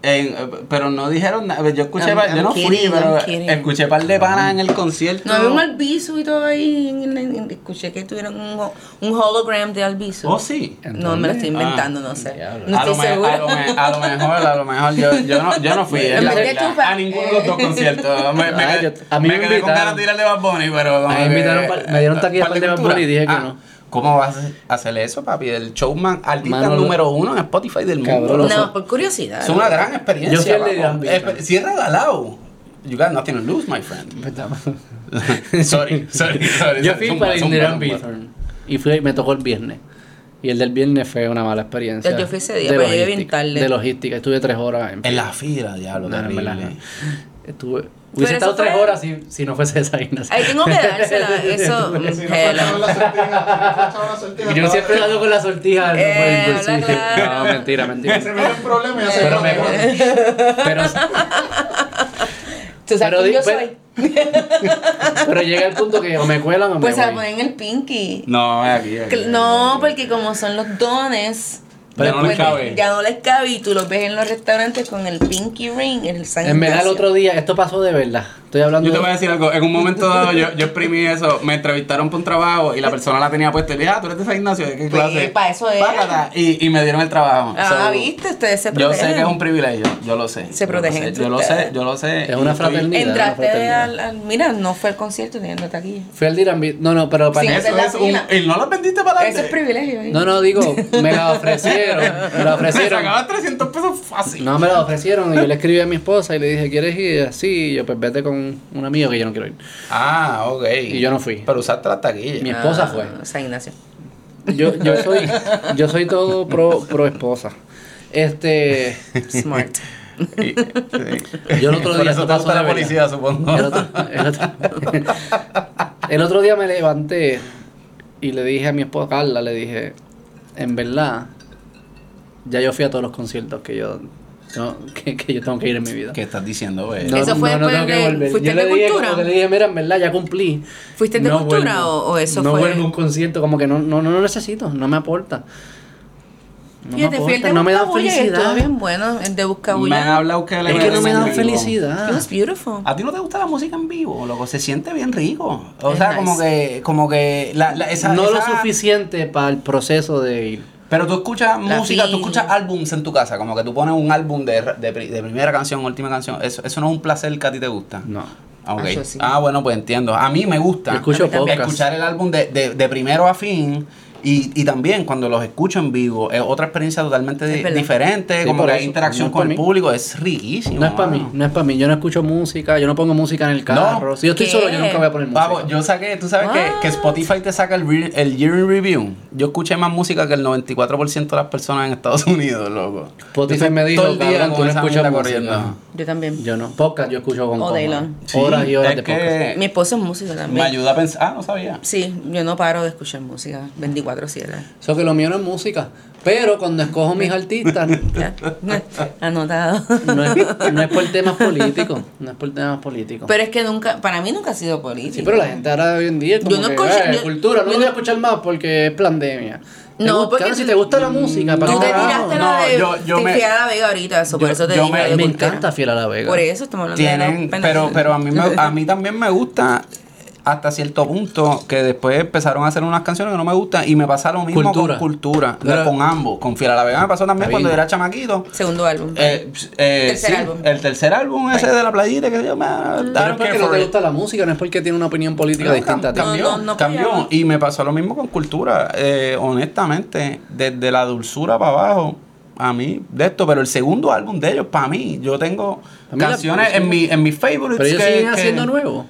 [SPEAKER 3] En- eh, pero no dijeron nada. Yo escuché,
[SPEAKER 2] I'm-
[SPEAKER 3] par- yo
[SPEAKER 2] I'm
[SPEAKER 3] no fui,
[SPEAKER 2] kidding,
[SPEAKER 3] pero
[SPEAKER 2] I'm kidding.
[SPEAKER 3] escuché par de panas en el concierto.
[SPEAKER 2] No, había un albizu y todo ahí. en- en- en- escuché que tuvieron un, ho- un hologram de albizu.
[SPEAKER 3] Oh, sí.
[SPEAKER 2] No, me
[SPEAKER 1] ¿En
[SPEAKER 2] lo
[SPEAKER 1] dónde?
[SPEAKER 2] estoy inventando, no sé.
[SPEAKER 1] Ah, diablo.
[SPEAKER 2] No
[SPEAKER 3] a, lo
[SPEAKER 2] estoy
[SPEAKER 3] me- a, lo
[SPEAKER 2] segura.
[SPEAKER 3] me- a lo mejor, a lo mejor, yo, yo, no, yo no fui, es
[SPEAKER 2] En
[SPEAKER 3] la
[SPEAKER 2] vez de
[SPEAKER 3] verdad.
[SPEAKER 2] chupa-
[SPEAKER 3] a ninguno de los dos conciertos. Me, me
[SPEAKER 1] Ah,
[SPEAKER 3] quedé,
[SPEAKER 1] yo- a mí
[SPEAKER 3] me
[SPEAKER 1] me
[SPEAKER 3] quedé con
[SPEAKER 1] invitaron.
[SPEAKER 3] ganas de tirarle Bad Bunny, pero. como
[SPEAKER 1] A mí me
[SPEAKER 3] que- eh,
[SPEAKER 1] invitaron pa- me dieron taquilla
[SPEAKER 3] par
[SPEAKER 1] para el de Bad
[SPEAKER 3] cultura.
[SPEAKER 1] Bunny y dije que no.
[SPEAKER 3] Ah, ¿Cómo vas a hacerle eso, papi? El showman, artista
[SPEAKER 1] Mano, lo-
[SPEAKER 3] número uno en Spotify del mundo.
[SPEAKER 1] Cabrón,
[SPEAKER 3] loco.
[SPEAKER 1] lo-
[SPEAKER 2] No, por curiosidad.
[SPEAKER 3] Es una gran experiencia.
[SPEAKER 1] Yo fui al de
[SPEAKER 3] papo.
[SPEAKER 1] Gambito.
[SPEAKER 3] Espe- Si es regalado, you got nothing to lose, my friend. sorry, sorry, sorry.
[SPEAKER 1] Yo fui
[SPEAKER 3] Zumba,
[SPEAKER 1] para el
[SPEAKER 3] zumba,
[SPEAKER 1] Indian
[SPEAKER 3] zumba.
[SPEAKER 1] Bithorn. Y fui, me tocó el viernes. Y el del viernes fue una mala experiencia.
[SPEAKER 2] Yo fui ese día,
[SPEAKER 1] de
[SPEAKER 2] pero llegué
[SPEAKER 1] logística-
[SPEAKER 2] bien tarde.
[SPEAKER 1] De logística, estuve tres horas en.
[SPEAKER 3] En la fila,
[SPEAKER 1] No,
[SPEAKER 3] diablo,
[SPEAKER 1] no, en
[SPEAKER 3] terrible.
[SPEAKER 1] verdad, no. Estuve. Hubiese
[SPEAKER 2] eso
[SPEAKER 1] estado tres
[SPEAKER 2] fue-
[SPEAKER 1] horas si, si no fuese esa gimnasia.
[SPEAKER 2] Ahí tengo que dársela. Eso. mm,
[SPEAKER 4] Si no fue
[SPEAKER 2] hello.
[SPEAKER 4] echado la sortija, si no fue echado la sortija,
[SPEAKER 1] Yo
[SPEAKER 4] estaba-
[SPEAKER 1] siempre he dado con la sortija. no,
[SPEAKER 2] Eh,
[SPEAKER 1] por el bolsillo.
[SPEAKER 2] habla claro.
[SPEAKER 1] no, mentira, mentira.
[SPEAKER 4] Se mete en problema y hace
[SPEAKER 1] Pero me.
[SPEAKER 4] problema.
[SPEAKER 1] Pero,
[SPEAKER 2] Tú sabes
[SPEAKER 1] Pero
[SPEAKER 2] quién
[SPEAKER 1] di- pues,
[SPEAKER 2] yo
[SPEAKER 1] pero-
[SPEAKER 2] soy.
[SPEAKER 1] pero llega el punto que o me cuelan o me
[SPEAKER 2] Pues se la
[SPEAKER 1] voy.
[SPEAKER 2] ponen el pinky.
[SPEAKER 3] No, es aquí. aquí,
[SPEAKER 2] Que-
[SPEAKER 3] aquí,
[SPEAKER 2] No,
[SPEAKER 3] aquí.
[SPEAKER 2] porque como son los dones.
[SPEAKER 3] Pero no
[SPEAKER 2] pues,
[SPEAKER 3] les cabe.
[SPEAKER 2] Ya no les cabe y tú los ves en los restaurantes con el pinky ring, el sangre.
[SPEAKER 1] En verdad, el otro día, esto pasó de verdad. Estoy hablando
[SPEAKER 3] Yo te voy a
[SPEAKER 1] de.
[SPEAKER 3] decir algo. En un momento dado, yo, yo exprimí eso. Me entrevistaron para un trabajo y la persona la tenía puesta. Y dije, ah, tú eres de San Ignacio, ¿de qué
[SPEAKER 2] Pues,
[SPEAKER 3] clase?
[SPEAKER 2] pa' eso era.
[SPEAKER 3] Pácata. Y, y me dieron el trabajo.
[SPEAKER 2] Ah,
[SPEAKER 3] So,
[SPEAKER 2] viste, ustedes se
[SPEAKER 3] Yo
[SPEAKER 2] protegen.
[SPEAKER 3] sé que es un privilegio. Yo lo sé.
[SPEAKER 2] Se
[SPEAKER 3] yo lo
[SPEAKER 2] protegen
[SPEAKER 3] sé,
[SPEAKER 2] entre
[SPEAKER 3] Yo lo sé,
[SPEAKER 2] ustedes.
[SPEAKER 3] yo lo sé.
[SPEAKER 1] Es una
[SPEAKER 3] y estoy-
[SPEAKER 1] fraternidad.
[SPEAKER 2] Entraste
[SPEAKER 1] Fraternidad.
[SPEAKER 2] al, al- Mira, no fue al concierto teniendo taquilla.
[SPEAKER 1] Fui al Diran Bith- No, no, pero para.
[SPEAKER 2] Sí.
[SPEAKER 3] Eso
[SPEAKER 2] Esa
[SPEAKER 3] es
[SPEAKER 2] es la
[SPEAKER 3] un.
[SPEAKER 2] fila.
[SPEAKER 3] Y no lo vendiste para
[SPEAKER 2] Eso es
[SPEAKER 3] adelante.
[SPEAKER 2] privilegio. ¿eh?
[SPEAKER 1] No, no, digo, me la ofrecieron. Me la
[SPEAKER 3] Me
[SPEAKER 1] ofrecieron.
[SPEAKER 3] sacaban 300 pesos fácil.
[SPEAKER 1] No, me la ofrecieron y yo le escribí a mi esposa y le dije, ¿quieres ir? así? y yo, pues vete con un amigo que yo no quiero ir.
[SPEAKER 3] Ah, ok.
[SPEAKER 1] Y yo no fui.
[SPEAKER 3] Pero usaste la taquilla.
[SPEAKER 1] Mi esposa
[SPEAKER 2] Ah,
[SPEAKER 1] fue.
[SPEAKER 2] San Ignacio.
[SPEAKER 1] Yo, yo soy, yo soy todo pro, pro esposa. Este,
[SPEAKER 2] Smart.
[SPEAKER 3] Sí.
[SPEAKER 1] Yo el otro
[SPEAKER 3] Por
[SPEAKER 1] día esto
[SPEAKER 3] eso te
[SPEAKER 1] pasó
[SPEAKER 3] gusta
[SPEAKER 1] de
[SPEAKER 3] la
[SPEAKER 1] verdad.
[SPEAKER 3] policía, supongo.
[SPEAKER 1] el otro, el otro- el otro día me levanté y le dije a mi esposa Carla, le dije, en verdad, ya yo fui a todos los conciertos que yo, no, que, que yo tengo que ir en mi vida.
[SPEAKER 3] ¿Qué estás diciendo, güey?
[SPEAKER 1] No,
[SPEAKER 2] Eso fue
[SPEAKER 1] no, no
[SPEAKER 2] después
[SPEAKER 1] tengo que
[SPEAKER 2] de-
[SPEAKER 1] volver.
[SPEAKER 2] ¿fuiste
[SPEAKER 1] Yo le
[SPEAKER 2] de
[SPEAKER 1] dije,
[SPEAKER 2] cultura?
[SPEAKER 1] como que le dije, mira, en verdad ya cumplí.
[SPEAKER 2] ¿Fuiste de cultura o- o eso
[SPEAKER 1] no
[SPEAKER 2] fue-
[SPEAKER 1] vuelvo a un concierto, como que no, no, no lo necesito, no me aporta. No
[SPEAKER 2] Fíjate,
[SPEAKER 1] me
[SPEAKER 2] fui al
[SPEAKER 1] aporta,
[SPEAKER 2] de
[SPEAKER 1] no me da
[SPEAKER 2] Buscabulla y estuvo
[SPEAKER 1] felicidad.
[SPEAKER 2] bien bueno, el de
[SPEAKER 3] Me han
[SPEAKER 2] Buscabulla.
[SPEAKER 3] hablado que le
[SPEAKER 1] Es que no me da Ah.
[SPEAKER 3] merecen rico.
[SPEAKER 1] felicidad.
[SPEAKER 2] It was beautiful.
[SPEAKER 3] ¿A ti no te gusta la música en vivo, loco? Se siente bien rico. O
[SPEAKER 2] Es
[SPEAKER 3] sea,
[SPEAKER 2] nice.
[SPEAKER 3] como que, como que la, la- esa,
[SPEAKER 1] no lo
[SPEAKER 3] esa-
[SPEAKER 1] suficiente para el proceso de ir.
[SPEAKER 3] Pero tú escuchas música, tú
[SPEAKER 2] fila.
[SPEAKER 3] escuchas álbums en tu casa, como que tú pones un álbum de, de, pri- de primera canción, última canción. Eso, eso no es un placer que a ti te gusta.
[SPEAKER 1] No.
[SPEAKER 3] Ah, ok.
[SPEAKER 2] Ah, yo sí.
[SPEAKER 3] Ah, bueno, pues entiendo. A mí me gusta
[SPEAKER 1] Yo escucho
[SPEAKER 2] A mí también.
[SPEAKER 1] podcast.
[SPEAKER 3] escuchar el álbum de, de, de primero a fin. Y, y también cuando los escucho en vivo, es otra experiencia totalmente
[SPEAKER 2] Es
[SPEAKER 3] di-
[SPEAKER 2] verdad.
[SPEAKER 3] diferente,
[SPEAKER 1] Sí,
[SPEAKER 3] como
[SPEAKER 1] por
[SPEAKER 3] que hay
[SPEAKER 1] eso.
[SPEAKER 3] interacción
[SPEAKER 1] No es
[SPEAKER 3] con
[SPEAKER 1] pa'
[SPEAKER 3] el
[SPEAKER 1] mí.
[SPEAKER 3] público, es riquísimo.
[SPEAKER 1] No es para mí,
[SPEAKER 3] mano.
[SPEAKER 1] no es para mí. Yo no escucho música, yo no pongo música en el carro. Si yo estoy
[SPEAKER 2] ¿Qué?
[SPEAKER 1] solo, yo nunca voy a poner música.
[SPEAKER 3] Pavo, yo saqué, tú sabes que, que Spotify te saca el, re- el Year in Review. Yo escuché más música que el 94% de las personas en Estados Unidos, loco.
[SPEAKER 1] Spotify
[SPEAKER 3] Yo estoy
[SPEAKER 1] me dijo,
[SPEAKER 3] todo el día
[SPEAKER 1] cabrón,
[SPEAKER 3] con
[SPEAKER 1] tú no
[SPEAKER 3] esa
[SPEAKER 1] escuchas
[SPEAKER 3] mierda
[SPEAKER 1] música.
[SPEAKER 2] Yo también.
[SPEAKER 1] Yo no. Podcast yo escucho con
[SPEAKER 2] All day
[SPEAKER 1] cojones.
[SPEAKER 2] long.
[SPEAKER 3] Sí,
[SPEAKER 1] horas y horas
[SPEAKER 3] es
[SPEAKER 1] de
[SPEAKER 3] que
[SPEAKER 1] podcast.
[SPEAKER 2] Mi esposo es músico
[SPEAKER 3] Me
[SPEAKER 2] también.
[SPEAKER 3] ayuda a pensar. Ah, no sabía.
[SPEAKER 2] Sí, yo no paro de escuchar música 24-7.
[SPEAKER 1] Eso que lo mío no es música. Pero cuando escojo mis artistas,
[SPEAKER 2] Ya. Anotado.
[SPEAKER 1] no es, no es por temas políticos. No es por temas políticos.
[SPEAKER 2] Pero es que nunca, para mí nunca ha sido
[SPEAKER 1] sí,
[SPEAKER 2] político.
[SPEAKER 1] pero la gente ahora hoy en día es como
[SPEAKER 2] Yo no
[SPEAKER 1] que,
[SPEAKER 2] escucho-
[SPEAKER 1] "Ah,
[SPEAKER 2] yo-
[SPEAKER 1] cultura, no
[SPEAKER 2] yo
[SPEAKER 1] voy a
[SPEAKER 2] no-
[SPEAKER 1] escuchar más porque es pandemia. ¿Te
[SPEAKER 2] No,
[SPEAKER 1] gusta?
[SPEAKER 2] porque
[SPEAKER 1] Ahora, si
[SPEAKER 2] tú-
[SPEAKER 1] te gusta la música, ¿para
[SPEAKER 2] Tú
[SPEAKER 1] qué
[SPEAKER 2] te
[SPEAKER 1] carajo?
[SPEAKER 2] tiraste
[SPEAKER 3] No,
[SPEAKER 2] la de
[SPEAKER 3] yo- yo me-
[SPEAKER 2] Tiffy a la Vega ahorita, eso, por
[SPEAKER 3] yo-
[SPEAKER 2] eso te
[SPEAKER 3] yo
[SPEAKER 2] digo
[SPEAKER 3] me-
[SPEAKER 2] de
[SPEAKER 1] Me
[SPEAKER 2] cultura.
[SPEAKER 1] encanta Fiel a la Vega.
[SPEAKER 2] Por eso estamos hablando de la
[SPEAKER 3] Tienen,
[SPEAKER 2] pena.
[SPEAKER 3] pero, pero a, mí me- a mí también me gusta hasta cierto punto que después empezaron a hacer unas canciones que no me gustan y me pasaron mismo
[SPEAKER 1] Cultura.
[SPEAKER 3] con cultura,
[SPEAKER 1] Claro.
[SPEAKER 3] con ambos, con Fiel a la Vega me pasó también
[SPEAKER 1] Está
[SPEAKER 3] cuando
[SPEAKER 1] bien.
[SPEAKER 3] era chamaquito.
[SPEAKER 2] Segundo álbum.
[SPEAKER 3] Eh, eh,
[SPEAKER 2] Tercer
[SPEAKER 3] sí,
[SPEAKER 2] álbum.
[SPEAKER 3] el tercer álbum ese de la playita que yo me
[SPEAKER 1] Pero es porque no te gusta la música, no es porque tiene una opinión política
[SPEAKER 3] No,
[SPEAKER 1] distinta a ti.
[SPEAKER 3] cam- Cambió,
[SPEAKER 2] No, no, no
[SPEAKER 3] cambió.
[SPEAKER 2] pegaba.
[SPEAKER 3] Y me pasó lo mismo con cultura. Eh, honestamente, desde la dulzura para abajo, a mí, de esto, pero el segundo álbum de ellos, para mí, yo tengo
[SPEAKER 1] A mí la-
[SPEAKER 3] canciones en, mi, en mis favorites.
[SPEAKER 1] Pero ellos
[SPEAKER 3] que-
[SPEAKER 1] siguen
[SPEAKER 3] que-
[SPEAKER 1] haciendo nuevo.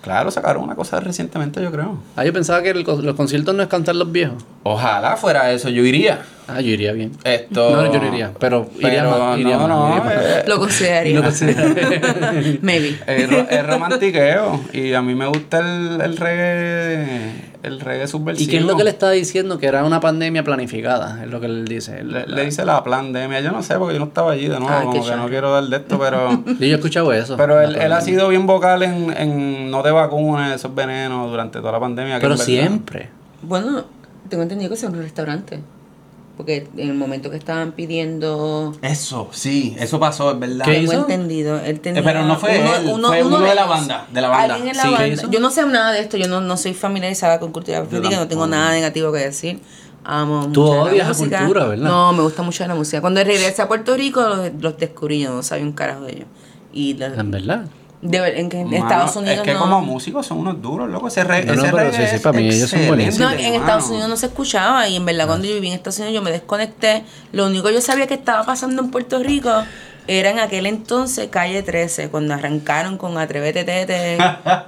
[SPEAKER 3] Claro, sacaron una cosa recientemente, yo creo.
[SPEAKER 1] Ah, yo pensaba que el co- los conciertos no es cantar los viejos.
[SPEAKER 3] Ojalá fuera eso, yo iría.
[SPEAKER 1] Ah, yo iría bien.
[SPEAKER 3] Esto.
[SPEAKER 1] No, yo no iría, pero iría más, iría
[SPEAKER 3] no,
[SPEAKER 1] más, iría
[SPEAKER 3] no,
[SPEAKER 1] más.
[SPEAKER 3] eh,
[SPEAKER 2] Lo consideraría. Maybe.
[SPEAKER 3] Es, ro- es romantiqueo y a mí me gusta el, el reggae el reggae subversivo.
[SPEAKER 1] ¿Y qué es lo que le está diciendo? Que era una pandemia planificada, es lo que él dice. Él-
[SPEAKER 3] Le, le hice la pandemia, yo no sé porque yo no estaba allí de nuevo,
[SPEAKER 2] Ay, qué
[SPEAKER 3] como que
[SPEAKER 2] chato.
[SPEAKER 3] no quiero dar de esto, pero
[SPEAKER 1] Yo he escuchado eso.
[SPEAKER 3] pero
[SPEAKER 1] la
[SPEAKER 3] él, él ha
[SPEAKER 1] pandemia.
[SPEAKER 3] sido bien vocal en, en no te vacunes, esos venenos durante toda la pandemia. que
[SPEAKER 1] Pero
[SPEAKER 3] en verdad-
[SPEAKER 1] siempre.
[SPEAKER 2] Bueno, tengo entendido que es un restaurante. Porque en el momento que estaban pidiendo.
[SPEAKER 3] Eso, sí, eso pasó, es verdad.
[SPEAKER 1] ¿Qué
[SPEAKER 2] Tengo
[SPEAKER 1] hizo?
[SPEAKER 2] entendido. Él tenía
[SPEAKER 3] Eh, pero no fue él, fue uno de la banda, de la banda.
[SPEAKER 2] Alguien en la
[SPEAKER 3] Sí, ¿qué
[SPEAKER 2] banda.
[SPEAKER 3] hizo?
[SPEAKER 2] Yo no sé nada de esto. Yo no, no soy familiarizada con cultura política. No tengo
[SPEAKER 3] tampoco.
[SPEAKER 2] nada negativo que decir. Amo
[SPEAKER 1] Tú
[SPEAKER 2] mucho la
[SPEAKER 1] odias la
[SPEAKER 2] música.
[SPEAKER 1] cultura, ¿verdad?
[SPEAKER 2] No, me gusta mucho la música. Cuando regresé a Puerto Rico, los, los descubrí. Yo no sabía un carajo de ellos. Y los-
[SPEAKER 1] Ah, En verdad.
[SPEAKER 2] de ver- en, que- en
[SPEAKER 3] Mano,
[SPEAKER 2] Estados Unidos
[SPEAKER 3] Es que
[SPEAKER 2] no.
[SPEAKER 3] como músicos son unos duros, loco. Ese reggae.
[SPEAKER 1] No, no,
[SPEAKER 3] ese
[SPEAKER 1] pero
[SPEAKER 3] reggae
[SPEAKER 1] sí, sí,
[SPEAKER 3] es
[SPEAKER 1] para mí ellos son buenísimos.
[SPEAKER 2] No,
[SPEAKER 3] excelente,
[SPEAKER 2] en
[SPEAKER 3] mano.
[SPEAKER 2] Estados Unidos no se escuchaba y en verdad cuando yo viví en Estados Unidos yo me desconecté. Lo único que yo sabía que estaba pasando en Puerto Rico era en aquel entonces Calle 13, cuando arrancaron con Atrévete Tete,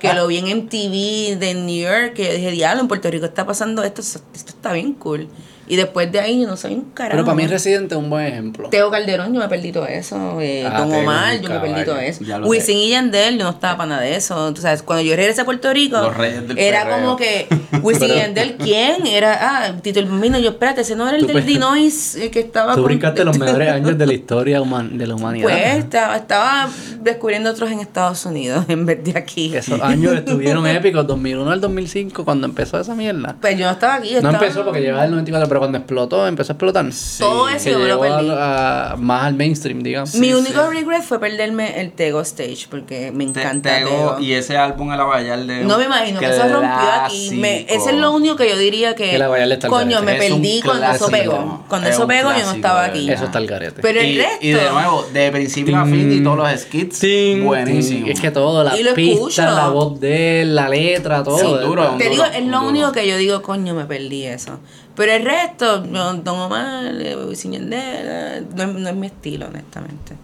[SPEAKER 2] que lo vi en MTV de New York, que yo dije, diablo, en Puerto Rico está pasando esto, esto está bien cool. Y después de ahí yo no soy un carajo.
[SPEAKER 1] Pero para mí Residente es un buen ejemplo.
[SPEAKER 2] Teo Calderón, yo me perdí todo eso. Eh,
[SPEAKER 1] Ah,
[SPEAKER 2] Don
[SPEAKER 1] Tego,
[SPEAKER 2] Omar,
[SPEAKER 1] un
[SPEAKER 2] yo me perdí todo
[SPEAKER 1] caballo.
[SPEAKER 2] eso.
[SPEAKER 3] Ya lo sé.
[SPEAKER 2] Wisin y Yandel, yo no estaba para nada de eso. Tú sabes, cuando yo regresé a Puerto Rico,
[SPEAKER 3] Los reyes del
[SPEAKER 2] era
[SPEAKER 3] perreo.
[SPEAKER 2] como que Wisin y Yandel, ¿quién? Era, ah, Tito el Bambino, yo espérate, ese no era el
[SPEAKER 1] Tú
[SPEAKER 2] del
[SPEAKER 1] pe-
[SPEAKER 2] Dinois eh, que estaba.
[SPEAKER 1] Tú
[SPEAKER 2] con-
[SPEAKER 1] brincaste los mejores ¿eh? años de la historia human- de la humanidad.
[SPEAKER 2] Pues estaba, estaba descubriendo otros en Estados Unidos en vez de aquí.
[SPEAKER 1] Esos años estuvieron épicos, 2001 al 2005, cuando empezó esa mierda.
[SPEAKER 2] Pero Pues, yo no estaba aquí. yo
[SPEAKER 1] No
[SPEAKER 2] estaba-
[SPEAKER 1] empezó porque llevaba el 94, pero cuando explotó, empezó a explotar.
[SPEAKER 2] Todo eso
[SPEAKER 1] que
[SPEAKER 2] yo me lo
[SPEAKER 1] llegó
[SPEAKER 2] perdí.
[SPEAKER 3] ah,
[SPEAKER 1] a- a- más al mainstream, digamos.
[SPEAKER 2] Mi único regret fue perderme el Tego Stage porque me
[SPEAKER 3] Te-
[SPEAKER 2] encanta
[SPEAKER 3] Tego
[SPEAKER 2] Tego.
[SPEAKER 3] y ese álbum El Abayal de.
[SPEAKER 2] No me imagino que eso rompió aquí. Me-
[SPEAKER 3] Clásico.
[SPEAKER 2] ese es lo único que yo diría que.
[SPEAKER 1] Que la vaya a estar
[SPEAKER 2] coño,
[SPEAKER 1] garete.
[SPEAKER 2] me
[SPEAKER 3] Es un
[SPEAKER 2] perdí cuando eso
[SPEAKER 3] clásico.
[SPEAKER 2] pegó. Cuando
[SPEAKER 3] Es
[SPEAKER 2] eso
[SPEAKER 3] un
[SPEAKER 2] pegó, yo no
[SPEAKER 3] clásico,
[SPEAKER 2] estaba
[SPEAKER 3] de
[SPEAKER 2] aquí.
[SPEAKER 3] verdad.
[SPEAKER 1] Eso está al garete.
[SPEAKER 2] Pero el
[SPEAKER 3] y,
[SPEAKER 2] resto.
[SPEAKER 3] y de nuevo, de principio a
[SPEAKER 1] Ting,
[SPEAKER 3] fin y todos los skits.
[SPEAKER 1] Ting,
[SPEAKER 3] buenísimo.
[SPEAKER 1] ting. Es que todo, la
[SPEAKER 2] Y lo
[SPEAKER 1] pista,
[SPEAKER 2] escucho.
[SPEAKER 1] la voz de él, la letra, todo.
[SPEAKER 3] Sí, duro.
[SPEAKER 2] te
[SPEAKER 3] duro,
[SPEAKER 2] digo, es
[SPEAKER 3] un
[SPEAKER 2] lo
[SPEAKER 3] duro.
[SPEAKER 2] único que yo digo, coño, me perdí eso. Pero el resto, no, Don Omar, eh, Wisin y Yandel, eh, no, es- no es mi estilo, honestamente.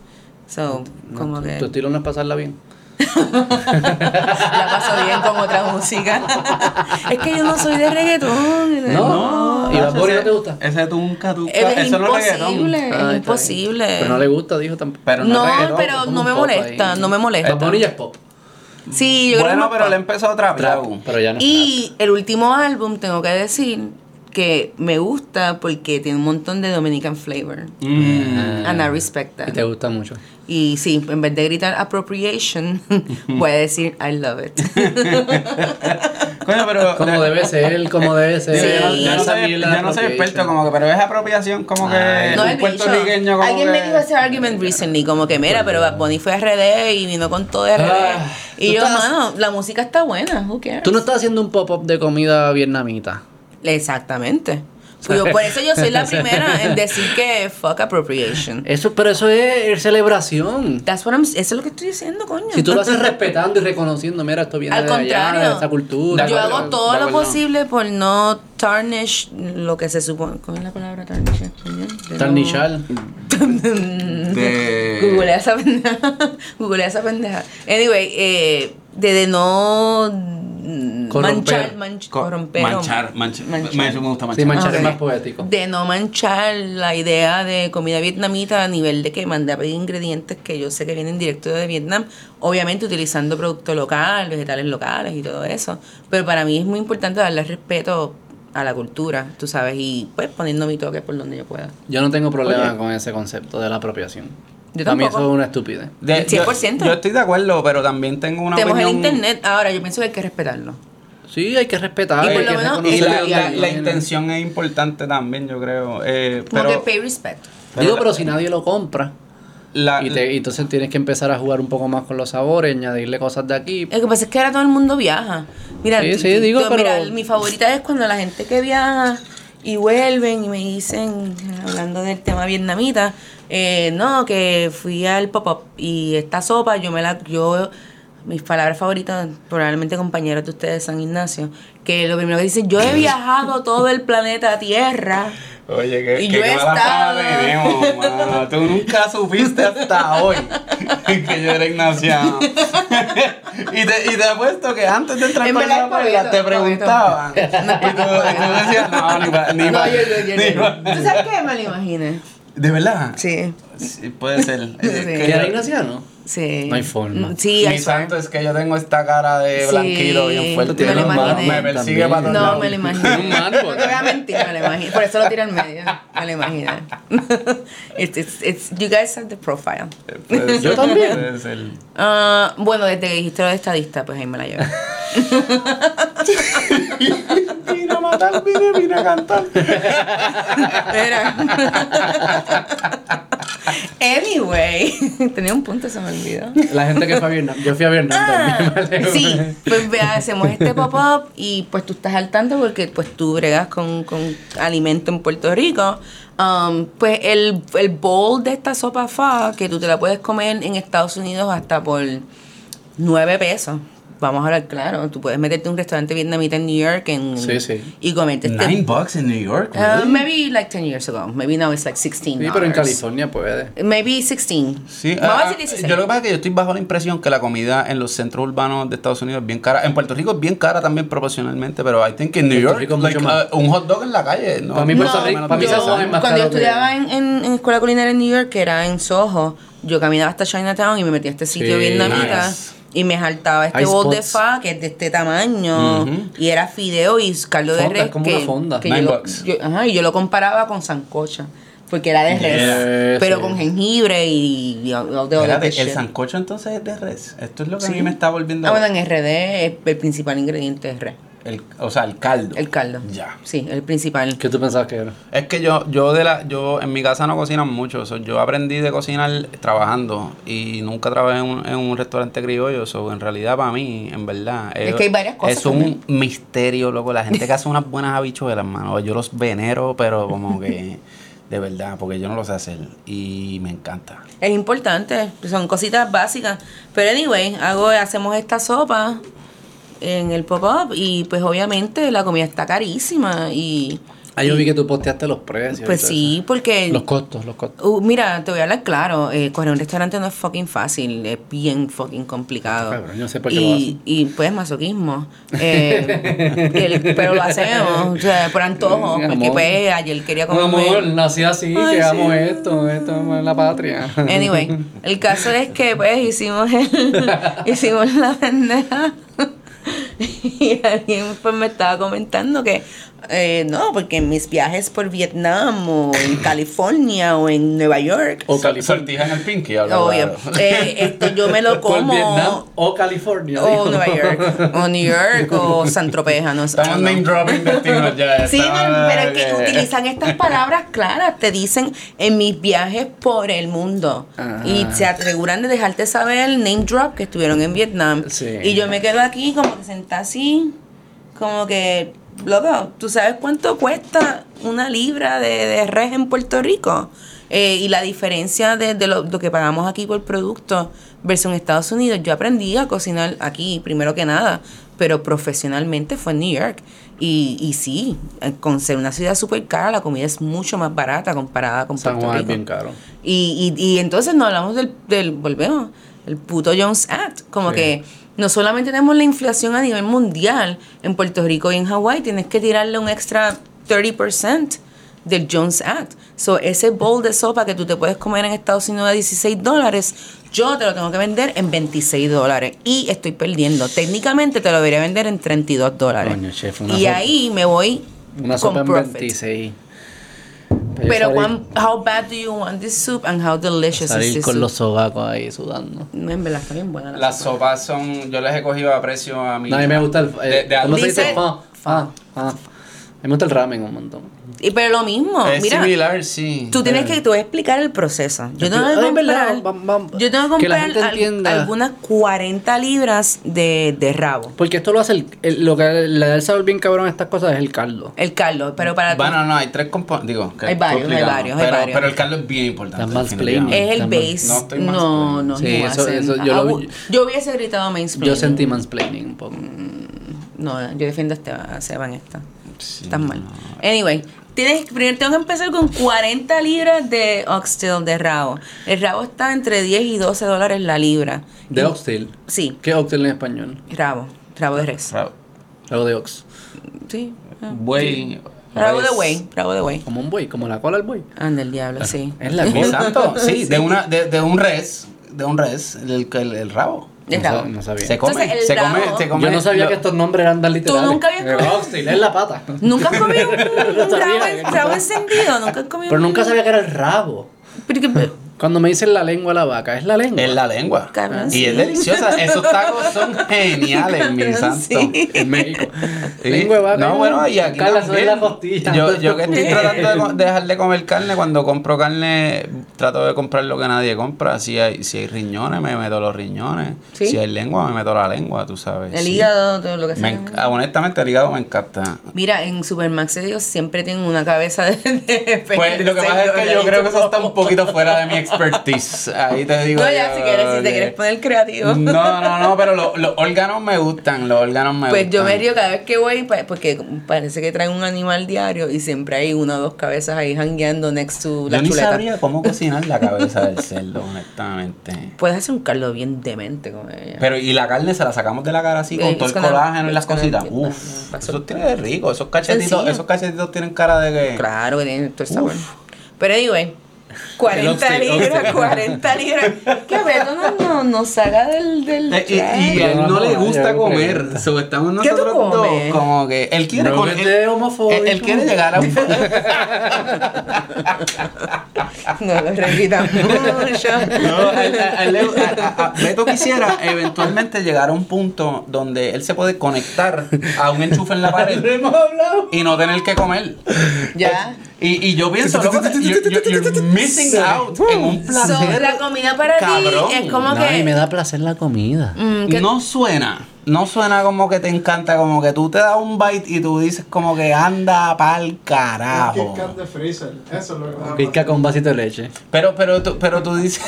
[SPEAKER 2] So, como que
[SPEAKER 1] Tu estilo no es pasarla bien.
[SPEAKER 2] la paso bien con otra música. es que yo no soy de reggaetón.
[SPEAKER 1] No. ¿Y Bad Bunny no te gusta?
[SPEAKER 3] Ese tunca, tunca.
[SPEAKER 2] Es, es
[SPEAKER 3] eso no es reggaetón.
[SPEAKER 2] imposible,
[SPEAKER 1] Ah, está
[SPEAKER 2] es
[SPEAKER 1] bien.
[SPEAKER 2] imposible.
[SPEAKER 1] Pero no le gusta, dijo tampoco.
[SPEAKER 3] Pero no, es
[SPEAKER 2] No,
[SPEAKER 3] reggaetón,
[SPEAKER 2] pero
[SPEAKER 1] como
[SPEAKER 2] no
[SPEAKER 1] un
[SPEAKER 2] me
[SPEAKER 1] pop
[SPEAKER 2] molesta,
[SPEAKER 1] ahí.
[SPEAKER 2] no me molesta.
[SPEAKER 1] Bad Bunny ya es pop.
[SPEAKER 2] Sí, yo creo
[SPEAKER 3] Bueno,
[SPEAKER 2] que
[SPEAKER 3] pero
[SPEAKER 2] no-
[SPEAKER 3] él empezó otra
[SPEAKER 1] Trap, pero ya no es
[SPEAKER 2] Y el último álbum, tengo que decir, que me gusta porque tiene un montón de Dominican flavor.
[SPEAKER 3] Mm.
[SPEAKER 2] And I respect
[SPEAKER 1] trap.
[SPEAKER 2] that.
[SPEAKER 1] Ah. Y te gusta mucho.
[SPEAKER 2] Y sí, en vez de gritar appropriation, voy a decir I love it.
[SPEAKER 3] Coño, pero.
[SPEAKER 1] Como debe ser, como debe ser.
[SPEAKER 3] Digo, yo, no- yo no
[SPEAKER 1] Esa
[SPEAKER 3] soy,
[SPEAKER 1] mierda
[SPEAKER 3] yo no soy
[SPEAKER 1] de
[SPEAKER 3] experto,
[SPEAKER 1] appropriation.
[SPEAKER 3] como que, pero es apropiación, como que.
[SPEAKER 2] No,
[SPEAKER 3] un
[SPEAKER 2] el bicho.
[SPEAKER 3] puertorriqueño, como
[SPEAKER 2] Alguien
[SPEAKER 3] que-
[SPEAKER 2] me dijo ese argument recently, como que mira, pero Bad Bunny fue a RD y vino con todo de RD.
[SPEAKER 1] Ah,
[SPEAKER 2] y
[SPEAKER 1] tú
[SPEAKER 2] yo,
[SPEAKER 1] estás-
[SPEAKER 2] mano, la música está buena, who cares?
[SPEAKER 1] Tú no estás haciendo un pop-up de comida vietnamita.
[SPEAKER 2] Exactamente. Pues yo- por eso yo soy la primera en decir que fuck appropriation.
[SPEAKER 1] Eso, pero eso es celebración.
[SPEAKER 2] That's what I'm- eso es lo que estoy diciendo, coño.
[SPEAKER 1] Si tú lo haces respetando y reconociendo, mira, esto viene
[SPEAKER 2] Al
[SPEAKER 1] de allá,
[SPEAKER 2] contrario.
[SPEAKER 1] de esa cultura.
[SPEAKER 2] yo
[SPEAKER 3] De acuerdo,
[SPEAKER 2] hago todo
[SPEAKER 3] de
[SPEAKER 2] lo
[SPEAKER 3] acuerdo.
[SPEAKER 2] posible por no tarnish lo que se supone. ¿Cuál es la palabra tarnish en español? De
[SPEAKER 1] Tarnichal.
[SPEAKER 3] Mm, De-
[SPEAKER 2] Google esa pendeja. Google esa pendeja. Anyway, eh, de, de no mm,
[SPEAKER 1] Corromper.
[SPEAKER 2] manchar, manch-
[SPEAKER 3] Co-
[SPEAKER 2] corromper,
[SPEAKER 3] Manchar, manchar. Me, me gusta manchar.
[SPEAKER 1] Sí, manchar es
[SPEAKER 2] Ok.
[SPEAKER 1] más poético.
[SPEAKER 2] de no manchar la idea de comida vietnamita a nivel de que mandé a pedir ingredientes que yo sé que vienen directo de Vietnam, obviamente utilizando producto local, vegetales locales y todo eso. Pero para mí es muy importante darle respeto a la cultura, tú sabes, y pues poniendo mi toque por donde yo pueda.
[SPEAKER 1] Yo no tengo problema con ese concepto de la apropiación.
[SPEAKER 2] Yo
[SPEAKER 1] Para mí eso
[SPEAKER 2] tampoco.
[SPEAKER 1] es una estupidez.
[SPEAKER 3] De- yo-
[SPEAKER 2] 100%.
[SPEAKER 3] Yo, estoy de acuerdo, pero también tengo una
[SPEAKER 2] Tenemos el
[SPEAKER 3] opinión.
[SPEAKER 2] internet, ahora yo pienso que hay que respetarlo.
[SPEAKER 1] Sí, hay que respetar.
[SPEAKER 2] Y por
[SPEAKER 1] hay
[SPEAKER 2] lo
[SPEAKER 1] que
[SPEAKER 2] menos-
[SPEAKER 1] reconocer
[SPEAKER 3] Y la,
[SPEAKER 1] que
[SPEAKER 3] la-
[SPEAKER 1] hay-
[SPEAKER 3] la intención es importante también, yo creo. eh,
[SPEAKER 2] Como
[SPEAKER 3] pero
[SPEAKER 2] que pay respect.
[SPEAKER 1] Digo, pero si nadie lo compra.
[SPEAKER 3] la-
[SPEAKER 1] Y, te- y entonces tienes que empezar a jugar un poco más con los sabores, añadirle cosas de aquí.
[SPEAKER 2] Lo que pasa es que ahora todo el mundo viaja. Mira,
[SPEAKER 1] Sí,
[SPEAKER 2] t-
[SPEAKER 1] sí,
[SPEAKER 2] t-
[SPEAKER 1] digo,
[SPEAKER 2] yo- mira,
[SPEAKER 1] pero-
[SPEAKER 2] mi favorita es cuando la gente que viaja y vuelven y me dicen, hablando del tema vietnamita, eh, no, que fui al pop-up y esta sopa, yo me la, yo, mis palabras favoritas, probablemente compañeros de ustedes, San Ignacio, que lo primero que dicen, yo he viajado todo el planeta Tierra.
[SPEAKER 3] Oye, que,
[SPEAKER 2] Y
[SPEAKER 3] que
[SPEAKER 2] yo
[SPEAKER 3] qué mala
[SPEAKER 2] estaba-
[SPEAKER 3] fama tenemos, mano. Tú nunca supiste hasta hoy que yo era ignaciano. y, te, y te apuesto que antes de entrar
[SPEAKER 2] En
[SPEAKER 3] para
[SPEAKER 2] verdad
[SPEAKER 3] la
[SPEAKER 2] es pavito,
[SPEAKER 3] perla te
[SPEAKER 2] es pavito.
[SPEAKER 3] preguntaban. y, tú, y tú decías, no, ni va. Ni
[SPEAKER 2] No,
[SPEAKER 3] pa-
[SPEAKER 2] yo- yo- yo-
[SPEAKER 3] ni
[SPEAKER 2] yo-
[SPEAKER 3] pa-
[SPEAKER 2] ¿Tú sabes qué? Me lo imaginé.
[SPEAKER 3] ¿De verdad?
[SPEAKER 2] Sí,
[SPEAKER 3] Sí, puede ser.
[SPEAKER 2] Sí.
[SPEAKER 3] Es que
[SPEAKER 1] ¿Que era
[SPEAKER 3] yo-
[SPEAKER 1] ignaciano?
[SPEAKER 2] sí.
[SPEAKER 1] No hay forma.
[SPEAKER 2] Sí,
[SPEAKER 3] mi
[SPEAKER 2] hay forma.
[SPEAKER 3] santo es que yo tengo esta cara de
[SPEAKER 2] Sí.
[SPEAKER 3] blanquito bien fuerte.
[SPEAKER 1] Tiene
[SPEAKER 2] Me lo
[SPEAKER 1] un
[SPEAKER 3] mano,
[SPEAKER 2] imaginé.
[SPEAKER 3] me persigue
[SPEAKER 1] también.
[SPEAKER 3] para todos
[SPEAKER 2] No,
[SPEAKER 3] lados.
[SPEAKER 2] me lo imaginé.
[SPEAKER 1] Tiene un árbol.
[SPEAKER 2] No te voy a mentir, me lo imaginé. Por eso lo tiro al medio. Me lo imaginé. It's, it's, it's, you guys are the profile.
[SPEAKER 3] Puede
[SPEAKER 1] Yo
[SPEAKER 3] ser,
[SPEAKER 1] también.
[SPEAKER 3] puede ser.
[SPEAKER 2] Ah, bueno, desde que dijiste lo de estadista, pues ahí me la llevo.
[SPEAKER 3] Vine a matar, vine, vine a cantar.
[SPEAKER 2] Mira. anyway, tenía un punto, se me olvidó.
[SPEAKER 1] La gente que fue a Vietnam. Yo fui a Vietnam
[SPEAKER 2] Ah,
[SPEAKER 1] también. ¿vale?
[SPEAKER 2] sí, pues vea, hacemos este pop-up y pues tú estás al tanto porque pues tú bregas con, con alimento en Puerto Rico. Um, pues el, el bowl de esta sopa fa que tú te la puedes comer en Estados Unidos hasta por 9 pesos. Vamos a hablar claro, tú puedes meterte en un restaurante vietnamita en New York en,
[SPEAKER 1] Sí, sí.
[SPEAKER 2] y comerte este...
[SPEAKER 3] Nine bucks in New York.
[SPEAKER 2] Uh,
[SPEAKER 3] really?
[SPEAKER 2] maybe like 10 years ago, maybe now it's like 16
[SPEAKER 1] Sí, pero en
[SPEAKER 2] dollars.
[SPEAKER 1] California puede.
[SPEAKER 2] Maybe 16.
[SPEAKER 3] Sí,
[SPEAKER 2] Vamos a
[SPEAKER 3] ah,
[SPEAKER 2] decir 16.
[SPEAKER 3] yo lo que pasa es que yo estoy bajo la impresión que la comida en los centros urbanos de Estados Unidos es bien cara. En Puerto Rico es bien cara también proporcionalmente, pero I think en New
[SPEAKER 1] Puerto
[SPEAKER 3] York,
[SPEAKER 1] Rico es
[SPEAKER 3] like,
[SPEAKER 1] mucho más.
[SPEAKER 3] ah, un hot dog en la calle, ¿no?
[SPEAKER 1] Para mí Puerto
[SPEAKER 2] No,
[SPEAKER 1] Rico, para mí
[SPEAKER 2] yo-
[SPEAKER 1] se es
[SPEAKER 2] Cuando yo
[SPEAKER 1] más caro que-
[SPEAKER 2] estudiaba en, en, en escuela culinaria en New York, que era en Soho, yo caminaba hasta Chinatown y me metía a este sitio
[SPEAKER 1] Sí,
[SPEAKER 2] vietnamita
[SPEAKER 3] nice.
[SPEAKER 2] y me saltaba este
[SPEAKER 1] Hay
[SPEAKER 2] bowl de
[SPEAKER 1] spots.
[SPEAKER 2] fa que es de este tamaño y era fideo y caldo de
[SPEAKER 1] Fonda,
[SPEAKER 2] res
[SPEAKER 1] es como
[SPEAKER 2] que,
[SPEAKER 1] una fonda.
[SPEAKER 2] que yo,
[SPEAKER 3] Nine
[SPEAKER 2] lo,
[SPEAKER 3] bucks.
[SPEAKER 2] yo- ajá, y yo lo comparaba con sancocha porque era de res,
[SPEAKER 1] Yeah,
[SPEAKER 2] pero
[SPEAKER 1] sí.
[SPEAKER 2] con jengibre y, y, all the other
[SPEAKER 3] Espérate,
[SPEAKER 2] shit.
[SPEAKER 3] el sancocho entonces es de res. Esto es lo que a
[SPEAKER 2] Sí.
[SPEAKER 3] mí me está volviendo.
[SPEAKER 2] Ah, bueno, en RD el, el principal ingrediente es res,
[SPEAKER 3] el, o sea, el caldo.
[SPEAKER 2] el caldo.
[SPEAKER 3] Ya.
[SPEAKER 2] Sí, el principal.
[SPEAKER 1] ¿Qué tú pensabas que era?
[SPEAKER 3] Es que yo, yo de la, yo en mi casa no cocinan mucho. so, yo aprendí de cocinar trabajando y nunca trabajé en un, en un restaurante criollo. so, en realidad para mí, en verdad,
[SPEAKER 2] Es que hay varias cosas
[SPEAKER 3] Es un
[SPEAKER 2] también.
[SPEAKER 3] misterio, loco. La gente que hace unas buenas habichuelas, mano. Yo los venero, pero como que de verdad, porque yo no lo sé hacer y me encanta.
[SPEAKER 2] Es importante, son cositas básicas. Pero anyway, hago, hacemos esta sopa en el pop-up y pues obviamente la comida está carísima y
[SPEAKER 1] Ah, yo vi que tú posteaste los precios. y
[SPEAKER 2] pues
[SPEAKER 1] todo
[SPEAKER 2] sí, porque...
[SPEAKER 1] eso. Los costos, los costos.
[SPEAKER 2] Uh, mira, te voy a hablar claro, eh, correr un restaurante no es fucking fácil, es bien fucking complicado.
[SPEAKER 1] Está cabrón, yo no sé por qué
[SPEAKER 2] y,
[SPEAKER 1] lo hacen.
[SPEAKER 2] y pues masoquismo. Eh, el- pero lo hacemos, o sea, por antojo,
[SPEAKER 1] Sí,
[SPEAKER 2] porque
[SPEAKER 1] amor.
[SPEAKER 2] pues ayer quería comer...
[SPEAKER 1] nací
[SPEAKER 2] Ay,
[SPEAKER 1] así, que
[SPEAKER 2] sí. Eh,
[SPEAKER 1] amo esto, esto es la patria.
[SPEAKER 2] Anyway, el caso es que pues hicimos el, hicimos la pendeja y alguien pues me estaba comentando que eh, no, porque en mis viajes por Vietnam o en California o en Nueva York,
[SPEAKER 1] O California.
[SPEAKER 3] Sortija en el pinky, habla
[SPEAKER 2] obvio,
[SPEAKER 3] claro.
[SPEAKER 2] eh, esto yo me lo
[SPEAKER 1] Por Vietnam
[SPEAKER 2] como
[SPEAKER 1] o California.
[SPEAKER 2] o
[SPEAKER 1] dijo.
[SPEAKER 2] Oh, Nueva York o New York o San Tropez, no sé.
[SPEAKER 3] Estamos
[SPEAKER 2] no.
[SPEAKER 3] name dropping destinos ya.
[SPEAKER 2] Sí,
[SPEAKER 3] estamos-
[SPEAKER 2] no, pero es que
[SPEAKER 3] eh,
[SPEAKER 2] utilizan estas palabras claras, te dicen en mis viajes por el mundo.
[SPEAKER 1] Ah.
[SPEAKER 2] Y se aseguran de dejarte saber el name drop que estuvieron en Vietnam.
[SPEAKER 1] Sí.
[SPEAKER 2] Y yo me quedo aquí como que sentada así, como que, loco, ¿tú sabes cuánto cuesta una libra de, de res en Puerto Rico? Eh, y la diferencia de, de lo, lo que pagamos aquí por producto versus en Estados Unidos, yo aprendí a cocinar aquí, primero que nada, pero profesionalmente fue en New York. Y, y sí, eh, con ser una ciudad súper cara, la comida es mucho más barata comparada con
[SPEAKER 1] San
[SPEAKER 2] Puerto
[SPEAKER 1] Juan
[SPEAKER 2] Rico.
[SPEAKER 1] es bien caro.
[SPEAKER 2] Y, y, y entonces no hablamos del, del, volvemos, el puto Jones Act. Como
[SPEAKER 1] Sí.
[SPEAKER 2] que no solamente tenemos la inflación a nivel mundial, en Puerto Rico y en Hawái tienes que tirarle un extra 30% del Jones Act. So, ese bowl de sopa que tú te puedes comer en Estados Unidos a 16 dólares, yo te lo tengo que vender en 26 dólares. Y estoy perdiendo. Técnicamente te lo debería vender en 32 dólares.
[SPEAKER 1] Coño, chef, una
[SPEAKER 2] y
[SPEAKER 1] sopa-
[SPEAKER 2] ahí me voy
[SPEAKER 1] Una
[SPEAKER 2] con
[SPEAKER 1] sopa en
[SPEAKER 2] profit.
[SPEAKER 1] 26. Para yo
[SPEAKER 2] Pero,
[SPEAKER 1] salir-
[SPEAKER 2] cuán- how bad do you want this soup and how delicious is
[SPEAKER 1] Salir
[SPEAKER 2] this
[SPEAKER 1] con
[SPEAKER 2] soup?
[SPEAKER 1] los sobacos ahí sudando.
[SPEAKER 2] No, en verdad está bien buena la,
[SPEAKER 3] Las
[SPEAKER 2] sopa.
[SPEAKER 3] sopas son. Yo les he cogido a precio a mi.
[SPEAKER 1] No, a mí me gusta el. eh,
[SPEAKER 3] De- de
[SPEAKER 1] ¿Cómo se
[SPEAKER 2] Dice-
[SPEAKER 1] dice? Fa, fa, fa. ah. me gusta el ramen un montón.
[SPEAKER 2] Y, pero lo mismo,
[SPEAKER 3] es
[SPEAKER 2] mira.
[SPEAKER 3] similar, sí.
[SPEAKER 2] Tú tienes
[SPEAKER 1] Eh.
[SPEAKER 2] que tú vas a explicar el proceso. Yo tengo que
[SPEAKER 1] Ay, verdad,
[SPEAKER 2] comprar,
[SPEAKER 1] vam- vam-
[SPEAKER 2] yo tengo que
[SPEAKER 1] que la
[SPEAKER 2] comprar
[SPEAKER 1] gente
[SPEAKER 2] al-
[SPEAKER 1] entienda.
[SPEAKER 2] algunas 40 libras de, de rabo.
[SPEAKER 1] Porque esto lo hace el, el- lo que le da el sabor bien cabrón a estas cosas es el caldo.
[SPEAKER 2] El caldo, pero para ti
[SPEAKER 3] Bueno, no, hay tres componentes. Digo, que
[SPEAKER 2] Hay
[SPEAKER 3] es
[SPEAKER 2] varios, hay
[SPEAKER 3] complicado,
[SPEAKER 2] varios, hay
[SPEAKER 3] pero,
[SPEAKER 2] varios.
[SPEAKER 3] Pero el caldo es bien importante.
[SPEAKER 1] Las mansplaining.
[SPEAKER 2] es
[SPEAKER 3] definitivamente.
[SPEAKER 2] el
[SPEAKER 1] también.
[SPEAKER 2] base.
[SPEAKER 3] No,
[SPEAKER 2] No,
[SPEAKER 3] estoy
[SPEAKER 2] no, no.
[SPEAKER 1] Sí,
[SPEAKER 3] mansplaining.
[SPEAKER 2] no
[SPEAKER 1] eso-
[SPEAKER 2] hacen-
[SPEAKER 1] eso yo lo-
[SPEAKER 2] Agu- yo hubiese gritado mainstream.
[SPEAKER 1] Yo sentí mansplaining un poco.
[SPEAKER 2] No, yo defiendo a Esteban, a Esteban esta.
[SPEAKER 3] Sí,
[SPEAKER 2] Están mal. Anyway, tienes, primero tengo que empezar con 40 libras de oxtail de rabo. El rabo está entre 10 y 12 dólares la libra.
[SPEAKER 1] De oxtail.
[SPEAKER 2] Sí,
[SPEAKER 1] ¿Qué es oxtail en español?
[SPEAKER 2] rabo. Rabo de res.
[SPEAKER 3] Ra-
[SPEAKER 1] Algo de ox.
[SPEAKER 2] Sí. ah.
[SPEAKER 3] Buey.
[SPEAKER 2] Rabo de
[SPEAKER 3] res.
[SPEAKER 2] buey. Rabo de buey.
[SPEAKER 1] Como un buey, como la cola del buey.
[SPEAKER 2] Anda el diablo, sí.
[SPEAKER 1] Es la
[SPEAKER 3] Mi
[SPEAKER 1] cola.
[SPEAKER 3] santo, sí, de, una, de, de un res, de un res, el, el, el rabo.
[SPEAKER 2] El
[SPEAKER 1] No sa-
[SPEAKER 2] rabo.
[SPEAKER 1] No
[SPEAKER 3] Se
[SPEAKER 1] sabía.
[SPEAKER 3] come,
[SPEAKER 2] Entonces, el
[SPEAKER 3] se come,
[SPEAKER 2] rabo-
[SPEAKER 3] se come.
[SPEAKER 1] Yo no sabía
[SPEAKER 3] lo-
[SPEAKER 1] que estos nombres eran tan literales.
[SPEAKER 2] nunca habías
[SPEAKER 1] El
[SPEAKER 2] comido-
[SPEAKER 1] Oxtail es la pata.
[SPEAKER 2] ¿Nunca has comido un, un
[SPEAKER 1] No sabía,
[SPEAKER 2] rabo,
[SPEAKER 1] yo no
[SPEAKER 2] rabo
[SPEAKER 1] sabía.
[SPEAKER 2] encendido? ¿Nunca has comido
[SPEAKER 1] Pero
[SPEAKER 2] un-
[SPEAKER 1] nunca sabía que era el rabo.
[SPEAKER 2] Pero que-
[SPEAKER 1] Cuando me dicen la lengua a la vaca, es la lengua.
[SPEAKER 3] Es la lengua.
[SPEAKER 2] Cabrón,
[SPEAKER 3] y
[SPEAKER 2] sí.
[SPEAKER 3] es deliciosa. Esos tacos son geniales, mi
[SPEAKER 2] Cabrón,
[SPEAKER 3] santo.
[SPEAKER 2] sí.
[SPEAKER 1] En México.
[SPEAKER 3] Sí.
[SPEAKER 1] Lengua de vaca.
[SPEAKER 3] No, bueno, y aquí
[SPEAKER 1] Carla,
[SPEAKER 3] también.
[SPEAKER 1] soy la costilla.
[SPEAKER 3] Yo, yo que estoy tratando de co- de dejar de comer carne, cuando compro carne, trato de comprar lo que nadie compra. Si hay, si hay riñones, me meto los riñones.
[SPEAKER 2] ¿Sí?
[SPEAKER 3] Si hay lengua, me meto la lengua, tú sabes.
[SPEAKER 2] El
[SPEAKER 3] sí.
[SPEAKER 2] hígado, todo lo que
[SPEAKER 3] Me
[SPEAKER 2] sea.
[SPEAKER 3] enc- ah, honestamente, el hígado me encanta.
[SPEAKER 2] Mira, en Supermax ellos siempre tienen una cabeza de, de
[SPEAKER 3] Pues lo que pasa es que yo creo que eso está un poquito fuera de mi expertise. Ahí te digo.
[SPEAKER 2] No, ya,
[SPEAKER 3] yo
[SPEAKER 2] si quieres, si
[SPEAKER 3] que-
[SPEAKER 2] te quieres pues, poner creativo.
[SPEAKER 3] No, no, no, pero lo- los órganos me gustan, los órganos me
[SPEAKER 2] Pues yo me
[SPEAKER 3] gustan.
[SPEAKER 2] río cada vez que voy pa- porque parece que traen un animal diario y siempre hay una o dos cabezas ahí jangueando next to la
[SPEAKER 3] Yo ni
[SPEAKER 2] chuleta.
[SPEAKER 3] sabría cómo cocinar la cabeza del cerdo, honestamente.
[SPEAKER 2] Puedes hacer un caldo bien demente con ella.
[SPEAKER 3] Pero y la carne se la sacamos de la cara así con
[SPEAKER 2] Eh,
[SPEAKER 3] todo el
[SPEAKER 2] it's gonna-
[SPEAKER 3] colágeno y las
[SPEAKER 2] it's gonna-
[SPEAKER 3] cositas.
[SPEAKER 2] yeah,
[SPEAKER 3] Uf,
[SPEAKER 2] yeah,
[SPEAKER 3] eso tiene de rico, esos cachetitos,
[SPEAKER 2] Sencillo.
[SPEAKER 3] esos cachetitos tienen cara de que
[SPEAKER 2] Claro que tiene todo el sabor. Pero anyway, 40
[SPEAKER 1] El upstate,
[SPEAKER 2] libras, 40 libras. Que Beto no, no, nos saca del... del
[SPEAKER 3] Eh, y, y
[SPEAKER 2] track.
[SPEAKER 3] a él no le
[SPEAKER 1] Yo no
[SPEAKER 3] gusta
[SPEAKER 1] me
[SPEAKER 3] comer.
[SPEAKER 1] pregunto.
[SPEAKER 3] So, estamos
[SPEAKER 2] ¿Qué tú
[SPEAKER 3] nosotros dos
[SPEAKER 2] comes?
[SPEAKER 3] como que él quiere
[SPEAKER 1] No
[SPEAKER 3] con-
[SPEAKER 1] me
[SPEAKER 3] él-
[SPEAKER 1] estés homofóbico.
[SPEAKER 3] él- él quiere llegar a un
[SPEAKER 2] no lo repitan mucho.
[SPEAKER 3] No, a- a- a- le- a- a- a- Beto quisiera eventualmente llegar a un punto donde él se puede conectar a un enchufe en la pared
[SPEAKER 1] hemos hablado.
[SPEAKER 3] y no tener que comer.
[SPEAKER 2] Ya.
[SPEAKER 3] Y, y yo pienso, loco, que you- you- you're missing out en un
[SPEAKER 2] So,
[SPEAKER 3] placer.
[SPEAKER 2] la comida para
[SPEAKER 3] Cabrón.
[SPEAKER 2] ti es como
[SPEAKER 1] No,
[SPEAKER 2] que...
[SPEAKER 1] y me da placer la comida.
[SPEAKER 2] Mm, que-
[SPEAKER 3] No suena, no suena como que te encanta, como que tú te das un bite y tú dices como que anda pa'l
[SPEAKER 4] Un Kit
[SPEAKER 3] carajo.
[SPEAKER 4] Kat de freezer. Eso es lo que va a
[SPEAKER 1] Pizca
[SPEAKER 4] pasar.
[SPEAKER 1] con un vasito de leche.
[SPEAKER 3] Pero, pero, tú, pero tú dices...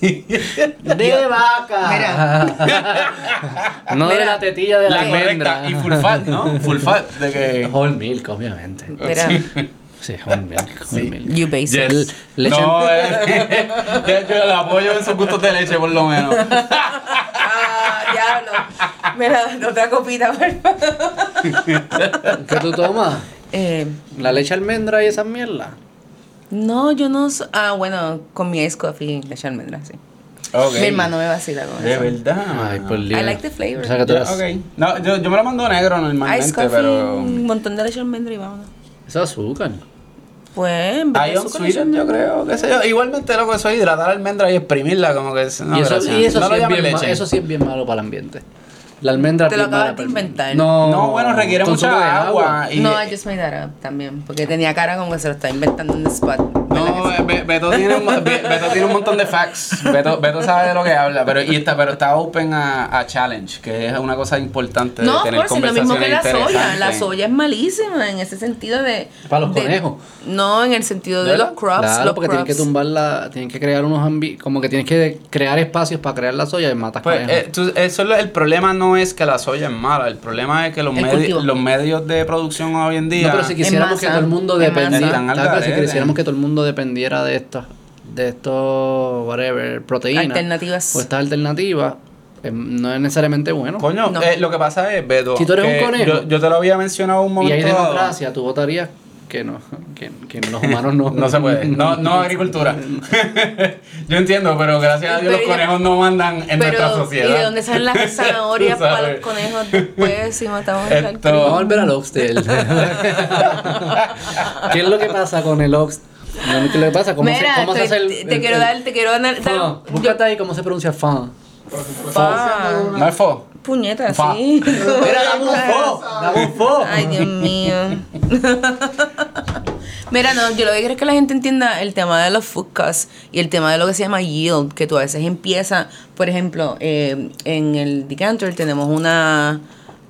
[SPEAKER 1] De vaca. no de la tetilla de la,
[SPEAKER 3] La correcta
[SPEAKER 1] almendra.
[SPEAKER 3] y full fat, ¿no? Full fat, de que...
[SPEAKER 1] Whole milk, obviamente.
[SPEAKER 2] Mira,
[SPEAKER 1] Sí, whole milk. Whole milk.
[SPEAKER 2] you basic.
[SPEAKER 1] Yes. Leche.
[SPEAKER 3] No, eh, yo- yo la apoyo en sus gustos de leche, por lo menos.
[SPEAKER 2] Ah, diablo. Mira, otra copita, por favor.
[SPEAKER 1] ¿Qué tú tomas?
[SPEAKER 2] Eh,
[SPEAKER 1] La leche almendra y esas mierdas.
[SPEAKER 2] no, yo no... so- Ah, bueno, con mi ice coffee y leche de almendra, sí.
[SPEAKER 3] Ok.
[SPEAKER 2] Mi hermano me vacila con
[SPEAKER 3] De
[SPEAKER 2] eso.
[SPEAKER 3] verdad.
[SPEAKER 1] Ay, por
[SPEAKER 2] I
[SPEAKER 1] Dios.
[SPEAKER 2] like the flavor.
[SPEAKER 1] O sea que tú
[SPEAKER 3] Ya,
[SPEAKER 1] eres-
[SPEAKER 3] Ah. ok. No, yo, yo me lo mando negro
[SPEAKER 2] Ice
[SPEAKER 3] normalmente,
[SPEAKER 2] coffee,
[SPEAKER 3] pero.
[SPEAKER 2] un montón de leche de almendra y vámonos.
[SPEAKER 1] Eso es azúcar.
[SPEAKER 2] Pues, en verdad,
[SPEAKER 3] Hay un
[SPEAKER 2] eso con leche
[SPEAKER 3] sweeter, yo creo, qué sé yo. Igualmente lo que soy hidratar almendra y exprimirla, como que es. No,
[SPEAKER 1] y eso,
[SPEAKER 3] gracias.
[SPEAKER 1] y eso
[SPEAKER 3] no
[SPEAKER 1] sí
[SPEAKER 3] lo
[SPEAKER 1] es
[SPEAKER 3] llamen
[SPEAKER 1] bien ma-
[SPEAKER 3] leche.
[SPEAKER 1] eso sí es bien malo para el ambiente. La almendra
[SPEAKER 2] Te lo
[SPEAKER 1] es bien
[SPEAKER 2] acabas
[SPEAKER 1] mala
[SPEAKER 2] de
[SPEAKER 1] para el-
[SPEAKER 2] inventar.
[SPEAKER 1] No,
[SPEAKER 3] No, bueno, requiere
[SPEAKER 1] consumo de
[SPEAKER 3] mucha agua. y-
[SPEAKER 2] No, I just made that up también. Porque tenía cara como que se lo estaba inventando en the spot.
[SPEAKER 3] No, Be- Be- Beto tiene, un, Be- Beto tiene un montón de facts. Beto, Beto sabe de lo que habla, pero, y está, pero está open a, a challenge, que es una cosa importante
[SPEAKER 2] No,
[SPEAKER 3] de
[SPEAKER 2] of
[SPEAKER 3] tener
[SPEAKER 2] course, es lo mismo
[SPEAKER 3] conversaciones
[SPEAKER 2] que la soya. La
[SPEAKER 3] interesantes.
[SPEAKER 2] soya es malísima en ese sentido de.
[SPEAKER 1] Para los
[SPEAKER 2] de-
[SPEAKER 1] conejos.
[SPEAKER 2] No, en el sentido de,
[SPEAKER 3] ¿De
[SPEAKER 2] los
[SPEAKER 3] verdad?
[SPEAKER 2] crops.
[SPEAKER 1] Claro,
[SPEAKER 2] los
[SPEAKER 1] porque tienen que
[SPEAKER 2] crops.
[SPEAKER 1] tumbarla, tienen que crear unos ambi como que tienes que crear espacios para crear la soya y matas
[SPEAKER 3] Pues
[SPEAKER 1] conejos.
[SPEAKER 3] eh, tú- eso es lo- el problema no es que la soya es mala, el problema es que los,
[SPEAKER 2] El
[SPEAKER 3] medi-
[SPEAKER 2] cultivo.
[SPEAKER 3] los medios de producción hoy en día
[SPEAKER 1] No, pero si quisiéramos que
[SPEAKER 2] masa,
[SPEAKER 1] todo el mundo
[SPEAKER 2] en masa.
[SPEAKER 3] Están al
[SPEAKER 1] dependiera, tal vez si
[SPEAKER 3] garete.
[SPEAKER 1] quisiéramos que todo el mundo dependiera de estos, de estos, whatever, proteínas
[SPEAKER 2] Alternativas.
[SPEAKER 1] o estas alternativas, eh, no es necesariamente bueno.
[SPEAKER 3] coño,
[SPEAKER 2] No.
[SPEAKER 3] eh, lo que pasa es, Beto,
[SPEAKER 1] Si tú eres un
[SPEAKER 3] que
[SPEAKER 1] conejo.
[SPEAKER 3] yo, yo te lo había mencionado un
[SPEAKER 1] Y
[SPEAKER 3] momento.
[SPEAKER 1] hay
[SPEAKER 3] dado.
[SPEAKER 1] democracia, tú votarías que no, que, que los humanos no.
[SPEAKER 3] No se puede, no, no agricultura. yo entiendo, pero gracias a Dios los
[SPEAKER 2] Pero-
[SPEAKER 3] conejos no mandan en nuestra
[SPEAKER 2] Pero, ¿y
[SPEAKER 3] sociedad.
[SPEAKER 2] de dónde salen las zanahorias
[SPEAKER 3] Tú sabes.
[SPEAKER 2] para los conejos después si matamos al
[SPEAKER 3] Esto-
[SPEAKER 1] Vamos a
[SPEAKER 2] crimen?
[SPEAKER 1] volver al oxtail. ¿Qué es lo que pasa con el oxtail? ¿Qué es lo que pasa? ¿Cómo
[SPEAKER 2] Mira,
[SPEAKER 1] se, cómo se
[SPEAKER 2] estoy-
[SPEAKER 1] hace el,
[SPEAKER 2] te, te
[SPEAKER 1] el-
[SPEAKER 2] quiero
[SPEAKER 1] el-
[SPEAKER 2] dar, te quiero dar. dar-
[SPEAKER 1] Fan.
[SPEAKER 2] yo-
[SPEAKER 1] Búscate ahí cómo se pronuncia fan.
[SPEAKER 4] Pero si fuese
[SPEAKER 2] Fa.
[SPEAKER 4] haciendo una-
[SPEAKER 3] No es fo.
[SPEAKER 2] puñetas
[SPEAKER 3] Fa.
[SPEAKER 2] así.
[SPEAKER 1] Mira, dame un fo, dame un fo.
[SPEAKER 2] Ay, Dios mío. Mira, no, yo lo que quiero es que la gente entienda el tema de los food costs y el tema de lo que se llama yield, que tú a veces empiezas, por ejemplo, eh, en el decanter tenemos una,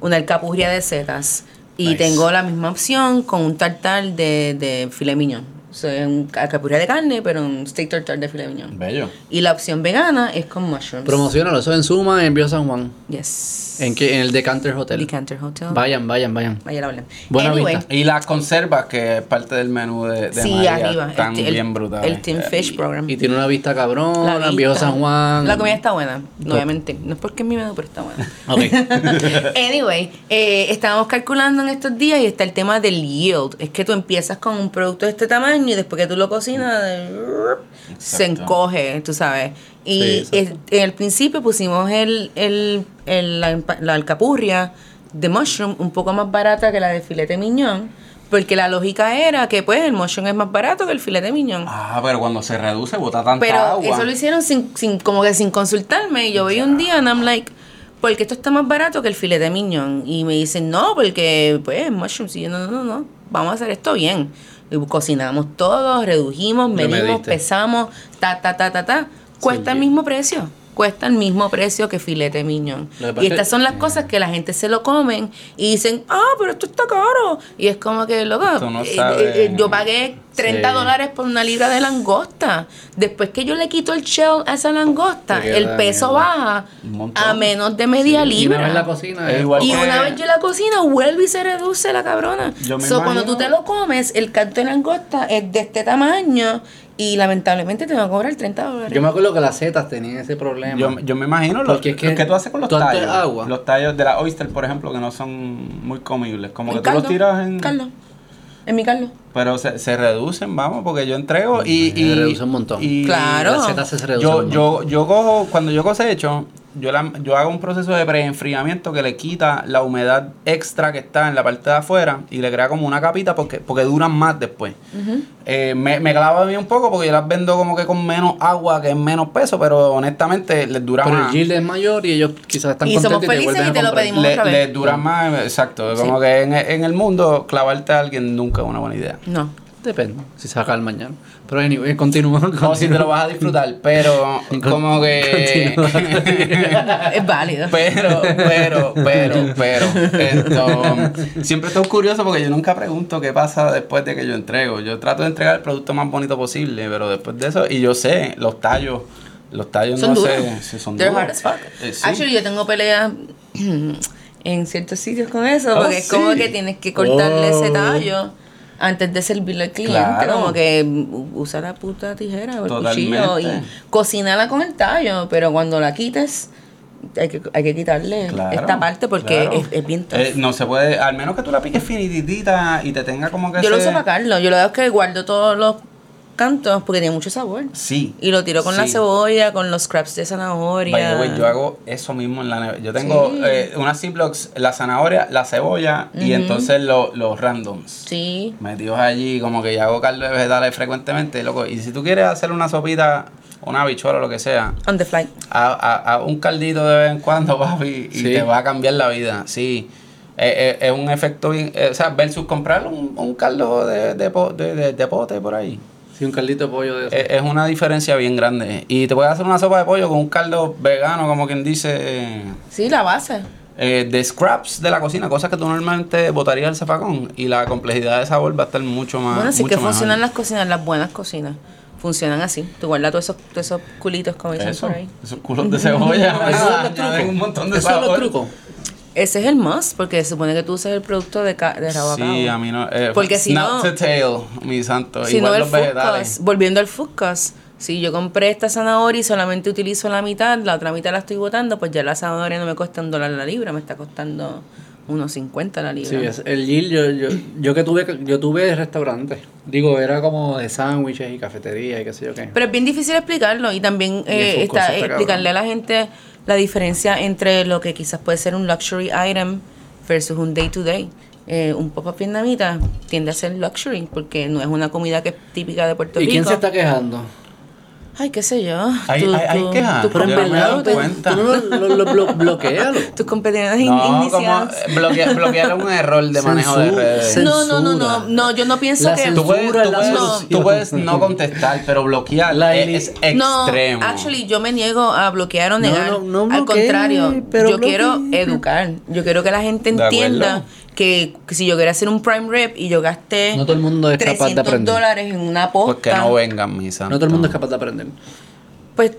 [SPEAKER 2] una alcapurria de setas y
[SPEAKER 1] Nice.
[SPEAKER 2] tengo la misma opción con un tartar de, de filet mignon. O sea, es un alcapurria de carne, pero un steak tartar de filet mignon.
[SPEAKER 1] Bello.
[SPEAKER 2] Y la opción vegana es con mushrooms.
[SPEAKER 1] Promocionalo, eso en Suma, en Envío San Juan.
[SPEAKER 2] Yes.
[SPEAKER 1] ¿En, qué? en el Decanter Hotel.
[SPEAKER 2] Decanter Hotel.
[SPEAKER 1] Vayan, vayan, vayan.
[SPEAKER 2] Vaya la hablan.
[SPEAKER 1] Buena
[SPEAKER 2] anyway,
[SPEAKER 1] vista.
[SPEAKER 3] Y las conservas, que es parte del menú de, de
[SPEAKER 2] sí,
[SPEAKER 3] María,
[SPEAKER 2] arriba. el
[SPEAKER 3] están
[SPEAKER 2] ti- el,
[SPEAKER 3] bien brutales.
[SPEAKER 2] El Team Fish Program.
[SPEAKER 1] Y tiene una vista cabrona,
[SPEAKER 2] La
[SPEAKER 1] en Viejo
[SPEAKER 2] vista.
[SPEAKER 1] San Juan. Pues
[SPEAKER 2] La comida está buena, no voy a mentir. No es porque es mi menú, pero está buena.
[SPEAKER 1] Ok.
[SPEAKER 2] anyway, eh, estábamos calculando en estos días y está el tema del yield. Es que tú empiezas con un producto de este tamaño y después que tú lo cocinas, eh, se encoge, tú sabes. Y
[SPEAKER 1] Sí, exacto.
[SPEAKER 2] es- en el principio pusimos el, el, el- la, empa- la alcapurria de mushroom un poco más barata que la de filete miñón. Porque la lógica era que pues el mushroom es más barato que el filete miñón.
[SPEAKER 3] Ah, pero cuando se reduce, bota tanta
[SPEAKER 2] Pero
[SPEAKER 3] agua.
[SPEAKER 2] eso lo hicieron sin, sin, como que sin consultarme. Y yo voy un día and I'm like, porque esto está más barato que el filete mignon. Y me dicen, no, porque pues mushrooms. Y yo, no, no, no, no, vamos a hacer esto bien. Y cocinamos todo, redujimos,
[SPEAKER 1] me
[SPEAKER 2] medimos,
[SPEAKER 1] diste.
[SPEAKER 2] pesamos, ta, ta, ta, ta, ta. Cuesta el mismo precio. Cuesta el mismo precio que filete miñón.
[SPEAKER 1] Lo que pasa
[SPEAKER 2] Y estas
[SPEAKER 1] es-
[SPEAKER 2] son las cosas que la gente se lo comen y dicen, ah, pero esto está caro. Y es como que, loco,
[SPEAKER 3] Tú no
[SPEAKER 2] eh, eh,
[SPEAKER 3] sabes.
[SPEAKER 2] eh, yo pagué 30
[SPEAKER 1] Sí.
[SPEAKER 2] dólares por una libra de langosta. Después que yo le quito el shell a esa langosta,
[SPEAKER 1] Te queda
[SPEAKER 2] el peso
[SPEAKER 1] mierda.
[SPEAKER 2] baja
[SPEAKER 3] Un montón.
[SPEAKER 2] a menos de media
[SPEAKER 1] Y una
[SPEAKER 2] libra.
[SPEAKER 1] vez en la cocina.
[SPEAKER 3] Es
[SPEAKER 1] eh,
[SPEAKER 3] igual.
[SPEAKER 2] Y
[SPEAKER 3] Porque-
[SPEAKER 2] una vez yo la cocino, vuelve y se reduce la cabrona.
[SPEAKER 3] Yo me
[SPEAKER 2] So, cuando
[SPEAKER 3] imagino-
[SPEAKER 2] tú te lo comes, el canto de langosta es de este tamaño y lamentablemente te van a cobrar 30 dólares.
[SPEAKER 1] Yo me acuerdo que las setas tenían ese problema.
[SPEAKER 3] Yo, yo me imagino lo,
[SPEAKER 1] Porque es que
[SPEAKER 3] lo que tú haces con los
[SPEAKER 1] tú antes
[SPEAKER 3] tallos.
[SPEAKER 1] agua.
[SPEAKER 3] Los tallos de la oyster, por ejemplo, que no son muy comibles. Como
[SPEAKER 2] En
[SPEAKER 3] que tú los
[SPEAKER 2] caldo,
[SPEAKER 3] tiras en.
[SPEAKER 2] Carlos. En mi Carlos.
[SPEAKER 3] Pero se, se reducen, vamos, porque yo entrego y.
[SPEAKER 1] Se
[SPEAKER 3] y-
[SPEAKER 1] reduce un montón.
[SPEAKER 3] y-
[SPEAKER 2] Claro.
[SPEAKER 1] Las setas se reducen.
[SPEAKER 3] Yo,
[SPEAKER 1] un
[SPEAKER 3] yo, yo cojo, cuando yo cosecho, yo, la- yo hago un proceso de preenfriamiento que le quita la humedad extra que está en la parte de afuera y le crea como una capita porque, porque duran más después. Eh, me, me clava a mí un poco porque yo las vendo como que con menos agua, que es menos peso, pero honestamente les dura
[SPEAKER 1] Pero el
[SPEAKER 3] más.
[SPEAKER 1] yield es mayor y ellos quizás están
[SPEAKER 2] Y somos
[SPEAKER 1] contentos y te
[SPEAKER 2] felices
[SPEAKER 1] vuelven
[SPEAKER 2] y
[SPEAKER 1] a
[SPEAKER 2] te lo
[SPEAKER 1] comprar.
[SPEAKER 2] pedimos.
[SPEAKER 3] Le-
[SPEAKER 2] otra vez.
[SPEAKER 3] les dura más, exacto. Como
[SPEAKER 2] Sí.
[SPEAKER 3] que en, en el mundo clavarte a alguien nunca es una buena idea.
[SPEAKER 2] No.
[SPEAKER 1] Depende, si se va a acabar mañana. Pero anyway, continúa.
[SPEAKER 3] No, si te lo
[SPEAKER 1] continúa.
[SPEAKER 3] vas a disfrutar, pero como que...
[SPEAKER 2] es válido.
[SPEAKER 3] Pero, pero, pero, pero. Esto, siempre estoy curioso porque yo nunca pregunto qué pasa después de que yo entrego. Yo trato de entregar el producto más bonito posible, pero después de eso, y yo sé, los tallos, los tallos
[SPEAKER 2] son
[SPEAKER 3] no
[SPEAKER 2] duros.
[SPEAKER 3] sé si son
[SPEAKER 2] They're
[SPEAKER 3] duros.
[SPEAKER 2] hard as fuck.
[SPEAKER 3] Eh, sí.
[SPEAKER 2] Actually, yo tengo peleas en ciertos sitios con eso,
[SPEAKER 3] Oh,
[SPEAKER 2] porque es como
[SPEAKER 3] sí.
[SPEAKER 2] que tienes que cortarle ese
[SPEAKER 1] Oh.
[SPEAKER 2] tallo antes de servirlo al cliente,
[SPEAKER 3] Claro.
[SPEAKER 2] como que mm, usa la puta tijera o el cuchillo y
[SPEAKER 3] Totalmente.
[SPEAKER 2] cocinala con el tallo, pero cuando la quites hay que, hay que quitarle
[SPEAKER 3] Claro,
[SPEAKER 2] esta parte porque
[SPEAKER 3] claro.
[SPEAKER 2] es, es bien tough.
[SPEAKER 3] Eh, no se puede, al menos que tú la piques finitita y te tenga como que
[SPEAKER 2] yo lo
[SPEAKER 3] ese-
[SPEAKER 2] uso para Carlos, yo lo que hago es que guardo todos los cantos porque tiene mucho sabor.
[SPEAKER 3] Sí.
[SPEAKER 2] Y lo tiro con la
[SPEAKER 3] sí.
[SPEAKER 2] cebolla, con los scraps de zanahoria.
[SPEAKER 3] By the way, yo hago eso mismo en la nevera. Yo tengo
[SPEAKER 2] Sí.
[SPEAKER 3] eh, unas Ziplocs, la zanahoria, la cebolla y entonces lo- los randoms.
[SPEAKER 2] Sí.
[SPEAKER 3] metidos allí, como que ya hago caldo de vegetales frecuentemente, loco. Y si tú quieres hacer una sopita, una bichuela o lo que sea,
[SPEAKER 2] On the fly.
[SPEAKER 3] a, a- a un caldito de vez en cuando, papi, y
[SPEAKER 1] Sí.
[SPEAKER 3] te va a cambiar la vida, sí. Eh, eh, Es, un efecto bien, eh, o sea, versus comprar un, un caldo de, de, po- de- de- de pote por ahí.
[SPEAKER 1] Sí, un caldito de pollo de eso.
[SPEAKER 3] Eh, Es, una diferencia bien grande. Y te puedes hacer una sopa de pollo con un caldo vegano, como quien dice,
[SPEAKER 2] Sí, la base.
[SPEAKER 3] eh, de scraps de la cocina, cosas que tú normalmente botarías al zafacón. Y la complejidad de sabor va a estar mucho más.
[SPEAKER 2] bueno, así
[SPEAKER 3] Ah, mucho
[SPEAKER 2] que
[SPEAKER 3] mejor.
[SPEAKER 2] funcionan las cocinas, las buenas cocinas. Funcionan así. Tú guardas todos esos, todos esos culitos, como dicen
[SPEAKER 3] Eso,
[SPEAKER 2] por ahí.
[SPEAKER 3] esos culos de cebolla.
[SPEAKER 1] Esos son los
[SPEAKER 3] añaden
[SPEAKER 1] trucos.
[SPEAKER 3] Un montón de
[SPEAKER 1] Esos son los
[SPEAKER 3] sabor.
[SPEAKER 1] trucos.
[SPEAKER 2] Ese es el must, porque se supone que tú usas el producto de, ca- de rabo a
[SPEAKER 3] Sí,
[SPEAKER 2] cabo.
[SPEAKER 3] a mí no. eh,
[SPEAKER 2] Porque si
[SPEAKER 3] snap
[SPEAKER 2] no-
[SPEAKER 3] to tail, mi santo.
[SPEAKER 2] Si
[SPEAKER 3] igual
[SPEAKER 2] no, el
[SPEAKER 3] los
[SPEAKER 2] Fuscas.
[SPEAKER 3] vegetales.
[SPEAKER 2] Volviendo al Fuscas. Si yo compré esta zanahoria y solamente utilizo la mitad, la otra mitad la estoy botando, pues ya la zanahoria no me cuesta un dólar la libra, me está costando unos 50 la libra.
[SPEAKER 1] Sí, es- el yield, yo, yo, yo que tuve, yo tuve restaurantes. Digo, era como de sándwiches y cafeterías y qué sé yo qué.
[SPEAKER 2] Pero es bien difícil explicarlo y también
[SPEAKER 1] Y es
[SPEAKER 2] eh,
[SPEAKER 1] un
[SPEAKER 2] está-
[SPEAKER 1] concepto
[SPEAKER 2] explicarle a la gente la diferencia entre lo que quizás puede ser un luxury item versus un day to day. Eh, un pop-up vietnamita tiende a ser luxury porque no es una comida que es típica de Puerto
[SPEAKER 1] ¿Y
[SPEAKER 2] Rico.
[SPEAKER 1] quién se está quejando?
[SPEAKER 2] Ay, qué sé yo.
[SPEAKER 3] Hay-
[SPEAKER 2] Tú-
[SPEAKER 3] hay- hay
[SPEAKER 2] tú-
[SPEAKER 3] quejas,
[SPEAKER 2] tú
[SPEAKER 3] pero
[SPEAKER 1] Pero en
[SPEAKER 3] yo no me he
[SPEAKER 1] verdad,
[SPEAKER 3] dado
[SPEAKER 1] usted-
[SPEAKER 3] cuenta.
[SPEAKER 1] tú no lo, lo, lo blo- bloquealo.
[SPEAKER 2] Tus competidores in-
[SPEAKER 3] No, como eh,
[SPEAKER 2] iniciados.
[SPEAKER 3] bloquear, bloquear un error de manejo de
[SPEAKER 1] Censura.
[SPEAKER 3] redes.
[SPEAKER 1] Censura.
[SPEAKER 2] No, no, no, no, no, yo no pienso
[SPEAKER 1] La
[SPEAKER 2] que...
[SPEAKER 1] censura
[SPEAKER 3] Tú puedes, tú,
[SPEAKER 1] es la
[SPEAKER 3] puedes,
[SPEAKER 2] solución.
[SPEAKER 3] tú puedes no contestar, pero bloquear
[SPEAKER 1] La
[SPEAKER 3] es,
[SPEAKER 1] eli-
[SPEAKER 3] es
[SPEAKER 2] No,
[SPEAKER 3] extremo.
[SPEAKER 2] actually, yo me niego a bloquear o
[SPEAKER 1] No,
[SPEAKER 2] negar.
[SPEAKER 1] no, no
[SPEAKER 2] Al
[SPEAKER 1] bloquee,
[SPEAKER 2] contrario,
[SPEAKER 1] pero
[SPEAKER 2] yo quiero
[SPEAKER 1] bloquee.
[SPEAKER 2] educar. Yo quiero que la gente
[SPEAKER 3] De
[SPEAKER 2] entienda
[SPEAKER 3] acuerdo.
[SPEAKER 2] que, que si yo quiero hacer un prime rep y yo gasté
[SPEAKER 1] No todo el mundo es capaz de
[SPEAKER 2] 300
[SPEAKER 1] aprender.
[SPEAKER 2] dólares en una posta,
[SPEAKER 3] Pues que no vengan misa.
[SPEAKER 1] No todo el mundo es capaz de aprender.
[SPEAKER 2] pues,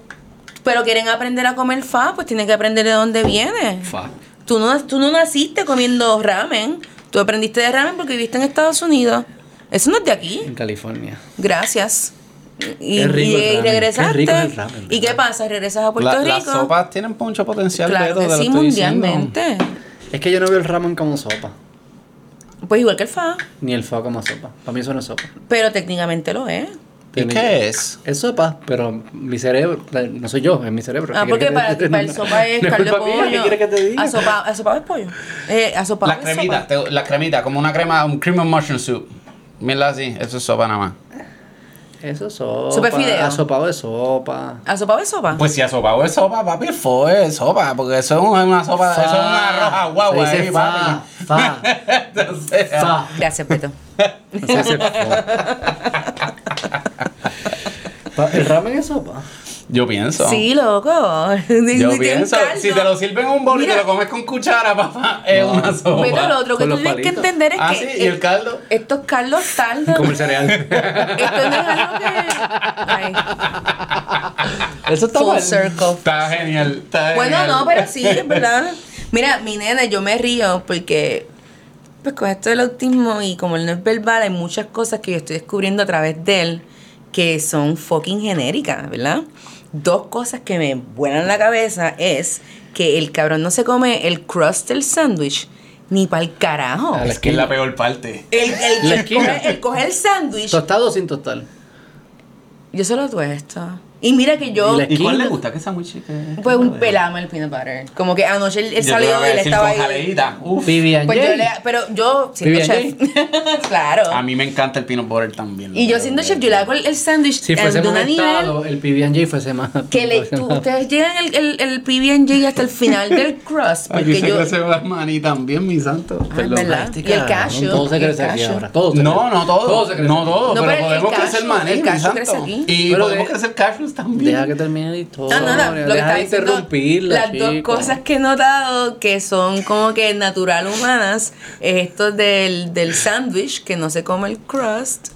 [SPEAKER 2] pero quieren aprender a comer fa, pues tienen que aprender de dónde viene.
[SPEAKER 1] Fuck.
[SPEAKER 2] Tú no, tú no naciste comiendo ramen. Tú aprendiste de ramen porque viviste en Estados Unidos. Eso no es de aquí.
[SPEAKER 1] En California.
[SPEAKER 2] Gracias. Y,
[SPEAKER 1] Qué rico
[SPEAKER 2] y-
[SPEAKER 1] el
[SPEAKER 2] y
[SPEAKER 1] ramen,
[SPEAKER 2] regresaste.
[SPEAKER 1] qué rico es el ramen,
[SPEAKER 2] ¿Y qué
[SPEAKER 1] ¿verdad?
[SPEAKER 2] pasa? Regresas a Puerto
[SPEAKER 3] La- Las
[SPEAKER 2] Rico.
[SPEAKER 3] sopas tienen mucho potencial
[SPEAKER 2] claro
[SPEAKER 3] de
[SPEAKER 2] que
[SPEAKER 3] esto, te
[SPEAKER 2] sí,
[SPEAKER 3] lo estoy diciendo.
[SPEAKER 2] mundialmente.
[SPEAKER 1] Es que yo no veo el ramen como sopa,
[SPEAKER 2] Pues igual que el fa,
[SPEAKER 1] ni el fa como sopa. Para mí eso no es sopa.
[SPEAKER 2] pero técnicamente lo es.
[SPEAKER 3] ¿Y qué es?
[SPEAKER 1] Es sopa, pero mi cerebro, la- no soy yo, es mi cerebro.
[SPEAKER 2] Ah,
[SPEAKER 1] ¿Qué
[SPEAKER 2] porque
[SPEAKER 1] quieres
[SPEAKER 2] para,
[SPEAKER 1] que te-
[SPEAKER 2] para el sopa es
[SPEAKER 1] No
[SPEAKER 2] caldo Ah, de
[SPEAKER 1] culpa mía, ¿Qué
[SPEAKER 2] pollo.
[SPEAKER 1] quieres que te diga?
[SPEAKER 2] Asopa- asopado es pollo. Eh, asopado
[SPEAKER 3] La
[SPEAKER 2] es
[SPEAKER 3] cremita,
[SPEAKER 2] sopa.
[SPEAKER 3] te- la cremita, como una crema, un cream and mushroom soup. Mira así, eso es sopa nada más.
[SPEAKER 1] Eso es sopa.
[SPEAKER 2] Sopa de fideo.
[SPEAKER 1] Asopado de sopa.
[SPEAKER 2] Asopado es
[SPEAKER 1] Ah.
[SPEAKER 2] sopa.
[SPEAKER 3] Pues si a sopa o es sopa, papi, fue sopa, porque eso es una, una sopa,
[SPEAKER 1] Fa.
[SPEAKER 3] eso es una roja guagua
[SPEAKER 1] Se dice
[SPEAKER 3] ahí,
[SPEAKER 1] fa,
[SPEAKER 3] papi.
[SPEAKER 1] fa,
[SPEAKER 3] Entonces,
[SPEAKER 1] fa.
[SPEAKER 2] Gracias, Peto.
[SPEAKER 1] No se hace fa. Pa- ¿El ramen es sopa?
[SPEAKER 3] yo pienso.
[SPEAKER 2] Sí, loco. Yo
[SPEAKER 3] Yo pienso, si te lo sirven en un bol y te lo comes con cuchara, papá, es una sopa.
[SPEAKER 2] Pero lo otro que
[SPEAKER 1] Con
[SPEAKER 2] tú
[SPEAKER 1] los
[SPEAKER 2] tienes que
[SPEAKER 1] palitos.
[SPEAKER 2] entender es
[SPEAKER 3] Ah,
[SPEAKER 2] que
[SPEAKER 3] sí, y el caldo.
[SPEAKER 2] estos caldos tardan.
[SPEAKER 1] Como el cereal.
[SPEAKER 2] Esto no es algo que. Ay,
[SPEAKER 1] Eso está
[SPEAKER 2] full
[SPEAKER 1] mal.
[SPEAKER 2] circle.
[SPEAKER 3] Está genial, está
[SPEAKER 2] Bueno,
[SPEAKER 3] genial.
[SPEAKER 2] no, pero sí, es verdad. Mira, mi nena, yo me río porque, pues con esto del autismo y como él no es verbal, hay muchas cosas que yo estoy descubriendo a través de él que son fucking genéricas, ¿verdad? Dos cosas que me vuelan la cabeza es que el cabrón no se come el crust del sándwich ni para el carajo.
[SPEAKER 1] A
[SPEAKER 3] Es que es la peor parte.
[SPEAKER 2] El, el,
[SPEAKER 1] La
[SPEAKER 2] el
[SPEAKER 1] esquina.
[SPEAKER 2] coge, el coge el sándwich,
[SPEAKER 1] Tostado o sin tostar.
[SPEAKER 2] yo se lo tuesto. Y mira que yo...
[SPEAKER 1] Y la
[SPEAKER 3] ¿Y cuál
[SPEAKER 1] Esquina.
[SPEAKER 3] le gusta que esa muy chica?
[SPEAKER 2] Pues un pelama el peanut butter. Como que anoche él, él
[SPEAKER 3] Yo te
[SPEAKER 2] salió
[SPEAKER 3] voy a
[SPEAKER 2] y él
[SPEAKER 3] decir
[SPEAKER 2] estaba
[SPEAKER 3] con
[SPEAKER 2] ahí.
[SPEAKER 3] jaleíta. Uf.
[SPEAKER 1] Vivian
[SPEAKER 2] Pues
[SPEAKER 1] J.
[SPEAKER 2] yo le, pero yo siendo
[SPEAKER 1] Vivian Ah,
[SPEAKER 2] chef, claro.
[SPEAKER 3] A mí me encanta el peanut butter también.
[SPEAKER 2] Y yo siendo chef, yo le hago el, el sándwich
[SPEAKER 1] Si
[SPEAKER 2] eh,
[SPEAKER 1] fuese
[SPEAKER 2] de un
[SPEAKER 1] más
[SPEAKER 2] nivel
[SPEAKER 1] estado, el PB&J fuese más...
[SPEAKER 2] que le, tú- ustedes llegan el, el, el PB&J hasta el final del crust.
[SPEAKER 3] Aquí
[SPEAKER 2] Porque
[SPEAKER 3] se
[SPEAKER 2] yo...
[SPEAKER 3] crece maní también, mi santo.
[SPEAKER 2] Ah, es verdad. Y el cashew.
[SPEAKER 1] Todo se
[SPEAKER 2] y el
[SPEAKER 1] crece aquí
[SPEAKER 2] cashew.
[SPEAKER 1] ahora. Todo se
[SPEAKER 3] No,
[SPEAKER 1] crece.
[SPEAKER 3] no todo.
[SPEAKER 1] se crece
[SPEAKER 3] no
[SPEAKER 1] aquí.
[SPEAKER 3] todo,
[SPEAKER 2] No, pero
[SPEAKER 3] pero
[SPEAKER 2] el
[SPEAKER 3] podemos
[SPEAKER 2] cashew,
[SPEAKER 3] crecer maní,
[SPEAKER 2] el
[SPEAKER 3] mi
[SPEAKER 2] cashew
[SPEAKER 3] santo.
[SPEAKER 2] crece aquí.
[SPEAKER 3] Y
[SPEAKER 1] Pero
[SPEAKER 3] podemos
[SPEAKER 1] de-
[SPEAKER 3] crecer cashews también.
[SPEAKER 1] Deja que termine la historia.
[SPEAKER 2] No, nada, lo que
[SPEAKER 1] deja
[SPEAKER 2] estaba
[SPEAKER 1] de
[SPEAKER 2] diciendo,
[SPEAKER 1] interrumpirla,
[SPEAKER 2] las dos
[SPEAKER 1] chico.
[SPEAKER 2] cosas que he notado que son como que natural humanas, es esto del, del sándwich, que no se come el crust,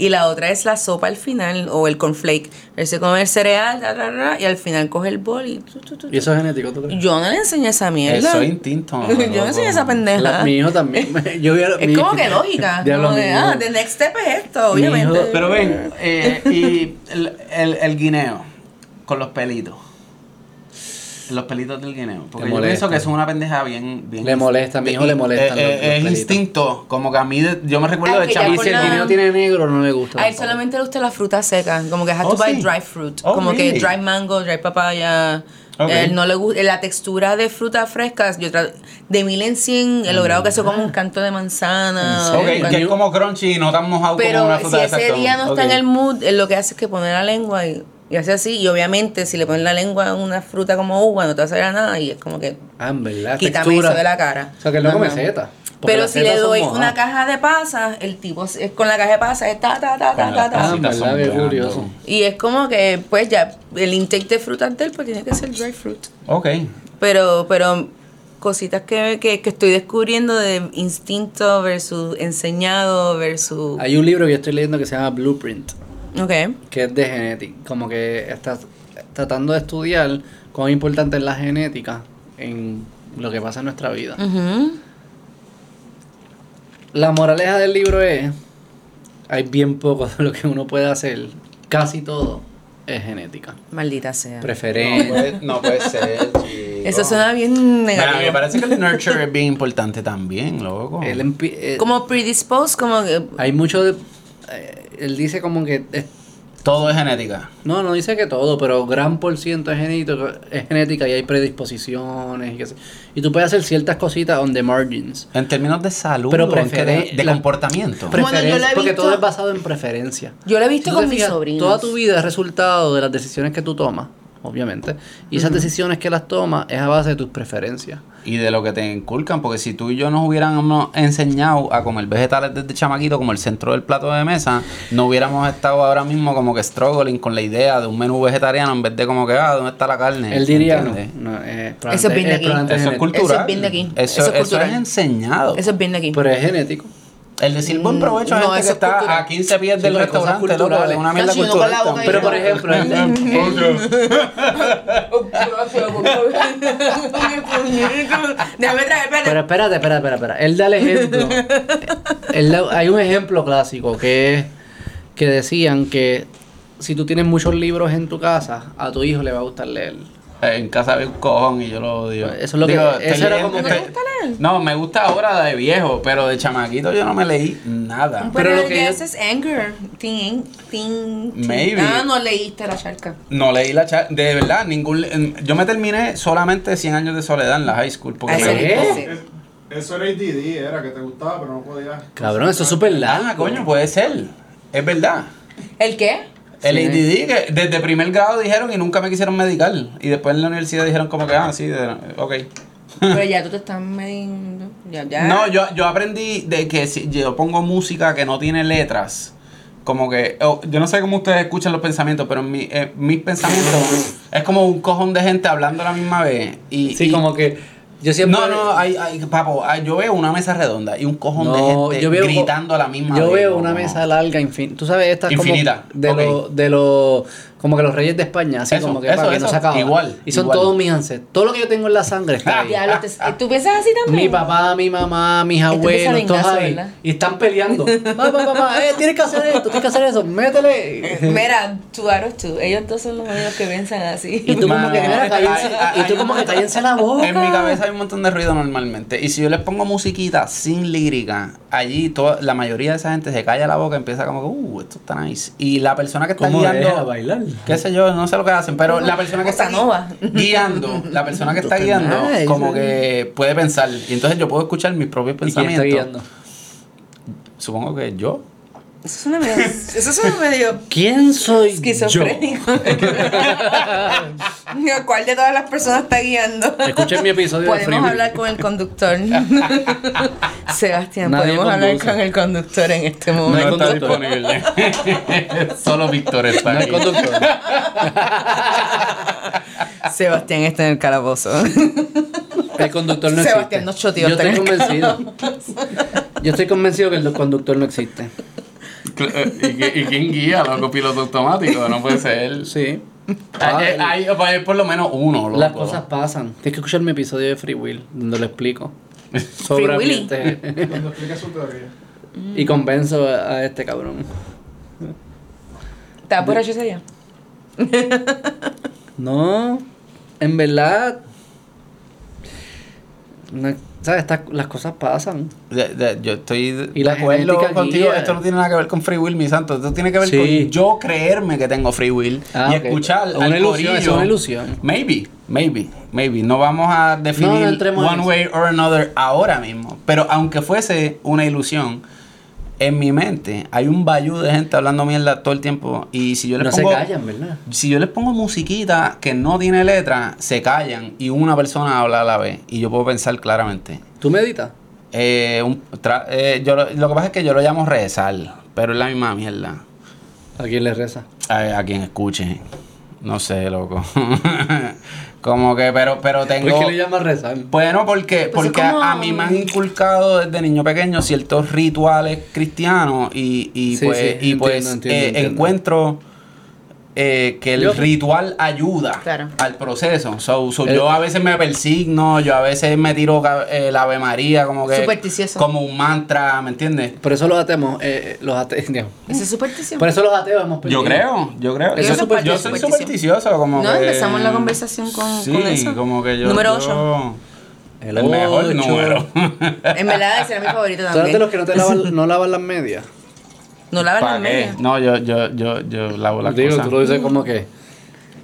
[SPEAKER 2] y la otra es la sopa al final, o el cornflake. Él se come el cereal, ra, ra, ra, y al final coge el bol y... tu, tu, tu, tu.
[SPEAKER 1] ¿Y eso es genético, tú crees?
[SPEAKER 2] Yo no le enseñé esa mierda.
[SPEAKER 3] Eso es instinto.
[SPEAKER 2] Yo no enseñé esa pendeja.
[SPEAKER 1] La- mi hijo también. Yo vi a- mi-
[SPEAKER 2] es como que lógica.
[SPEAKER 1] Diablo,
[SPEAKER 2] como
[SPEAKER 1] mi
[SPEAKER 2] de,
[SPEAKER 1] hijo.
[SPEAKER 2] ah, the next step es esto,
[SPEAKER 1] Mi hijo-
[SPEAKER 2] obviamente.
[SPEAKER 3] Pero ven, eh, y el, el, el guineo con los pelitos. Los pelitos del guineo. Porque
[SPEAKER 1] Le
[SPEAKER 3] yo
[SPEAKER 1] molesta.
[SPEAKER 3] pienso que eso es una pendeja bien. bien
[SPEAKER 1] Le molesta, a mi hijo le
[SPEAKER 3] eh,
[SPEAKER 1] molestan
[SPEAKER 3] eh,
[SPEAKER 1] los-
[SPEAKER 3] eh,
[SPEAKER 1] los
[SPEAKER 3] es
[SPEAKER 1] pelitos.
[SPEAKER 3] instinto. Como que a mí, de- yo me recuerdo
[SPEAKER 2] Ay,
[SPEAKER 3] de
[SPEAKER 2] que ya
[SPEAKER 1] Y
[SPEAKER 3] chavis.
[SPEAKER 2] por
[SPEAKER 1] si el
[SPEAKER 2] la-
[SPEAKER 1] guineo tiene negro, no le gusta.
[SPEAKER 2] A él
[SPEAKER 1] tampoco.
[SPEAKER 2] solamente le gusta la fruta seca, como que has
[SPEAKER 3] Oh,
[SPEAKER 2] to buy
[SPEAKER 3] sí.
[SPEAKER 2] dry fruit,
[SPEAKER 3] Oh,
[SPEAKER 2] como que
[SPEAKER 3] really?
[SPEAKER 2] dry mango, dry papaya.
[SPEAKER 3] Ok.
[SPEAKER 2] Él no le gusta la textura de frutas frescas. Yo tra- de mil en cien he logrado que se coma un canto de manzana.
[SPEAKER 3] Ok,
[SPEAKER 2] un
[SPEAKER 1] Eh,
[SPEAKER 3] que
[SPEAKER 2] canto-
[SPEAKER 3] es como crunchy y no tan mojado como
[SPEAKER 2] Pero
[SPEAKER 3] una
[SPEAKER 2] si
[SPEAKER 3] fruta de
[SPEAKER 2] ese
[SPEAKER 3] saltón.
[SPEAKER 2] día no está en
[SPEAKER 3] Ok.
[SPEAKER 2] el mood, él lo que hace es que pone la lengua y, y hace así. Y obviamente, si le ponen la lengua a una fruta como uva, no te va a saber a nada. Y es como que
[SPEAKER 1] Ah, en verdad.
[SPEAKER 2] quítame
[SPEAKER 1] textura.
[SPEAKER 2] eso de la cara.
[SPEAKER 1] O sea, que él no come
[SPEAKER 2] Ajá.
[SPEAKER 1] seta. porque
[SPEAKER 2] Pero
[SPEAKER 1] las
[SPEAKER 2] si le
[SPEAKER 1] setas son
[SPEAKER 2] doy
[SPEAKER 1] mojadas.
[SPEAKER 2] una caja de pasas, el tipo es- con la caja de pasas es ta, ta, ta, ta,
[SPEAKER 3] Con
[SPEAKER 2] ta,
[SPEAKER 3] las
[SPEAKER 2] ta.
[SPEAKER 1] Ah, en
[SPEAKER 3] Cositas son
[SPEAKER 1] verdad, qué
[SPEAKER 3] buenas,
[SPEAKER 1] curioso.
[SPEAKER 3] loco.
[SPEAKER 2] Y es como que, pues ya, el intake de frutas del pues tiene que ser dry fruit.
[SPEAKER 3] Ok.
[SPEAKER 2] Pero, pero cositas que, que, que estoy descubriendo de instinto versus enseñado versus...
[SPEAKER 1] Hay un libro que yo estoy leyendo que se llama Blueprint.
[SPEAKER 2] Ok.
[SPEAKER 1] que es de genética, como que estás tratando de estudiar cuán importante es la genética en lo que pasa en nuestra vida.
[SPEAKER 2] Ujú.
[SPEAKER 1] La moraleja del libro es, hay bien poco de lo que uno puede hacer, casi todo es genética,
[SPEAKER 2] Maldita sea.
[SPEAKER 1] preferencia.
[SPEAKER 3] no puede ser,
[SPEAKER 2] Eso suena bien
[SPEAKER 3] Mira, me
[SPEAKER 2] negativo.
[SPEAKER 3] parece que el nurture es bien importante también, loco.
[SPEAKER 1] Él empie- eh,
[SPEAKER 2] Como predisposed, como... que-
[SPEAKER 1] hay mucho de... eh, él dice como que... eh,
[SPEAKER 3] Todo es genética.
[SPEAKER 1] No, no dice que todo, pero gran por ciento es, genético, es genética y hay predisposiciones. Y, qué sé. y tú puedes hacer ciertas cositas on the margins.
[SPEAKER 3] En términos de salud,
[SPEAKER 1] Pero
[SPEAKER 3] ¿o en qué de,
[SPEAKER 1] preferen-
[SPEAKER 3] de
[SPEAKER 1] la-
[SPEAKER 3] comportamiento.
[SPEAKER 2] Bueno, yo lo he
[SPEAKER 1] Preferen- porque
[SPEAKER 2] visto-
[SPEAKER 1] todo es basado en preferencia.
[SPEAKER 2] Yo lo he visto
[SPEAKER 1] Si tú te
[SPEAKER 2] con mis
[SPEAKER 1] fijas,
[SPEAKER 2] sobrinos.
[SPEAKER 1] Toda tu vida es resultado de las decisiones que tú tomas, obviamente. Y esas decisiones que las tomas es a base de tus preferencias.
[SPEAKER 3] y de lo que te inculcan, porque si tú y yo nos hubiéramos enseñado a comer vegetales desde chamaquito como el centro del plato de mesa, no hubiéramos estado ahora mismo como que struggling con la idea de un menú vegetariano en vez de como que, ah, ¿dónde está la carne?
[SPEAKER 1] Él diría, no,
[SPEAKER 3] ¿Entiendes?
[SPEAKER 1] no, eh,
[SPEAKER 2] Eso es bien de
[SPEAKER 1] eh,
[SPEAKER 2] aquí.
[SPEAKER 1] probablemente
[SPEAKER 3] Eso es
[SPEAKER 1] genético.
[SPEAKER 3] cultural.
[SPEAKER 2] Eso es bien de aquí.
[SPEAKER 3] Eso,
[SPEAKER 2] Eso es
[SPEAKER 3] eso es,
[SPEAKER 2] cultural.
[SPEAKER 3] enseñado.
[SPEAKER 2] Eso es bien de aquí.
[SPEAKER 1] Pero es genético.
[SPEAKER 3] el decir buen provecho a
[SPEAKER 2] No,
[SPEAKER 3] gente
[SPEAKER 2] eso
[SPEAKER 3] que
[SPEAKER 2] es
[SPEAKER 3] está
[SPEAKER 2] cultural.
[SPEAKER 3] a 15 pies del
[SPEAKER 1] Sí, pero cosas
[SPEAKER 3] restaurante, loco,
[SPEAKER 1] culturales.
[SPEAKER 3] es una mierda
[SPEAKER 2] Casi uno con
[SPEAKER 3] cultural.
[SPEAKER 2] la boca
[SPEAKER 3] también.
[SPEAKER 2] y
[SPEAKER 1] Pero por ejemplo, el- el-
[SPEAKER 2] Déjame traer, espérate.
[SPEAKER 1] Pero espérate, espérate, espérate, espérate. Él da el ejemplo. Él da- hay un ejemplo clásico que es que decían que si tú tienes muchos libros en tu casa, a tu hijo le va a gustar leer.
[SPEAKER 3] Eh, En casa había un cojón y yo lo odio.
[SPEAKER 1] Eso es lo que-
[SPEAKER 3] estoy
[SPEAKER 1] eso era como
[SPEAKER 2] que-
[SPEAKER 3] estoy- No, me gusta ahora de viejo, pero de chamaquito yo no me leí nada.
[SPEAKER 1] Pero
[SPEAKER 2] Pero
[SPEAKER 1] lo
[SPEAKER 2] lo
[SPEAKER 1] que yo-
[SPEAKER 2] es anger. Ting, ting, ting.
[SPEAKER 3] Maybe.
[SPEAKER 2] Ah, no leíste la charca.
[SPEAKER 3] No leí la charla, de verdad, ningún en- yo me terminé solamente 100 años de soledad en la high school porque
[SPEAKER 2] Ah,
[SPEAKER 3] me
[SPEAKER 2] ese
[SPEAKER 1] ¿Qué?
[SPEAKER 2] libro,
[SPEAKER 1] Sí.
[SPEAKER 4] Es- Eso era ADD, era que te gustaba, pero no podías.
[SPEAKER 1] Cabrón, eso es súper
[SPEAKER 3] Ah,
[SPEAKER 1] largo.
[SPEAKER 3] coño, puede ser. Es verdad.
[SPEAKER 2] sí. ¿El qué?
[SPEAKER 3] El
[SPEAKER 1] Sí.
[SPEAKER 3] ADD que desde primer grado dijeron y nunca me quisieron medicar y después en la universidad dijeron como que ah, sí, de- ok.
[SPEAKER 2] Pero ya tú te estás mediendo. Ya, ya.
[SPEAKER 3] No, yo, yo aprendí de que si yo pongo música que no tiene letras, como que, oh, yo no sé cómo ustedes escuchan los pensamientos, pero en mi- eh, mis pensamientos es como un cojón de gente hablando a la misma vez. Y,
[SPEAKER 1] Sí,
[SPEAKER 3] y-
[SPEAKER 1] como que yo siempre...
[SPEAKER 3] No, no, hay, hay, papo, hay- yo veo una mesa redonda y un cojón
[SPEAKER 1] No,
[SPEAKER 3] de gente
[SPEAKER 1] yo veo-
[SPEAKER 3] gritando a la misma
[SPEAKER 1] Yo
[SPEAKER 3] vez,
[SPEAKER 1] veo
[SPEAKER 3] como-
[SPEAKER 1] una mesa larga infinita. Tú sabes, estas como
[SPEAKER 3] Infinita,
[SPEAKER 1] de
[SPEAKER 3] ok.
[SPEAKER 1] los de los como que los reyes de España, así
[SPEAKER 3] Eso,
[SPEAKER 1] como que
[SPEAKER 3] eso,
[SPEAKER 1] para que no
[SPEAKER 3] eso,
[SPEAKER 1] se acaba.
[SPEAKER 3] igual,
[SPEAKER 1] y son
[SPEAKER 3] igual.
[SPEAKER 1] todos mis ancestros. Todo lo que yo tengo en la sangre está ahí.
[SPEAKER 2] Ya lo te- ¿Tú piensas así también?
[SPEAKER 1] Mi papá, mi mamá, mis
[SPEAKER 2] Esto empieza
[SPEAKER 1] abuelos, todos
[SPEAKER 2] vengazo,
[SPEAKER 1] ahí.
[SPEAKER 2] ¿verdad?
[SPEAKER 1] Y están peleando. Papá, papá, papá, eh, tienes que hacer esto, tienes que hacer eso, métele.
[SPEAKER 2] Mira, tú aros tú. Ellos dos son los únicos que piensan así.
[SPEAKER 1] Y tú como
[SPEAKER 3] Mano,
[SPEAKER 1] que, mira,
[SPEAKER 3] hay-
[SPEAKER 1] cállense-
[SPEAKER 3] hay-
[SPEAKER 1] y tú
[SPEAKER 3] hay
[SPEAKER 1] como
[SPEAKER 3] un-
[SPEAKER 1] que cállense la boca.
[SPEAKER 3] En mi cabeza hay un montón de ruido normalmente. Y si yo les pongo musiquita sin lírica, allí toda, la mayoría de esa gente se calla la boca y empieza como que, uh, esto está nice. Y la persona que está
[SPEAKER 1] deja
[SPEAKER 3] guiando,
[SPEAKER 1] bailar?
[SPEAKER 3] qué sé yo, no sé lo que hacen, pero la persona que está
[SPEAKER 2] Bossa nova.
[SPEAKER 3] gui- guiando, la persona que está
[SPEAKER 1] Total
[SPEAKER 3] guiando,
[SPEAKER 1] nice.
[SPEAKER 3] como que puede pensar. Y entonces yo puedo escuchar mis propios
[SPEAKER 1] ¿Y quién está guiando?
[SPEAKER 3] pensamientos. Supongo que yo.
[SPEAKER 2] Eso suena medio, eso suena medio
[SPEAKER 1] ¿Quién soy
[SPEAKER 2] esquizofrénico. Digo, ¿Cuál de todas las personas está guiando?
[SPEAKER 1] yo? Escuchen mi episodio de
[SPEAKER 2] Podemos
[SPEAKER 1] Freebie.
[SPEAKER 2] hablar con el conductor. Sebastián,
[SPEAKER 1] Nadie
[SPEAKER 2] podemos hablar
[SPEAKER 1] conduce.
[SPEAKER 2] con el conductor en este
[SPEAKER 1] No hay
[SPEAKER 2] momento.
[SPEAKER 1] con- conductor.
[SPEAKER 3] disponible. Solo Víctor está
[SPEAKER 1] No hay
[SPEAKER 3] aquí.
[SPEAKER 1] conductor.
[SPEAKER 2] Sebastián está en el calabozo.
[SPEAKER 1] El conductor no existe.
[SPEAKER 2] Sebastián nos choteó
[SPEAKER 1] Yo estoy
[SPEAKER 2] hasta
[SPEAKER 1] convencido. Yo estoy convencido que el conductor no existe.
[SPEAKER 3] eh, ¿Y, qué- y quién guía, loco? Piloto automático, no puede ser él.
[SPEAKER 1] Sí.
[SPEAKER 3] Hay, hay- hay pues, por lo menos uno, loco.
[SPEAKER 1] Las cosas pasan. Tienes que escuchar mi episodio de Free Will, donde lo explico. Sobre
[SPEAKER 2] Free Willy.
[SPEAKER 1] ambiente.
[SPEAKER 4] Cuando explica su teoría.
[SPEAKER 1] Y convenzo a, a este cabrón.
[SPEAKER 2] ¿Estás borracho ese día?
[SPEAKER 1] No, en verdad. no- ¿Sabes? Estas- las cosas pasan.
[SPEAKER 3] De- de- yo estoy
[SPEAKER 1] Y
[SPEAKER 3] y
[SPEAKER 1] la
[SPEAKER 3] de acuerdo
[SPEAKER 1] genética
[SPEAKER 3] contigo.
[SPEAKER 1] guía.
[SPEAKER 3] Esto no tiene nada que ver con free will, mi santo. Esto tiene que ver
[SPEAKER 1] Sí.
[SPEAKER 3] con yo creerme que tengo free will
[SPEAKER 1] Ah,
[SPEAKER 3] y
[SPEAKER 1] ok.
[SPEAKER 3] escuchar.
[SPEAKER 1] Es
[SPEAKER 3] al
[SPEAKER 1] una ilusión, es
[SPEAKER 3] corillo.
[SPEAKER 1] una ilusión.
[SPEAKER 3] Maybe, maybe, maybe. No vamos a
[SPEAKER 1] No, no
[SPEAKER 3] definir
[SPEAKER 1] entremos en
[SPEAKER 3] one
[SPEAKER 1] eso.
[SPEAKER 3] way or another ahora mismo. Pero aunque fuese una ilusión, en mi mente hay un bayú de gente hablando mierda todo el tiempo. Y si yo les
[SPEAKER 1] No se
[SPEAKER 3] pongo.
[SPEAKER 1] callan, ¿verdad?
[SPEAKER 3] Si yo les pongo musiquita que no tiene letra, se callan y una persona habla a la vez. Y yo puedo pensar claramente.
[SPEAKER 1] ¿Tú meditas?
[SPEAKER 3] Eh, un tra- eh, yo lo, lo que pasa es que yo lo llamo rezar, pero es la misma mierda.
[SPEAKER 1] ¿A quién le reza?
[SPEAKER 3] A, a quien escuche. No sé, loco. como que, pero, pero tengo.
[SPEAKER 1] ¿Por qué le llamas rezar?
[SPEAKER 3] Bueno, porque,
[SPEAKER 2] Pues es
[SPEAKER 3] porque
[SPEAKER 2] como-
[SPEAKER 3] a mí me han inculcado desde niño pequeño ciertos rituales cristianos y, y
[SPEAKER 1] Sí,
[SPEAKER 3] pues,
[SPEAKER 1] sí,
[SPEAKER 3] y
[SPEAKER 1] entiendo,
[SPEAKER 3] pues
[SPEAKER 1] entiendo,
[SPEAKER 3] eh,
[SPEAKER 1] entiendo.
[SPEAKER 3] encuentro eh, que el
[SPEAKER 1] Yo-
[SPEAKER 3] ritual ayuda
[SPEAKER 2] Claro.
[SPEAKER 3] al proceso. So, so
[SPEAKER 1] El-
[SPEAKER 3] yo a veces me persigno, yo a veces me tiro ca- el Ave María como que...
[SPEAKER 2] Supersticioso.
[SPEAKER 3] Como un mantra, ¿me entiendes?
[SPEAKER 1] Por eso los ateos, eh, los ateos, Dios.
[SPEAKER 2] Eso es superstición.
[SPEAKER 1] Por eso los ateos hemos perdido.
[SPEAKER 3] Yo creo, yo creo.
[SPEAKER 1] Eso
[SPEAKER 3] yo,
[SPEAKER 1] es
[SPEAKER 3] soy-
[SPEAKER 1] parte
[SPEAKER 3] yo
[SPEAKER 2] de
[SPEAKER 3] soy
[SPEAKER 2] superstición.
[SPEAKER 3] supersticioso como
[SPEAKER 2] No,
[SPEAKER 3] que-
[SPEAKER 2] empezamos la conversación con-
[SPEAKER 3] sí,
[SPEAKER 2] con eso.
[SPEAKER 3] como que yo...
[SPEAKER 2] Número
[SPEAKER 3] yo-
[SPEAKER 1] El,
[SPEAKER 3] el mejor
[SPEAKER 1] ocho.
[SPEAKER 3] número.
[SPEAKER 2] En verdad, ese era mi favorito
[SPEAKER 1] Tú eres de
[SPEAKER 2] también.
[SPEAKER 1] los que no te lavan, no lavan las medias.
[SPEAKER 2] No lavan las
[SPEAKER 3] ¿Para qué?
[SPEAKER 2] medias.
[SPEAKER 3] No, yo, yo, yo, yo lavo las
[SPEAKER 1] Digo,
[SPEAKER 3] cosas.
[SPEAKER 1] tú lo dices como que.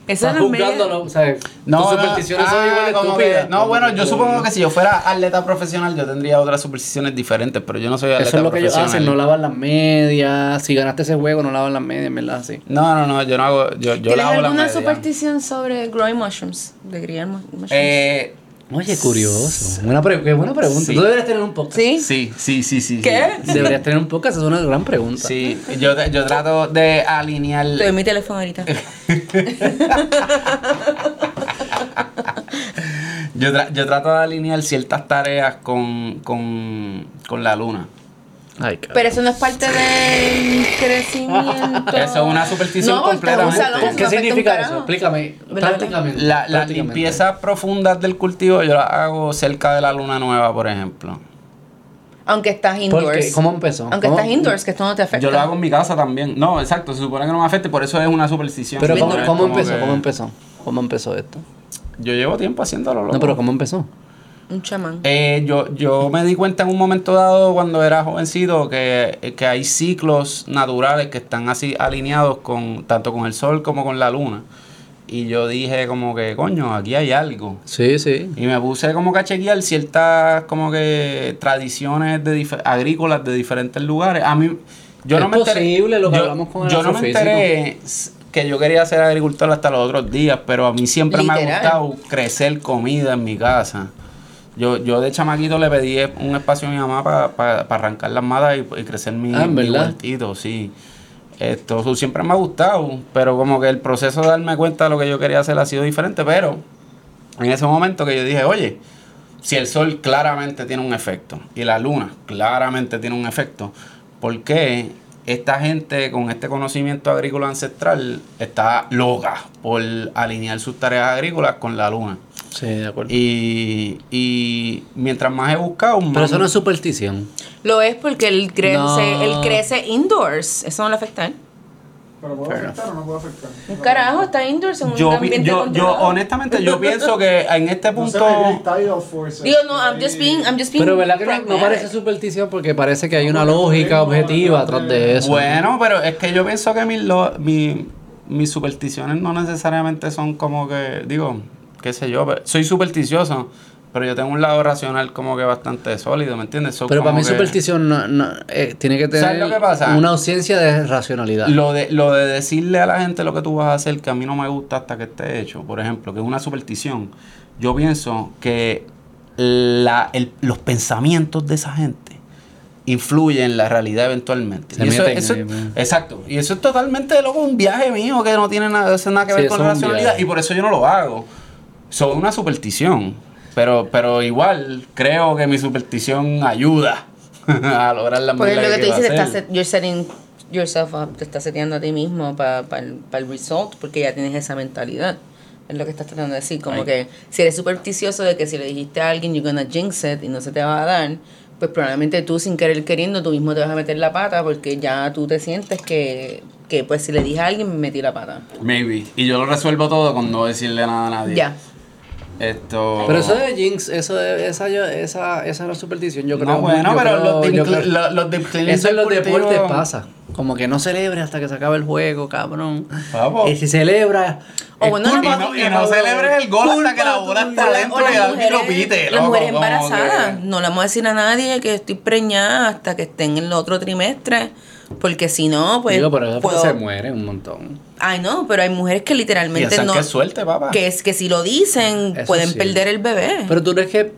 [SPEAKER 2] Esas
[SPEAKER 1] Estás
[SPEAKER 2] las medias.
[SPEAKER 1] juzgándolo, o sea,
[SPEAKER 3] No,
[SPEAKER 1] tus
[SPEAKER 3] no,
[SPEAKER 1] supersticiones
[SPEAKER 3] ah,
[SPEAKER 1] son igual de
[SPEAKER 3] como
[SPEAKER 1] estúpidas.
[SPEAKER 3] que- no, bueno, yo supongo que si yo fuera atleta profesional, yo tendría otras supersticiones diferentes, pero yo no soy atleta
[SPEAKER 1] Eso es lo que ellos
[SPEAKER 3] profesional.
[SPEAKER 1] hacen, no lavan las medias. Si ganaste ese juego, no lavan las medias, en verdad, sí.
[SPEAKER 3] No, no, no, yo no hago. Yo, yo
[SPEAKER 2] ¿Tienes
[SPEAKER 3] lavo las
[SPEAKER 2] alguna
[SPEAKER 3] medias.
[SPEAKER 2] superstición sobre growing mushrooms? De criar mu- mushrooms.
[SPEAKER 3] Eh,
[SPEAKER 1] Oye, curioso. Buena pre- qué buena pregunta.
[SPEAKER 3] Sí.
[SPEAKER 1] Tú deberías tener un podcast.
[SPEAKER 2] ¿Sí?
[SPEAKER 3] sí, sí, sí, sí.
[SPEAKER 2] ¿Qué?
[SPEAKER 1] Deberías tener un podcast, es una gran pregunta.
[SPEAKER 3] Sí, Sí, yo, yo trato de alinear.
[SPEAKER 2] Te doy mi teléfono ahorita.
[SPEAKER 3] Yo, tra- yo trato de alinear ciertas tareas con, con, con la luna.
[SPEAKER 1] Ay, cabrón.
[SPEAKER 2] Pero eso no es parte del crecimiento.
[SPEAKER 3] Eso es una superstición
[SPEAKER 2] No, porque es
[SPEAKER 3] completamente.
[SPEAKER 2] Un salón,
[SPEAKER 1] ¿Qué
[SPEAKER 2] no afecta un
[SPEAKER 1] significa eso?
[SPEAKER 2] carajo.
[SPEAKER 1] Explícame.
[SPEAKER 2] ¿Verdad?
[SPEAKER 1] Prácticamente.
[SPEAKER 3] La, las
[SPEAKER 1] prácticamente.
[SPEAKER 3] limpiezas profundas del cultivo yo las hago cerca de la luna nueva, por ejemplo.
[SPEAKER 2] Aunque estás
[SPEAKER 1] ¿Por
[SPEAKER 2] indoors.
[SPEAKER 1] qué? ¿Cómo empezó?
[SPEAKER 2] Aunque
[SPEAKER 1] ¿Cómo-
[SPEAKER 2] estás indoors, que esto no te afecta.
[SPEAKER 3] Yo lo hago en mi casa también. No, exacto, se supone que no me afecte, por eso es una superstición.
[SPEAKER 1] Pero
[SPEAKER 3] Es
[SPEAKER 1] ¿cómo,
[SPEAKER 3] como
[SPEAKER 1] cómo empezó?
[SPEAKER 3] que-
[SPEAKER 1] ¿Cómo empezó? ¿Cómo empezó esto?
[SPEAKER 3] Yo llevo tiempo haciéndolo. loco.
[SPEAKER 1] No, pero ¿cómo empezó?
[SPEAKER 2] Un chamán.
[SPEAKER 3] Eh, yo, yo me di cuenta en un momento dado cuando era jovencito que, que hay ciclos naturales que están así alineados con tanto con el sol como con la luna. Y yo dije como que, coño, aquí hay algo.
[SPEAKER 1] Sí, sí.
[SPEAKER 3] Y me puse como que a chequear ciertas como que tradiciones de dife- agrícolas de diferentes lugares. A mí, yo
[SPEAKER 1] Es
[SPEAKER 3] no me
[SPEAKER 1] posible
[SPEAKER 3] enteré,
[SPEAKER 1] lo que
[SPEAKER 3] yo,
[SPEAKER 1] hablamos con el
[SPEAKER 3] yo no me
[SPEAKER 1] astrofísico.
[SPEAKER 3] enteré s- que yo quería ser agricultor hasta los otros días, pero a mí siempre me ha
[SPEAKER 2] Literal.
[SPEAKER 3] gustado crecer comida en mi casa. Yo, yo de chamaquito le pedí un espacio a mi mamá para arrancar las matas y, y crecer mi,
[SPEAKER 1] Ah, ¿en
[SPEAKER 3] mi
[SPEAKER 1] verdad?
[SPEAKER 3] huertito, sí. Esto su- siempre me ha gustado, pero como que el proceso de darme cuenta de lo que yo quería hacer ha sido diferente, pero en ese momento que yo dije, oye, si el sol claramente tiene un efecto y la luna claramente tiene un efecto, ¿por qué esta gente con este conocimiento agrícola ancestral está loca por alinear sus tareas agrícolas con la luna?
[SPEAKER 1] Sí, de acuerdo.
[SPEAKER 3] Y, y mientras más he buscado, más...
[SPEAKER 1] pero eso no es superstición.
[SPEAKER 2] Lo es porque él crece,
[SPEAKER 1] No.
[SPEAKER 2] él crece indoors. Eso no le afecta, ¿eh?
[SPEAKER 4] Pero puede afectar o no puede afectar.
[SPEAKER 2] Un carajo, está indoors en un
[SPEAKER 3] yo, pi-
[SPEAKER 2] ambiente
[SPEAKER 3] yo, yo
[SPEAKER 2] controlado.
[SPEAKER 3] honestamente yo pienso que en este
[SPEAKER 4] No
[SPEAKER 3] punto...
[SPEAKER 4] se me grita tidal forces.
[SPEAKER 2] Digo, no, I'm just being, I'm just being
[SPEAKER 1] Pero ¿verdad que no- no,
[SPEAKER 2] pragmatic.
[SPEAKER 1] parece superstición? Porque parece que hay una
[SPEAKER 4] Porque el
[SPEAKER 1] lógica
[SPEAKER 4] algoritmo
[SPEAKER 1] objetiva
[SPEAKER 4] bastante-
[SPEAKER 1] atrás de eso.
[SPEAKER 3] Bueno, pero es que yo pienso que mis, lo- mi- mis supersticiones no necesariamente son como que, digo, qué sé yo, pero- soy supersticioso, pero yo tengo un lado racional como que bastante sólido, ¿me entiendes? So,
[SPEAKER 1] pero para
[SPEAKER 3] como
[SPEAKER 1] mí
[SPEAKER 3] que
[SPEAKER 1] superstición no, no, eh, tiene que
[SPEAKER 3] ¿Sabes
[SPEAKER 1] tener
[SPEAKER 3] lo que pasa?
[SPEAKER 1] una ausencia de racionalidad.
[SPEAKER 3] Lo de, lo de decirle a la gente lo que tú vas a hacer que a mí no me gusta hasta que esté hecho, por ejemplo, que es una superstición, yo pienso que la- el- los pensamientos de esa gente influyen en la realidad eventualmente.
[SPEAKER 1] Se
[SPEAKER 3] Y eso-
[SPEAKER 1] meten
[SPEAKER 3] eso-
[SPEAKER 1] ahí, man.
[SPEAKER 3] exacto. Y eso es totalmente loco, un viaje mío que no tiene nada, eso nada que
[SPEAKER 1] Sí,
[SPEAKER 3] ver
[SPEAKER 1] eso
[SPEAKER 3] con la
[SPEAKER 1] es un
[SPEAKER 3] racionalidad.
[SPEAKER 1] viaje.
[SPEAKER 3] Y por eso yo no lo hago. Soy una superstición. Pero, pero igual creo que mi superstición ayuda a lograr la
[SPEAKER 2] Porque lo que tú
[SPEAKER 3] quiero
[SPEAKER 2] dices, te
[SPEAKER 3] hacer.
[SPEAKER 2] estás set- you're setting yourself up, te estás seteando a ti mismo para el, pa el result, porque ya tienes esa mentalidad. Es lo que estás tratando de decir, como
[SPEAKER 3] Ay.
[SPEAKER 2] que si eres supersticioso de que si le dijiste a alguien you're gonna jinx it y no se te va a dar, pues probablemente tú sin querer queriendo tú mismo te vas a meter la pata porque ya tú te sientes que, que pues si le dije a alguien me metí la pata.
[SPEAKER 3] Maybe. Y yo lo resuelvo todo con no decirle nada a nadie.
[SPEAKER 2] Ya.
[SPEAKER 3] Esto.
[SPEAKER 1] Pero eso de Jinx, eso de, esa, yo- esa, esa no es superstición, yo creo.
[SPEAKER 3] No, Ah, bueno,
[SPEAKER 1] yo
[SPEAKER 3] pero
[SPEAKER 1] creo-
[SPEAKER 3] los,
[SPEAKER 1] yo
[SPEAKER 3] de
[SPEAKER 1] creo-
[SPEAKER 3] lo- los de
[SPEAKER 1] Eso en los
[SPEAKER 3] cultivo-
[SPEAKER 1] deportes pasa. Como que no celebre hasta que se acabe el juego, cabrón.
[SPEAKER 3] Papo.
[SPEAKER 1] Y si celebra.
[SPEAKER 2] O
[SPEAKER 1] es
[SPEAKER 2] bueno,
[SPEAKER 1] culpa
[SPEAKER 3] Y no,
[SPEAKER 1] tuya,
[SPEAKER 3] y no
[SPEAKER 1] cabrón.
[SPEAKER 3] celebres el gol hasta que la bola
[SPEAKER 2] O
[SPEAKER 3] está
[SPEAKER 2] la-
[SPEAKER 3] dentro
[SPEAKER 2] o
[SPEAKER 3] y el
[SPEAKER 2] las
[SPEAKER 3] árbitro
[SPEAKER 2] mujeres-
[SPEAKER 3] pite.
[SPEAKER 2] Las
[SPEAKER 3] loco,
[SPEAKER 2] mujeres
[SPEAKER 3] como que-
[SPEAKER 2] embarazadas. No le vamos a decir a nadie que estoy preñada hasta que estén en el otro trimestre. Porque si no, pues.
[SPEAKER 1] Digo, pero eso
[SPEAKER 2] puedo-
[SPEAKER 1] se muere un montón.
[SPEAKER 2] Ay, no, pero hay mujeres que literalmente
[SPEAKER 3] Piensan
[SPEAKER 2] no.
[SPEAKER 3] que es suerte, papá.
[SPEAKER 2] que es que si lo dicen,
[SPEAKER 1] Eso
[SPEAKER 2] pueden
[SPEAKER 1] sí.
[SPEAKER 2] perder el bebé.
[SPEAKER 1] Pero tú crees que.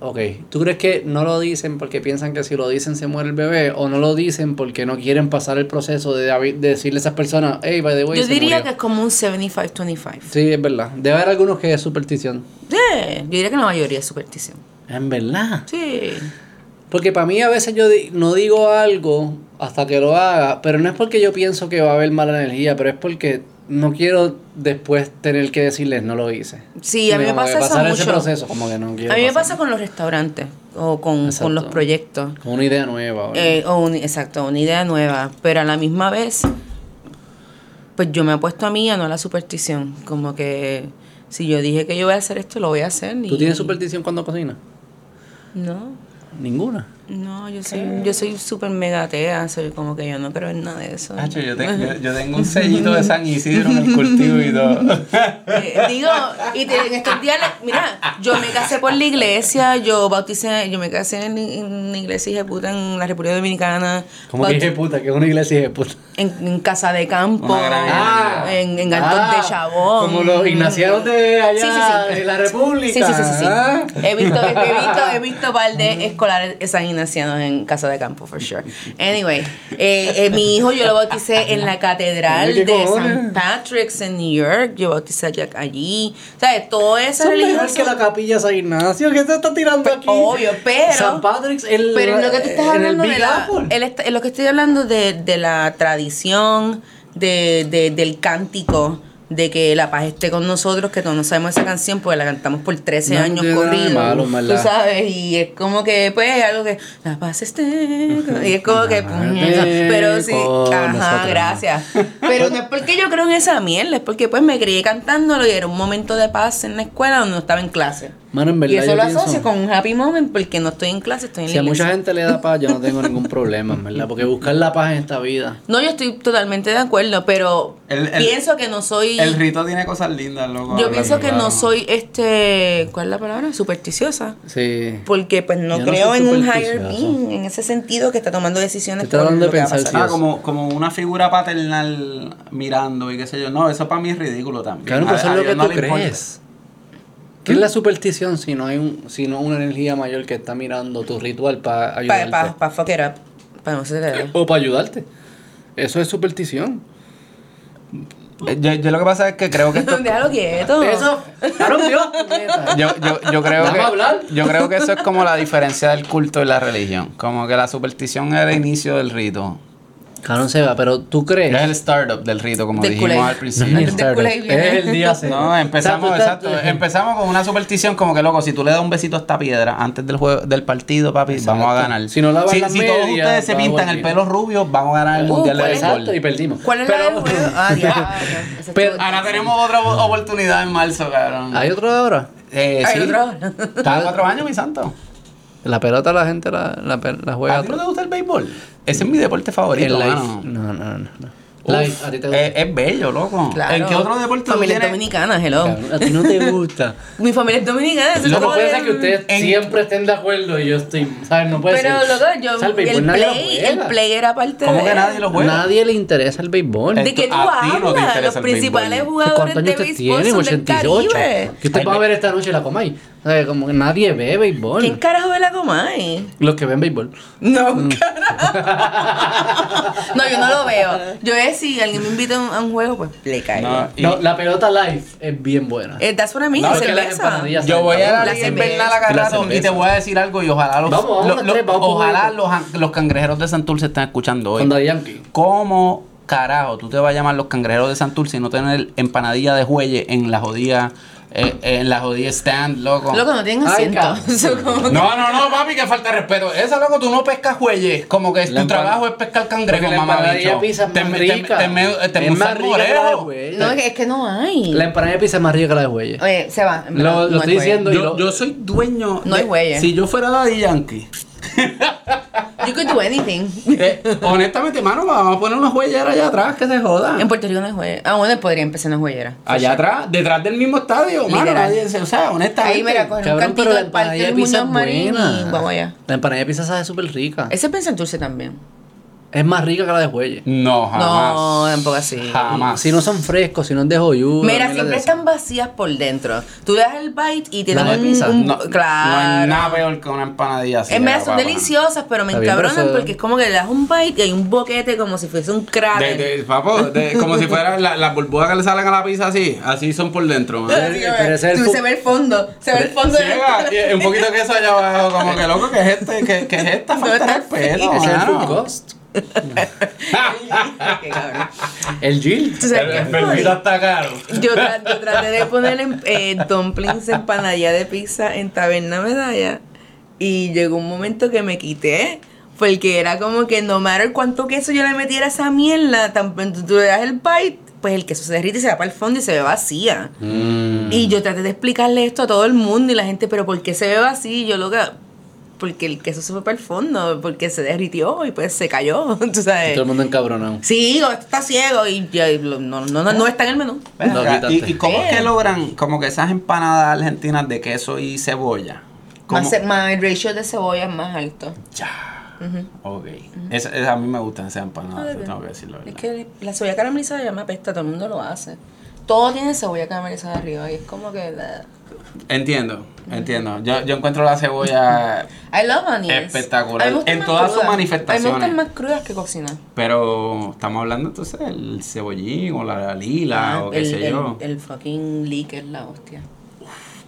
[SPEAKER 1] Ok, ¿tú crees que no lo dicen porque piensan que si lo dicen se muere el bebé? ¿O no lo dicen porque no quieren pasar el proceso de, avi- de decirle a esas personas, hey, by the way,
[SPEAKER 2] Yo
[SPEAKER 1] se
[SPEAKER 2] diría que
[SPEAKER 1] murió"?
[SPEAKER 2] es como un 75-25.
[SPEAKER 1] Sí, es verdad. Debe haber algunos que es superstición.
[SPEAKER 2] Sí, yo diría que la mayoría es superstición.
[SPEAKER 1] En verdad.
[SPEAKER 2] Sí.
[SPEAKER 1] Porque para mí a veces yo di- no digo algo hasta que lo haga, pero no es porque yo pienso que va a haber mala energía, pero es porque no quiero después tener que decirles no lo hice.
[SPEAKER 2] Sí, a mí me
[SPEAKER 1] Como que
[SPEAKER 2] pasa eso
[SPEAKER 1] pasar ese
[SPEAKER 2] mucho.
[SPEAKER 1] proceso, como que no quiero
[SPEAKER 2] A mí me
[SPEAKER 1] pasar.
[SPEAKER 2] pasa con los restaurantes o con,
[SPEAKER 1] Exacto.
[SPEAKER 2] con los proyectos.
[SPEAKER 1] Con una idea nueva. ¿verdad?
[SPEAKER 2] Eh, o un- exacto, una idea nueva. Pero a la misma vez, pues yo me he puesto a mí a no a la superstición. Como que si yo dije que yo voy a hacer esto, lo voy a hacer. y-
[SPEAKER 1] ¿Tú tienes superstición cuando cocinas?
[SPEAKER 2] No,
[SPEAKER 1] Ninguna.
[SPEAKER 2] No, yo soy, yo soy súper mega atea, soy como que yo no creo en nada de eso.
[SPEAKER 3] Nacho, yo, te- yo- yo tengo un sellito de San Isidro en el cultivo y todo.
[SPEAKER 2] Eh, digo, y te- en estos días, le- mira, yo me casé por la iglesia, yo bauticé, yo me casé en, en la iglesia hija de puta en la República Dominicana.
[SPEAKER 1] Como que
[SPEAKER 2] bauti-
[SPEAKER 1] dije puta, que es una iglesia hija de puta.
[SPEAKER 2] en, en Casa de Campo,
[SPEAKER 3] Una gran
[SPEAKER 1] Ah,
[SPEAKER 2] en, en Altos
[SPEAKER 1] ah,
[SPEAKER 2] de Chabón.
[SPEAKER 1] Como los ignacianos de allá
[SPEAKER 2] Sí, sí, sí.
[SPEAKER 1] de la República.
[SPEAKER 2] Sí, sí, sí, sí, sí.
[SPEAKER 1] ¿ah?
[SPEAKER 2] He visto, he visto, he visto par de escolares sanignacianos en casa de campo, for sure. Anyway, eh, eh, mi hijo yo lo bauticé en la catedral
[SPEAKER 1] Oye, qué
[SPEAKER 2] de
[SPEAKER 1] cojones.
[SPEAKER 2] St. Patrick's en New York. Yo bauticé a Jack allí. O sea, todo eso
[SPEAKER 1] Eso es mejor
[SPEAKER 2] religioso.
[SPEAKER 1] que la capilla San Ignacio. ¿Qué se está tirando aquí?
[SPEAKER 2] Pues, Obvio, pero.
[SPEAKER 1] San Patrick's, el,
[SPEAKER 2] Pero en lo que tú estás
[SPEAKER 1] en el
[SPEAKER 2] hablando
[SPEAKER 1] Big
[SPEAKER 2] de la,
[SPEAKER 1] Apple.
[SPEAKER 2] el est- en lo que estoy hablando de, de la tradición, de, de- del cántico, de que la paz esté con nosotros, que todos no sabemos esa canción porque la cantamos por 13
[SPEAKER 1] No
[SPEAKER 2] años
[SPEAKER 1] tiene nada de
[SPEAKER 2] corrido.
[SPEAKER 1] malo, en
[SPEAKER 2] tú
[SPEAKER 1] verdad.
[SPEAKER 2] sabes, y es como que, pues, algo que la paz esté. con-". Y es como que,
[SPEAKER 1] Ajá,
[SPEAKER 2] puñeta,
[SPEAKER 1] de-
[SPEAKER 2] pero sí,
[SPEAKER 1] con
[SPEAKER 2] ajá,
[SPEAKER 1] nosotros.
[SPEAKER 2] gracias. Pero no es porque yo creo en esa mierda, es porque pues me crié cantándolo y era un momento de paz en la escuela donde no estaba en clase.
[SPEAKER 1] Mano, en verdad,
[SPEAKER 2] Y eso
[SPEAKER 1] yo
[SPEAKER 2] lo
[SPEAKER 1] pienso-
[SPEAKER 2] asocio con un happy moment porque no estoy en clase, estoy en
[SPEAKER 1] Si
[SPEAKER 2] la
[SPEAKER 1] a mucha
[SPEAKER 2] iglesia.
[SPEAKER 1] gente le da paz, yo no tengo ningún problema, en ¿verdad? Porque buscar la paz en esta vida.
[SPEAKER 2] No, yo estoy totalmente de acuerdo, pero
[SPEAKER 3] El- el-
[SPEAKER 2] pienso que no soy...
[SPEAKER 3] El rito tiene cosas lindas, loco.
[SPEAKER 2] yo pienso que
[SPEAKER 3] Claro.
[SPEAKER 2] no soy, este... ¿Cuál es la palabra? Supersticiosa.
[SPEAKER 1] Sí.
[SPEAKER 2] Porque pues no
[SPEAKER 1] Yo no
[SPEAKER 2] creo
[SPEAKER 1] soy
[SPEAKER 2] en un higher
[SPEAKER 1] supersticiosa.
[SPEAKER 2] being, en ese sentido que está tomando decisiones
[SPEAKER 1] Te está dando
[SPEAKER 2] lo
[SPEAKER 1] de
[SPEAKER 2] que va a
[SPEAKER 1] pensar,
[SPEAKER 2] pasar.
[SPEAKER 3] Ah,
[SPEAKER 1] Dios.
[SPEAKER 3] como, como una figura paternal mirando y qué sé yo. No, eso para mí es ridículo también.
[SPEAKER 1] Claro,
[SPEAKER 3] A-
[SPEAKER 1] pero eso
[SPEAKER 3] a
[SPEAKER 1] es lo
[SPEAKER 3] Dios
[SPEAKER 1] que
[SPEAKER 3] no
[SPEAKER 1] tú
[SPEAKER 3] le importa.
[SPEAKER 1] crees. ¿Mm? ¿Qué es la superstición si no hay un, si no una energía mayor que está mirando tu ritual para
[SPEAKER 2] Para
[SPEAKER 1] ayudarte?
[SPEAKER 2] pa, pa fuck it up. Para no se te dé.
[SPEAKER 1] O para ayudarte. Eso es superstición.
[SPEAKER 3] Eh, Yo, yo lo que pasa es que creo que esto.
[SPEAKER 2] Déjalo quieto.
[SPEAKER 1] Eso, claro, Dios.
[SPEAKER 3] Yo, yo, yo creo
[SPEAKER 1] Vamos
[SPEAKER 3] que,
[SPEAKER 1] a hablar.
[SPEAKER 3] yo creo que eso es como la diferencia del culto y la religión. Como que la superstición era el inicio del rito.
[SPEAKER 1] Cabrón, Seba, pero tú
[SPEAKER 3] Es
[SPEAKER 1] crees.
[SPEAKER 3] el startup del rito, como
[SPEAKER 2] Del
[SPEAKER 3] dijimos
[SPEAKER 2] Kool-Aid.
[SPEAKER 3] al principio.
[SPEAKER 2] Del Kool-Aid viene.
[SPEAKER 1] Es el día cero.
[SPEAKER 3] No, empezamos,
[SPEAKER 1] O sea, tú estás-
[SPEAKER 3] exacto, empezamos con una superstición como que loco, si tú le das un besito a esta piedra antes del juego del partido, papi, vamos a ganar.
[SPEAKER 1] Si no lavas
[SPEAKER 3] si,
[SPEAKER 1] las
[SPEAKER 3] si todos
[SPEAKER 1] medias,
[SPEAKER 3] ustedes se
[SPEAKER 1] vamos
[SPEAKER 3] pintan
[SPEAKER 1] al
[SPEAKER 3] el
[SPEAKER 1] tiro.
[SPEAKER 3] pelo rubio, vamos a ganar el
[SPEAKER 2] Uh,
[SPEAKER 3] mundial de
[SPEAKER 2] ¿cuál es?
[SPEAKER 3] béisbol.
[SPEAKER 1] pues, Exacto, y perdimos.
[SPEAKER 2] ¿Cuál es la del
[SPEAKER 1] pero,
[SPEAKER 2] juego? Ah, diablo. Ese
[SPEAKER 1] Pero-
[SPEAKER 2] estuvo-
[SPEAKER 3] Ahora tenemos otra o- oportunidad en marzo, cabrón.
[SPEAKER 1] ¿Hay otro ahora?
[SPEAKER 3] Eh,
[SPEAKER 2] Ay,
[SPEAKER 3] sí.
[SPEAKER 2] otra.
[SPEAKER 3] Cada cuatro años, mi santo.
[SPEAKER 1] La pelota la gente la, la, pe- la juega.
[SPEAKER 3] ¿A ti no te gusta el béisbol? Pues Ese es mi deporte
[SPEAKER 1] el
[SPEAKER 3] favorito,
[SPEAKER 1] life.
[SPEAKER 3] mano. eh,
[SPEAKER 1] No, no, no. no.
[SPEAKER 3] Uf,
[SPEAKER 1] Life, a ti te gusta.
[SPEAKER 3] es, es bello, loco.
[SPEAKER 2] Claro.
[SPEAKER 3] ¿En qué otro deporte tú
[SPEAKER 2] Familia
[SPEAKER 3] tienes-
[SPEAKER 2] dominicana, hello.
[SPEAKER 1] Cabrón, a ti no te gusta.
[SPEAKER 2] Mi familia es dominicana. eso es
[SPEAKER 1] No,
[SPEAKER 2] como
[SPEAKER 1] puede
[SPEAKER 2] que-
[SPEAKER 1] ser que ustedes
[SPEAKER 3] en-
[SPEAKER 1] siempre estén de acuerdo y yo estoy. ¿Sabes? No puede
[SPEAKER 2] Pero
[SPEAKER 1] ser.
[SPEAKER 2] loco, yo
[SPEAKER 1] O sea, Pues el béisbol
[SPEAKER 2] el,
[SPEAKER 1] nadie lo
[SPEAKER 2] play,
[SPEAKER 1] juega.
[SPEAKER 2] el play era parte
[SPEAKER 3] ¿Cómo
[SPEAKER 2] de
[SPEAKER 3] que nadie lo juega?
[SPEAKER 1] Nadie le interesa el béisbol.
[SPEAKER 3] Eh,
[SPEAKER 2] ¿De qué tú
[SPEAKER 3] A ti
[SPEAKER 2] hablas?
[SPEAKER 3] no te
[SPEAKER 2] Los
[SPEAKER 3] interesa el
[SPEAKER 2] principales
[SPEAKER 3] béisbol.
[SPEAKER 2] jugadores
[SPEAKER 1] ¿Cuántos años
[SPEAKER 2] de
[SPEAKER 1] ustedes
[SPEAKER 2] béisbol
[SPEAKER 1] tienen?
[SPEAKER 2] son del
[SPEAKER 1] 88.
[SPEAKER 2] Caribe.
[SPEAKER 1] Que usted va a ver esta noche la Comay. O sea, como que nadie ve béisbol.
[SPEAKER 2] ¿Quién carajo ve la Comay?
[SPEAKER 1] Los que ven béisbol. Mm.
[SPEAKER 2] No, carajo. No, yo no lo veo. Yo es si alguien me invita a un, a un juego, pues le caigo.
[SPEAKER 3] No, y-
[SPEAKER 1] No, la pelota live es bien buena.
[SPEAKER 2] Eh, that's what I mean,
[SPEAKER 1] No,
[SPEAKER 2] la
[SPEAKER 1] es que las
[SPEAKER 2] cerveza.
[SPEAKER 1] empanadillas-
[SPEAKER 3] Yo voy a la,
[SPEAKER 2] La
[SPEAKER 3] Liga invernal a
[SPEAKER 2] cerveza.
[SPEAKER 1] La
[SPEAKER 3] rato y
[SPEAKER 1] cerveza.
[SPEAKER 3] te voy a decir algo y ojalá los,
[SPEAKER 1] Vamos, vamos
[SPEAKER 3] lo-
[SPEAKER 1] los
[SPEAKER 3] lo-
[SPEAKER 1] tres, vamos
[SPEAKER 3] ojalá
[SPEAKER 1] por
[SPEAKER 3] los, an- los cangrejeros de Santurce estén escuchando hoy.
[SPEAKER 1] Con Daddy Yankee.
[SPEAKER 3] ¿Cómo carajo tú te vas a llamar los cangrejeros de Santurce y no tener empanadilla de juelle en la jodida eh, en la jodida stand, loco?
[SPEAKER 2] Loco, no tienen
[SPEAKER 1] Ay,
[SPEAKER 2] asiento.
[SPEAKER 1] cabrón.
[SPEAKER 2] So, como que-
[SPEAKER 3] No, no, no, papi, que falta de respeto. Esa, loco, tú no pescas jueyes. Como que
[SPEAKER 1] La
[SPEAKER 3] tu
[SPEAKER 1] empan-
[SPEAKER 3] trabajo es pescar cangrejo,
[SPEAKER 1] Porque la
[SPEAKER 3] mamá
[SPEAKER 1] empanadilla pizza es
[SPEAKER 3] Te,
[SPEAKER 1] más
[SPEAKER 3] me- te,
[SPEAKER 1] rica.
[SPEAKER 3] te, me- te
[SPEAKER 1] Es
[SPEAKER 3] me
[SPEAKER 1] más
[SPEAKER 3] usan
[SPEAKER 1] rica que la de
[SPEAKER 3] moreo.
[SPEAKER 1] Güey.
[SPEAKER 2] No, es que- es que no hay.
[SPEAKER 1] La empanada de pizza es más rica que la de Güeyes.
[SPEAKER 2] Oye, se va. en
[SPEAKER 1] Lo-
[SPEAKER 2] verdad,
[SPEAKER 1] lo
[SPEAKER 2] no hay
[SPEAKER 1] estoy
[SPEAKER 2] juego.
[SPEAKER 1] diciendo y-
[SPEAKER 3] Yo, yo soy dueño.
[SPEAKER 2] No hay
[SPEAKER 3] de-
[SPEAKER 2] güeyes.
[SPEAKER 3] Si yo fuera Daddy Yankee.
[SPEAKER 2] You could do anything.
[SPEAKER 3] Eh, honestamente, mano, vamos a poner unas huelleras allá atrás que se
[SPEAKER 2] En
[SPEAKER 3] jodan.
[SPEAKER 2] Puerto Rico no hay juego. Ah, bueno, podría empezar en la juguera.
[SPEAKER 3] Allá atrás, detrás del mismo estadio, mano.
[SPEAKER 2] Literal.
[SPEAKER 3] nadie se- o sea, honestamente.
[SPEAKER 2] Ahí, mira, coger un
[SPEAKER 1] Cabrón,
[SPEAKER 2] cantito
[SPEAKER 1] pero la
[SPEAKER 2] al parque
[SPEAKER 1] empanadilla de
[SPEAKER 2] del
[SPEAKER 1] pizza es
[SPEAKER 2] Muñoz Marín y
[SPEAKER 1] buena.
[SPEAKER 2] vamos allá.
[SPEAKER 1] La empanada de pizza sabe súper rica. Es,
[SPEAKER 2] Ese es en Dulce también.
[SPEAKER 1] más rica que la de Güeyes.
[SPEAKER 3] No, jamás.
[SPEAKER 2] No, tampoco así.
[SPEAKER 3] Jamás.
[SPEAKER 1] Si no son frescos, si no es de joyuda.
[SPEAKER 2] Mira,
[SPEAKER 1] no es
[SPEAKER 2] siempre
[SPEAKER 1] de-
[SPEAKER 2] están vacías por dentro. Tú das el bite y tienen
[SPEAKER 1] Las de
[SPEAKER 2] un-
[SPEAKER 1] pizza,
[SPEAKER 2] un-
[SPEAKER 3] No, no
[SPEAKER 2] claro.
[SPEAKER 3] hay nada peor que una empanadilla así.
[SPEAKER 2] Es más,
[SPEAKER 3] de
[SPEAKER 2] son
[SPEAKER 3] papa.
[SPEAKER 2] deliciosas, pero me
[SPEAKER 1] Está bien, pero
[SPEAKER 2] encabronan
[SPEAKER 1] eso-
[SPEAKER 2] porque es como que le das un bite y hay un boquete como si fuese un
[SPEAKER 3] De,
[SPEAKER 2] cráter.
[SPEAKER 3] de- papo, de- como si fueran la- las burbujas que le salen a la pizza así. Así son por dentro, man.
[SPEAKER 2] Así que
[SPEAKER 1] Pero ese es el
[SPEAKER 2] tú
[SPEAKER 1] fu-
[SPEAKER 2] se ve el fondo, se ve el fondo de
[SPEAKER 3] Ciega, y un poquito de queso allá abajo, como que loco, que es este, que, que es esta falta de
[SPEAKER 2] está
[SPEAKER 3] respeto,
[SPEAKER 1] Ese es el food
[SPEAKER 3] mano.
[SPEAKER 1] cost.
[SPEAKER 2] Qué cabrón.
[SPEAKER 1] El Jill.
[SPEAKER 2] Tú sabes qué funny.
[SPEAKER 3] está caro.
[SPEAKER 2] Yo, tra- yo traté de poner en, eh, dumplings empanadilla de pizza en Taberna Medalla y llegó un momento que me quité porque era como que no matter cuánto queso yo le metiera a esa mierda, tan pronto tú le das el bite, pues el queso se derrite y se va para el fondo y se ve vacía. Y yo traté de explicarle esto a todo el mundo y la gente, pero ¿por qué se ve vacía? Y yo lo que... porque el queso se fue para el fondo, porque se derritió y pues se cayó, tú sabes.
[SPEAKER 1] Todo el mundo encabronado.
[SPEAKER 2] Sí, o está ciego y, ya, y lo- no, no, no, no está en el menú.
[SPEAKER 3] Ven
[SPEAKER 1] Lo
[SPEAKER 3] acá, ¿Y,
[SPEAKER 1] quitaste.
[SPEAKER 3] y cómo es que logran como que esas empanadas argentinas de queso y cebolla? ¿Cómo?
[SPEAKER 2] Más, ce- más el ratio de cebolla es más alto.
[SPEAKER 3] Ya.
[SPEAKER 2] Ujú.
[SPEAKER 3] Ok. Esa- esa- a mí me gustan esas empanadas,
[SPEAKER 2] Ay,
[SPEAKER 3] te tengo que decir la verdad.
[SPEAKER 2] Es que la cebolla caramelizada ya me apesta, todo el mundo lo hace. Todo tiene cebolla caramelizada arriba y es como que... la-
[SPEAKER 3] Entiendo, entiendo. Yo, yo encuentro la cebolla,
[SPEAKER 2] I love onions.
[SPEAKER 3] Espectacular.
[SPEAKER 2] A mí me gustan
[SPEAKER 3] En
[SPEAKER 2] más
[SPEAKER 3] todas sus
[SPEAKER 2] crudas.
[SPEAKER 3] manifestaciones.
[SPEAKER 2] A mí me gustan más crudas que cocinar.
[SPEAKER 3] pero estamos hablando entonces del cebollín o la lila
[SPEAKER 2] Ah,
[SPEAKER 3] o qué
[SPEAKER 2] el,
[SPEAKER 3] sé
[SPEAKER 2] el-
[SPEAKER 3] yo.
[SPEAKER 2] El, fucking leek es la hostia.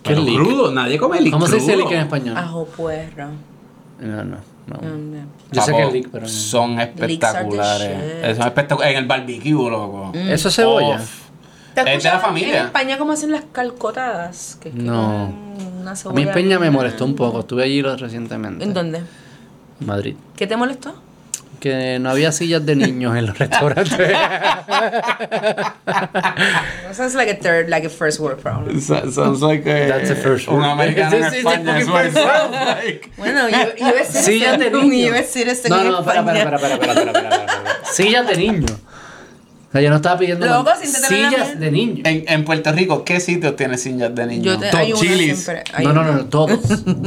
[SPEAKER 3] Pero
[SPEAKER 1] ¿Qué lic?
[SPEAKER 3] crudo, nadie come lic
[SPEAKER 1] ¿Cómo se dice
[SPEAKER 3] crudo.
[SPEAKER 1] lic en español?
[SPEAKER 2] Ajo puerro.
[SPEAKER 1] No, no, no.
[SPEAKER 2] Ah. Mm,
[SPEAKER 1] Yo sé
[SPEAKER 3] Papo,
[SPEAKER 1] que es lic, pero no.
[SPEAKER 3] Son
[SPEAKER 2] Leeks are
[SPEAKER 3] espectaculares.
[SPEAKER 2] the shit.
[SPEAKER 3] Son espectaculares. En el barbecue, loco.
[SPEAKER 1] ¿Eso es Mm. cebolla?
[SPEAKER 3] Uf.
[SPEAKER 2] ¿Te has
[SPEAKER 3] Es de la
[SPEAKER 2] escuchado
[SPEAKER 3] familia.
[SPEAKER 2] En España, ¿cómo hacen las calcotadas? Que es que
[SPEAKER 1] No.
[SPEAKER 2] ponen Una
[SPEAKER 1] A
[SPEAKER 2] cebolla.
[SPEAKER 1] mí Peña me
[SPEAKER 2] arriba.
[SPEAKER 1] molestó un poco. Estuve allí lo- recientemente.
[SPEAKER 2] ¿En dónde?
[SPEAKER 1] Madrid.
[SPEAKER 2] ¿Qué te molestó?
[SPEAKER 1] Que no había sillas de niños en los restaurantes.
[SPEAKER 2] No sounds like a third, like a first world problem.
[SPEAKER 3] So- Sounds like eh,
[SPEAKER 1] That's the first
[SPEAKER 3] un
[SPEAKER 1] word.
[SPEAKER 3] americano en
[SPEAKER 1] This is the
[SPEAKER 3] España.
[SPEAKER 1] fucking
[SPEAKER 3] eso es.
[SPEAKER 1] first word.
[SPEAKER 3] Like-
[SPEAKER 2] Bueno, yo, yo es
[SPEAKER 1] Sillas de
[SPEAKER 2] un
[SPEAKER 1] niño.
[SPEAKER 2] US citizen
[SPEAKER 1] No,
[SPEAKER 2] en
[SPEAKER 1] no, espera,
[SPEAKER 2] España.
[SPEAKER 1] espera, espera, espera, espera, espera, espera, espera. Sillas de niño. O sea, yo no estaba pidiendo
[SPEAKER 2] Loco,
[SPEAKER 1] más.
[SPEAKER 2] si te traen la
[SPEAKER 1] sillas
[SPEAKER 2] mía.
[SPEAKER 1] de niño.
[SPEAKER 3] En, en Puerto Rico, ¿qué sitios tiene sillas de niños?
[SPEAKER 2] Yo te, hay una
[SPEAKER 3] chilis.
[SPEAKER 2] siempre. hay
[SPEAKER 1] No, no,
[SPEAKER 2] una.
[SPEAKER 1] no, no, todos.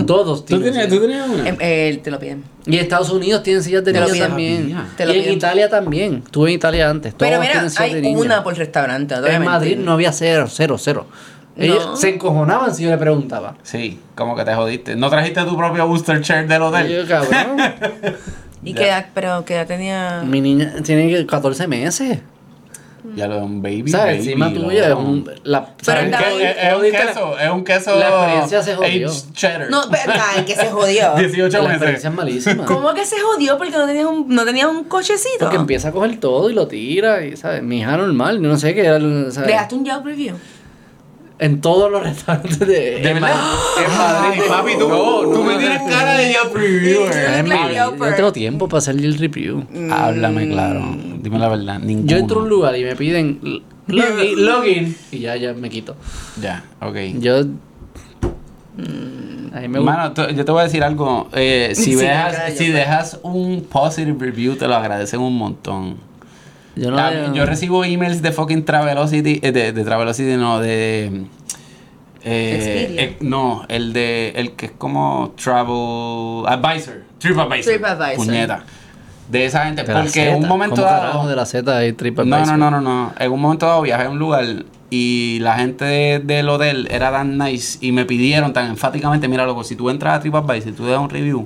[SPEAKER 1] Todos
[SPEAKER 3] ¿Tú
[SPEAKER 1] tienen sillas.
[SPEAKER 3] tenías, tú tenías una?
[SPEAKER 2] Em, eh, te lo piden.
[SPEAKER 1] Y Estados Unidos tienen sillas de
[SPEAKER 2] Te lo
[SPEAKER 1] niño
[SPEAKER 2] piden.
[SPEAKER 1] también.
[SPEAKER 2] Te lo
[SPEAKER 1] y en
[SPEAKER 2] piden.
[SPEAKER 1] Italia también. Estuve en Italia antes. Todos
[SPEAKER 2] Pero mira,
[SPEAKER 1] tienen sillas de
[SPEAKER 2] hay
[SPEAKER 1] niño.
[SPEAKER 2] una por restaurante. no te voy a
[SPEAKER 1] En Madrid
[SPEAKER 2] mentir.
[SPEAKER 1] no había cero, cero, cero. Ellos
[SPEAKER 2] No.
[SPEAKER 1] se encojonaban si yo le preguntaba.
[SPEAKER 3] Sí, como que te jodiste. ¿No trajiste tu propio booster chair del
[SPEAKER 1] Y
[SPEAKER 3] hotel?
[SPEAKER 1] yo, cabrón,
[SPEAKER 2] ¿Y
[SPEAKER 3] Ya.
[SPEAKER 2] qué edad? Pero que edad tenía.
[SPEAKER 1] mi niña tiene 14 meses.
[SPEAKER 3] Ya lo de un baby.
[SPEAKER 1] ¿Sabes?
[SPEAKER 3] baby,
[SPEAKER 1] Encima
[SPEAKER 3] loco.
[SPEAKER 1] tuya es un... La,
[SPEAKER 2] Pero
[SPEAKER 1] ¿sabes?
[SPEAKER 3] Es,
[SPEAKER 2] estaba-
[SPEAKER 3] que- es- es un queso, es un queso.
[SPEAKER 1] La experiencia se jodió.
[SPEAKER 3] aged cheddar.
[SPEAKER 2] No, pero ay, que se jodió.
[SPEAKER 3] 18
[SPEAKER 1] La experiencia
[SPEAKER 3] meses.
[SPEAKER 1] es malísima.
[SPEAKER 2] ¿Cómo que se jodió? Porque no tenías un, no tenías un cochecito.
[SPEAKER 1] Porque empieza a coger todo y lo tira, y, ¿sabes? Mi hija normal, yo no sé qué era, ¿sabes?
[SPEAKER 2] Dejaste un job review.
[SPEAKER 1] En todos los restaurantes de...
[SPEAKER 3] De
[SPEAKER 1] en
[SPEAKER 3] verdad.
[SPEAKER 1] Madrid.
[SPEAKER 3] En Madrid, papi, tú,
[SPEAKER 1] No,
[SPEAKER 3] tú
[SPEAKER 1] no,
[SPEAKER 3] me
[SPEAKER 1] no,
[SPEAKER 3] tienes
[SPEAKER 1] no.
[SPEAKER 3] cara de eh. job reviewer.
[SPEAKER 1] En
[SPEAKER 2] Claro,
[SPEAKER 1] Madrid.
[SPEAKER 2] yo,
[SPEAKER 1] Yo no
[SPEAKER 2] pero-
[SPEAKER 1] tengo tiempo para hacerle el review.
[SPEAKER 3] Háblame claro. Dime la verdad. Ninguno.
[SPEAKER 1] Yo entro a un lugar y me piden l- login, login, y ya, ya me quito.
[SPEAKER 3] Ya, ok.
[SPEAKER 1] Yo... mm, A mí me gusta.
[SPEAKER 3] Mano, tú- yo te voy a decir algo. eh, si
[SPEAKER 2] Sí, cara,
[SPEAKER 3] dejas,
[SPEAKER 2] yo
[SPEAKER 3] si
[SPEAKER 2] sé.
[SPEAKER 3] dejas un positive review, te lo agradecen un montón.
[SPEAKER 1] Yo no...
[SPEAKER 3] Ah, Yo recibo emails de fucking Travelocity, eh, de, de Travelocity, no, de... eh,
[SPEAKER 2] Expedia.
[SPEAKER 3] eh, no, el de el que es como Travel Advisor, TripAdvisor.
[SPEAKER 2] TripAdvisor.
[SPEAKER 3] Puñeta. De esa gente,
[SPEAKER 1] De la
[SPEAKER 3] porque en un
[SPEAKER 1] Zeta.
[SPEAKER 3] momento
[SPEAKER 1] ¿Cómo
[SPEAKER 3] dado...
[SPEAKER 1] carajo de la Z y triple
[SPEAKER 3] No, no, no, no, no. En un momento dado viajé a un lugar y la gente de- del hotel era tan nice y me pidieron tan enfáticamente, mira loco, si tú entras a TripAdvisor y tú das un review,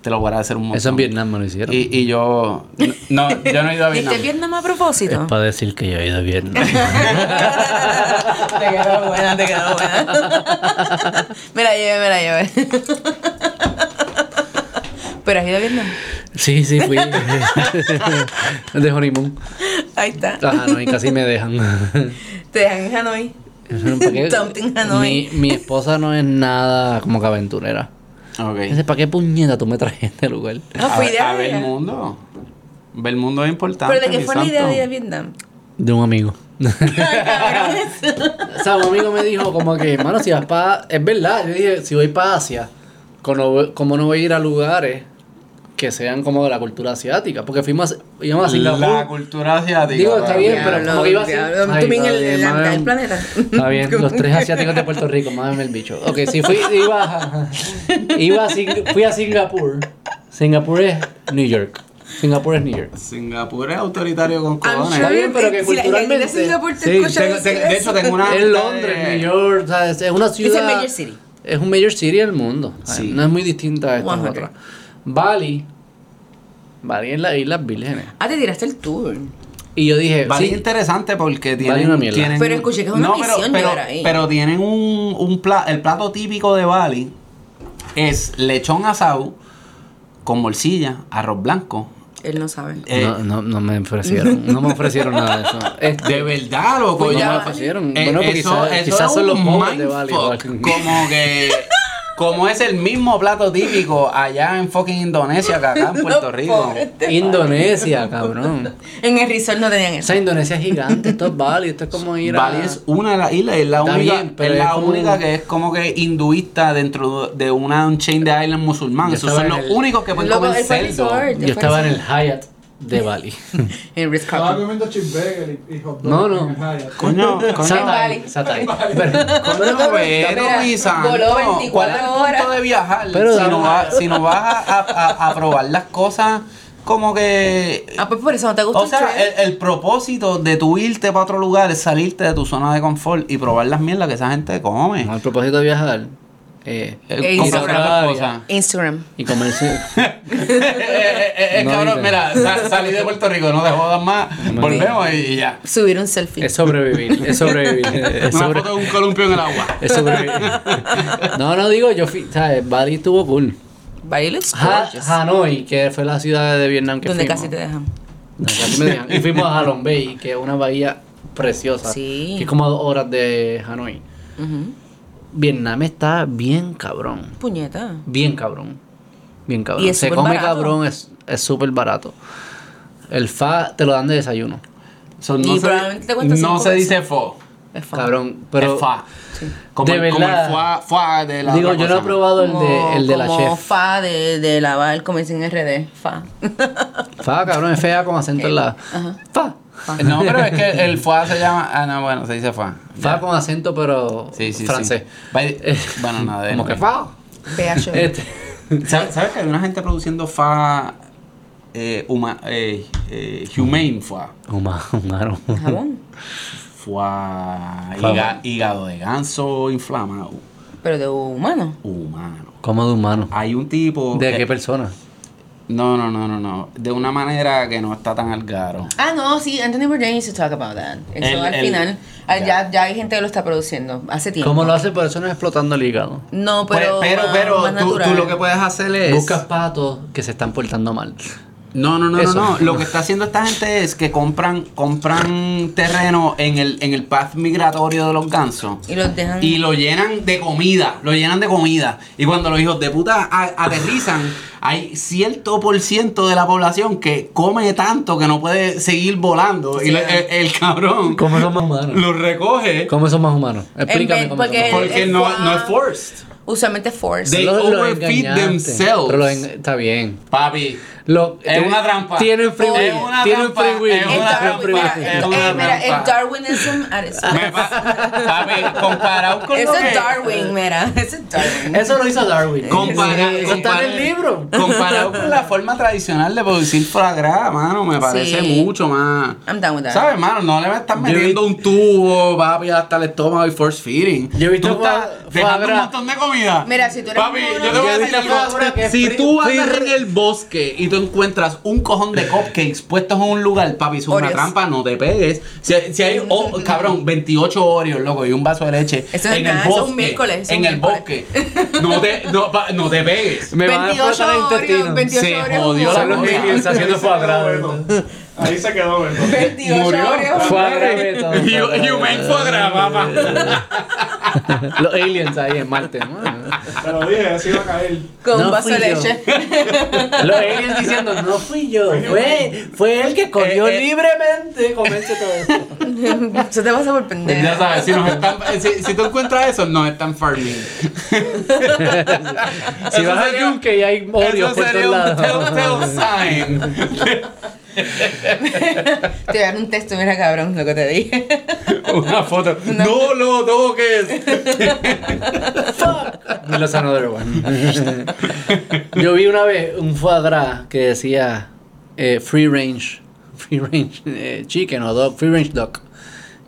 [SPEAKER 3] te lo voy a hacer un montón.
[SPEAKER 1] Eso en Vietnam me lo hicieron.
[SPEAKER 3] Y, y yo... No, yo no he ido a Vietnam.
[SPEAKER 2] ¿Viste Vietnam a propósito?
[SPEAKER 1] Para decir que yo he ido a Vietnam.
[SPEAKER 2] te quedó buena, te quedó buena. me la llevé, me la llevé. pero has ido a Vietnam.
[SPEAKER 1] Sí, sí, fui. de honeymoon.
[SPEAKER 2] Ahí está.
[SPEAKER 1] Ajá, no, y casi me dejan.
[SPEAKER 2] Te dejan en Hanoi.
[SPEAKER 1] ¿Para qué?
[SPEAKER 2] Something annoying.
[SPEAKER 1] Mi, mi esposa no es nada como que aventurera.
[SPEAKER 3] Ok.
[SPEAKER 1] Dice, ¿para qué puñeta tú me trajiste a este lugar?
[SPEAKER 2] No,
[SPEAKER 3] a,
[SPEAKER 2] fue
[SPEAKER 3] ver-
[SPEAKER 2] idea
[SPEAKER 3] a
[SPEAKER 2] de
[SPEAKER 3] ver el
[SPEAKER 2] ella.
[SPEAKER 3] mundo. Ver el mundo es importante.
[SPEAKER 2] Pero de qué
[SPEAKER 3] mi
[SPEAKER 2] fue la idea
[SPEAKER 3] santo.
[SPEAKER 2] de ir a Vietnam.
[SPEAKER 1] De un amigo. o sea, un amigo me dijo como que, hermano, si vas para... Es verdad, yo dije, si voy para Asia, como, como no voy a ir a lugares que sean como de la cultura asiática. Porque fuimos a, íbamos a Singapur.
[SPEAKER 3] La cultura asiática.
[SPEAKER 1] Digo, está
[SPEAKER 3] papi.
[SPEAKER 1] bien, pero
[SPEAKER 2] Diablo,
[SPEAKER 1] como que iba así.
[SPEAKER 2] diablo, tú
[SPEAKER 1] Ay,
[SPEAKER 2] bien
[SPEAKER 1] está
[SPEAKER 2] el- el
[SPEAKER 1] bien,
[SPEAKER 2] Anca del
[SPEAKER 1] mami.
[SPEAKER 2] planeta.
[SPEAKER 1] Está bien, los tres asiáticos de Puerto Rico, mámame el bicho. Ok, sí, fui, iba, a- iba a Sing- fui a Singapur. Singapur es New York. Singapur es New York.
[SPEAKER 3] Singapur es autoritario con
[SPEAKER 2] I'm
[SPEAKER 3] cojones.
[SPEAKER 1] Está bien, pero que
[SPEAKER 2] si la- y la gente
[SPEAKER 1] culturalmente-
[SPEAKER 2] de Singapur te
[SPEAKER 3] Sí,
[SPEAKER 2] escucha
[SPEAKER 3] tengo-
[SPEAKER 2] decir
[SPEAKER 3] tengo- de
[SPEAKER 2] eso.
[SPEAKER 3] hecho, tengo una.
[SPEAKER 1] Es
[SPEAKER 3] amistad
[SPEAKER 1] Londres,
[SPEAKER 3] de-
[SPEAKER 1] New York, o sea, es es una
[SPEAKER 2] Es el
[SPEAKER 1] ciudad.
[SPEAKER 2] Major City.
[SPEAKER 1] Es un major city del mundo. o sea,
[SPEAKER 3] Sí.
[SPEAKER 1] No es muy distinta a estas
[SPEAKER 2] Oaxaca.
[SPEAKER 1] otras. Bali. Bali es las Islas Vírgenes.
[SPEAKER 2] Ah, te tiraste el tour.
[SPEAKER 1] Y yo dije,
[SPEAKER 3] Vale,
[SPEAKER 1] sí,
[SPEAKER 3] interesante porque tienen,
[SPEAKER 1] una mierda.
[SPEAKER 3] tienen-
[SPEAKER 2] Pero escuché que es una misión
[SPEAKER 3] pero,
[SPEAKER 2] llegar ahí.
[SPEAKER 3] pero tienen un, un plato, el plato típico de Bali es lechón asado con morcilla, arroz blanco.
[SPEAKER 2] Él no sabe.
[SPEAKER 3] Eh,
[SPEAKER 1] no, no, no me ofrecieron. No me ofrecieron nada de eso. Es-
[SPEAKER 3] De verdad, loco.
[SPEAKER 1] Pues
[SPEAKER 3] yo-
[SPEAKER 1] ya me ofrecieron.
[SPEAKER 3] Eh,
[SPEAKER 1] Bueno, pues
[SPEAKER 3] eso-
[SPEAKER 1] quizás
[SPEAKER 3] eso
[SPEAKER 1] quizás
[SPEAKER 3] es
[SPEAKER 1] son los
[SPEAKER 3] un
[SPEAKER 1] pobres de Bali.
[SPEAKER 3] mindfuck,
[SPEAKER 1] igual.
[SPEAKER 3] Como que Como es el mismo plato típico allá en fucking Indonesia que acá en Puerto
[SPEAKER 2] No,
[SPEAKER 3] Rico.
[SPEAKER 2] pobre.
[SPEAKER 1] Indonesia, cabrón.
[SPEAKER 2] En el resort no tenían
[SPEAKER 1] O
[SPEAKER 2] eso.
[SPEAKER 1] sea, Indonesia es gigante, esto es Bali, esto es como ir a...
[SPEAKER 3] Bali es una de las islas, es la
[SPEAKER 1] Está
[SPEAKER 3] única,
[SPEAKER 1] bien, pero
[SPEAKER 3] es la
[SPEAKER 1] es como-
[SPEAKER 3] única que es como que hinduista dentro de una un chain de island musulmán.
[SPEAKER 1] Yo
[SPEAKER 3] Esos
[SPEAKER 1] estaba
[SPEAKER 3] son
[SPEAKER 1] en
[SPEAKER 3] los
[SPEAKER 1] el-
[SPEAKER 3] únicos que pueden
[SPEAKER 2] Loco,
[SPEAKER 3] comer
[SPEAKER 2] él fue al
[SPEAKER 3] cerdo.
[SPEAKER 2] resort.
[SPEAKER 1] Yo estaba en el Hyatt de Bali.
[SPEAKER 2] En Ritz
[SPEAKER 4] Estaba
[SPEAKER 2] Carlton.
[SPEAKER 4] comiendo cheeseburger y, y hot dog
[SPEAKER 1] No, no.
[SPEAKER 4] en el Hyatt.
[SPEAKER 3] Coño, coño.
[SPEAKER 1] Satay,
[SPEAKER 2] Bali.
[SPEAKER 1] Satay.
[SPEAKER 3] Coño, pero,
[SPEAKER 2] Mira,
[SPEAKER 3] mi santo,
[SPEAKER 2] voló
[SPEAKER 3] ¿Cuál es
[SPEAKER 2] 24
[SPEAKER 3] el
[SPEAKER 2] horas.
[SPEAKER 3] punto de viajar?
[SPEAKER 1] Pero
[SPEAKER 3] si,
[SPEAKER 1] dame-
[SPEAKER 3] no va- si no vas a, a- a probar las cosas como que...
[SPEAKER 2] Ah, pues por eso no te gusta
[SPEAKER 3] O
[SPEAKER 2] el
[SPEAKER 3] sea,
[SPEAKER 2] trail.
[SPEAKER 3] el, el propósito de tu irte para otro lugar es salirte de tu zona de confort y probar las mierdas que esa gente come.
[SPEAKER 1] Con el propósito de viajar eh,
[SPEAKER 3] Eh,
[SPEAKER 2] Ey,
[SPEAKER 3] comprar
[SPEAKER 2] sí.
[SPEAKER 3] otras cosas.
[SPEAKER 2] Instagram.
[SPEAKER 1] y comerse...
[SPEAKER 3] Eh, eh, eh,
[SPEAKER 1] No
[SPEAKER 3] cabrón,
[SPEAKER 1] dice.
[SPEAKER 3] mira, sa- salí de Puerto Rico, no te jodas más. Volvemos y, y ya.
[SPEAKER 2] Subir un selfie.
[SPEAKER 1] Es sobrevivir, es sobrevivir. Es,
[SPEAKER 3] Una
[SPEAKER 1] sobre-
[SPEAKER 3] foto de un columpio en el agua.
[SPEAKER 1] es sobrevivir. No, no digo, yo fui, ¿sabes? Bali estuvo cool.
[SPEAKER 2] Bali looks
[SPEAKER 1] Ha-
[SPEAKER 2] gorgeous.
[SPEAKER 1] Hanoi, que fue la ciudad de Vietnam que
[SPEAKER 2] Donde
[SPEAKER 1] fuimos.
[SPEAKER 2] casi te dejan.
[SPEAKER 1] Donde casi me dejan. Y fuimos a Halong Bay, que es una bahía preciosa.
[SPEAKER 2] Sí.
[SPEAKER 1] Que es como a dos horas de Hanoi.
[SPEAKER 2] Ujú.
[SPEAKER 1] Vietnam está bien cabrón.
[SPEAKER 2] Puñeta.
[SPEAKER 1] Bien cabrón. Bien cabrón.
[SPEAKER 2] Y es
[SPEAKER 1] Se
[SPEAKER 2] súper
[SPEAKER 1] come
[SPEAKER 2] barato.
[SPEAKER 1] cabrón, es es súper barato. El fa te lo dan de desayuno.
[SPEAKER 3] So,
[SPEAKER 2] Y
[SPEAKER 3] no se,
[SPEAKER 2] probablemente te cuesta
[SPEAKER 3] no
[SPEAKER 2] cinco
[SPEAKER 3] se
[SPEAKER 2] pesos.
[SPEAKER 3] dice fo.
[SPEAKER 2] Es fan.
[SPEAKER 1] Cabrón. Pero
[SPEAKER 3] es fa.
[SPEAKER 2] Sí.
[SPEAKER 3] Como,
[SPEAKER 1] De
[SPEAKER 3] el- como el
[SPEAKER 1] verdad.
[SPEAKER 3] foie, foie de la
[SPEAKER 1] digo,
[SPEAKER 3] otra
[SPEAKER 1] yo no he
[SPEAKER 3] cosa.
[SPEAKER 1] probado el de, el de la
[SPEAKER 2] como
[SPEAKER 1] chef.
[SPEAKER 2] fa de, de lavar, como dicen en RD. Fa.
[SPEAKER 1] Fa, cabrón, es fea con acento en la. Fa.
[SPEAKER 3] No, pero es que el foie se llama. Ah, no, bueno, se dice fa.
[SPEAKER 1] Fa con acento, pero
[SPEAKER 3] Sí, sí,
[SPEAKER 1] francés.
[SPEAKER 3] sí. Va- Bueno, nada de
[SPEAKER 1] Como que fa.
[SPEAKER 2] PH.
[SPEAKER 3] Eh.
[SPEAKER 1] Este.
[SPEAKER 3] ¿Sabes sabes que hay una gente produciendo fa. Eh, huma- eh, eh, humane foie?
[SPEAKER 1] Huma- Humano.
[SPEAKER 2] Jabón.
[SPEAKER 3] Foie. higa- hígado de ganso inflamado.
[SPEAKER 2] Pero de humano.
[SPEAKER 3] Humano.
[SPEAKER 1] Como de humano.
[SPEAKER 3] Hay un tipo.
[SPEAKER 1] ¿De
[SPEAKER 3] que-
[SPEAKER 1] qué persona?
[SPEAKER 3] No, no, no, no, no. De una manera que no está tan al garo.
[SPEAKER 2] Ah, no, sí, Anthony Bourdain used to talk about that. Eso
[SPEAKER 3] El-
[SPEAKER 2] al
[SPEAKER 3] el-
[SPEAKER 2] final, ah,
[SPEAKER 3] ya.
[SPEAKER 2] ya, ya hay gente que lo está produciendo hace tiempo.
[SPEAKER 1] Como lo hace, pero eso no es explotando el hígado.
[SPEAKER 2] No,
[SPEAKER 3] Pues,
[SPEAKER 2] pero.
[SPEAKER 3] pero,
[SPEAKER 2] más-
[SPEAKER 3] pero
[SPEAKER 2] más
[SPEAKER 3] tú,
[SPEAKER 2] natural.
[SPEAKER 3] tú lo que puedes hacer es.
[SPEAKER 1] Buscas patos que se están portando mal.
[SPEAKER 3] No, no, no,
[SPEAKER 1] Eso.
[SPEAKER 3] no, no. Lo que está haciendo esta gente es que compran, compran terreno en el, en el path migratorio de los gansos.
[SPEAKER 2] Y los dejan.
[SPEAKER 3] Y lo llenan de comida, lo llenan de comida. Y cuando los hijos de puta a- aterrizan, hay cierto por ciento de la población que come tanto que no puede seguir volando. Y
[SPEAKER 2] Sí.
[SPEAKER 3] le- el, el cabrón
[SPEAKER 1] ¿Cómo son más humanos?
[SPEAKER 3] lo recoge
[SPEAKER 1] ¿Cómo son más humanos? Explícame
[SPEAKER 2] vez-
[SPEAKER 1] cómo son
[SPEAKER 2] porque-
[SPEAKER 1] más humanos.
[SPEAKER 3] porque
[SPEAKER 2] el
[SPEAKER 3] no,
[SPEAKER 2] foie-
[SPEAKER 3] no es forced.
[SPEAKER 2] Usualmente force.
[SPEAKER 3] they
[SPEAKER 1] Los- los
[SPEAKER 3] overfeed
[SPEAKER 1] engañantes.
[SPEAKER 3] themselves.
[SPEAKER 1] Pero los enga- está bien.
[SPEAKER 3] Papi,
[SPEAKER 1] Lo-
[SPEAKER 3] Es una trampa.
[SPEAKER 1] Tienen free will.
[SPEAKER 3] Es una
[SPEAKER 1] tienen
[SPEAKER 3] trampa,
[SPEAKER 1] free will.
[SPEAKER 3] es
[SPEAKER 2] Es
[SPEAKER 3] una
[SPEAKER 1] tienen
[SPEAKER 2] Darwin-
[SPEAKER 3] trampa,
[SPEAKER 1] free will.
[SPEAKER 2] mira,
[SPEAKER 3] es
[SPEAKER 2] es-
[SPEAKER 3] una
[SPEAKER 2] eh, mira,
[SPEAKER 3] trampa.
[SPEAKER 2] es Darwinism at its
[SPEAKER 3] me pa- papi, comparado con
[SPEAKER 2] Eso
[SPEAKER 3] lo que-
[SPEAKER 2] es Darwin, mira. Eso es Darwin.
[SPEAKER 1] Eso lo hizo
[SPEAKER 2] Eh,
[SPEAKER 1] Darwin.
[SPEAKER 3] Compara-
[SPEAKER 1] Eso está en
[SPEAKER 3] compara-
[SPEAKER 1] el libro.
[SPEAKER 3] Comparado con la forma tradicional de producir fragrada, mano, me parece
[SPEAKER 2] Sí.
[SPEAKER 3] mucho más.
[SPEAKER 2] I'm down with that.
[SPEAKER 3] ¿Sabes, mano? No le vas a estar
[SPEAKER 1] Yo
[SPEAKER 3] metiendo
[SPEAKER 1] vi-
[SPEAKER 3] un tubo, papi, hasta el estómago y force feeding.
[SPEAKER 1] Yo he visto
[SPEAKER 3] Tú estás
[SPEAKER 1] fra-
[SPEAKER 3] dejando un
[SPEAKER 1] fragra-
[SPEAKER 3] montón de comida.
[SPEAKER 2] Mira, si tú eres
[SPEAKER 3] Papi,
[SPEAKER 2] mono-
[SPEAKER 3] yo te voy
[SPEAKER 1] Yo
[SPEAKER 3] a
[SPEAKER 1] he
[SPEAKER 3] decir
[SPEAKER 1] visto
[SPEAKER 3] algo.
[SPEAKER 1] fragra que es
[SPEAKER 3] Si
[SPEAKER 1] fri-
[SPEAKER 3] tú andas
[SPEAKER 1] fri-
[SPEAKER 3] en el bosque y tú encuentras un cojón de cupcakes puestos en un lugar, papi, eso es una
[SPEAKER 2] Oreos.
[SPEAKER 3] trampa, no te pegues. Si, si hay, oh, cabrón, 28 Oreos, loco, y un vaso de leche
[SPEAKER 2] Eso es
[SPEAKER 3] en
[SPEAKER 2] nada,
[SPEAKER 3] el
[SPEAKER 2] eso es
[SPEAKER 3] bosque.
[SPEAKER 2] un miércoles, eso es
[SPEAKER 3] en
[SPEAKER 2] un
[SPEAKER 3] el bosque.
[SPEAKER 2] miércoles.
[SPEAKER 3] No te, no, pa- no te pegues.
[SPEAKER 1] Me van a
[SPEAKER 2] 28
[SPEAKER 1] explotar el
[SPEAKER 2] Oreos,
[SPEAKER 1] intestino.
[SPEAKER 2] 28
[SPEAKER 3] Se
[SPEAKER 2] Oreos.
[SPEAKER 3] jodió la
[SPEAKER 1] Son los
[SPEAKER 3] cosa.
[SPEAKER 1] minions haciendo
[SPEAKER 4] Ahí se quedó
[SPEAKER 1] foie
[SPEAKER 4] Beto. Ahí se quedó, Beto.
[SPEAKER 2] 28 Oreos.
[SPEAKER 1] Foie gras, Beto.
[SPEAKER 3] Y- y un buen foie gras, papá.
[SPEAKER 1] Los aliens ahí en Marte. ¿no?
[SPEAKER 4] Te lo dije, así iba a caer.
[SPEAKER 2] Con
[SPEAKER 1] No
[SPEAKER 2] un vaso
[SPEAKER 1] fui
[SPEAKER 2] de
[SPEAKER 1] yo.
[SPEAKER 2] leche.
[SPEAKER 1] Los aliens diciendo, no fui yo, fue, fue él que corrió
[SPEAKER 3] Eh, eh.
[SPEAKER 1] libremente. Comerse todo esto.
[SPEAKER 2] Eso te va a sorprender.
[SPEAKER 3] Ya sabes, si, nos están, eh, si, si tú encuentras eso, nos están farming.
[SPEAKER 1] Si vas al yunque y hay odios
[SPEAKER 3] eso
[SPEAKER 1] por
[SPEAKER 3] sería
[SPEAKER 1] todos
[SPEAKER 3] un telltale
[SPEAKER 1] lados.
[SPEAKER 3] sign.
[SPEAKER 2] Te voy a dar un texto, mira cabrón, lo que te dije.
[SPEAKER 3] Una foto. No lo toques.
[SPEAKER 1] Y los another one. Yo vi una vez un foie gras que decía eh, free range, free range eh, chicken o dog, free range dog.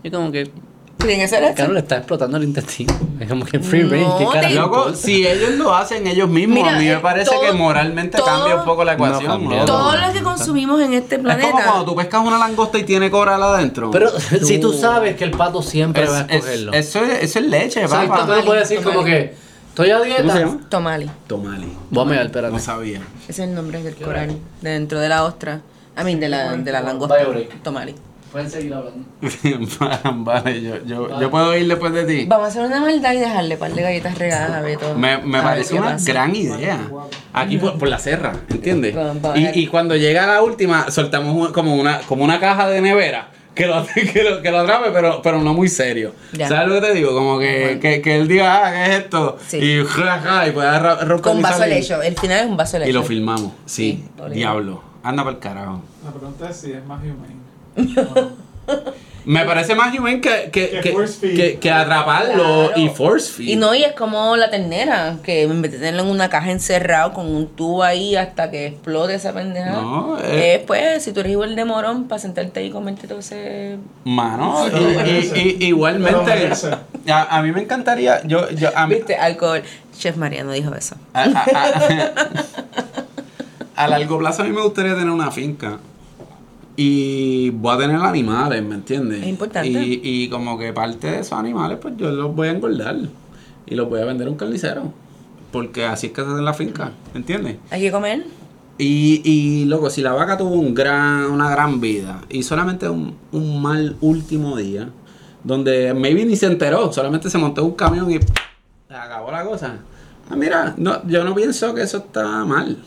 [SPEAKER 1] Y como que,
[SPEAKER 2] Tiene que ser esto.
[SPEAKER 1] claro, le está explotando el intestino. Es como que free range,
[SPEAKER 2] No,
[SPEAKER 1] ¿qué
[SPEAKER 2] te-
[SPEAKER 1] carajo?
[SPEAKER 3] Loco, si ellos lo hacen ellos mismos,
[SPEAKER 2] Mira,
[SPEAKER 3] a mí me
[SPEAKER 2] eh,
[SPEAKER 3] parece
[SPEAKER 2] todo-
[SPEAKER 3] que moralmente
[SPEAKER 2] todo-
[SPEAKER 3] cambia un poco la ecuación.
[SPEAKER 1] cambia.
[SPEAKER 3] loco.
[SPEAKER 2] Todo lo que consumimos en este
[SPEAKER 3] es como
[SPEAKER 2] planeta.
[SPEAKER 3] cuando tú pescas una langosta y tiene coral adentro.
[SPEAKER 1] Pero si tú sabes que el pato siempre
[SPEAKER 3] Es-
[SPEAKER 1] va a
[SPEAKER 3] es-
[SPEAKER 1] escogerlo.
[SPEAKER 3] eso, es, eso es leche,
[SPEAKER 1] o sea, el
[SPEAKER 3] papá.
[SPEAKER 1] pato no puede decir como que estoy a dieta.
[SPEAKER 3] ¿Cómo se llama?
[SPEAKER 2] Tomali.
[SPEAKER 3] Tomali.
[SPEAKER 1] Voy a mear, espérate.
[SPEAKER 3] No sabía.
[SPEAKER 2] Ese es el nombre del coral. Dentro de la ostra. A mí, de la, de la langosta.
[SPEAKER 1] Bio break.
[SPEAKER 2] Tomali.
[SPEAKER 1] Pueden seguir hablando.
[SPEAKER 3] vale, yo, yo, yo puedo ir después de ti.
[SPEAKER 2] Vamos a hacer una maldad y dejarle par de galletas regadas a Beto.
[SPEAKER 3] Me, me
[SPEAKER 2] A ver
[SPEAKER 3] parece
[SPEAKER 2] qué
[SPEAKER 3] una
[SPEAKER 2] pasa.
[SPEAKER 3] gran idea. Aquí por, por la serra, ¿entiendes?
[SPEAKER 2] Con- con-
[SPEAKER 3] Y, y cuando llega la última, soltamos un- como una, como una caja de nevera. Que lo, que lo, que lo atrape, pero, pero no muy serio.
[SPEAKER 2] Ya.
[SPEAKER 3] ¿Sabes lo que te digo? Como que, que, que él diga, ah, ¿qué es esto?
[SPEAKER 2] Sí.
[SPEAKER 3] Y, ja, ja, y pueda ra-
[SPEAKER 2] Con vaso
[SPEAKER 3] rocalizar y-
[SPEAKER 2] lecho. El final es un vaso lecho.
[SPEAKER 3] Y lo filmamos. Sí,
[SPEAKER 2] Sí, ole.
[SPEAKER 3] diablo. Anda para el carajo.
[SPEAKER 4] La pregunta es si es más humane.
[SPEAKER 3] Me parece más humane que, que,
[SPEAKER 4] Que
[SPEAKER 3] que,
[SPEAKER 4] force feed.
[SPEAKER 3] que- que atraparlo
[SPEAKER 2] Claro.
[SPEAKER 3] y force feed.
[SPEAKER 2] Y no, y es como la ternera, que en vez de tenerla en una caja encerrado con un tubo ahí hasta que explote esa pendejada.
[SPEAKER 3] No, eh.
[SPEAKER 2] eh, pues, si tú eres igual de morón, para sentarte ahí y comerte todo ese...
[SPEAKER 3] Mano, y-
[SPEAKER 4] Sí, lo
[SPEAKER 3] y-
[SPEAKER 4] merece.
[SPEAKER 3] y-
[SPEAKER 4] Lo
[SPEAKER 3] igualmente.
[SPEAKER 4] merece.
[SPEAKER 3] A, a mí me encantaría. Yo, yo, a, mí-
[SPEAKER 2] ¿Viste? Alcohol. Chef Mariano dijo eso.
[SPEAKER 3] a, a- a- a largo plazo a mí me gustaría tener una finca. Y voy a tener animales, ¿me entiendes?
[SPEAKER 2] Es importante.
[SPEAKER 3] Y, y como que parte de esos animales, pues yo los voy a engordar. Y los voy a vender a un carnicero. Porque así es que se hace en la finca, ¿me entiendes?
[SPEAKER 2] ¿Hay que comer?
[SPEAKER 3] Y, y loco, si la vaca tuvo un gran, una gran vida y solamente un, un mal último día, donde maybe ni se enteró, solamente se montó en un camión y acabó la cosa. Ah, mira, no, yo no pienso que eso está mal.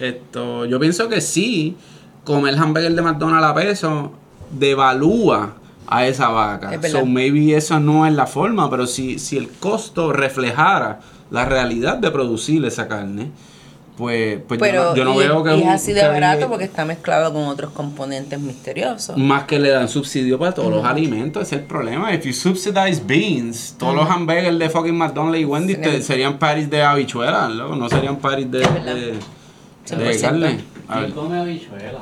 [SPEAKER 3] Esto, yo pienso que sí, comer hamburger de McDonald's a peso devalúa a esa vaca.
[SPEAKER 2] Es verdad.
[SPEAKER 3] So, maybe eso no es la forma, pero si, si el costo reflejara la realidad de producir esa carne, pues, pues yo
[SPEAKER 2] Pero
[SPEAKER 3] no- yo no,
[SPEAKER 2] y-
[SPEAKER 3] veo que
[SPEAKER 2] y es
[SPEAKER 3] un-
[SPEAKER 2] así de
[SPEAKER 3] que-
[SPEAKER 2] barato porque está mezclado con otros componentes misteriosos.
[SPEAKER 3] más que le dan subsidio para todos los alimentos, ese es el problema. If you subsidize beans, todos los hamburgers de fucking McDonald's y Wendy's te-
[SPEAKER 2] Serían-
[SPEAKER 3] serían patties de habichuela, loco, no serían patties de,
[SPEAKER 2] verdad.
[SPEAKER 3] de, de
[SPEAKER 2] 100%.
[SPEAKER 3] carne. A ver,
[SPEAKER 1] ¿Quién come habichuela?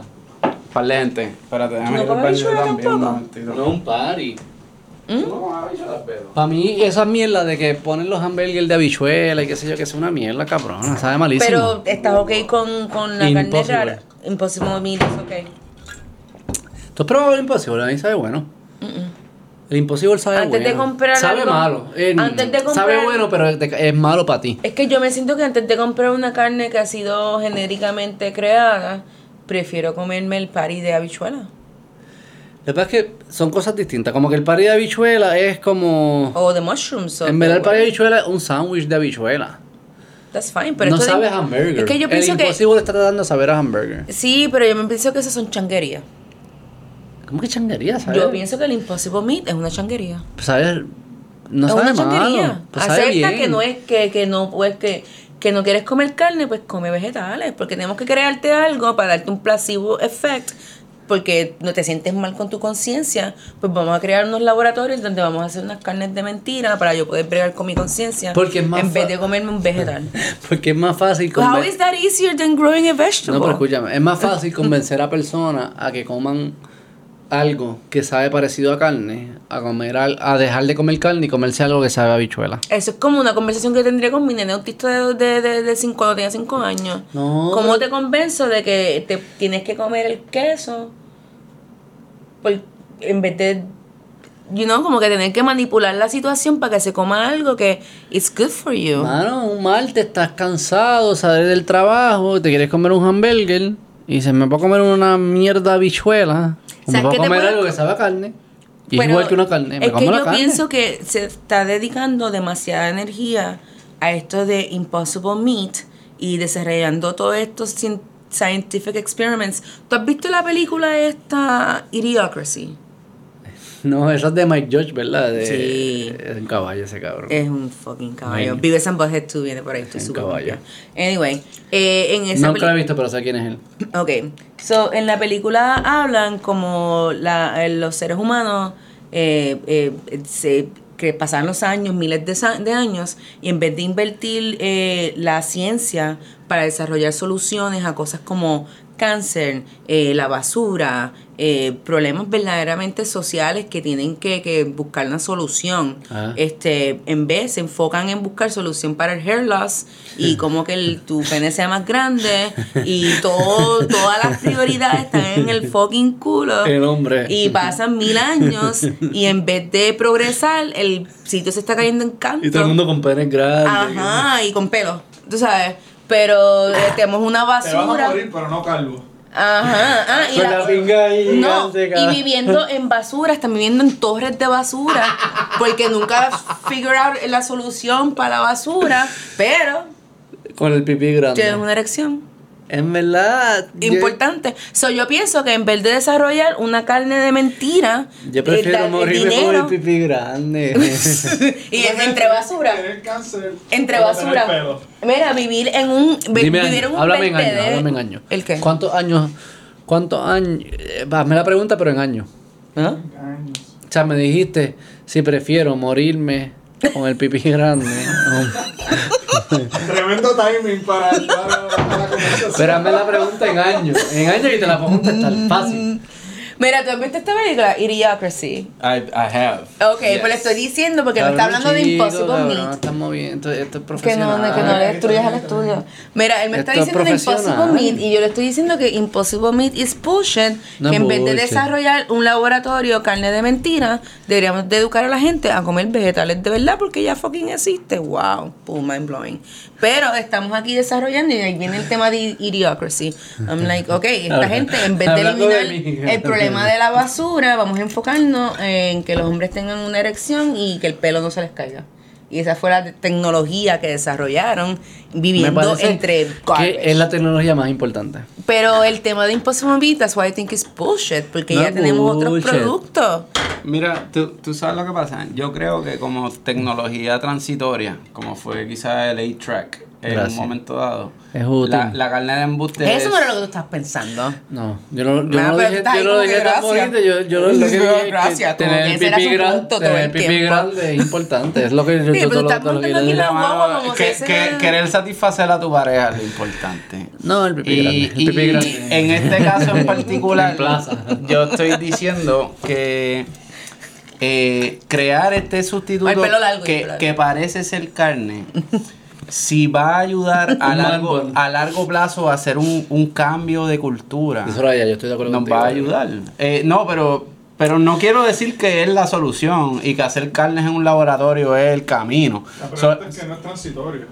[SPEAKER 3] par de gente. Espérate, déjame
[SPEAKER 2] ¿No
[SPEAKER 3] ir al
[SPEAKER 2] comes
[SPEAKER 3] baño
[SPEAKER 2] habichuela
[SPEAKER 3] también,
[SPEAKER 2] tampoco? ¿Mm?
[SPEAKER 3] un momentito.
[SPEAKER 1] No, un party.
[SPEAKER 3] ¿Tú no comes habichuela, Pedro?
[SPEAKER 1] Para mí, esa mierda de que ponen los hamburgues de habichuela y qué sé yo, que es una mierda, cabrona. Sabe malísimo.
[SPEAKER 2] Pero estás ok con, con la carne
[SPEAKER 1] Impossible.
[SPEAKER 2] rara. Imposible, mira, es ok.
[SPEAKER 1] ¿Tú has probado el imposible? A mí sabe bueno. El imposible sabe
[SPEAKER 2] Antes
[SPEAKER 1] bueno.
[SPEAKER 2] de comprar
[SPEAKER 1] Sabe
[SPEAKER 2] algo-
[SPEAKER 1] malo. Eh,
[SPEAKER 2] antes de comprar-
[SPEAKER 1] Sabe bueno, pero te- es malo para ti.
[SPEAKER 2] Es que yo me siento que antes de comprar una carne que ha sido genéricamente creada, prefiero comerme el pari de habichuela.
[SPEAKER 1] Lo que pasa es que son cosas distintas. Como que el party de habichuela es como...
[SPEAKER 2] O de mushrooms. o
[SPEAKER 1] en verdad el
[SPEAKER 2] de-
[SPEAKER 1] party de habichuela es un sándwich de habichuela.
[SPEAKER 2] That's fine, pero
[SPEAKER 1] no
[SPEAKER 2] esto de-
[SPEAKER 1] sabe a hamburger.
[SPEAKER 2] Es que yo pienso
[SPEAKER 1] el
[SPEAKER 2] que...
[SPEAKER 1] imposible está tratando de saber a hamburger.
[SPEAKER 2] Sí, pero yo me pienso que esas son changuerías.
[SPEAKER 1] ¿Cómo que changuería, sabes?
[SPEAKER 2] Yo pienso que el Impossible Meat es una changuería.
[SPEAKER 1] Sabe- No
[SPEAKER 2] es
[SPEAKER 1] sabe
[SPEAKER 2] una changuería.
[SPEAKER 1] malo. Pues sabe
[SPEAKER 2] Acepta
[SPEAKER 1] bien.
[SPEAKER 2] que no es que, que no pues que, que no quieres comer carne, pues come vegetales, porque tenemos que crearte algo para darte un placebo effect, porque no te sientes mal con tu conciencia, pues vamos a crear unos laboratorios donde vamos a hacer unas carnes de mentira para yo poder bregar con mi conciencia
[SPEAKER 1] Porque es más
[SPEAKER 2] en vez
[SPEAKER 1] fa-
[SPEAKER 2] de comerme un vegetal.
[SPEAKER 1] Porque es más fácil
[SPEAKER 2] Pues, How
[SPEAKER 1] comer-
[SPEAKER 2] is that easier than growing a vegetable?
[SPEAKER 1] No, pero escúchame, es más fácil convencer a personas a que coman algo que sabe parecido a carne, a comer al- a dejar de comer carne y comerse algo que sabe a habichuela.
[SPEAKER 2] Eso es como una conversación que tendría con mi nene autista de, de, de, de cinco, cuando tenía cinco años.
[SPEAKER 1] No,
[SPEAKER 2] ¿Cómo te convenzo de que te tienes que comer el queso? Por- en vez de, you know, como que tener que manipular la situación para que se coma algo que it's good for you.
[SPEAKER 1] Mano, un martes estás cansado, sales del trabajo, te quieres comer un hamburger y dices, me puedo comer una mierda habichuela. o
[SPEAKER 2] sea,
[SPEAKER 1] me puedo
[SPEAKER 2] que te
[SPEAKER 1] comer
[SPEAKER 2] puedes
[SPEAKER 1] algo
[SPEAKER 2] co-
[SPEAKER 1] que sabe a carne. Y es
[SPEAKER 2] Pero
[SPEAKER 1] igual que una carne. Me
[SPEAKER 2] es que
[SPEAKER 1] como la
[SPEAKER 2] yo
[SPEAKER 1] carne.
[SPEAKER 2] pienso que se está dedicando demasiada energía a esto de Impossible Meat y desarrollando todos estos cien- scientific experiments. ¿Tú has visto la película esta, Idiocracy?
[SPEAKER 1] No, eso es de Mike George, ¿verdad? De,
[SPEAKER 2] Sí. Eh,
[SPEAKER 1] Es un caballo ese cabrón.
[SPEAKER 2] Es un fucking caballo.
[SPEAKER 1] Bueno.
[SPEAKER 2] Vive San Bosque, tú viene por ahí, estoy
[SPEAKER 1] Es un
[SPEAKER 2] súper
[SPEAKER 1] caballo.
[SPEAKER 2] confiada. Anyway, eh, en esa
[SPEAKER 1] Nunca lo he
[SPEAKER 2] película.
[SPEAKER 1] visto, pero sé quién es él.
[SPEAKER 2] Ok, so en la película hablan como la, eh, los seres humanos eh, eh, se, que pasan los años, miles de, sa- de años, y en vez de invertir eh, la ciencia para desarrollar soluciones a cosas como cáncer, eh, la basura, eh, problemas verdaderamente sociales que tienen que, que buscar una solución.
[SPEAKER 1] Ah.
[SPEAKER 2] Este, en vez se enfocan en buscar solución para el hair loss y como que el, tu pene sea más grande y todo, todas las prioridades están en el fucking culo.
[SPEAKER 1] El hombre.
[SPEAKER 2] Y pasan mil años y en vez de progresar, el sitio se está cayendo en canto.
[SPEAKER 1] Y todo el mundo con penes grandes.
[SPEAKER 2] Ajá, y con pelo, tú sabes. Pero eh, tenemos una
[SPEAKER 4] Te vas a
[SPEAKER 2] basura.
[SPEAKER 4] morir, pero no calvo.
[SPEAKER 2] Ajá, ah, y
[SPEAKER 1] Con la pinga ahí
[SPEAKER 2] No,
[SPEAKER 1] gigante,
[SPEAKER 2] y
[SPEAKER 1] cabrón.
[SPEAKER 2] viviendo en basura, están viviendo en torres de basura, porque nunca figure out la solución para la basura, pero
[SPEAKER 1] Con el pipí
[SPEAKER 2] tienes
[SPEAKER 1] grande.
[SPEAKER 2] una erección
[SPEAKER 1] En verdad. yo-
[SPEAKER 2] importante. So, yo pienso que en vez de desarrollar una carne de mentira,
[SPEAKER 1] Yo,
[SPEAKER 2] eh,
[SPEAKER 1] prefiero
[SPEAKER 2] darle
[SPEAKER 1] morirme con el pipí grande.
[SPEAKER 2] y en- entre basura.
[SPEAKER 4] Tener cáncer.
[SPEAKER 2] Entre
[SPEAKER 4] pero
[SPEAKER 2] basura.
[SPEAKER 4] tener pelo.
[SPEAKER 2] Mira, vivir en un. vi-
[SPEAKER 1] Dime
[SPEAKER 2] vivir
[SPEAKER 1] años.
[SPEAKER 2] en un
[SPEAKER 1] háblame en años,
[SPEAKER 2] vertedero.
[SPEAKER 1] háblame en años.
[SPEAKER 2] ¿El qué?
[SPEAKER 1] ¿Cuántos años? ¿Cuántos años? eh, va, Hazme la pregunta, pero en años.
[SPEAKER 2] ¿Ah?
[SPEAKER 4] Años.
[SPEAKER 1] O sea, me dijiste si prefiero morirme con el pipí grande. o-
[SPEAKER 4] Tremendo timing para, para, para la conversación.
[SPEAKER 1] pero hazme la pregunta en años. En años y te la puedo contestar fácil.
[SPEAKER 2] Mira, ¿tú has visto esta película? Idiocracy.
[SPEAKER 3] I, I have.
[SPEAKER 2] Ok,
[SPEAKER 3] Yes.
[SPEAKER 2] pues le estoy diciendo porque me está
[SPEAKER 1] Cabrón,
[SPEAKER 2] hablando de
[SPEAKER 1] chico,
[SPEAKER 2] Impossible
[SPEAKER 1] cabrón,
[SPEAKER 2] Meat.
[SPEAKER 1] estás moviendo, esto es
[SPEAKER 2] Que no,
[SPEAKER 1] profesional.
[SPEAKER 2] no, que no le destruyas al estudio. Mira, él me está
[SPEAKER 1] Esto es
[SPEAKER 2] diciendo de Impossible
[SPEAKER 1] profesional.
[SPEAKER 2] Meat y yo le estoy diciendo que Impossible Meat is bullshit.
[SPEAKER 1] No
[SPEAKER 2] que en vez de
[SPEAKER 1] bullshit.
[SPEAKER 2] desarrollar un laboratorio carne de mentira, deberíamos de educar a la gente a comer vegetales de verdad porque ya fucking existe. Wow, boom, mind blowing. Pero estamos aquí desarrollando y ahí viene el tema de idiocracy. I'm like, ok, esta
[SPEAKER 1] Habla-
[SPEAKER 2] gente en vez de
[SPEAKER 1] hablando de
[SPEAKER 2] eliminar
[SPEAKER 1] mí.
[SPEAKER 2] el problema de la basura, vamos a enfocarnos en que los hombres tengan una erección y que el pelo no se les caiga. Y esa fue la te- tecnología que desarrollaron viviendo
[SPEAKER 1] parece
[SPEAKER 2] entre
[SPEAKER 1] Que es
[SPEAKER 2] garbage.
[SPEAKER 1] la tecnología más importante.
[SPEAKER 2] Pero el tema de Impossible Meat, that's why I think it's bullshit, porque
[SPEAKER 1] No
[SPEAKER 2] ya
[SPEAKER 1] es
[SPEAKER 2] tenemos
[SPEAKER 1] bullshit.
[SPEAKER 2] otros productos.
[SPEAKER 3] Mira, tú, tú sabes lo que pasa. Yo creo que como tecnología transitoria, como fue quizá el 8-track en
[SPEAKER 1] Gracias.
[SPEAKER 3] un momento dado,
[SPEAKER 1] Es útil.
[SPEAKER 3] La, la carne de embuste.
[SPEAKER 2] Eso
[SPEAKER 3] es-
[SPEAKER 2] no es lo que tú estás pensando.
[SPEAKER 1] No, yo no, yo
[SPEAKER 2] Ah,
[SPEAKER 1] no
[SPEAKER 2] pero
[SPEAKER 1] dije,
[SPEAKER 2] tú estás
[SPEAKER 1] yo
[SPEAKER 2] ahí
[SPEAKER 1] no
[SPEAKER 2] como
[SPEAKER 1] dije
[SPEAKER 2] que
[SPEAKER 1] tan
[SPEAKER 2] gracias.
[SPEAKER 1] bonito, yo, yo lo- lo que
[SPEAKER 2] No,
[SPEAKER 1] dije es que
[SPEAKER 2] gracias, como
[SPEAKER 1] tener
[SPEAKER 2] que
[SPEAKER 1] el
[SPEAKER 2] ese era
[SPEAKER 1] pipí
[SPEAKER 2] su
[SPEAKER 1] gran-
[SPEAKER 2] punto todo
[SPEAKER 1] tener
[SPEAKER 2] el
[SPEAKER 1] el pipí
[SPEAKER 2] tiempo.
[SPEAKER 1] grande es importante, es lo que yo
[SPEAKER 2] Sí, pero
[SPEAKER 1] todo lo-
[SPEAKER 2] estás
[SPEAKER 1] todo lo que yo
[SPEAKER 2] montando aquí
[SPEAKER 1] dije.
[SPEAKER 2] la guagua
[SPEAKER 3] Mano,
[SPEAKER 2] como
[SPEAKER 3] que-
[SPEAKER 2] si ese-
[SPEAKER 3] que- querer satisfacer a tu pareja es lo importante.
[SPEAKER 1] No, el pipí grande,
[SPEAKER 3] Y,
[SPEAKER 1] el pipí
[SPEAKER 3] y
[SPEAKER 1] grande.
[SPEAKER 3] en este caso en particular,
[SPEAKER 1] En plaza.
[SPEAKER 3] yo estoy diciendo que eh, crear este sustituto
[SPEAKER 2] Ay, pelo largo,
[SPEAKER 3] que,
[SPEAKER 2] pelo largo.
[SPEAKER 3] que parece ser carne, si va a ayudar a
[SPEAKER 1] Un
[SPEAKER 3] largo,
[SPEAKER 1] árbol.
[SPEAKER 3] a largo plazo a hacer un, un cambio de cultura,
[SPEAKER 1] Eso era ya, yo estoy de acuerdo
[SPEAKER 3] nos
[SPEAKER 1] contigo.
[SPEAKER 3] va a ayudar. Eh, no, pero, pero no quiero decir que es la solución y que hacer carnes en un laboratorio es el camino.
[SPEAKER 4] La
[SPEAKER 3] So-
[SPEAKER 4] pregunta es que no es transitorio.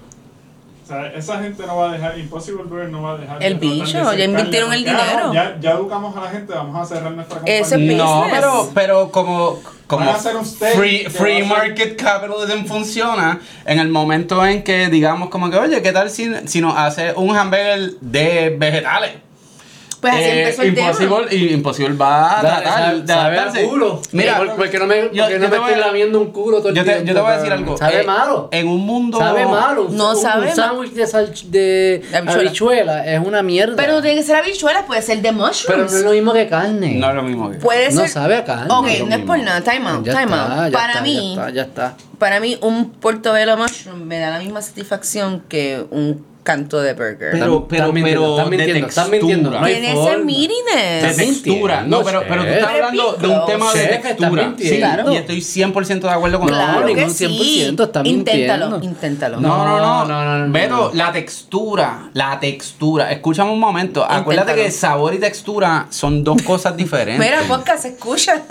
[SPEAKER 4] O sea, esa gente no va a dejar, Impossible Burger no va a dejar.
[SPEAKER 2] El
[SPEAKER 4] de tratar de
[SPEAKER 2] bicho,
[SPEAKER 4] ser
[SPEAKER 2] ya
[SPEAKER 4] carne,
[SPEAKER 2] invirtieron el
[SPEAKER 4] porque, ah,
[SPEAKER 2] dinero.
[SPEAKER 4] no, Ya, ya educamos a la gente, vamos a cerrar nuestra compañía.
[SPEAKER 2] Eso es
[SPEAKER 3] No,
[SPEAKER 2] business.
[SPEAKER 3] pero, pero como, como
[SPEAKER 4] Van a hacer un steak
[SPEAKER 3] free,
[SPEAKER 4] que
[SPEAKER 3] free
[SPEAKER 4] va a ser-
[SPEAKER 3] market capitalism funciona, en el momento en que digamos como que, oye, ¿qué tal si, si nos hace un hamburger de vegetales?
[SPEAKER 2] Pues así
[SPEAKER 3] Eh,
[SPEAKER 2] empezó el tema.
[SPEAKER 3] Impossible, y Impossible va a
[SPEAKER 1] Dale,
[SPEAKER 3] tratar
[SPEAKER 1] sabe-
[SPEAKER 3] de
[SPEAKER 1] sabe a
[SPEAKER 3] adaptarse.
[SPEAKER 1] culo.
[SPEAKER 3] Mira,
[SPEAKER 1] Por- porque no me,
[SPEAKER 3] yo-
[SPEAKER 1] porque no
[SPEAKER 3] yo
[SPEAKER 1] me
[SPEAKER 3] te voy
[SPEAKER 1] estoy
[SPEAKER 3] a-
[SPEAKER 1] lamiendo un culo todo el
[SPEAKER 3] yo te,
[SPEAKER 1] tiempo,
[SPEAKER 3] yo te voy a decir
[SPEAKER 1] cabrón.
[SPEAKER 3] algo.
[SPEAKER 1] Sabe
[SPEAKER 3] Eh,
[SPEAKER 1] malo.
[SPEAKER 3] En un mundo...
[SPEAKER 1] Sabe malo.
[SPEAKER 2] No
[SPEAKER 1] Un-
[SPEAKER 2] sabe
[SPEAKER 1] Un
[SPEAKER 2] malo.
[SPEAKER 1] sándwich de, salch- de
[SPEAKER 2] De habichuela.
[SPEAKER 1] habichuela. es una mierda.
[SPEAKER 2] Pero no tiene que ser habichuela, puede ser de mushrooms.
[SPEAKER 1] Pero no es lo mismo que carne.
[SPEAKER 3] No es lo mismo que...
[SPEAKER 2] puede ser.
[SPEAKER 1] no sabe a carne.
[SPEAKER 2] Ok,
[SPEAKER 3] lo
[SPEAKER 2] no es por
[SPEAKER 3] mismo.
[SPEAKER 2] nada. Time out,
[SPEAKER 1] Ya
[SPEAKER 2] time
[SPEAKER 1] está,
[SPEAKER 2] out.
[SPEAKER 1] ya
[SPEAKER 2] Para
[SPEAKER 1] está,
[SPEAKER 2] mí.
[SPEAKER 1] Ya está, ya está.
[SPEAKER 2] Para mí, un portobello mushroom me da la misma satisfacción que un canto de burger.
[SPEAKER 3] Pero- pero-
[SPEAKER 1] Estás mintiendo, estás
[SPEAKER 3] pero de
[SPEAKER 1] mintiendo, estás
[SPEAKER 3] textura.
[SPEAKER 1] mintiendo, no hay
[SPEAKER 2] Tiene ese
[SPEAKER 1] forma.
[SPEAKER 3] de
[SPEAKER 1] Estás
[SPEAKER 2] miriness.
[SPEAKER 3] textura.
[SPEAKER 1] mintiendo,
[SPEAKER 3] No, pero, pero tú estás
[SPEAKER 1] chef.
[SPEAKER 3] hablando de un
[SPEAKER 2] Pero
[SPEAKER 3] tema de
[SPEAKER 1] pico. Chef, estás
[SPEAKER 3] textura.
[SPEAKER 1] mintiendo.
[SPEAKER 3] Sí,
[SPEAKER 2] Claro.
[SPEAKER 3] y estoy 100% de acuerdo con
[SPEAKER 2] Claro
[SPEAKER 3] todo.
[SPEAKER 1] No,
[SPEAKER 2] que
[SPEAKER 1] ningún
[SPEAKER 2] sí.
[SPEAKER 1] 100%, está
[SPEAKER 2] inténtalo,
[SPEAKER 1] mintiendo.
[SPEAKER 2] inténtalo.
[SPEAKER 3] No, no,
[SPEAKER 1] No,
[SPEAKER 3] no,
[SPEAKER 1] no, no, no,
[SPEAKER 3] Beto,
[SPEAKER 1] no.
[SPEAKER 3] la textura, la textura. Escúchame un momento. Acuérdate
[SPEAKER 2] Inténtalo.
[SPEAKER 3] que sabor y textura son dos cosas diferentes.
[SPEAKER 2] Mira, podcast, se escucha.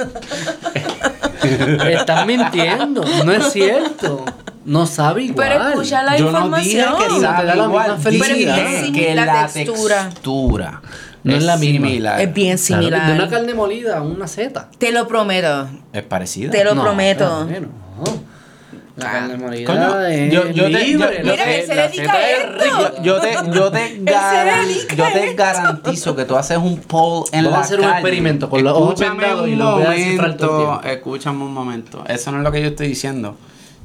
[SPEAKER 1] Estás mintiendo. No es cierto. No sabe igual.
[SPEAKER 2] Pero escucha la
[SPEAKER 3] Yo no dije
[SPEAKER 2] información.
[SPEAKER 3] que
[SPEAKER 1] te da
[SPEAKER 3] sabe
[SPEAKER 1] la
[SPEAKER 3] igual,
[SPEAKER 1] misma felicidad.
[SPEAKER 2] Pero
[SPEAKER 3] dije
[SPEAKER 2] es
[SPEAKER 3] que
[SPEAKER 2] similar
[SPEAKER 3] la
[SPEAKER 2] textura.
[SPEAKER 3] textura
[SPEAKER 1] No es la misma.
[SPEAKER 3] similar.
[SPEAKER 2] es bien
[SPEAKER 1] Claro,
[SPEAKER 2] similar.
[SPEAKER 1] De una carne molida a una seta.
[SPEAKER 2] Te lo prometo.
[SPEAKER 3] Es parecida.
[SPEAKER 2] Te lo
[SPEAKER 1] No,
[SPEAKER 2] prometo.
[SPEAKER 1] claro que no. La
[SPEAKER 2] Ah.
[SPEAKER 1] carne molida
[SPEAKER 3] Coño,
[SPEAKER 1] es
[SPEAKER 3] yo- yo te-
[SPEAKER 1] libre,
[SPEAKER 3] yo-
[SPEAKER 1] la
[SPEAKER 3] Mira,
[SPEAKER 1] se-
[SPEAKER 2] él se
[SPEAKER 1] la
[SPEAKER 2] dedica
[SPEAKER 1] seta
[SPEAKER 2] a
[SPEAKER 1] es
[SPEAKER 2] esto.
[SPEAKER 1] rica.
[SPEAKER 3] Yo, yo te, yo te garan-
[SPEAKER 2] dedica
[SPEAKER 3] yo
[SPEAKER 2] a
[SPEAKER 3] te
[SPEAKER 2] esto.
[SPEAKER 3] garantizo que tú haces un poll en
[SPEAKER 1] Vamos
[SPEAKER 3] la
[SPEAKER 1] a hacer un
[SPEAKER 3] calle.
[SPEAKER 1] experimento con los ojos
[SPEAKER 3] Escúchame
[SPEAKER 1] vendados
[SPEAKER 3] un
[SPEAKER 1] y los voy a descifrar todo el
[SPEAKER 3] momento,
[SPEAKER 1] tiempo.
[SPEAKER 3] Escúchame un momento. Eso no es lo que yo estoy diciendo.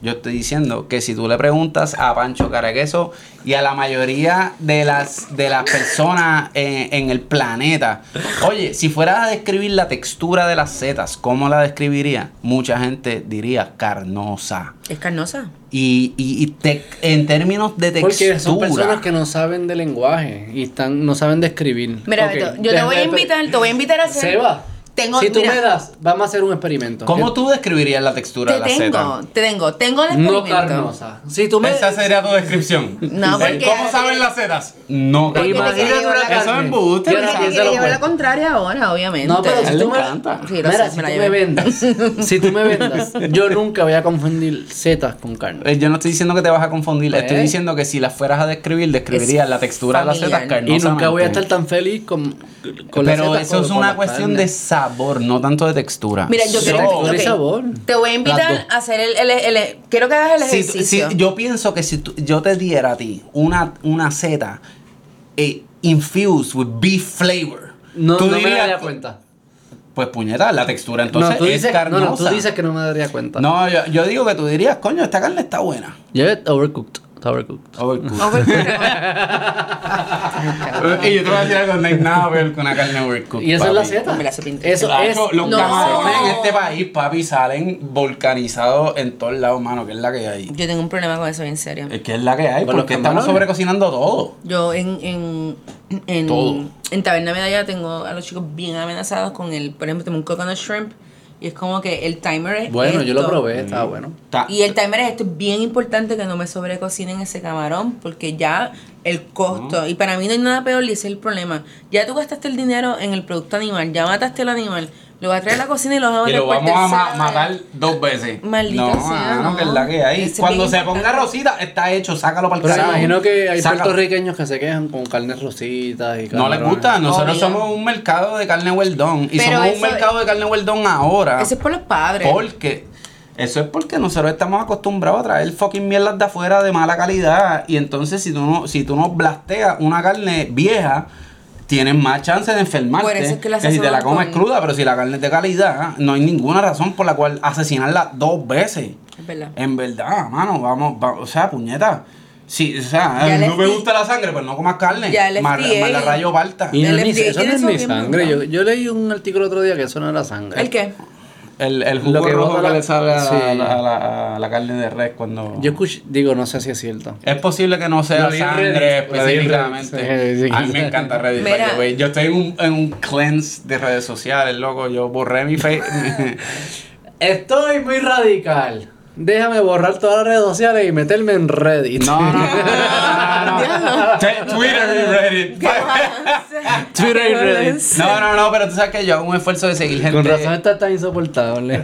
[SPEAKER 3] Yo estoy diciendo que si tú le preguntas a Pancho Caraqueso y a la mayoría de las, de las personas en, en el planeta, oye, si fueras a describir la textura de las setas, ¿cómo la describiría? Mucha gente diría carnosa.
[SPEAKER 2] Es carnosa.
[SPEAKER 3] Y, y, y te- en términos de textura.
[SPEAKER 1] Porque son personas que no saben de lenguaje y están, no saben de escribir.
[SPEAKER 2] Mira,
[SPEAKER 1] Ok,
[SPEAKER 2] Beto, yo te voy a
[SPEAKER 1] déjame-
[SPEAKER 2] invitar, te voy a invitar a hacer.
[SPEAKER 1] Seba,
[SPEAKER 2] Tengo,
[SPEAKER 1] si tú
[SPEAKER 2] mira,
[SPEAKER 1] me das, vamos a hacer un experimento.
[SPEAKER 3] ¿Cómo tú describirías la textura
[SPEAKER 2] te
[SPEAKER 3] de la
[SPEAKER 2] tengo,
[SPEAKER 3] seta?
[SPEAKER 2] te tengo, tengo el
[SPEAKER 1] No
[SPEAKER 2] experimento.
[SPEAKER 1] carnosa. Si tú me
[SPEAKER 3] Esa sería tu descripción.
[SPEAKER 2] No,
[SPEAKER 3] El
[SPEAKER 2] porque-
[SPEAKER 3] ¿Cómo saben las setas? No,
[SPEAKER 1] Porque
[SPEAKER 3] carnosa.
[SPEAKER 1] te quiere llevar la
[SPEAKER 3] Eso es
[SPEAKER 1] carne.
[SPEAKER 3] embuste.
[SPEAKER 1] Quiere-
[SPEAKER 3] Carmen.
[SPEAKER 2] Porque
[SPEAKER 1] piénsalo,
[SPEAKER 2] quiere llevar la
[SPEAKER 1] pues.
[SPEAKER 2] contraria ahora, obviamente.
[SPEAKER 1] No, pero
[SPEAKER 3] A
[SPEAKER 1] si tú
[SPEAKER 3] él le
[SPEAKER 1] me,
[SPEAKER 3] encanta.
[SPEAKER 2] Sí, lo
[SPEAKER 1] Mira,
[SPEAKER 2] sé,
[SPEAKER 1] si
[SPEAKER 2] me la
[SPEAKER 1] tú me
[SPEAKER 2] llevé.
[SPEAKER 1] vendas, si tú me vendas, yo nunca voy a confundir setas con carne.
[SPEAKER 3] Eh, Yo no estoy diciendo que te vas a confundir,
[SPEAKER 1] Pues.
[SPEAKER 3] estoy diciendo que si las fueras a describir, describirías
[SPEAKER 2] Eh. Es
[SPEAKER 3] la textura de las
[SPEAKER 2] familiar.
[SPEAKER 3] setas
[SPEAKER 1] Y
[SPEAKER 3] carnosamente.
[SPEAKER 1] nunca voy a estar tan feliz con, con las
[SPEAKER 3] Pero
[SPEAKER 1] setas
[SPEAKER 3] eso
[SPEAKER 1] como
[SPEAKER 3] es
[SPEAKER 1] con
[SPEAKER 3] una
[SPEAKER 1] la
[SPEAKER 3] cuestión
[SPEAKER 1] carne.
[SPEAKER 3] de sabor, no tanto de textura.
[SPEAKER 2] Mira, yo
[SPEAKER 3] So,
[SPEAKER 2] quiero-
[SPEAKER 1] Textura y
[SPEAKER 2] ok.
[SPEAKER 1] sabor.
[SPEAKER 2] Te voy a invitar
[SPEAKER 3] Las dos.
[SPEAKER 2] a hacer el, el, el- el- Quiero que hagas el
[SPEAKER 3] si-
[SPEAKER 2] ejercicio.
[SPEAKER 3] si- yo pienso que si tú- yo te diera a ti una, una seta eh, infused with beef flavor,
[SPEAKER 1] No,
[SPEAKER 3] tú
[SPEAKER 1] no me
[SPEAKER 3] dirías,
[SPEAKER 1] daría cuenta.
[SPEAKER 3] Pues puñeta, la textura entonces
[SPEAKER 1] no, tú
[SPEAKER 3] es
[SPEAKER 1] dices, no,
[SPEAKER 3] carnosa.
[SPEAKER 1] no, tú dices que no me daría cuenta.
[SPEAKER 3] No, yo, yo digo que tú dirías, coño, esta carne está buena.
[SPEAKER 1] Yo overcooked. Está overcooked.
[SPEAKER 3] Overcooked.
[SPEAKER 2] Overcooked.
[SPEAKER 3] y yo te voy a decir algo, no hay nada que ver con una carne overcooked.
[SPEAKER 1] Y esa es la
[SPEAKER 3] papi.
[SPEAKER 1] seta.
[SPEAKER 2] Me la sepinté.
[SPEAKER 1] Eso es.
[SPEAKER 3] Tacho, los
[SPEAKER 2] no.
[SPEAKER 3] camarones en este país, papi, salen vulcanizados en todos lados, mano, que es la que hay.
[SPEAKER 2] Yo tengo un problema con eso, bien serio.
[SPEAKER 3] Es que es la que hay,
[SPEAKER 1] Con los
[SPEAKER 3] porque estamos
[SPEAKER 1] camarones.
[SPEAKER 3] sobrecocinando todo.
[SPEAKER 2] Yo en, en, en,
[SPEAKER 3] Todo.
[SPEAKER 2] en Taberna Medalla tengo a los chicos bien amenazados con el, por ejemplo, tengo un coconut shrimp y es como que el timer es
[SPEAKER 1] Bueno, yo lo
[SPEAKER 2] esto.
[SPEAKER 1] probé, estaba
[SPEAKER 3] Mm.
[SPEAKER 1] bueno.
[SPEAKER 3] Ta-
[SPEAKER 2] Y el timer es esto, es bien importante que no me sobrecocinen ese camarón, porque ya el costo,
[SPEAKER 3] Mm.
[SPEAKER 2] y para mí no hay nada peor, y ese es el problema. Ya tú gastaste el dinero en el producto animal, ya mataste al animal, lo vas a traer a la cocina y lo vas a
[SPEAKER 3] y
[SPEAKER 2] matar
[SPEAKER 3] lo
[SPEAKER 1] pues
[SPEAKER 2] por
[SPEAKER 3] vamos a ma-
[SPEAKER 2] tercera
[SPEAKER 3] matar
[SPEAKER 2] vez.
[SPEAKER 3] dos veces.
[SPEAKER 2] Maldita
[SPEAKER 3] no,
[SPEAKER 2] sea,
[SPEAKER 3] mano,
[SPEAKER 2] no.
[SPEAKER 3] que es la que hay.
[SPEAKER 2] Ese es
[SPEAKER 3] Cuando
[SPEAKER 2] bien
[SPEAKER 3] se
[SPEAKER 2] importante.
[SPEAKER 3] ponga rosita, está hecho, sácalo para el
[SPEAKER 1] Pero me
[SPEAKER 3] carajo.
[SPEAKER 1] imagino que hay
[SPEAKER 3] Sácalo.
[SPEAKER 1] puertorriqueños que se quejan con carnes rositas y
[SPEAKER 3] No les
[SPEAKER 1] camarones.
[SPEAKER 3] gusta, nosotros
[SPEAKER 2] Obvio.
[SPEAKER 3] somos un mercado de carne hueldón. Y
[SPEAKER 2] Pero
[SPEAKER 3] somos un
[SPEAKER 2] eso-
[SPEAKER 3] mercado de carne hueldón ahora.
[SPEAKER 2] Eso es por los padres.
[SPEAKER 3] Porque eso es porque nosotros estamos acostumbrados a traer fucking mierdas de afuera de mala calidad. Y entonces si tú no, si tú no blasteas una carne vieja, tienes más chance de enfermarte.
[SPEAKER 2] Por eso es que la
[SPEAKER 3] si te la
[SPEAKER 2] sazonan
[SPEAKER 3] comes
[SPEAKER 2] con-
[SPEAKER 3] cruda, pero si la carne es de calidad, no hay ninguna razón por la cual asesinarla dos veces.
[SPEAKER 2] Es verdad.
[SPEAKER 3] En verdad, mano, vamos, va- o sea, puñeta. Si, o sea,
[SPEAKER 2] Ya el
[SPEAKER 3] no me
[SPEAKER 2] FDA
[SPEAKER 3] gusta la sangre, pues no comas carne.
[SPEAKER 2] Ya el
[SPEAKER 3] Más-
[SPEAKER 2] FDA
[SPEAKER 3] más la rayo balta.
[SPEAKER 1] Y no
[SPEAKER 2] El
[SPEAKER 1] es ni-
[SPEAKER 2] FDA
[SPEAKER 1] eso no
[SPEAKER 2] tiene
[SPEAKER 1] es
[SPEAKER 2] su
[SPEAKER 1] mi
[SPEAKER 2] bien
[SPEAKER 1] sangre. Yo,
[SPEAKER 2] montado.
[SPEAKER 1] yo leí un artículo otro día que eso no era sangre.
[SPEAKER 2] ¿El qué?
[SPEAKER 3] El, el jugo
[SPEAKER 1] Lo que
[SPEAKER 3] rojo
[SPEAKER 1] bota
[SPEAKER 3] que
[SPEAKER 1] la-
[SPEAKER 3] le sale a,
[SPEAKER 1] Sí.
[SPEAKER 3] a la, a la- a la carne de res cuando...
[SPEAKER 1] Yo escuché, digo, no sé si es cierto.
[SPEAKER 3] Es posible que no sea
[SPEAKER 1] Lo di en
[SPEAKER 3] sangre
[SPEAKER 1] Reddit, lo di en Reddit,
[SPEAKER 3] específicamente.
[SPEAKER 1] sí.
[SPEAKER 3] A mí me encanta Reddit. by
[SPEAKER 2] Mira.
[SPEAKER 3] the way. Yo estoy en un, en un cleanse de redes sociales, loco. Yo borré mi Facebook.
[SPEAKER 1] Estoy muy radical. Déjame borrar todas las redes sociales y meterme en Reddit.
[SPEAKER 3] No, no, no, no, no, no. Te- Twitter y Reddit.
[SPEAKER 1] Twitter y
[SPEAKER 2] Qué
[SPEAKER 1] Reddit.
[SPEAKER 2] balance.
[SPEAKER 3] No, no, no, pero tú sabes que yo hago un esfuerzo de seguir gente.
[SPEAKER 1] Con razón está tan insoportable.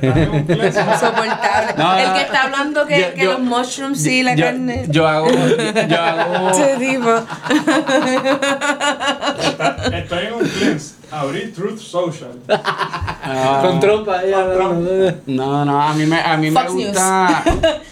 [SPEAKER 2] Insoportable.
[SPEAKER 3] No,
[SPEAKER 2] el
[SPEAKER 3] no,
[SPEAKER 2] que
[SPEAKER 3] no.
[SPEAKER 2] está hablando que,
[SPEAKER 3] Yo-
[SPEAKER 2] que
[SPEAKER 3] yo-
[SPEAKER 2] los mushrooms sí, la
[SPEAKER 3] yo,
[SPEAKER 2] carne.
[SPEAKER 3] Yo hago... Yo hago...
[SPEAKER 2] Este tipo.
[SPEAKER 4] Estoy en un cleanse. Abrí Truth Social.
[SPEAKER 3] Ah,
[SPEAKER 1] Con trompa. ya, no, no, no.
[SPEAKER 3] no, no, a mí me, a mí me
[SPEAKER 2] Fox News.
[SPEAKER 3] gusta...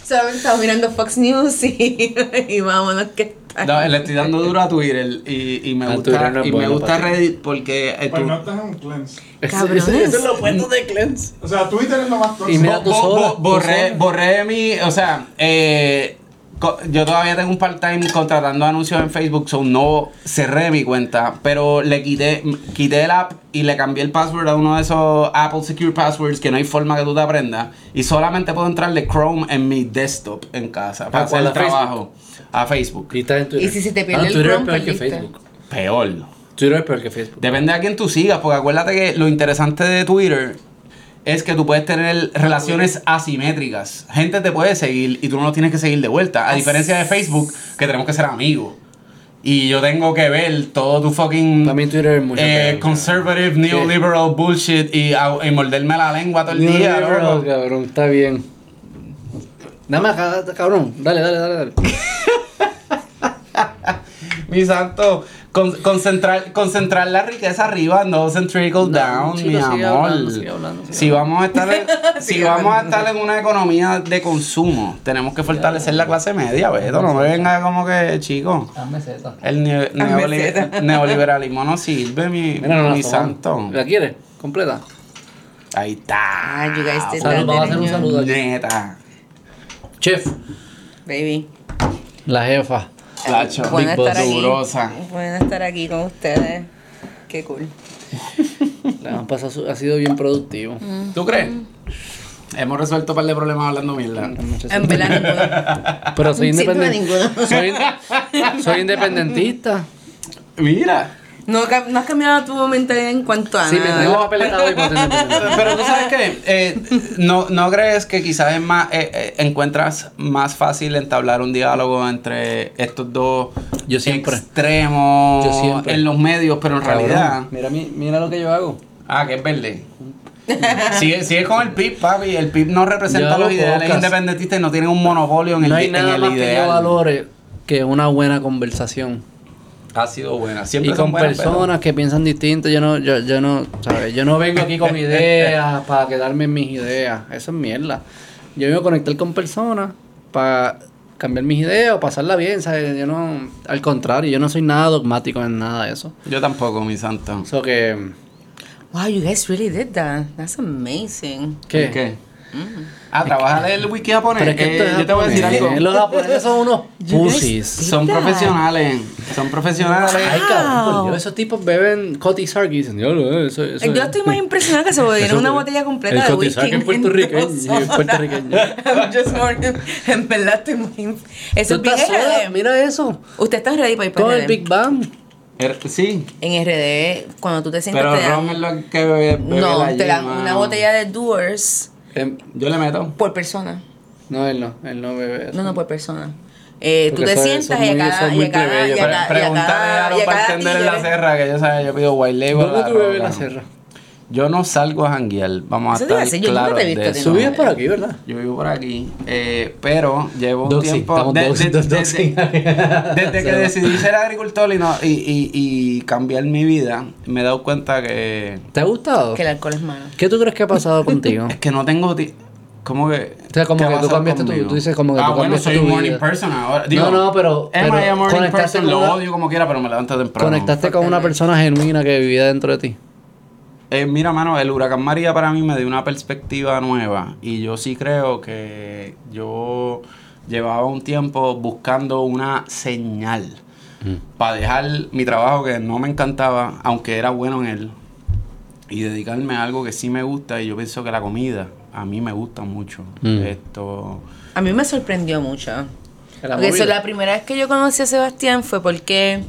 [SPEAKER 2] Solamente estamos mirando Fox News y, y vámonos que está.
[SPEAKER 3] No, le estoy dando duro a Twitter y, y me
[SPEAKER 1] A
[SPEAKER 3] gusta,
[SPEAKER 1] Ah, Twitter no es
[SPEAKER 3] y me
[SPEAKER 1] bueno,
[SPEAKER 3] gusta
[SPEAKER 1] papi.
[SPEAKER 3] Reddit porque eh,
[SPEAKER 4] Pues
[SPEAKER 3] tú-
[SPEAKER 4] no estás en un cleanse.
[SPEAKER 2] Cabrones.
[SPEAKER 1] Eso- eso es lo bueno de Cleanse.
[SPEAKER 4] O sea, Twitter es lo más
[SPEAKER 1] Y
[SPEAKER 4] tóxico.
[SPEAKER 1] mira- tú
[SPEAKER 3] bo- bo-
[SPEAKER 1] sola, tú
[SPEAKER 3] borré,
[SPEAKER 1] sola.
[SPEAKER 3] borré mi, o sea, eh, co- yo todavía tengo un part-time contratando anuncios en Facebook, so no cerré mi cuenta, pero le quité, quité el app y le cambié el password a uno de esos Apple Secure Passwords que no hay forma que tú te aprendas y solamente puedo entrarle Chrome en mi desktop en casa para hacer
[SPEAKER 1] cuál?
[SPEAKER 3] el
[SPEAKER 1] ¿A Facebook?
[SPEAKER 3] trabajo a Facebook.
[SPEAKER 1] Y estás en Twitter.
[SPEAKER 2] Y si se te pierde
[SPEAKER 1] Ah,
[SPEAKER 2] el
[SPEAKER 1] Twitter es
[SPEAKER 2] Chrome,
[SPEAKER 1] peor que
[SPEAKER 2] perdiste.
[SPEAKER 1] Facebook.
[SPEAKER 3] Peor.
[SPEAKER 1] Twitter es peor que Facebook.
[SPEAKER 3] Depende a quién tú sigas, porque acuérdate que lo interesante de Twitter es que tú puedes tener relaciones asimétricas. Gente te puede seguir y tú no lo tienes que seguir de vuelta. A diferencia de Facebook, que tenemos que ser amigos. Y yo tengo que ver todo tu fucking
[SPEAKER 1] Para mí Twitter es mucho
[SPEAKER 3] eh,
[SPEAKER 1] peor.
[SPEAKER 3] conservative, neoliberal bullshit y, a- y morderme la lengua todo el
[SPEAKER 1] Ni
[SPEAKER 3] día.
[SPEAKER 1] libro,
[SPEAKER 3] loco.
[SPEAKER 1] cabrón, está bien. Dame acá, cabrón. Dale, dale, dale, dale.
[SPEAKER 3] Mi santo, con- concentrar, concentrar la riqueza arriba, no sen trickle down,
[SPEAKER 1] chico,
[SPEAKER 3] mi
[SPEAKER 1] sigue
[SPEAKER 3] amor.
[SPEAKER 1] hablando, sigue hablando, sigue
[SPEAKER 3] si vamos a estar en, si
[SPEAKER 2] Sigue
[SPEAKER 3] vamos a
[SPEAKER 2] hablando.
[SPEAKER 3] estar en una economía de consumo, tenemos que fortalecer la clase media, Beto, no me venga como que, chico.
[SPEAKER 1] Dame Z.
[SPEAKER 3] El neo-
[SPEAKER 2] Las
[SPEAKER 3] neoli-
[SPEAKER 2] mesetas.
[SPEAKER 3] neoliberalismo no sirve, mi,
[SPEAKER 1] Mira, no la
[SPEAKER 3] mi
[SPEAKER 1] tomamos.
[SPEAKER 3] santo.
[SPEAKER 1] ¿La quieres? Completa.
[SPEAKER 3] Ahí está.
[SPEAKER 2] Ah, you guys did
[SPEAKER 1] Salud,
[SPEAKER 2] that,
[SPEAKER 1] vamos a hacer un
[SPEAKER 2] niño.
[SPEAKER 1] saludo aquí.
[SPEAKER 3] Neta.
[SPEAKER 1] Chef,
[SPEAKER 2] Baby.
[SPEAKER 1] la jefa.
[SPEAKER 3] Lacho,
[SPEAKER 2] Bueno
[SPEAKER 1] Big
[SPEAKER 2] estar
[SPEAKER 1] Boss.
[SPEAKER 2] aquí.
[SPEAKER 3] Durosa.
[SPEAKER 2] Bueno estar aquí con ustedes. Qué cool.
[SPEAKER 1] La hemos pasado, su- ha sido bien productivo.
[SPEAKER 2] Mm.
[SPEAKER 3] ¿Tú crees? Hemos resuelto un par de problemas hablando mierda.
[SPEAKER 2] En verdad,
[SPEAKER 1] Pero soy
[SPEAKER 2] Em, Sin duda
[SPEAKER 1] independiente. Soy, soy independentista.
[SPEAKER 3] Mira.
[SPEAKER 2] ninguno. No, ca- no has cambiado tu mentalidad en cuanto a
[SPEAKER 1] Sí, me
[SPEAKER 2] nada.
[SPEAKER 1] traigo la papeleta hoy. porque tengo papeleta.
[SPEAKER 3] Pero tú sabes qué, Eh, no, ¿no crees que quizás es más, eh, eh, encuentras más fácil entablar un diálogo entre estos dos
[SPEAKER 1] Yo siempre.
[SPEAKER 3] extremos
[SPEAKER 1] Yo siempre.
[SPEAKER 3] en los medios, pero en
[SPEAKER 1] Cabrón,
[SPEAKER 3] realidad...
[SPEAKER 1] Mira, mi- mira lo que yo hago.
[SPEAKER 3] Ah, que es verde. sigue, sigue con el PIB, papi. El PIB no
[SPEAKER 1] Yo
[SPEAKER 3] representa
[SPEAKER 1] hago
[SPEAKER 3] los ideales
[SPEAKER 1] podcast.
[SPEAKER 3] independentistas y no tienen un monopolio en el,
[SPEAKER 1] No hay
[SPEAKER 3] en el
[SPEAKER 1] nada más que
[SPEAKER 3] ideal.
[SPEAKER 1] yo valore que una buena conversación.
[SPEAKER 3] Ha sido buena. Siempre
[SPEAKER 1] y con
[SPEAKER 3] son buenas, pero-
[SPEAKER 1] personas que piensan distinto, yo no, yo, yo no, ¿sabes? Yo no vengo aquí con ideas para quedarme en mis ideas. Eso es mierda. Yo vengo a conectar con personas para cambiar mis ideas o pasarla bien, ¿sabes? Yo no, al contrario, yo no soy nada dogmático en nada de eso.
[SPEAKER 3] Yo tampoco, mi santo.
[SPEAKER 1] Eso que,
[SPEAKER 2] Wow, you guys really did that. That's amazing.
[SPEAKER 1] ¿qué?
[SPEAKER 3] ¿Por ¿Qué? Ah, trabaja el wiki japonés.
[SPEAKER 1] Pero es que
[SPEAKER 3] Eh,
[SPEAKER 1] esto es
[SPEAKER 3] yo te voy a decir
[SPEAKER 1] japonés.
[SPEAKER 3] algo.
[SPEAKER 1] Los japoneses son unos pussies.
[SPEAKER 3] Son profesionales. Son profesionales.
[SPEAKER 1] Ay, cabrón, por Dios, esos tipos beben Cody Sark y dicen, "Diablo, eh, eso, eso
[SPEAKER 2] Yo
[SPEAKER 1] es-
[SPEAKER 2] estoy más impresionada que se bebiera
[SPEAKER 1] eso
[SPEAKER 2] una
[SPEAKER 1] es-
[SPEAKER 2] botella completa
[SPEAKER 1] el
[SPEAKER 2] de
[SPEAKER 1] Cody
[SPEAKER 2] whisky.
[SPEAKER 1] Sark es
[SPEAKER 2] en
[SPEAKER 1] puertorriqueño,
[SPEAKER 2] dos
[SPEAKER 1] es puertorriqueño.
[SPEAKER 2] I'm just warning. En verdad estoy muy... imp- Eso
[SPEAKER 1] Tú
[SPEAKER 2] es bien
[SPEAKER 1] estás sola,
[SPEAKER 2] RD.
[SPEAKER 1] mira eso.
[SPEAKER 2] Usted está ready para ir
[SPEAKER 1] Con
[SPEAKER 2] para
[SPEAKER 1] el
[SPEAKER 2] RD.
[SPEAKER 1] Big Bang.
[SPEAKER 3] Er- Sí,
[SPEAKER 2] En RD, cuando tú te sientas...
[SPEAKER 3] pero
[SPEAKER 2] te dan-
[SPEAKER 3] ron es lo que bebe, bebe
[SPEAKER 2] No,
[SPEAKER 3] la
[SPEAKER 2] te dan
[SPEAKER 3] yema.
[SPEAKER 2] una botella de Doers
[SPEAKER 1] Em,
[SPEAKER 3] Yo le meto.
[SPEAKER 2] por persona.
[SPEAKER 1] No, él no, él no bebe eso.
[SPEAKER 2] No, no, por persona. Eh, tú te
[SPEAKER 1] Porque eso-
[SPEAKER 2] sientas
[SPEAKER 1] eso es
[SPEAKER 2] y a
[SPEAKER 1] muy- eso
[SPEAKER 2] cada...
[SPEAKER 1] es
[SPEAKER 2] Y
[SPEAKER 1] muy
[SPEAKER 2] a cada...
[SPEAKER 1] plebeyo.
[SPEAKER 2] Y a
[SPEAKER 1] Pre-
[SPEAKER 2] cada... y a
[SPEAKER 3] Pregúntale a
[SPEAKER 2] cada-
[SPEAKER 3] los
[SPEAKER 2] y a cada
[SPEAKER 3] bartenders en la
[SPEAKER 2] tigre.
[SPEAKER 3] serra, que yo sabes, yo pido white label.
[SPEAKER 1] ¿Dónde
[SPEAKER 3] a
[SPEAKER 1] tú bebes
[SPEAKER 3] roca.
[SPEAKER 1] la serra?
[SPEAKER 3] Yo no salgo a janguear, vamos a
[SPEAKER 2] Eso te iba a
[SPEAKER 3] estar
[SPEAKER 2] decir, yo nunca
[SPEAKER 3] claros
[SPEAKER 2] te he visto
[SPEAKER 3] de
[SPEAKER 2] a ti,
[SPEAKER 3] eso.
[SPEAKER 1] Tú
[SPEAKER 2] no.
[SPEAKER 1] vives por aquí, ¿verdad?
[SPEAKER 3] Yo vivo por aquí, eh, pero llevo un
[SPEAKER 1] Doxing,
[SPEAKER 3] tiempo
[SPEAKER 1] estamos
[SPEAKER 3] de- de-
[SPEAKER 1] doxing,
[SPEAKER 3] desde,
[SPEAKER 1] doxing.
[SPEAKER 3] desde que decidí ser agricultor y, no, y, y, y cambiar mi vida, me he dado cuenta que
[SPEAKER 1] ¿Te ha gustado?
[SPEAKER 2] Que el alcohol es malo.
[SPEAKER 1] ¿Qué tú crees que ha pasado contigo?
[SPEAKER 3] es que no tengo ti- como que
[SPEAKER 1] O sea, como
[SPEAKER 3] ¿qué
[SPEAKER 1] que
[SPEAKER 3] va a
[SPEAKER 1] tú
[SPEAKER 3] hacer
[SPEAKER 1] cambiaste tu-
[SPEAKER 3] conmigo?
[SPEAKER 1] tú dices como que
[SPEAKER 3] ah,
[SPEAKER 1] tú
[SPEAKER 3] bueno,
[SPEAKER 1] cambiaste
[SPEAKER 3] soy
[SPEAKER 1] tu
[SPEAKER 3] un morning
[SPEAKER 1] vida.
[SPEAKER 3] person ahora.
[SPEAKER 1] No, no, pero-
[SPEAKER 3] Emma
[SPEAKER 1] pero
[SPEAKER 3] ya morning
[SPEAKER 1] conectaste
[SPEAKER 3] person,
[SPEAKER 1] con
[SPEAKER 3] lo
[SPEAKER 1] una-
[SPEAKER 3] odio como quiera, pero me levanto temprano.
[SPEAKER 1] Conectaste con una persona genuina que vivía dentro de ti.
[SPEAKER 3] Eh, mira, mano, el huracán María para mí me dio una perspectiva nueva y yo sí creo que yo llevaba un tiempo buscando una señal para dejar mi trabajo que no me encantaba, aunque era bueno en él, y dedicarme a algo que sí me gusta y yo pienso que la comida a mí me gusta mucho.
[SPEAKER 1] Mm.
[SPEAKER 3] Esto
[SPEAKER 2] A mí me sorprendió mucho. Porque eso, la primera vez que yo conocí a Sebastián fue porque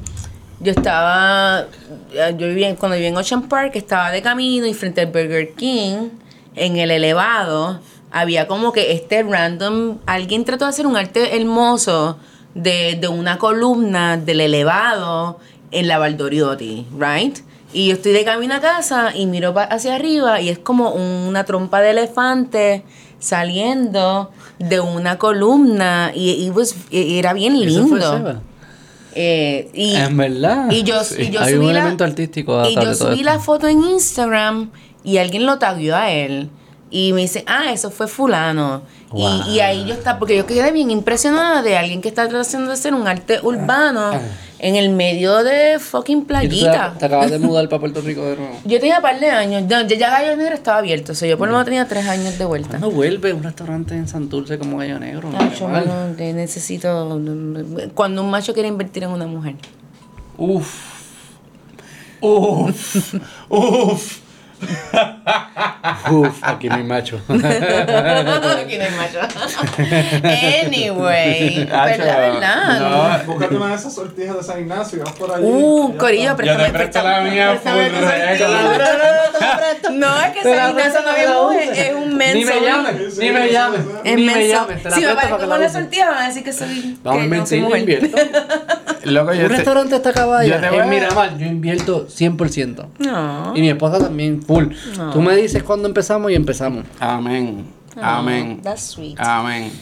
[SPEAKER 2] yo estaba, eh, yo vivía, en- cuando vivía en Ocean Park, estaba de camino y frente al Burger King, en el elevado, había como que este random, alguien trató de hacer un arte hermoso de, de una columna del elevado en la Valdoriotti, ¿right? Y yo estoy de camino a casa y miro pa- hacia arriba y es como una trompa de elefante saliendo de una columna y, y was- y era bien
[SPEAKER 1] Eso
[SPEAKER 2] lindo.
[SPEAKER 1] fue Seba.
[SPEAKER 2] Eh, y,
[SPEAKER 1] En verdad.
[SPEAKER 2] y yo,
[SPEAKER 1] Sí.
[SPEAKER 2] y yo
[SPEAKER 1] Hay
[SPEAKER 2] subí,
[SPEAKER 1] un
[SPEAKER 2] la,
[SPEAKER 1] elemento artístico
[SPEAKER 2] y
[SPEAKER 1] atrás
[SPEAKER 2] yo
[SPEAKER 1] de todo
[SPEAKER 2] subí
[SPEAKER 1] esto.
[SPEAKER 2] la foto en Instagram y alguien lo tagueó a él. Y me dice, ah, eso fue fulano. Y-
[SPEAKER 1] Wow.
[SPEAKER 2] Y, ahí yo estaba, porque yo quedé bien impresionada de alguien que está tratando de hacer un arte urbano en el medio de fucking
[SPEAKER 1] Ah. Y tú te-
[SPEAKER 2] playita.
[SPEAKER 1] Te, acabas de mudar para Puerto Rico de nuevo.
[SPEAKER 2] Yo tenía par de años, ya, ya Gallo Negro estaba abierto, o sea, yo
[SPEAKER 1] Mm.
[SPEAKER 2] por lo menos tenía tres años de vuelta.
[SPEAKER 1] No vuelve a un restaurante en Santurce como Gallo Negro. no,
[SPEAKER 2] Ay, yo,
[SPEAKER 1] mal.
[SPEAKER 2] mano, que necesito. Cuando un macho quiere invertir en una mujer.
[SPEAKER 3] Uf. Uf. Uf.
[SPEAKER 1] Uf, aquí no hay macho.
[SPEAKER 2] Aquí no hay macho. anyway,
[SPEAKER 3] Hacho,
[SPEAKER 2] verdad, verdad.
[SPEAKER 3] no,
[SPEAKER 4] Búscate una de esas sortijas de San Ignacio y vas por ahí.
[SPEAKER 2] Uh, corillo,
[SPEAKER 3] Yo
[SPEAKER 2] préstame,
[SPEAKER 3] te presto la
[SPEAKER 2] préstame,
[SPEAKER 3] mía
[SPEAKER 2] préstame
[SPEAKER 3] full
[SPEAKER 2] tu
[SPEAKER 1] eh,
[SPEAKER 3] regla.
[SPEAKER 2] sortija. No, es que
[SPEAKER 1] Te la
[SPEAKER 2] San Ignacio
[SPEAKER 1] presto,
[SPEAKER 2] no
[SPEAKER 1] te la
[SPEAKER 2] vemos, es
[SPEAKER 1] uso.
[SPEAKER 2] es un menso.
[SPEAKER 1] Ni me llames, ni me llames.
[SPEAKER 2] Es
[SPEAKER 1] ni me
[SPEAKER 2] menso.
[SPEAKER 1] llames. Te la
[SPEAKER 2] Si me
[SPEAKER 1] presto para
[SPEAKER 2] aparezco
[SPEAKER 1] que
[SPEAKER 2] con
[SPEAKER 1] la
[SPEAKER 2] la
[SPEAKER 1] uses.
[SPEAKER 2] sortija, van a decir que soy.
[SPEAKER 1] Vamos a
[SPEAKER 2] que no soy
[SPEAKER 1] mentir, yo
[SPEAKER 2] mujer.
[SPEAKER 1] invierto.
[SPEAKER 3] Loco, yo
[SPEAKER 1] Un
[SPEAKER 3] te-
[SPEAKER 1] restaurante está
[SPEAKER 3] yo
[SPEAKER 1] caballa.
[SPEAKER 3] te voy a-
[SPEAKER 1] En Miramar, yo invierto 100%.
[SPEAKER 2] No.
[SPEAKER 1] Y mi esposa también, full.
[SPEAKER 2] No.
[SPEAKER 1] Tú me dices cuándo empezamos y empezamos.
[SPEAKER 3] Amén. Amén.
[SPEAKER 2] Ah, That's sweet.
[SPEAKER 3] Amén.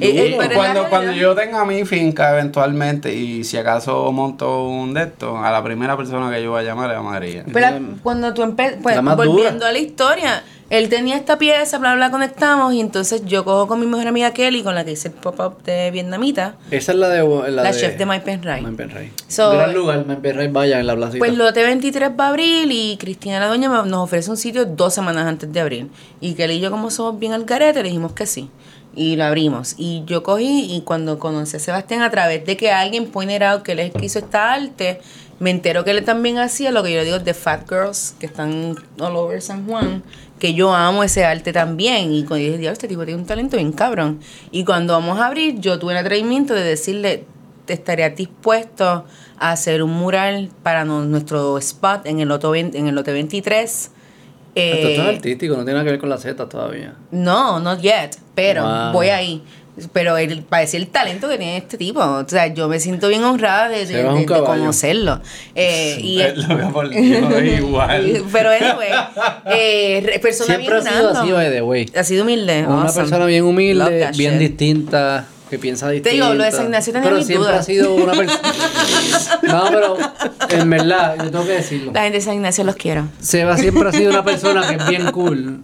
[SPEAKER 2] Eh, eh,
[SPEAKER 3] Y
[SPEAKER 2] pero en
[SPEAKER 3] cuando,
[SPEAKER 2] la
[SPEAKER 3] cuando
[SPEAKER 2] realidad-
[SPEAKER 3] yo tenga mi finca eventualmente y si acaso monto un de estos, a la primera persona que yo voy a llamar es a María.
[SPEAKER 2] Pero la- cuando tú empe- pues,
[SPEAKER 1] La más dura.
[SPEAKER 2] volviendo a la historia, él tenía esta pieza, bla, bla, conectamos, y entonces yo cojo con mi mejor amiga Kelly, con la que hice el pop-up de vietnamita,
[SPEAKER 1] Esa es la de. La,
[SPEAKER 2] la
[SPEAKER 1] de,
[SPEAKER 2] chef de My Pen Right.
[SPEAKER 1] Mike Penray.
[SPEAKER 2] So-
[SPEAKER 1] Gran lugar, Mike Penray, vaya en la placita.
[SPEAKER 2] Pues lote 23 va a abrir y Cristina la doña me- nos ofrece un sitio dos semanas antes de abrir. Y que él y yo, como somos bien al carete, le dijimos que sí. Y lo abrimos. Y yo cogí y cuando conocí a Sebastián, a través de que alguien pointed out que él es el que hizo esta arte, me entero que él también hacía lo que yo le digo de Fat Girls, que están all over San Juan, que yo amo ese arte también. Y cuando yo dije, diablo, este tipo tiene un talento bien cabrón. Y cuando vamos a abrir, yo tuve el atrevimiento de decirle, estarías dispuesto a hacer un mural para no- nuestro spot en el lote, 20 en el lote 23?
[SPEAKER 1] Esto, esto es
[SPEAKER 2] Eh,
[SPEAKER 1] artístico, no tiene nada que ver con la Z todavía.
[SPEAKER 2] no, not yet, pero
[SPEAKER 1] Wow.
[SPEAKER 2] voy ahí. Pero el, para decir el talento que tiene este tipo, o sea, yo me siento bien honrada de, de-
[SPEAKER 1] Se va un
[SPEAKER 2] de- de
[SPEAKER 1] caballo.
[SPEAKER 2] conocerlo. Eh, y,
[SPEAKER 3] Eh, Lo veo por yo lo veo igual.
[SPEAKER 2] pero anyway, eh, re- persona
[SPEAKER 1] Siempre ha
[SPEAKER 2] bien
[SPEAKER 1] sido
[SPEAKER 2] random.
[SPEAKER 1] así, by the way.
[SPEAKER 2] Ha sido humilde.
[SPEAKER 1] Una
[SPEAKER 2] awesome.
[SPEAKER 1] persona bien
[SPEAKER 2] Love
[SPEAKER 1] humilde,
[SPEAKER 2] that
[SPEAKER 1] bien
[SPEAKER 2] shit.
[SPEAKER 1] distinta, que piensa distinto.
[SPEAKER 2] digo, lo de Ignacio tenía
[SPEAKER 1] Pero
[SPEAKER 2] mis
[SPEAKER 1] siempre
[SPEAKER 2] dudas.
[SPEAKER 1] ha sido una persona. no, pero en verdad, yo tengo que decirlo.
[SPEAKER 2] La gente de San Ignacio los quiero.
[SPEAKER 1] Seba siempre ha sido una persona que es bien cool.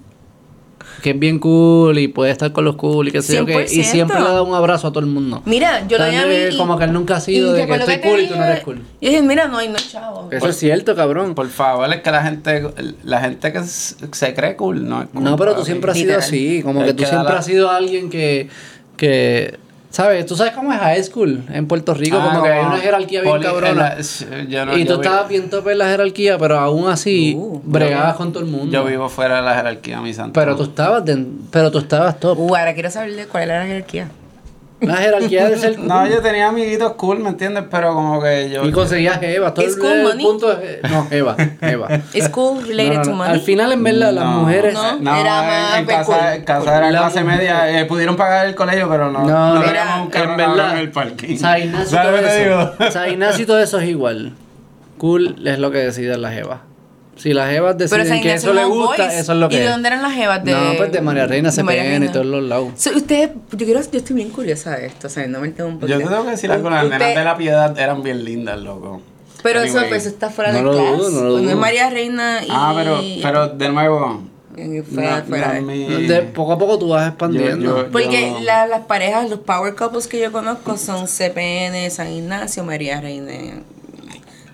[SPEAKER 1] Que es bien cool y puede estar con los cool y qué sé yo qué. Y
[SPEAKER 2] 100%.
[SPEAKER 1] siempre le da un abrazo a todo el mundo.
[SPEAKER 2] Mira, yo lo
[SPEAKER 1] Tan
[SPEAKER 2] llamé.
[SPEAKER 1] de-
[SPEAKER 2] y-
[SPEAKER 1] como que él nunca ha sido
[SPEAKER 2] y
[SPEAKER 1] de
[SPEAKER 2] te
[SPEAKER 1] que
[SPEAKER 2] acuerdas
[SPEAKER 1] estoy
[SPEAKER 2] te
[SPEAKER 1] cool y tú no
[SPEAKER 2] dije-
[SPEAKER 1] eres cool.
[SPEAKER 2] Yo dije, mira, no hay no hay chavo.
[SPEAKER 1] Eso es cierto, cabrón.
[SPEAKER 3] Por favor, es que la gente, la gente que s- se cree cool, no es cool,
[SPEAKER 1] No, pero tú
[SPEAKER 3] papi.
[SPEAKER 1] siempre has sido
[SPEAKER 2] Literal.
[SPEAKER 1] así. Como
[SPEAKER 3] Hay
[SPEAKER 1] que tú
[SPEAKER 3] que
[SPEAKER 1] siempre
[SPEAKER 3] darla-
[SPEAKER 1] has sido alguien que. que ¿Sabes? Tú sabes cómo es high school en Puerto Rico.
[SPEAKER 3] Ah,
[SPEAKER 1] como que hay una jerarquía bien
[SPEAKER 3] poli- en
[SPEAKER 1] cabrona.
[SPEAKER 3] la- s- yo no-
[SPEAKER 1] y tú
[SPEAKER 3] yo vi-
[SPEAKER 1] estabas bien tope en la jerarquía, pero aún así
[SPEAKER 2] Uh,
[SPEAKER 1] bregabas con todo el mundo.
[SPEAKER 3] Yo vivo fuera de la jerarquía, mi santo.
[SPEAKER 1] Pero tú estabas, den- pero tú estabas top.
[SPEAKER 2] Uh, ahora quiero saber de cuál era la jerarquía.
[SPEAKER 1] La jerarquía de ser
[SPEAKER 3] No, yo tenía amiguitos cool, ¿me entiendes? Pero como que yo...
[SPEAKER 1] Y conseguías jeva. Todo
[SPEAKER 2] ¿Es
[SPEAKER 1] el,
[SPEAKER 2] con
[SPEAKER 1] el
[SPEAKER 2] money?
[SPEAKER 1] punto es- No, jeva, jeva.
[SPEAKER 2] It's cool related
[SPEAKER 1] No, no,
[SPEAKER 2] to
[SPEAKER 1] no.
[SPEAKER 2] money.
[SPEAKER 1] Al final, en verdad, las
[SPEAKER 3] No.
[SPEAKER 1] mujeres...
[SPEAKER 2] No.
[SPEAKER 3] No,
[SPEAKER 2] Era
[SPEAKER 3] en-
[SPEAKER 2] más
[SPEAKER 3] en
[SPEAKER 2] pues, cool.
[SPEAKER 3] casa, en casa era
[SPEAKER 1] La
[SPEAKER 3] clase
[SPEAKER 1] mujer.
[SPEAKER 3] media. eh, pudieron pagar el colegio, pero no.
[SPEAKER 1] No, no,
[SPEAKER 3] teníamos
[SPEAKER 2] era-
[SPEAKER 3] un carro
[SPEAKER 1] en verdad.
[SPEAKER 3] en el parking.
[SPEAKER 1] San Ignacio,
[SPEAKER 3] ¿Sabes
[SPEAKER 1] todo
[SPEAKER 3] lo que te
[SPEAKER 1] eso,
[SPEAKER 3] digo?
[SPEAKER 1] San Ignacio y todo eso es igual. Cool es lo que deciden las jevas. Si las jevas
[SPEAKER 2] Pero San
[SPEAKER 1] deciden que
[SPEAKER 2] Ignacio
[SPEAKER 1] eso le
[SPEAKER 2] Mount
[SPEAKER 1] gusta,
[SPEAKER 2] Boys.
[SPEAKER 1] eso es lo que
[SPEAKER 2] ¿Y de
[SPEAKER 1] es.
[SPEAKER 2] dónde eran las jevas? De...
[SPEAKER 1] No, pues de María Reina,
[SPEAKER 2] de María
[SPEAKER 1] CPN y
[SPEAKER 2] Reina.
[SPEAKER 1] todos los lados.
[SPEAKER 2] So, ustedes, yo, quiero, yo estoy bien curiosa de esto, o sea, no me entiendo un poquito.
[SPEAKER 3] Yo te tengo que decir algo, las
[SPEAKER 2] Usted-
[SPEAKER 3] nenas de la piedad eran bien lindas, loco.
[SPEAKER 2] Pero eso,
[SPEAKER 3] Anyway.
[SPEAKER 2] pues, eso está fuera
[SPEAKER 1] No
[SPEAKER 2] de
[SPEAKER 1] lo
[SPEAKER 2] clase.
[SPEAKER 1] dudo, no lo
[SPEAKER 2] Pues es
[SPEAKER 1] dudo.
[SPEAKER 2] María Reina y...
[SPEAKER 3] Ah, pero, pero de nuevo.
[SPEAKER 2] y Fuera,
[SPEAKER 3] no-
[SPEAKER 2] fuera
[SPEAKER 3] no
[SPEAKER 2] de-
[SPEAKER 3] me-
[SPEAKER 1] De poco a poco tú vas expandiendo.
[SPEAKER 3] Yo- yo-
[SPEAKER 2] Porque
[SPEAKER 3] Yo-
[SPEAKER 2] la- las parejas, los power couples que yo conozco son CPN, San Ignacio, María Reina,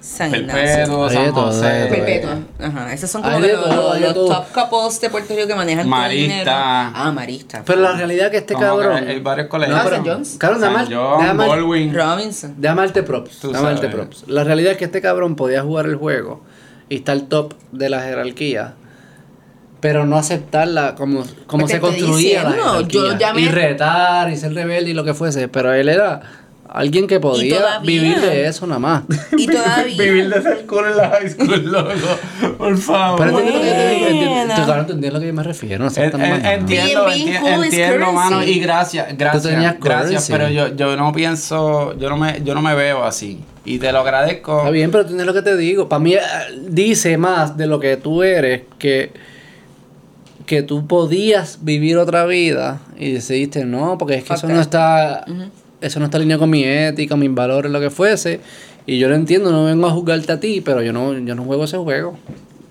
[SPEAKER 2] San Ignacio.
[SPEAKER 3] Perpetuo, San
[SPEAKER 1] Perpetuo,
[SPEAKER 3] José.
[SPEAKER 2] Perpetua. Ajá. Esos son como
[SPEAKER 1] Hay
[SPEAKER 2] que
[SPEAKER 1] de
[SPEAKER 2] los,
[SPEAKER 1] todo, hay de
[SPEAKER 2] los
[SPEAKER 1] todo.
[SPEAKER 2] top couples de Puerto Rico que manejan todo el
[SPEAKER 3] Marista.
[SPEAKER 2] dinero. Ah, Marista.
[SPEAKER 1] Pero la realidad es que este
[SPEAKER 3] Como que
[SPEAKER 1] cabrón...
[SPEAKER 3] hay varios colegios.
[SPEAKER 1] No,
[SPEAKER 2] Ah,
[SPEAKER 1] pero-
[SPEAKER 2] San Jones.
[SPEAKER 1] Cabrón,
[SPEAKER 3] San
[SPEAKER 1] nada más-
[SPEAKER 3] John,
[SPEAKER 1] nada más-
[SPEAKER 3] Baldwin.
[SPEAKER 2] Robinson.
[SPEAKER 1] Déjame darte props.
[SPEAKER 3] Tú
[SPEAKER 1] déjame darte
[SPEAKER 3] sabes.
[SPEAKER 1] props. La realidad es que este cabrón podía jugar el juego y estar top de la jerarquía, pero no aceptarla como, como
[SPEAKER 2] Pues te
[SPEAKER 1] se
[SPEAKER 2] estoy
[SPEAKER 1] construía la
[SPEAKER 2] diciendo,
[SPEAKER 1] jerarquía.
[SPEAKER 2] yo llamé-
[SPEAKER 1] Y retar y ser rebelde y lo que fuese. Pero él era alguien que podía
[SPEAKER 2] todavía.
[SPEAKER 1] vivir de eso nada más.
[SPEAKER 2] Y todavía.
[SPEAKER 3] Vivir de ser cool en la high school, loco. Por favor.
[SPEAKER 1] Pero entiendo lo que yo te digo, entiendo-
[SPEAKER 2] Bueno.
[SPEAKER 1] tú, cabrón, tú entiendes a lo que yo me refiero. No seas
[SPEAKER 3] Ah, En-
[SPEAKER 1] tan
[SPEAKER 3] en-
[SPEAKER 1] mamá.
[SPEAKER 3] entiendo,
[SPEAKER 2] Being- being
[SPEAKER 3] enti-
[SPEAKER 2] cool is
[SPEAKER 3] entiendo, mano,
[SPEAKER 2] currency.
[SPEAKER 3] y gracias,
[SPEAKER 1] Tú tenías
[SPEAKER 3] gracias, gracias,
[SPEAKER 1] currency.
[SPEAKER 3] pero yo, yo no pienso, yo no me, yo no me veo así, y te lo agradezco.
[SPEAKER 1] Está bien, pero tú entiendes lo que te digo. Para mí eh, dice más de lo que tú eres que, que tú podías vivir otra vida y decidiste no, porque es que
[SPEAKER 2] Fuck
[SPEAKER 1] eso
[SPEAKER 2] that.
[SPEAKER 1] no está eso no está alineado con mi ética, mis valores, lo que fuese. Y yo lo entiendo, no vengo a juzgarte a ti, pero yo no yo no juego ese juego.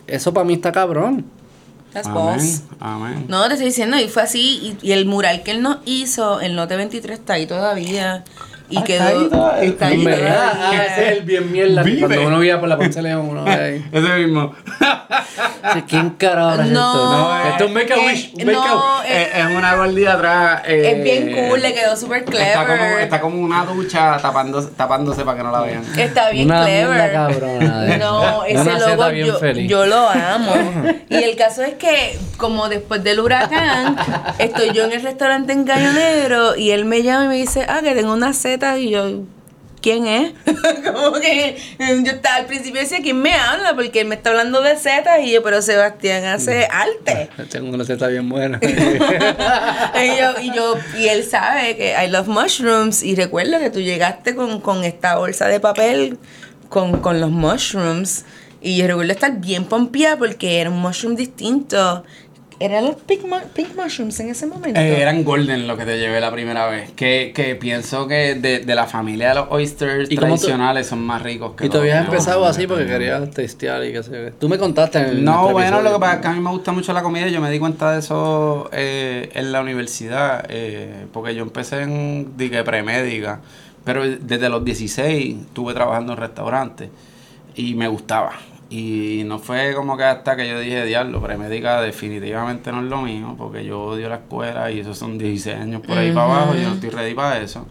[SPEAKER 1] Eso para mí está cabrón.
[SPEAKER 2] That's boss.
[SPEAKER 3] Amén, amén.
[SPEAKER 2] No, te estoy diciendo, y fue así. Y, y el mural que él nos hizo, el Note 23, está ahí todavía. Y
[SPEAKER 3] Ah, está ahí
[SPEAKER 2] quedó.
[SPEAKER 3] todavía.
[SPEAKER 2] Está ahí
[SPEAKER 1] En
[SPEAKER 3] Hombre,
[SPEAKER 1] verdad, ah,
[SPEAKER 2] todavía.
[SPEAKER 1] ese es el bien mierda. que
[SPEAKER 3] Vive.
[SPEAKER 1] Cuando uno vía por la Ponce de León, uno ve ahí.
[SPEAKER 3] Ese mismo.
[SPEAKER 1] ¿Quién carajo es esto?
[SPEAKER 2] No,
[SPEAKER 1] esto es un make a
[SPEAKER 2] eh,
[SPEAKER 1] wish. un make a
[SPEAKER 2] no,
[SPEAKER 1] wish.
[SPEAKER 3] es, Eh, es una gordita atrás. eh,
[SPEAKER 2] Es bien cool, le quedó súper clever.
[SPEAKER 3] Está como, está como una ducha tapándose, tapándose para que no la vean.
[SPEAKER 2] Está bien
[SPEAKER 1] Una mierda
[SPEAKER 2] clever.
[SPEAKER 1] cabrona de-
[SPEAKER 2] no,
[SPEAKER 1] de
[SPEAKER 2] ese
[SPEAKER 1] una zeta
[SPEAKER 2] logo
[SPEAKER 1] bien
[SPEAKER 2] yo,
[SPEAKER 1] feliz.
[SPEAKER 2] yo lo amo. Y el caso es que, como después del huracán, estoy yo en el restaurante en Gallo Negro y él me llama y me dice, ah, que tengo una seta y yo. ¿Quién es? Como que eh, yo estaba al principio decía, ¿quién me habla? Porque él me está hablando de setas y yo, pero Sebastián
[SPEAKER 1] Mm.
[SPEAKER 2] hace arte.
[SPEAKER 1] Tengo una seta Este bien buena.
[SPEAKER 2] y, yo, y yo, y él sabe que I love mushrooms. Y recuerda que tú llegaste con, con esta bolsa de papel con, con los mushrooms. Y yo recuerdo estar bien pompeada porque era un mushroom distinto. ¿Eran los pink, mu- pink mushrooms en ese momento?
[SPEAKER 3] Eh, eran golden lo que te llevé la primera vez. Que, que pienso que de, de la familia de los oysters
[SPEAKER 1] ¿Y cómo tú-
[SPEAKER 3] tradicionales son más ricos que
[SPEAKER 1] Y tú habías
[SPEAKER 3] los-
[SPEAKER 1] empezado
[SPEAKER 3] no,
[SPEAKER 1] así porque
[SPEAKER 3] no.
[SPEAKER 1] querías testear y qué sé yo. Tú me contaste en el
[SPEAKER 3] Pues, No,
[SPEAKER 1] otro
[SPEAKER 3] bueno,
[SPEAKER 1] episodio.
[SPEAKER 3] lo que pasa es que a mí me gusta mucho la comida. y Yo me di cuenta de eso eh, en la universidad. eh, porque yo empecé en dije, premédica. Pero desde los 16 estuve trabajando en restaurantes. Y me gustaba. Y no fue como que hasta que yo dije, diablo, premédica definitivamente no es lo mío. Porque yo odio la escuela y esos son 16 años por ahí para abajo. Y yo no estoy ready para eso.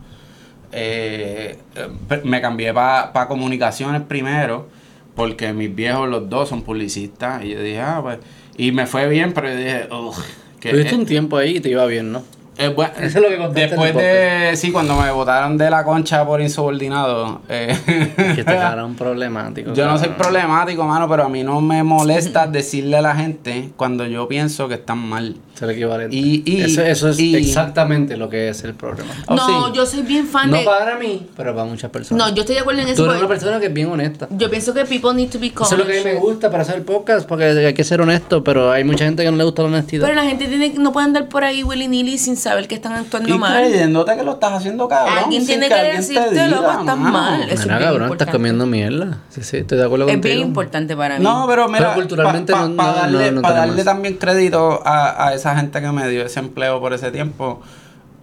[SPEAKER 3] Eh, eh, pe- me cambié para comunicaciones primero, porque mis viejos los dos son publicistas, y yo dije, ah, pues, y me fue bien, pero yo dije, "Ugh, que
[SPEAKER 1] Tuviste
[SPEAKER 3] eh,
[SPEAKER 1] un tiempo ahí y te iba bien, ¿no?
[SPEAKER 3] Eh, bueno,
[SPEAKER 1] Eso es lo que contaste
[SPEAKER 3] Después
[SPEAKER 1] en el
[SPEAKER 3] de. Sí, cuando me botaron de la concha por insubordinado. eh,
[SPEAKER 1] Que este cabrón problemático.
[SPEAKER 3] yo no soy
[SPEAKER 1] cabrón.
[SPEAKER 3] problemático, mano, pero a mí no me molesta decirle a la gente cuando yo pienso que están mal.
[SPEAKER 1] Es el equivalente.
[SPEAKER 3] Y- y-
[SPEAKER 1] eso, eso es
[SPEAKER 3] y-
[SPEAKER 1] exactamente lo que es el problema.
[SPEAKER 3] Oh,
[SPEAKER 2] no,
[SPEAKER 3] sí.
[SPEAKER 2] yo soy bien fan
[SPEAKER 1] No
[SPEAKER 2] de.
[SPEAKER 1] para mí, pero para muchas personas.
[SPEAKER 2] No, yo estoy de acuerdo en eso.
[SPEAKER 1] Tú eres una
[SPEAKER 2] porque
[SPEAKER 1] persona que es bien honesta.
[SPEAKER 2] Yo pienso que people need to be
[SPEAKER 1] Eso es lo que a mí me
[SPEAKER 2] conscious.
[SPEAKER 1] gusta para hacer podcast, porque hay que ser honesto, pero hay mucha gente que no le gusta la honestidad.
[SPEAKER 2] Pero la gente tiene, no puede andar por ahí willy nilly sin saber que están actuando
[SPEAKER 3] Y
[SPEAKER 2] mal.
[SPEAKER 3] creyéndote que lo estás haciendo cabrón.
[SPEAKER 2] Alguien
[SPEAKER 3] sin
[SPEAKER 2] tiene que
[SPEAKER 3] alguien te
[SPEAKER 2] decirte,
[SPEAKER 3] diga,
[SPEAKER 2] loco, estás
[SPEAKER 3] mano.
[SPEAKER 2] mal. eso es
[SPEAKER 1] Mira,
[SPEAKER 2] bien
[SPEAKER 1] cabrón,
[SPEAKER 2] importante.
[SPEAKER 1] estás comiendo mierda. Sí, sí, estoy de acuerdo
[SPEAKER 2] Es
[SPEAKER 1] contigo.
[SPEAKER 2] bien importante para mí.
[SPEAKER 3] No, pero mira,
[SPEAKER 1] Pero culturalmente
[SPEAKER 3] pa- pa-
[SPEAKER 1] no-
[SPEAKER 3] pa
[SPEAKER 1] no-
[SPEAKER 3] darle,
[SPEAKER 1] no- no
[SPEAKER 3] pa'
[SPEAKER 1] tenemos
[SPEAKER 3] darle
[SPEAKER 1] eso.
[SPEAKER 3] también crédito a, a esa gente que me dio ese empleo por ese tiempo,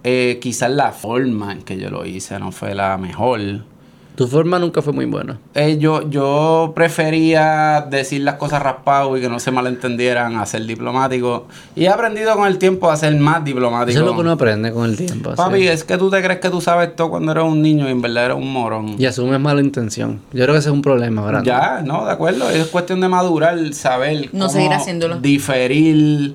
[SPEAKER 3] eh, quizás la forma en que yo lo hice no fue la mejor.
[SPEAKER 1] Tu forma nunca fue muy buena.
[SPEAKER 3] Eh, yo, yo prefería decir las cosas raspado y que no se malentendieran, a ser diplomático. Y he aprendido con el tiempo a ser más diplomático.
[SPEAKER 1] Eso es lo que uno aprende con el tiempo. así.
[SPEAKER 3] Papi, es que tú te crees que tú sabes todo cuando eres un niño y en verdad eres un morón.
[SPEAKER 1] Y asumes mala intención. Yo creo que ese es un problema grande.
[SPEAKER 3] Ya, no, de acuerdo. Es cuestión de madurar, saber.
[SPEAKER 2] No seguir haciéndolo.
[SPEAKER 3] Diferir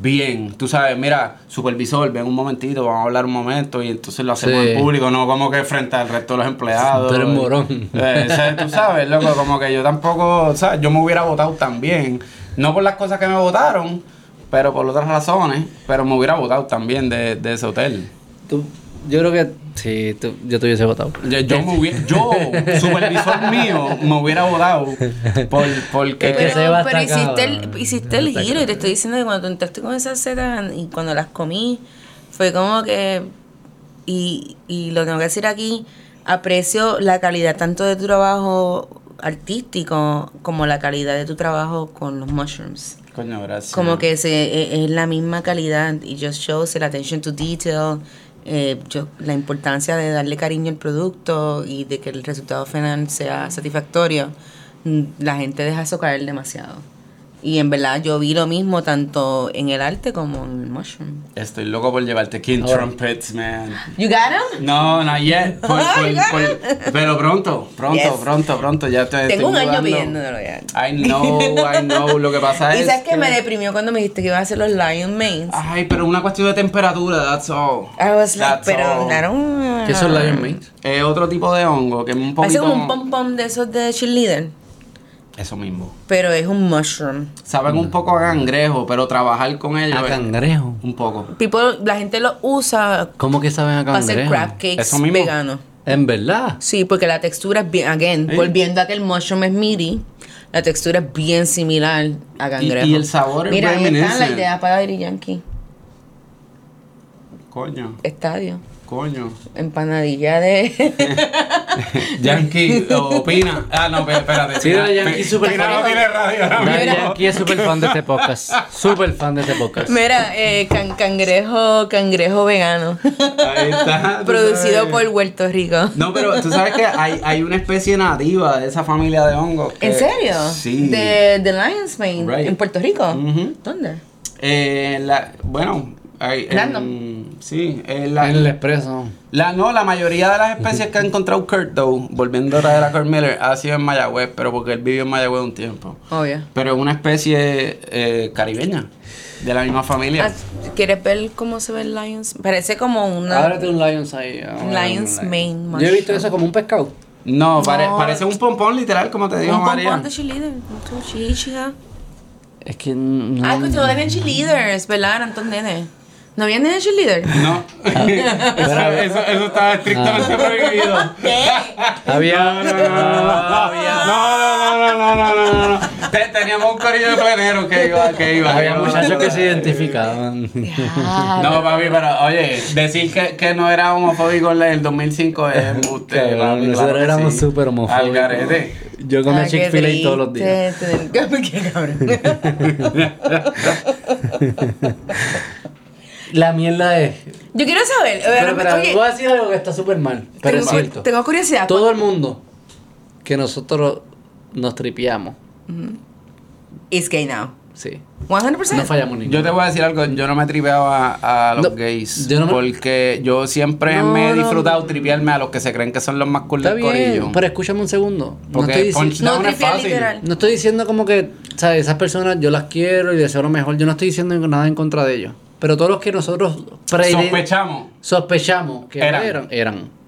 [SPEAKER 3] bien. Tú sabes, mira, supervisor, ven un momentito, vamos a hablar un momento y entonces lo hacemos
[SPEAKER 1] Sí.
[SPEAKER 3] en público, no como que frente al resto de los empleados.
[SPEAKER 1] Tú eres morón.
[SPEAKER 3] Eh, o sea, tú sabes, loco, como que yo tampoco, o sea, yo me hubiera votado también. No por las cosas que me votaron, pero por otras razones, pero me hubiera votado también de, de ese hotel.
[SPEAKER 1] Tú- yo creo que sí, tú- yo te hubiese votado.
[SPEAKER 3] Yo, yo me hubiera, yo, supervisor mío, me hubiera votado por, porque...
[SPEAKER 1] Es que
[SPEAKER 2] Pero,
[SPEAKER 1] se va
[SPEAKER 2] pero
[SPEAKER 1] hasta
[SPEAKER 2] hiciste el,
[SPEAKER 1] cabrón.
[SPEAKER 2] hiciste el
[SPEAKER 1] Hasta
[SPEAKER 2] giro y te
[SPEAKER 1] cabrón.
[SPEAKER 2] estoy diciendo que cuando tú entraste con esas setas y cuando las comí, fue como que. Y, y lo tengo que decir aquí, aprecio la calidad tanto de tu trabajo artístico como la calidad de tu trabajo con los mushrooms.
[SPEAKER 3] Coño, gracias.
[SPEAKER 2] Como que se, e- es la misma calidad y just shows el attention to detail, eh, yo- la importancia de darle cariño al producto y de que el resultado final sea satisfactorio. Mm, La gente deja eso caer demasiado. Y en verdad yo vi lo mismo tanto en el arte como en el mushroom.
[SPEAKER 3] Estoy loco por llevarte King
[SPEAKER 1] Ahora.
[SPEAKER 3] Trumpets, man.
[SPEAKER 2] You got 'em?
[SPEAKER 3] No, no, yet. Por- por- por- pero pronto, pronto,
[SPEAKER 2] Yes.
[SPEAKER 3] pronto, pronto. Ya te estoy
[SPEAKER 2] Tengo un año
[SPEAKER 3] mudando.
[SPEAKER 2] pidiéndolo ya.
[SPEAKER 3] I know, I know. Lo que pasa
[SPEAKER 2] Y
[SPEAKER 3] es.
[SPEAKER 2] sabes que me deprimió cuando me dijiste que iba a hacer los Lion Mains.
[SPEAKER 3] Ay, pero una cuestión de temperatura, that's all.
[SPEAKER 2] I was like,
[SPEAKER 3] That's
[SPEAKER 2] pero
[SPEAKER 3] all.
[SPEAKER 2] no.
[SPEAKER 1] ¿Qué son Lion Mates?
[SPEAKER 3] Es otro tipo de hongo que es un
[SPEAKER 2] Parece
[SPEAKER 3] poquito.
[SPEAKER 2] como un pom pom de esos de cheerleader,
[SPEAKER 3] Eso mismo.
[SPEAKER 2] pero es un mushroom.
[SPEAKER 3] Saben un poco a cangrejo, pero trabajar con ellos.
[SPEAKER 1] A
[SPEAKER 3] es-
[SPEAKER 1] cangrejo.
[SPEAKER 3] Un poco.
[SPEAKER 2] People, la gente lo usa
[SPEAKER 1] ¿Cómo que saben a
[SPEAKER 2] para hacer
[SPEAKER 1] cangrejo?
[SPEAKER 2] crab cakes
[SPEAKER 3] Eso mismo.
[SPEAKER 2] veganos.
[SPEAKER 1] En verdad.
[SPEAKER 2] Sí, porque la textura es bien, again,
[SPEAKER 3] Sí.
[SPEAKER 2] volviendo a que el mushroom es meaty, la textura es bien similar a cangrejo.
[SPEAKER 3] y el sabor es
[SPEAKER 2] Mira, ahí está la
[SPEAKER 3] reminiscent.
[SPEAKER 2] idea para Daddy Yankee.
[SPEAKER 3] Coño,
[SPEAKER 2] Estadio.
[SPEAKER 3] coño.
[SPEAKER 2] Empanadilla de...
[SPEAKER 3] Yankee, opina. Ah, no, pe- espérate.
[SPEAKER 1] Sí,
[SPEAKER 3] Pina-
[SPEAKER 1] Yankee
[SPEAKER 3] Pi-
[SPEAKER 1] super
[SPEAKER 3] Pina no
[SPEAKER 4] Ah,
[SPEAKER 1] famoso.
[SPEAKER 3] tiene radio ahora
[SPEAKER 1] Daddy
[SPEAKER 3] mismo.
[SPEAKER 1] Yankee es súper fan de este podcast. Súper fan de este podcast.
[SPEAKER 2] Mira, eh, can- cangrejo, cangrejo vegano.
[SPEAKER 3] Ahí está. Ah, tú
[SPEAKER 2] Producido
[SPEAKER 3] sabes.
[SPEAKER 2] por Puerto Rico.
[SPEAKER 3] No, pero tú sabes que hay, hay una especie nativa de esa familia de hongos. que-
[SPEAKER 2] ¿En serio?
[SPEAKER 3] eh, Sí.
[SPEAKER 2] De, de Lion's Mane,
[SPEAKER 3] Right. Mm-hmm.
[SPEAKER 2] en Puerto Rico.
[SPEAKER 3] Ujú.
[SPEAKER 2] ¿Dónde?
[SPEAKER 3] Eh, la- bueno, hay, en-
[SPEAKER 2] Random.
[SPEAKER 3] sí. eh, la,
[SPEAKER 1] En el expreso.
[SPEAKER 3] la- no, la mayoría de las especies que ha encontrado Kurt, though, volviendo a traer a Kurt Miller, ha sido en Mayagüez, pero porque él vivió en Mayagüez un tiempo.
[SPEAKER 2] Obvio.
[SPEAKER 3] Pero es una especie eh, caribeña, de la misma familia.
[SPEAKER 2] Ah, ¿Quieres ver cómo se ve el Lions? Parece como una.
[SPEAKER 1] Ábrete un Lions ahí. ah,
[SPEAKER 2] Un
[SPEAKER 1] bueno,
[SPEAKER 2] Lions
[SPEAKER 1] un
[SPEAKER 2] Mane
[SPEAKER 1] Yo he visto
[SPEAKER 2] mushroom.
[SPEAKER 1] eso como un pescado.
[SPEAKER 3] No, pare-
[SPEAKER 2] No.
[SPEAKER 3] parece un pompón literal, como te digo,
[SPEAKER 2] un
[SPEAKER 3] María.
[SPEAKER 2] pompón de cheerleader. un tu- chi- chija.
[SPEAKER 1] Es que no.
[SPEAKER 2] Ah, que ustedes eran cheerleaders, ¿verdad? Eran todos nenes. ¿No había nenes cheerleader?
[SPEAKER 3] No,
[SPEAKER 2] Ah.
[SPEAKER 3] eso, eso, eso está estrictamente prohibido.
[SPEAKER 1] Había.
[SPEAKER 3] No, no, no, no, no, no, no, no. Te- Teníamos un corillo de pleneros que iba, que iba.
[SPEAKER 1] Había
[SPEAKER 3] que iba.
[SPEAKER 1] muchachos que se identificaban.
[SPEAKER 2] Ya.
[SPEAKER 3] No, papi, pero oye, decir que, que no era homofóbico en el 2005 es embuste,
[SPEAKER 1] Cabrón,
[SPEAKER 3] papi,
[SPEAKER 1] nosotros
[SPEAKER 3] claro que
[SPEAKER 1] éramos
[SPEAKER 3] sí.
[SPEAKER 1] súper homofóbicos.
[SPEAKER 3] Al garete.
[SPEAKER 1] Yo
[SPEAKER 2] Ah,
[SPEAKER 1] comía
[SPEAKER 2] qué
[SPEAKER 1] Chick-fil-A todos los días.
[SPEAKER 2] triste, tener- Qué cabrón.
[SPEAKER 1] La mierda es.
[SPEAKER 2] Yo quiero saber.
[SPEAKER 1] Pero, pero,
[SPEAKER 2] oye,
[SPEAKER 1] voy a decir algo que está súper mal. Pero es
[SPEAKER 2] tengo,
[SPEAKER 1] cierto.
[SPEAKER 2] tengo curiosidad.
[SPEAKER 1] Todo el mundo que nosotros nos tripeamos.
[SPEAKER 2] It's gay now.
[SPEAKER 1] Sí.
[SPEAKER 2] 100%.
[SPEAKER 1] No fallamos ninguno.
[SPEAKER 3] Yo te voy a decir algo, yo no me tripeaba a, a los
[SPEAKER 1] No,
[SPEAKER 3] gays.
[SPEAKER 1] yo no me-
[SPEAKER 3] Porque yo siempre
[SPEAKER 1] No,
[SPEAKER 3] me he
[SPEAKER 1] no,
[SPEAKER 3] disfrutado tripearme a los que se creen que son los más cool
[SPEAKER 1] Está
[SPEAKER 3] del
[SPEAKER 1] bien,
[SPEAKER 3] corillo.
[SPEAKER 1] pero escúchame un segundo. No
[SPEAKER 3] Porque
[SPEAKER 1] estoy, dici-
[SPEAKER 3] punch
[SPEAKER 2] No,
[SPEAKER 3] down es
[SPEAKER 2] tripear
[SPEAKER 3] fácil.
[SPEAKER 2] literal.
[SPEAKER 1] no estoy diciendo como que, o sea, esas personas yo las quiero y deseo lo mejor. Yo no estoy diciendo nada en contra de ellos. Pero todos los que nosotros pre-
[SPEAKER 3] Sospechamos.
[SPEAKER 1] sospechamos que
[SPEAKER 3] Eran.
[SPEAKER 1] eran. eran.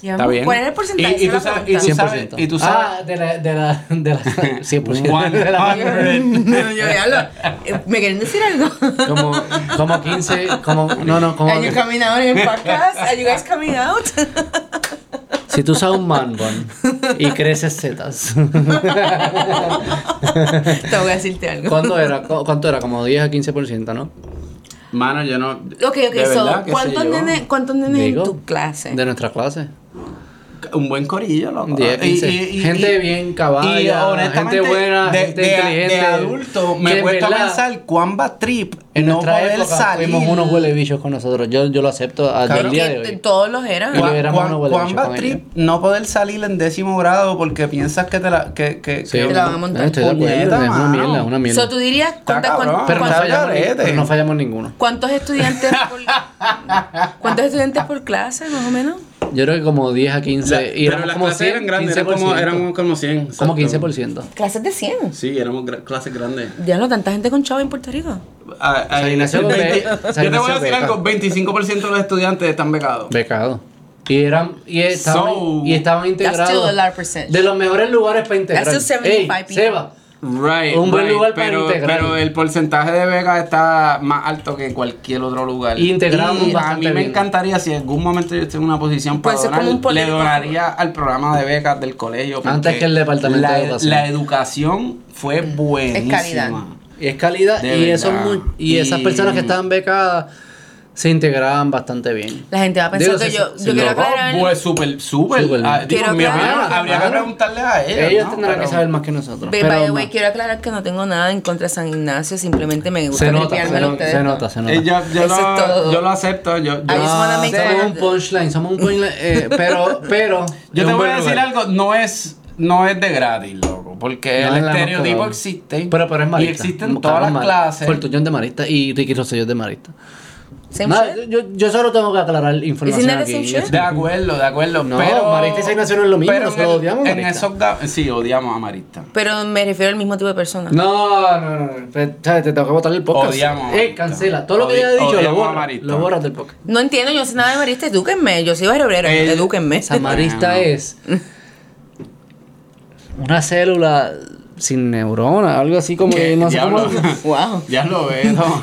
[SPEAKER 3] Está bien.
[SPEAKER 2] ¿Cuál es el porcentaje?
[SPEAKER 3] Y- y
[SPEAKER 2] Esa es
[SPEAKER 3] tú
[SPEAKER 2] la
[SPEAKER 3] sabes- y
[SPEAKER 2] pregunta.
[SPEAKER 3] tú sabes- y tú sabes-
[SPEAKER 1] Ah, de la, de la, de la 100%. de la-
[SPEAKER 3] 100%.
[SPEAKER 2] No, yo ya lo- eh, ¿Me quieren decir algo?
[SPEAKER 1] como, como 15, como, no, no, como,
[SPEAKER 2] Are you coming out in el podcast? Are you guys coming out?
[SPEAKER 1] si tú usas un man bun y creces setas,
[SPEAKER 2] Te voy a decirte algo.
[SPEAKER 1] ¿cuánto era? Cu- ¿Cuánto era? Como 10 a 15%, ¿no?
[SPEAKER 3] Mano, yo no.
[SPEAKER 2] Ok, ok,
[SPEAKER 3] de verdad,
[SPEAKER 2] so,
[SPEAKER 3] qué sé
[SPEAKER 2] ¿cuántos
[SPEAKER 3] yo.
[SPEAKER 2] nenes, cuántos nenes en
[SPEAKER 1] Digo,
[SPEAKER 2] tu clase?
[SPEAKER 1] De nuestra clase.
[SPEAKER 3] Un buen corillo, loco. Ah,
[SPEAKER 1] 10, 15. gente bien caballa, gente buena,
[SPEAKER 3] de,
[SPEAKER 1] gente
[SPEAKER 3] de-
[SPEAKER 1] inteligente.
[SPEAKER 3] De adulto,
[SPEAKER 1] Que
[SPEAKER 3] me
[SPEAKER 1] en
[SPEAKER 3] cuesta
[SPEAKER 1] verdad,
[SPEAKER 3] pensar cuán va trip
[SPEAKER 1] En
[SPEAKER 3] no
[SPEAKER 1] nuestra
[SPEAKER 3] poder
[SPEAKER 1] época
[SPEAKER 3] salir.
[SPEAKER 1] fuimos unos huele bichos con nosotros. Yo, yo lo acepto hasta
[SPEAKER 3] Cabrón.
[SPEAKER 1] el día de
[SPEAKER 2] Que t-
[SPEAKER 1] hoy.
[SPEAKER 2] todos los eran.
[SPEAKER 1] Y lo
[SPEAKER 3] Cuán-
[SPEAKER 1] hubiéramos
[SPEAKER 3] cuán-
[SPEAKER 1] no huele
[SPEAKER 3] cuán
[SPEAKER 1] bicho
[SPEAKER 3] va
[SPEAKER 1] con
[SPEAKER 3] trip no poder salir en décimo grado porque piensas que te la. Que, que,
[SPEAKER 1] Sí,
[SPEAKER 3] que-
[SPEAKER 2] Te la van a montar.
[SPEAKER 1] Eh, Estoy de acuerdo,
[SPEAKER 3] Puñeta,
[SPEAKER 1] es una
[SPEAKER 3] mano.
[SPEAKER 1] mierda, una mierda.
[SPEAKER 2] So, tú dirías cuántas-
[SPEAKER 3] cabrón.
[SPEAKER 2] cuán-
[SPEAKER 1] pero, no
[SPEAKER 2] cuán-
[SPEAKER 3] Está
[SPEAKER 1] fallamos, ni-
[SPEAKER 3] carete.
[SPEAKER 1] pero no fallamos ninguno.
[SPEAKER 2] cuántos estudiantes por, cuántos estudiantes por clase más o menos.
[SPEAKER 1] Yo creo que como 10 a 15.
[SPEAKER 3] La-
[SPEAKER 1] y éramos como 100,
[SPEAKER 3] eran
[SPEAKER 1] 15%.
[SPEAKER 3] como 100.
[SPEAKER 1] Como
[SPEAKER 3] exacto.
[SPEAKER 1] 15%.
[SPEAKER 2] Clases de 100.
[SPEAKER 3] Sí, éramos gra- clases grandes.
[SPEAKER 2] Ya no tanta gente con chavo en Puerto Rico.
[SPEAKER 3] Ah, ah,
[SPEAKER 1] San Ignacio
[SPEAKER 3] el
[SPEAKER 1] Beca.
[SPEAKER 3] 20
[SPEAKER 1] San
[SPEAKER 3] Yo te voy a
[SPEAKER 1] Ignacio
[SPEAKER 3] decir
[SPEAKER 1] Beca.
[SPEAKER 3] algo: 25% de los estudiantes están becados.
[SPEAKER 1] Becado. Y eran, y estaban,
[SPEAKER 3] So-
[SPEAKER 1] y estaban integrados.
[SPEAKER 2] still a large percentage.
[SPEAKER 1] De los mejores lugares para integrar.
[SPEAKER 2] That's still 75
[SPEAKER 1] Ey,
[SPEAKER 2] people.
[SPEAKER 1] Seba,
[SPEAKER 3] Right,
[SPEAKER 1] Un buen
[SPEAKER 3] right,
[SPEAKER 1] lugar para
[SPEAKER 3] pero,
[SPEAKER 1] integrar.
[SPEAKER 3] Pero el porcentaje de becas está más alto que cualquier otro lugar.
[SPEAKER 1] Y integramos
[SPEAKER 3] Y a
[SPEAKER 1] bastante
[SPEAKER 3] mí me
[SPEAKER 1] bien.
[SPEAKER 3] encantaría, si en algún momento yo esté en una posición para
[SPEAKER 2] Puede ser
[SPEAKER 3] donar,
[SPEAKER 2] Pues como un
[SPEAKER 3] le
[SPEAKER 2] político.
[SPEAKER 3] donaría al programa de becas del colegio.
[SPEAKER 1] Antes
[SPEAKER 3] porque
[SPEAKER 1] que el departamento
[SPEAKER 3] la,
[SPEAKER 1] de educación.
[SPEAKER 3] La educación fue buenísima.
[SPEAKER 2] calidad.
[SPEAKER 1] y es calidad.
[SPEAKER 3] De
[SPEAKER 1] Y, eso
[SPEAKER 3] verdad.
[SPEAKER 1] mu- y,
[SPEAKER 3] Y-
[SPEAKER 1] esas personas que estaban becadas se integraban bastante bien.
[SPEAKER 2] La gente va a pensar
[SPEAKER 1] Digo,
[SPEAKER 2] que
[SPEAKER 1] se-
[SPEAKER 2] yo,
[SPEAKER 1] se
[SPEAKER 2] yo quiero
[SPEAKER 1] logró,
[SPEAKER 2] aclarar.
[SPEAKER 3] Pues súper, súper.
[SPEAKER 1] Súper.
[SPEAKER 3] Ah, digo,
[SPEAKER 2] Quiero
[SPEAKER 3] mi
[SPEAKER 2] aclarar-
[SPEAKER 3] opinión, habría que
[SPEAKER 1] Claro.
[SPEAKER 3] preguntarle a ellos.
[SPEAKER 1] Ellos
[SPEAKER 3] ¿no?
[SPEAKER 1] tendrán
[SPEAKER 3] Pero-
[SPEAKER 1] que saber más que nosotros.
[SPEAKER 2] Ve,
[SPEAKER 1] pero
[SPEAKER 2] by the way,
[SPEAKER 1] más.
[SPEAKER 2] quiero aclarar que no tengo nada en contra de San Ignacio, simplemente me gusta
[SPEAKER 1] se, nota,
[SPEAKER 2] tripearme
[SPEAKER 1] se,
[SPEAKER 2] a
[SPEAKER 1] no-
[SPEAKER 2] ustedes.
[SPEAKER 1] se nota, se nota. Ah,
[SPEAKER 3] Eh, yo, yo
[SPEAKER 2] Eso es
[SPEAKER 3] lo,
[SPEAKER 2] todo.
[SPEAKER 3] yo lo acepto. Yo, yo-
[SPEAKER 2] I just wanna make
[SPEAKER 1] somos
[SPEAKER 2] sure-
[SPEAKER 1] un punchline, somos un punchline. eh, pero, pero.
[SPEAKER 3] Yo
[SPEAKER 1] de
[SPEAKER 3] te
[SPEAKER 1] un
[SPEAKER 3] voy a
[SPEAKER 1] buen
[SPEAKER 3] decir
[SPEAKER 1] lugar.
[SPEAKER 3] algo, no es, no es de gratis, loco, porque
[SPEAKER 1] No es
[SPEAKER 3] el
[SPEAKER 1] la más
[SPEAKER 3] estereotipo
[SPEAKER 1] cagada.
[SPEAKER 3] existe.
[SPEAKER 1] Pero, pero es marista.
[SPEAKER 3] Y existen
[SPEAKER 1] Cabrón,
[SPEAKER 3] todas las
[SPEAKER 1] mar-
[SPEAKER 3] clases.
[SPEAKER 1] Fortuñón de marista y Ricky Rosselló es de marista.
[SPEAKER 2] Same
[SPEAKER 1] Nada,
[SPEAKER 2] shit.
[SPEAKER 1] yo, yo solo tengo que aclarar información
[SPEAKER 2] that the
[SPEAKER 1] aquí.
[SPEAKER 2] same shit?
[SPEAKER 3] De acuerdo, de acuerdo.
[SPEAKER 1] No,
[SPEAKER 3] pero,
[SPEAKER 1] Marista y Signación no es lo mismo,
[SPEAKER 3] pero en
[SPEAKER 1] nosotros
[SPEAKER 3] el-
[SPEAKER 1] odiamos a
[SPEAKER 3] en
[SPEAKER 1] Marista.
[SPEAKER 3] esos ga- Sí, odiamos a Marista.
[SPEAKER 2] Pero me refiero al mismo tipo de persona.
[SPEAKER 1] No, no, no, no. Pues, ¿sabes? Te tengo que botar el podcast.
[SPEAKER 3] Odiamos a
[SPEAKER 1] Eh,
[SPEAKER 3] Marista.
[SPEAKER 1] cancela. Todo lo que
[SPEAKER 3] Odi-
[SPEAKER 1] ya he dicho lo
[SPEAKER 3] odiamos a
[SPEAKER 1] borra.
[SPEAKER 3] Marista.
[SPEAKER 1] Lo borras del podcast.
[SPEAKER 2] No entiendo, yo no sé nada de marista, edúquenme. Yo soy barrio obrero,
[SPEAKER 3] El-
[SPEAKER 2] edúquenme.
[SPEAKER 1] Samarista
[SPEAKER 3] Bueno.
[SPEAKER 1] es una célula sin neuronas, algo así como que no sé
[SPEAKER 3] Diablo.
[SPEAKER 1] cómo.
[SPEAKER 2] Wow.
[SPEAKER 3] Ya lo veo.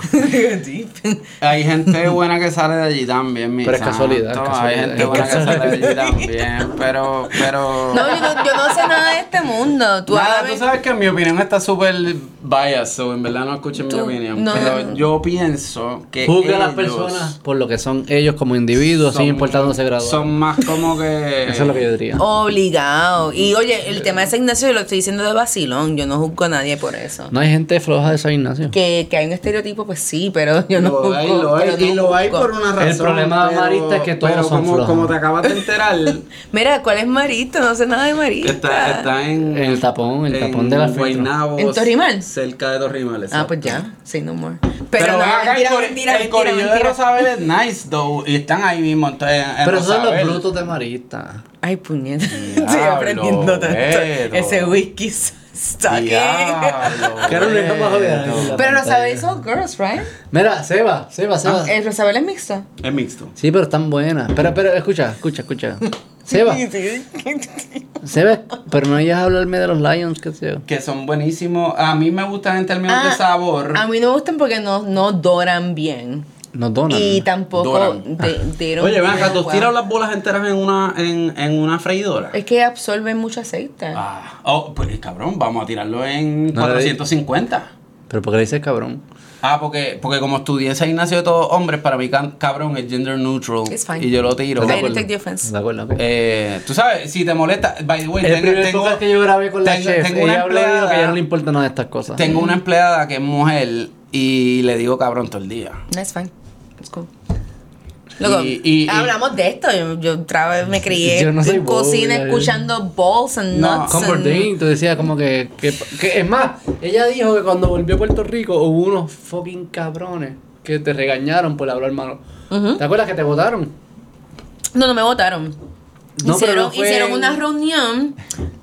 [SPEAKER 3] Hay gente buena que sale de allí también, mi
[SPEAKER 1] Pero es
[SPEAKER 3] santo.
[SPEAKER 1] casualidad, es
[SPEAKER 3] Hay
[SPEAKER 1] casualidad,
[SPEAKER 3] gente
[SPEAKER 1] es
[SPEAKER 3] buena que sale de allí
[SPEAKER 1] casualidad.
[SPEAKER 3] también, pero... pero...
[SPEAKER 2] No, yo no, yo no sé nada de este mundo. Tú
[SPEAKER 3] Nada,
[SPEAKER 2] háblame.
[SPEAKER 3] tú sabes que mi opinión está súper biased, so en verdad no escuchen mi
[SPEAKER 2] Tú-
[SPEAKER 3] opinión.
[SPEAKER 2] no,
[SPEAKER 3] pero
[SPEAKER 2] no, no.
[SPEAKER 3] yo pienso que.
[SPEAKER 1] Juzga a las
[SPEAKER 3] ellos
[SPEAKER 1] personas por lo que son ellos como individuos,
[SPEAKER 3] son-
[SPEAKER 1] sin importándose graduar.
[SPEAKER 3] Son más como que.
[SPEAKER 1] Eso es lo que yo diría.
[SPEAKER 2] Obligado. Y oye, el tema de San Ignacio yo lo estoy diciendo de vacilón. Yo no juzgo a nadie por eso.
[SPEAKER 1] No hay gente floja de San Ignacio.
[SPEAKER 2] Que, que hay un estereotipo, pues sí, pero yo no
[SPEAKER 3] Lo
[SPEAKER 2] juzgo.
[SPEAKER 3] hay, lo hay,
[SPEAKER 2] pero no
[SPEAKER 3] y lo hay
[SPEAKER 2] juzgo.
[SPEAKER 3] por una razón.
[SPEAKER 1] problema marista es que todos
[SPEAKER 3] pero
[SPEAKER 1] son
[SPEAKER 3] como,
[SPEAKER 1] flojos.
[SPEAKER 3] como te acabas de enterar,
[SPEAKER 2] Mira, ¿cuál es Marito? No sé nada de Marito.
[SPEAKER 3] está, está en.
[SPEAKER 1] El tapón, el
[SPEAKER 3] en
[SPEAKER 1] tapón de la filtro.
[SPEAKER 3] Guaynabo,
[SPEAKER 2] ¿En Torrimal?
[SPEAKER 3] Cerca de Torrimal.
[SPEAKER 2] Ah,
[SPEAKER 3] exacto.
[SPEAKER 2] pues ya, say no more. Pero,
[SPEAKER 3] Pero,
[SPEAKER 2] no,
[SPEAKER 3] ven acá,
[SPEAKER 2] mentira,
[SPEAKER 3] el, cori-
[SPEAKER 2] mentira,
[SPEAKER 3] el
[SPEAKER 2] mentira,
[SPEAKER 3] corillo de
[SPEAKER 2] mentira.
[SPEAKER 3] Rosabel es nice, though. Y están ahí mismo. Entonces, en- en
[SPEAKER 1] Pero son los
[SPEAKER 3] Rosabel.
[SPEAKER 1] brutos de Marista.
[SPEAKER 2] Ay, puñeta. Estoy
[SPEAKER 3] Diablo,
[SPEAKER 2] aprendiendo tanto.
[SPEAKER 3] pero.
[SPEAKER 2] Ese whisky está aquí.
[SPEAKER 3] Diablo,
[SPEAKER 1] Claro, le estamos
[SPEAKER 3] bueno.
[SPEAKER 1] jodiendo.
[SPEAKER 2] Pero Rosabel es all girls, right? Ah, eh,
[SPEAKER 1] Mira, Seba, Seba,
[SPEAKER 3] Ah.
[SPEAKER 1] Seba.
[SPEAKER 2] El Rosabel es mixto.
[SPEAKER 3] Es mixto.
[SPEAKER 1] Sí, pero están buenas. Pero, pero, escucha, escucha, escucha. Seba, Seba, pero no llegas a hablarme de los Lions, qué sé yo.
[SPEAKER 3] Que son buenísimos. A mí me gustan en términos de
[SPEAKER 2] Ah,
[SPEAKER 3] sabor.
[SPEAKER 2] A mí no me gustan porque no, no doran bien.
[SPEAKER 1] Nos donan.
[SPEAKER 2] Y tampoco
[SPEAKER 3] Doran.
[SPEAKER 2] de, de- don't
[SPEAKER 3] Oye, ven acá,
[SPEAKER 2] really
[SPEAKER 3] ¿tú
[SPEAKER 2] well.
[SPEAKER 3] tiras las bolas enteras en una, en, en una freidora?
[SPEAKER 2] Es que absorben mucho aceite.
[SPEAKER 3] Ah, oh, pues cabrón, vamos a tirarlo en
[SPEAKER 1] No le di-
[SPEAKER 3] 450.
[SPEAKER 1] Pero porque le dices cabrón.
[SPEAKER 3] Ah, porque, porque como estudié en San Ignacio de todos hombres, para mí can- cabrón es gender neutral.
[SPEAKER 2] It's fine.
[SPEAKER 3] Y yo lo tiro.
[SPEAKER 2] No te
[SPEAKER 1] ¿De acuerdo?
[SPEAKER 2] take the offense.
[SPEAKER 1] ¿De acuerdo? ok.
[SPEAKER 3] Eh, tú sabes, si te molesta, by the way,
[SPEAKER 1] el
[SPEAKER 3] tengo-
[SPEAKER 1] primer
[SPEAKER 3] tengo-
[SPEAKER 1] podcast que yo grabé con la
[SPEAKER 3] tengo-
[SPEAKER 1] chef,
[SPEAKER 3] tengo una
[SPEAKER 1] ella habló de
[SPEAKER 3] empleada-
[SPEAKER 1] lo que a ella no le importa nada de estas cosas.
[SPEAKER 3] tengo una empleada que es mujer y le digo cabrón todo el día.
[SPEAKER 2] That's fine. It's cool. Loco,
[SPEAKER 3] Y- y- y-
[SPEAKER 2] hablamos de esto. Yo, yo otra vez me crié
[SPEAKER 1] Yo no soy
[SPEAKER 2] en cocina
[SPEAKER 1] boba, eh.
[SPEAKER 2] escuchando balls and
[SPEAKER 3] No,
[SPEAKER 2] nuts. and-
[SPEAKER 1] Comforting, tú decías como que, que, que- Es más, ella dijo que cuando volvió a Puerto Rico hubo unos fucking cabrones que te regañaron por hablar malo.
[SPEAKER 2] Ujú.
[SPEAKER 1] ¿Te acuerdas que te votaron?
[SPEAKER 2] No, no me votaron.
[SPEAKER 1] No, pero
[SPEAKER 2] hicieron
[SPEAKER 1] no fue
[SPEAKER 2] hicieron
[SPEAKER 1] en-
[SPEAKER 2] una reunión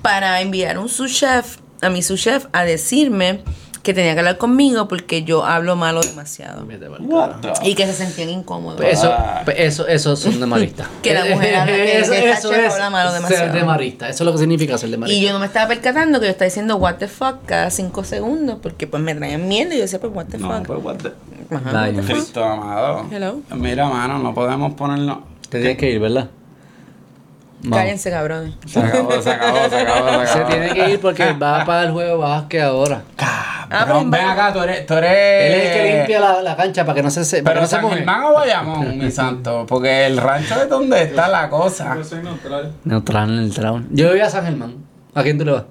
[SPEAKER 2] para enviar un sous chef, a mi sous chef, a decirme que tenía que hablar conmigo porque yo hablo malo demasiado.
[SPEAKER 1] Vete pa'l
[SPEAKER 3] What
[SPEAKER 1] carajo.
[SPEAKER 3] the
[SPEAKER 2] Y que se sentían incómodos.
[SPEAKER 1] Pues eso,
[SPEAKER 3] Ah.
[SPEAKER 1] pues eso, eso son de marista.
[SPEAKER 2] Que la mujer habla- que- que esta chava habla malo
[SPEAKER 1] ser
[SPEAKER 2] demasiado.
[SPEAKER 1] de marista. Eso es lo que significa ser de
[SPEAKER 2] Y
[SPEAKER 1] marista.
[SPEAKER 2] yo no me estaba percatando que yo estaba diciendo what the fuck cada cinco segundos porque pues me traían mierda y yo decía pues what the
[SPEAKER 3] No,
[SPEAKER 2] fuck.
[SPEAKER 3] pues what the...
[SPEAKER 2] Ajá.
[SPEAKER 1] Vaya.
[SPEAKER 3] Cristo amado.
[SPEAKER 2] Hello.
[SPEAKER 3] Mira, mano, no podemos ponernos...
[SPEAKER 1] Te tienes que ir, ¿verdad?
[SPEAKER 2] Cállense cabrones.
[SPEAKER 3] Se acabó, se acabó, se acabó, se acabó.
[SPEAKER 1] Se tiene que ir porque va para el juego básquet ahora.
[SPEAKER 2] Ah,
[SPEAKER 3] Cabrón,
[SPEAKER 2] pues,
[SPEAKER 3] ven acá, tú eres... Tú eres...
[SPEAKER 2] Eh.
[SPEAKER 1] Él es el que limpia la, la cancha para que no se, se- para que
[SPEAKER 3] Pero
[SPEAKER 1] no se
[SPEAKER 3] San
[SPEAKER 1] moje.
[SPEAKER 3] Germán o Bayamón, mi santo, porque el rancho es donde está la cosa.
[SPEAKER 4] Yo soy neutral.
[SPEAKER 1] Neutral, neutral. Yo voy a San Germán. ¿A quién tú le vas?
[SPEAKER 3] A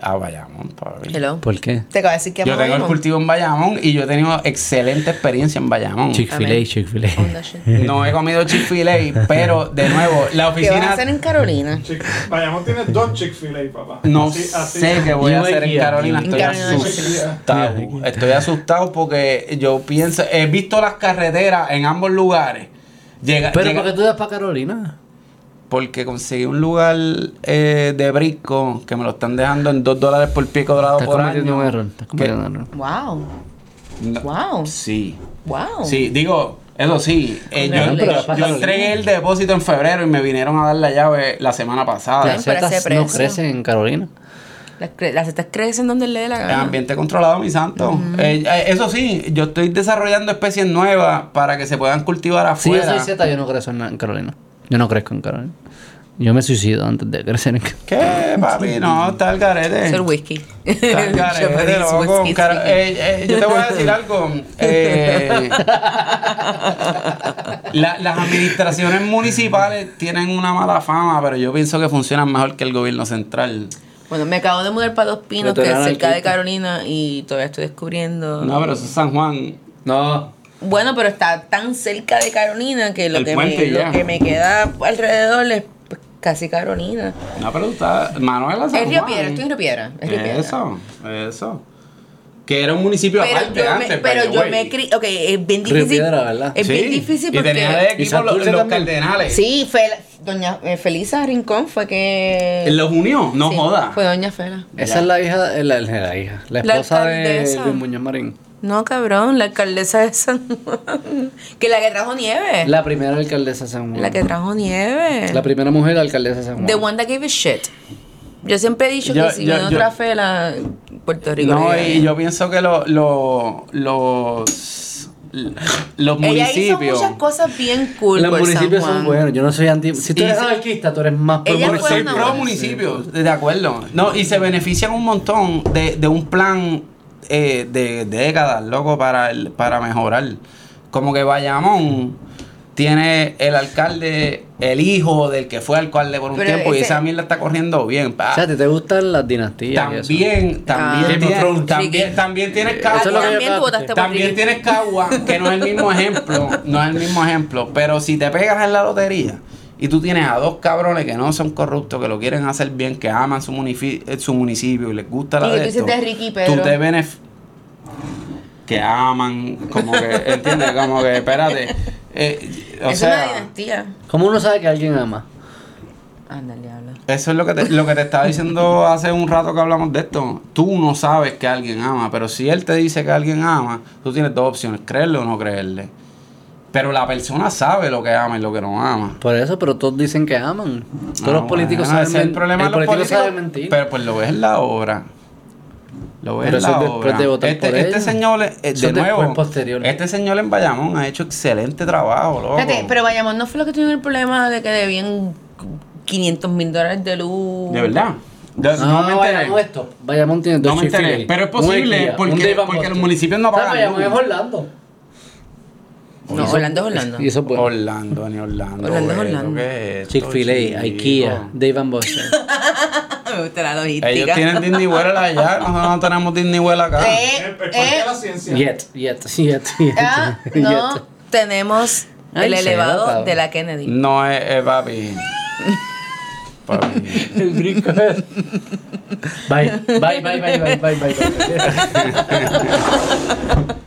[SPEAKER 3] Ah, Bayamón, papi.
[SPEAKER 2] Hello.
[SPEAKER 1] ¿Por qué?
[SPEAKER 2] Te acabo de decir que
[SPEAKER 3] Yo
[SPEAKER 2] amaba
[SPEAKER 3] tengo el
[SPEAKER 2] a
[SPEAKER 3] cultivo en Bayamón y yo he tenido excelente experiencia en Bayamón.
[SPEAKER 1] Chick-fil-A,
[SPEAKER 2] Amén.
[SPEAKER 1] Chick-fil-A.
[SPEAKER 2] Mon. Onda shit.
[SPEAKER 3] No he comido Chick-fil-A, pero de nuevo, la
[SPEAKER 2] ¿Qué vas a
[SPEAKER 3] oficina.
[SPEAKER 2] hacer en Carolina?
[SPEAKER 4] Chick- Bayamón tiene dos Chick-fil-A, papá.
[SPEAKER 3] No
[SPEAKER 4] Pues Así- así-
[SPEAKER 3] sé qué voy a
[SPEAKER 1] Yo
[SPEAKER 3] hacer en
[SPEAKER 1] aquí,
[SPEAKER 3] Carolina.
[SPEAKER 1] aquí.
[SPEAKER 3] Estoy
[SPEAKER 2] En Carolina,
[SPEAKER 3] asustado. Estoy asustado porque yo pienso. He visto las carreteras en ambos lugares. Llega,
[SPEAKER 1] Pero
[SPEAKER 3] llega-
[SPEAKER 1] ¿por qué tú vas para Carolina?
[SPEAKER 3] porque conseguí un lugar eh, de brisco que me lo están dejando en 2 dólares por pie cuadrado
[SPEAKER 1] Estás
[SPEAKER 3] por
[SPEAKER 1] cometiendo un
[SPEAKER 3] año.
[SPEAKER 1] error. Estás cometiendo un error.
[SPEAKER 2] Wow.
[SPEAKER 3] No.
[SPEAKER 2] Wow.
[SPEAKER 3] Sí.
[SPEAKER 2] Wow.
[SPEAKER 3] Sí, digo, eso sí. eh, yo,
[SPEAKER 2] No,
[SPEAKER 1] pero
[SPEAKER 3] yo-
[SPEAKER 1] pasa
[SPEAKER 3] yo
[SPEAKER 1] lo
[SPEAKER 3] entregué
[SPEAKER 1] mismo.
[SPEAKER 3] el depósito en febrero y me vinieron a dar la llave la semana pasada.
[SPEAKER 1] Las
[SPEAKER 2] Claro. Ah, pero
[SPEAKER 1] setas
[SPEAKER 2] ese
[SPEAKER 1] no
[SPEAKER 2] precio.
[SPEAKER 1] crecen en Carolina.
[SPEAKER 2] Las, cre- las estas crecen donde le dé la
[SPEAKER 3] El
[SPEAKER 2] gana.
[SPEAKER 3] ambiente controlado, mi santo. Eh, eh, eso sí, yo estoy desarrollando especies nuevas para que se puedan cultivar
[SPEAKER 1] Sí, yo
[SPEAKER 3] afuera.
[SPEAKER 1] soy Z, yo no crezco en, en Carolina. Yo no crezco en Carolina. Yo me suicido antes de crecer en Carolina.
[SPEAKER 3] ¿Qué, papi? No, está el garete.
[SPEAKER 2] Es el whisky.
[SPEAKER 3] Está el garete,
[SPEAKER 2] Japanese
[SPEAKER 3] loco.
[SPEAKER 2] whisky
[SPEAKER 3] Cara-
[SPEAKER 2] speaking.
[SPEAKER 3] eh, eh, yo te voy a decir algo. Eh, la- las administraciones municipales tienen una mala fama, pero yo pienso que funcionan mejor que el gobierno central.
[SPEAKER 2] Bueno, me acabo de mudar para Dos Pinos, que es
[SPEAKER 1] Veterano
[SPEAKER 2] cerca de
[SPEAKER 1] anarquista.
[SPEAKER 2] Carolina, y todavía estoy descubriendo.
[SPEAKER 3] No, pero eso es San Juan.
[SPEAKER 1] No.
[SPEAKER 2] Bueno, pero está tan cerca de Carolina que lo,
[SPEAKER 3] El
[SPEAKER 2] que
[SPEAKER 3] puente
[SPEAKER 2] me,
[SPEAKER 3] ya.
[SPEAKER 2] lo que me queda alrededor es pues, casi Carolina.
[SPEAKER 3] No, pero está. Manuel San
[SPEAKER 2] Es Río
[SPEAKER 3] Juan.
[SPEAKER 2] Piedra, estoy en Río Piedra. Es Río Piedra.
[SPEAKER 3] Eso, eso. Que era un municipio
[SPEAKER 2] Pero
[SPEAKER 3] aparte
[SPEAKER 2] yo me,
[SPEAKER 3] antes.
[SPEAKER 2] pero
[SPEAKER 3] by the
[SPEAKER 2] yo
[SPEAKER 3] way.
[SPEAKER 2] me cri- Ok, es bien
[SPEAKER 1] Río
[SPEAKER 2] difícil.
[SPEAKER 1] Piedra, ¿verdad?
[SPEAKER 2] Es bien
[SPEAKER 3] Sí,
[SPEAKER 2] difícil
[SPEAKER 3] Y
[SPEAKER 2] porque.
[SPEAKER 3] tenía de equipo los,
[SPEAKER 1] Santurce
[SPEAKER 3] los
[SPEAKER 1] también.
[SPEAKER 3] cardenales.
[SPEAKER 2] Sí, Fela- doña eh, Felisa Rincón fue que.
[SPEAKER 3] Los unió, no
[SPEAKER 2] Sí,
[SPEAKER 3] joda.
[SPEAKER 2] Fue doña Fela.
[SPEAKER 1] Esa es la hija, eh, la, la hija, la
[SPEAKER 2] La
[SPEAKER 1] esposa de
[SPEAKER 2] alcaldesa.
[SPEAKER 1] Luis Muñoz Marín.
[SPEAKER 2] No, cabrón, la alcaldesa de San Juan. Que la que trajo nieve. La,
[SPEAKER 1] La primera alcaldesa de San Juan.
[SPEAKER 2] que trajo nieve.
[SPEAKER 1] La primera mujer alcaldesa de San Juan.
[SPEAKER 2] The one that gave a shit. Yo siempre he dicho
[SPEAKER 3] Yo-
[SPEAKER 2] que si
[SPEAKER 3] yo-
[SPEAKER 2] viene
[SPEAKER 3] yo-
[SPEAKER 2] otra Fela, Puerto Rico.
[SPEAKER 3] No,
[SPEAKER 2] le-
[SPEAKER 3] y yo pienso que lo- lo- los, los
[SPEAKER 2] Ella
[SPEAKER 3] municipios.
[SPEAKER 2] hizo muchas cosas bien cool
[SPEAKER 1] Los
[SPEAKER 2] por
[SPEAKER 1] municipios
[SPEAKER 2] San Juan.
[SPEAKER 1] son buenos. Yo no soy anti. Si tú
[SPEAKER 3] Y
[SPEAKER 1] eres
[SPEAKER 3] si-
[SPEAKER 1] anarquista, tú eres más pro
[SPEAKER 2] Ella fue
[SPEAKER 1] municipio.
[SPEAKER 3] Soy
[SPEAKER 2] una
[SPEAKER 3] pro
[SPEAKER 2] buena.
[SPEAKER 3] municipio, de acuerdo. No, y se benefician un montón de, de un plan eh, de, de décadas, loco, para, el- para mejorar. Como que Bayamón tiene el alcalde, el hijo del que fue alcalde por un
[SPEAKER 2] Pero
[SPEAKER 3] tiempo, y
[SPEAKER 2] ese-
[SPEAKER 3] esa mierda está corriendo bien. pa.
[SPEAKER 1] O sea, ¿te, te gustan las dinastías? y eso?
[SPEAKER 3] También,
[SPEAKER 2] Ah.
[SPEAKER 3] también,
[SPEAKER 2] Game of
[SPEAKER 3] tiene-
[SPEAKER 1] Thrones.
[SPEAKER 3] también, también tienes
[SPEAKER 1] Eso
[SPEAKER 2] Ah,
[SPEAKER 1] es
[SPEAKER 2] tú
[SPEAKER 1] lo que yo
[SPEAKER 3] Cagua.
[SPEAKER 2] también tú
[SPEAKER 1] acabo de
[SPEAKER 2] votaste por
[SPEAKER 3] También
[SPEAKER 2] Ricky.
[SPEAKER 3] tienes Cagua, que no es el mismo ejemplo, no es el mismo ejemplo, pero si te pegas en la lotería y tú tienes a dos cabrones que no son corruptos, que lo quieren hacer bien, que aman su, munifi- eh, su municipio y les gusta la
[SPEAKER 2] Y que
[SPEAKER 3] de
[SPEAKER 2] tú
[SPEAKER 3] esto,
[SPEAKER 2] hiciste Ricky, Pedro.
[SPEAKER 3] tú te benef- que aman, como que, ¿entiendes? Como que, espérate, eh, o
[SPEAKER 2] es
[SPEAKER 3] sea...
[SPEAKER 2] una dinastía.
[SPEAKER 1] ¿Cómo uno sabe que alguien ama?
[SPEAKER 2] Ándale, habla.
[SPEAKER 3] Eso es lo que, te, lo que te estaba diciendo hace un rato que hablamos de esto. Tú no sabes que alguien ama, pero si él te dice que alguien ama, tú tienes dos opciones, creerle o no creerle. Pero la persona sabe lo que ama y lo que no ama.
[SPEAKER 1] Por eso, pero todos dicen que aman. Todos
[SPEAKER 3] Ah,
[SPEAKER 1] los políticos
[SPEAKER 3] bueno,
[SPEAKER 1] saben
[SPEAKER 3] ese es el
[SPEAKER 1] men-
[SPEAKER 3] problema
[SPEAKER 1] el
[SPEAKER 3] de los
[SPEAKER 1] político
[SPEAKER 3] políticos,
[SPEAKER 1] sabe mentir.
[SPEAKER 3] Pero pues lo ves en la obra. Lo ves
[SPEAKER 1] Pero
[SPEAKER 3] en
[SPEAKER 1] eso
[SPEAKER 3] la
[SPEAKER 1] es después
[SPEAKER 3] obra.
[SPEAKER 1] de votar
[SPEAKER 3] este,
[SPEAKER 1] por
[SPEAKER 3] este
[SPEAKER 1] ella.
[SPEAKER 3] señor, eh,
[SPEAKER 1] Eso
[SPEAKER 3] de
[SPEAKER 1] es después,
[SPEAKER 3] nuevo,
[SPEAKER 1] posterior.
[SPEAKER 3] este señor en Bayamón ha hecho excelente trabajo, loco.
[SPEAKER 2] Espérate, pero Bayamón no fue lo que tuvieron el problema de que debían 500 mil dólares de luz.
[SPEAKER 3] De verdad. De-
[SPEAKER 1] no,
[SPEAKER 3] no me enteré.
[SPEAKER 1] Bayamón esto. Bayamón tiene dos
[SPEAKER 3] No me enteré,
[SPEAKER 1] Chick-fil-A,
[SPEAKER 3] pero es
[SPEAKER 1] un
[SPEAKER 3] posible,
[SPEAKER 1] Ikea, un
[SPEAKER 3] porque-
[SPEAKER 1] Dave and
[SPEAKER 3] porque los
[SPEAKER 1] Buster's.
[SPEAKER 3] municipios no
[SPEAKER 1] O sea,
[SPEAKER 3] pagan
[SPEAKER 1] Bayamón
[SPEAKER 3] luz.
[SPEAKER 1] es Orlando.
[SPEAKER 2] No, Orlando es Orlando.
[SPEAKER 1] Y eso es bueno.
[SPEAKER 3] Orlando, ni Orlando.
[SPEAKER 2] Orlando es
[SPEAKER 3] güey,
[SPEAKER 2] Orlando.
[SPEAKER 3] ¿qué es esto,
[SPEAKER 1] Chick-fil-A,
[SPEAKER 3] chico?
[SPEAKER 1] Ikea, Dave and Buster's.
[SPEAKER 2] Me gusta la logística.
[SPEAKER 3] Ellos tienen Disney World allá, nosotros no tenemos Disney World acá.
[SPEAKER 2] Eh,
[SPEAKER 4] Es parte
[SPEAKER 2] eh,
[SPEAKER 4] de la ciencia.
[SPEAKER 1] Yet, yet, yet, yet.
[SPEAKER 2] ah,
[SPEAKER 1] yet.
[SPEAKER 2] no, tenemos
[SPEAKER 1] Ay,
[SPEAKER 2] el
[SPEAKER 1] se
[SPEAKER 2] elevado
[SPEAKER 1] nota,
[SPEAKER 2] de la Kennedy.
[SPEAKER 3] No es, es papi. papi.
[SPEAKER 1] El brinco es. Bye, bye, bye, bye, bye, bye, bye. bye.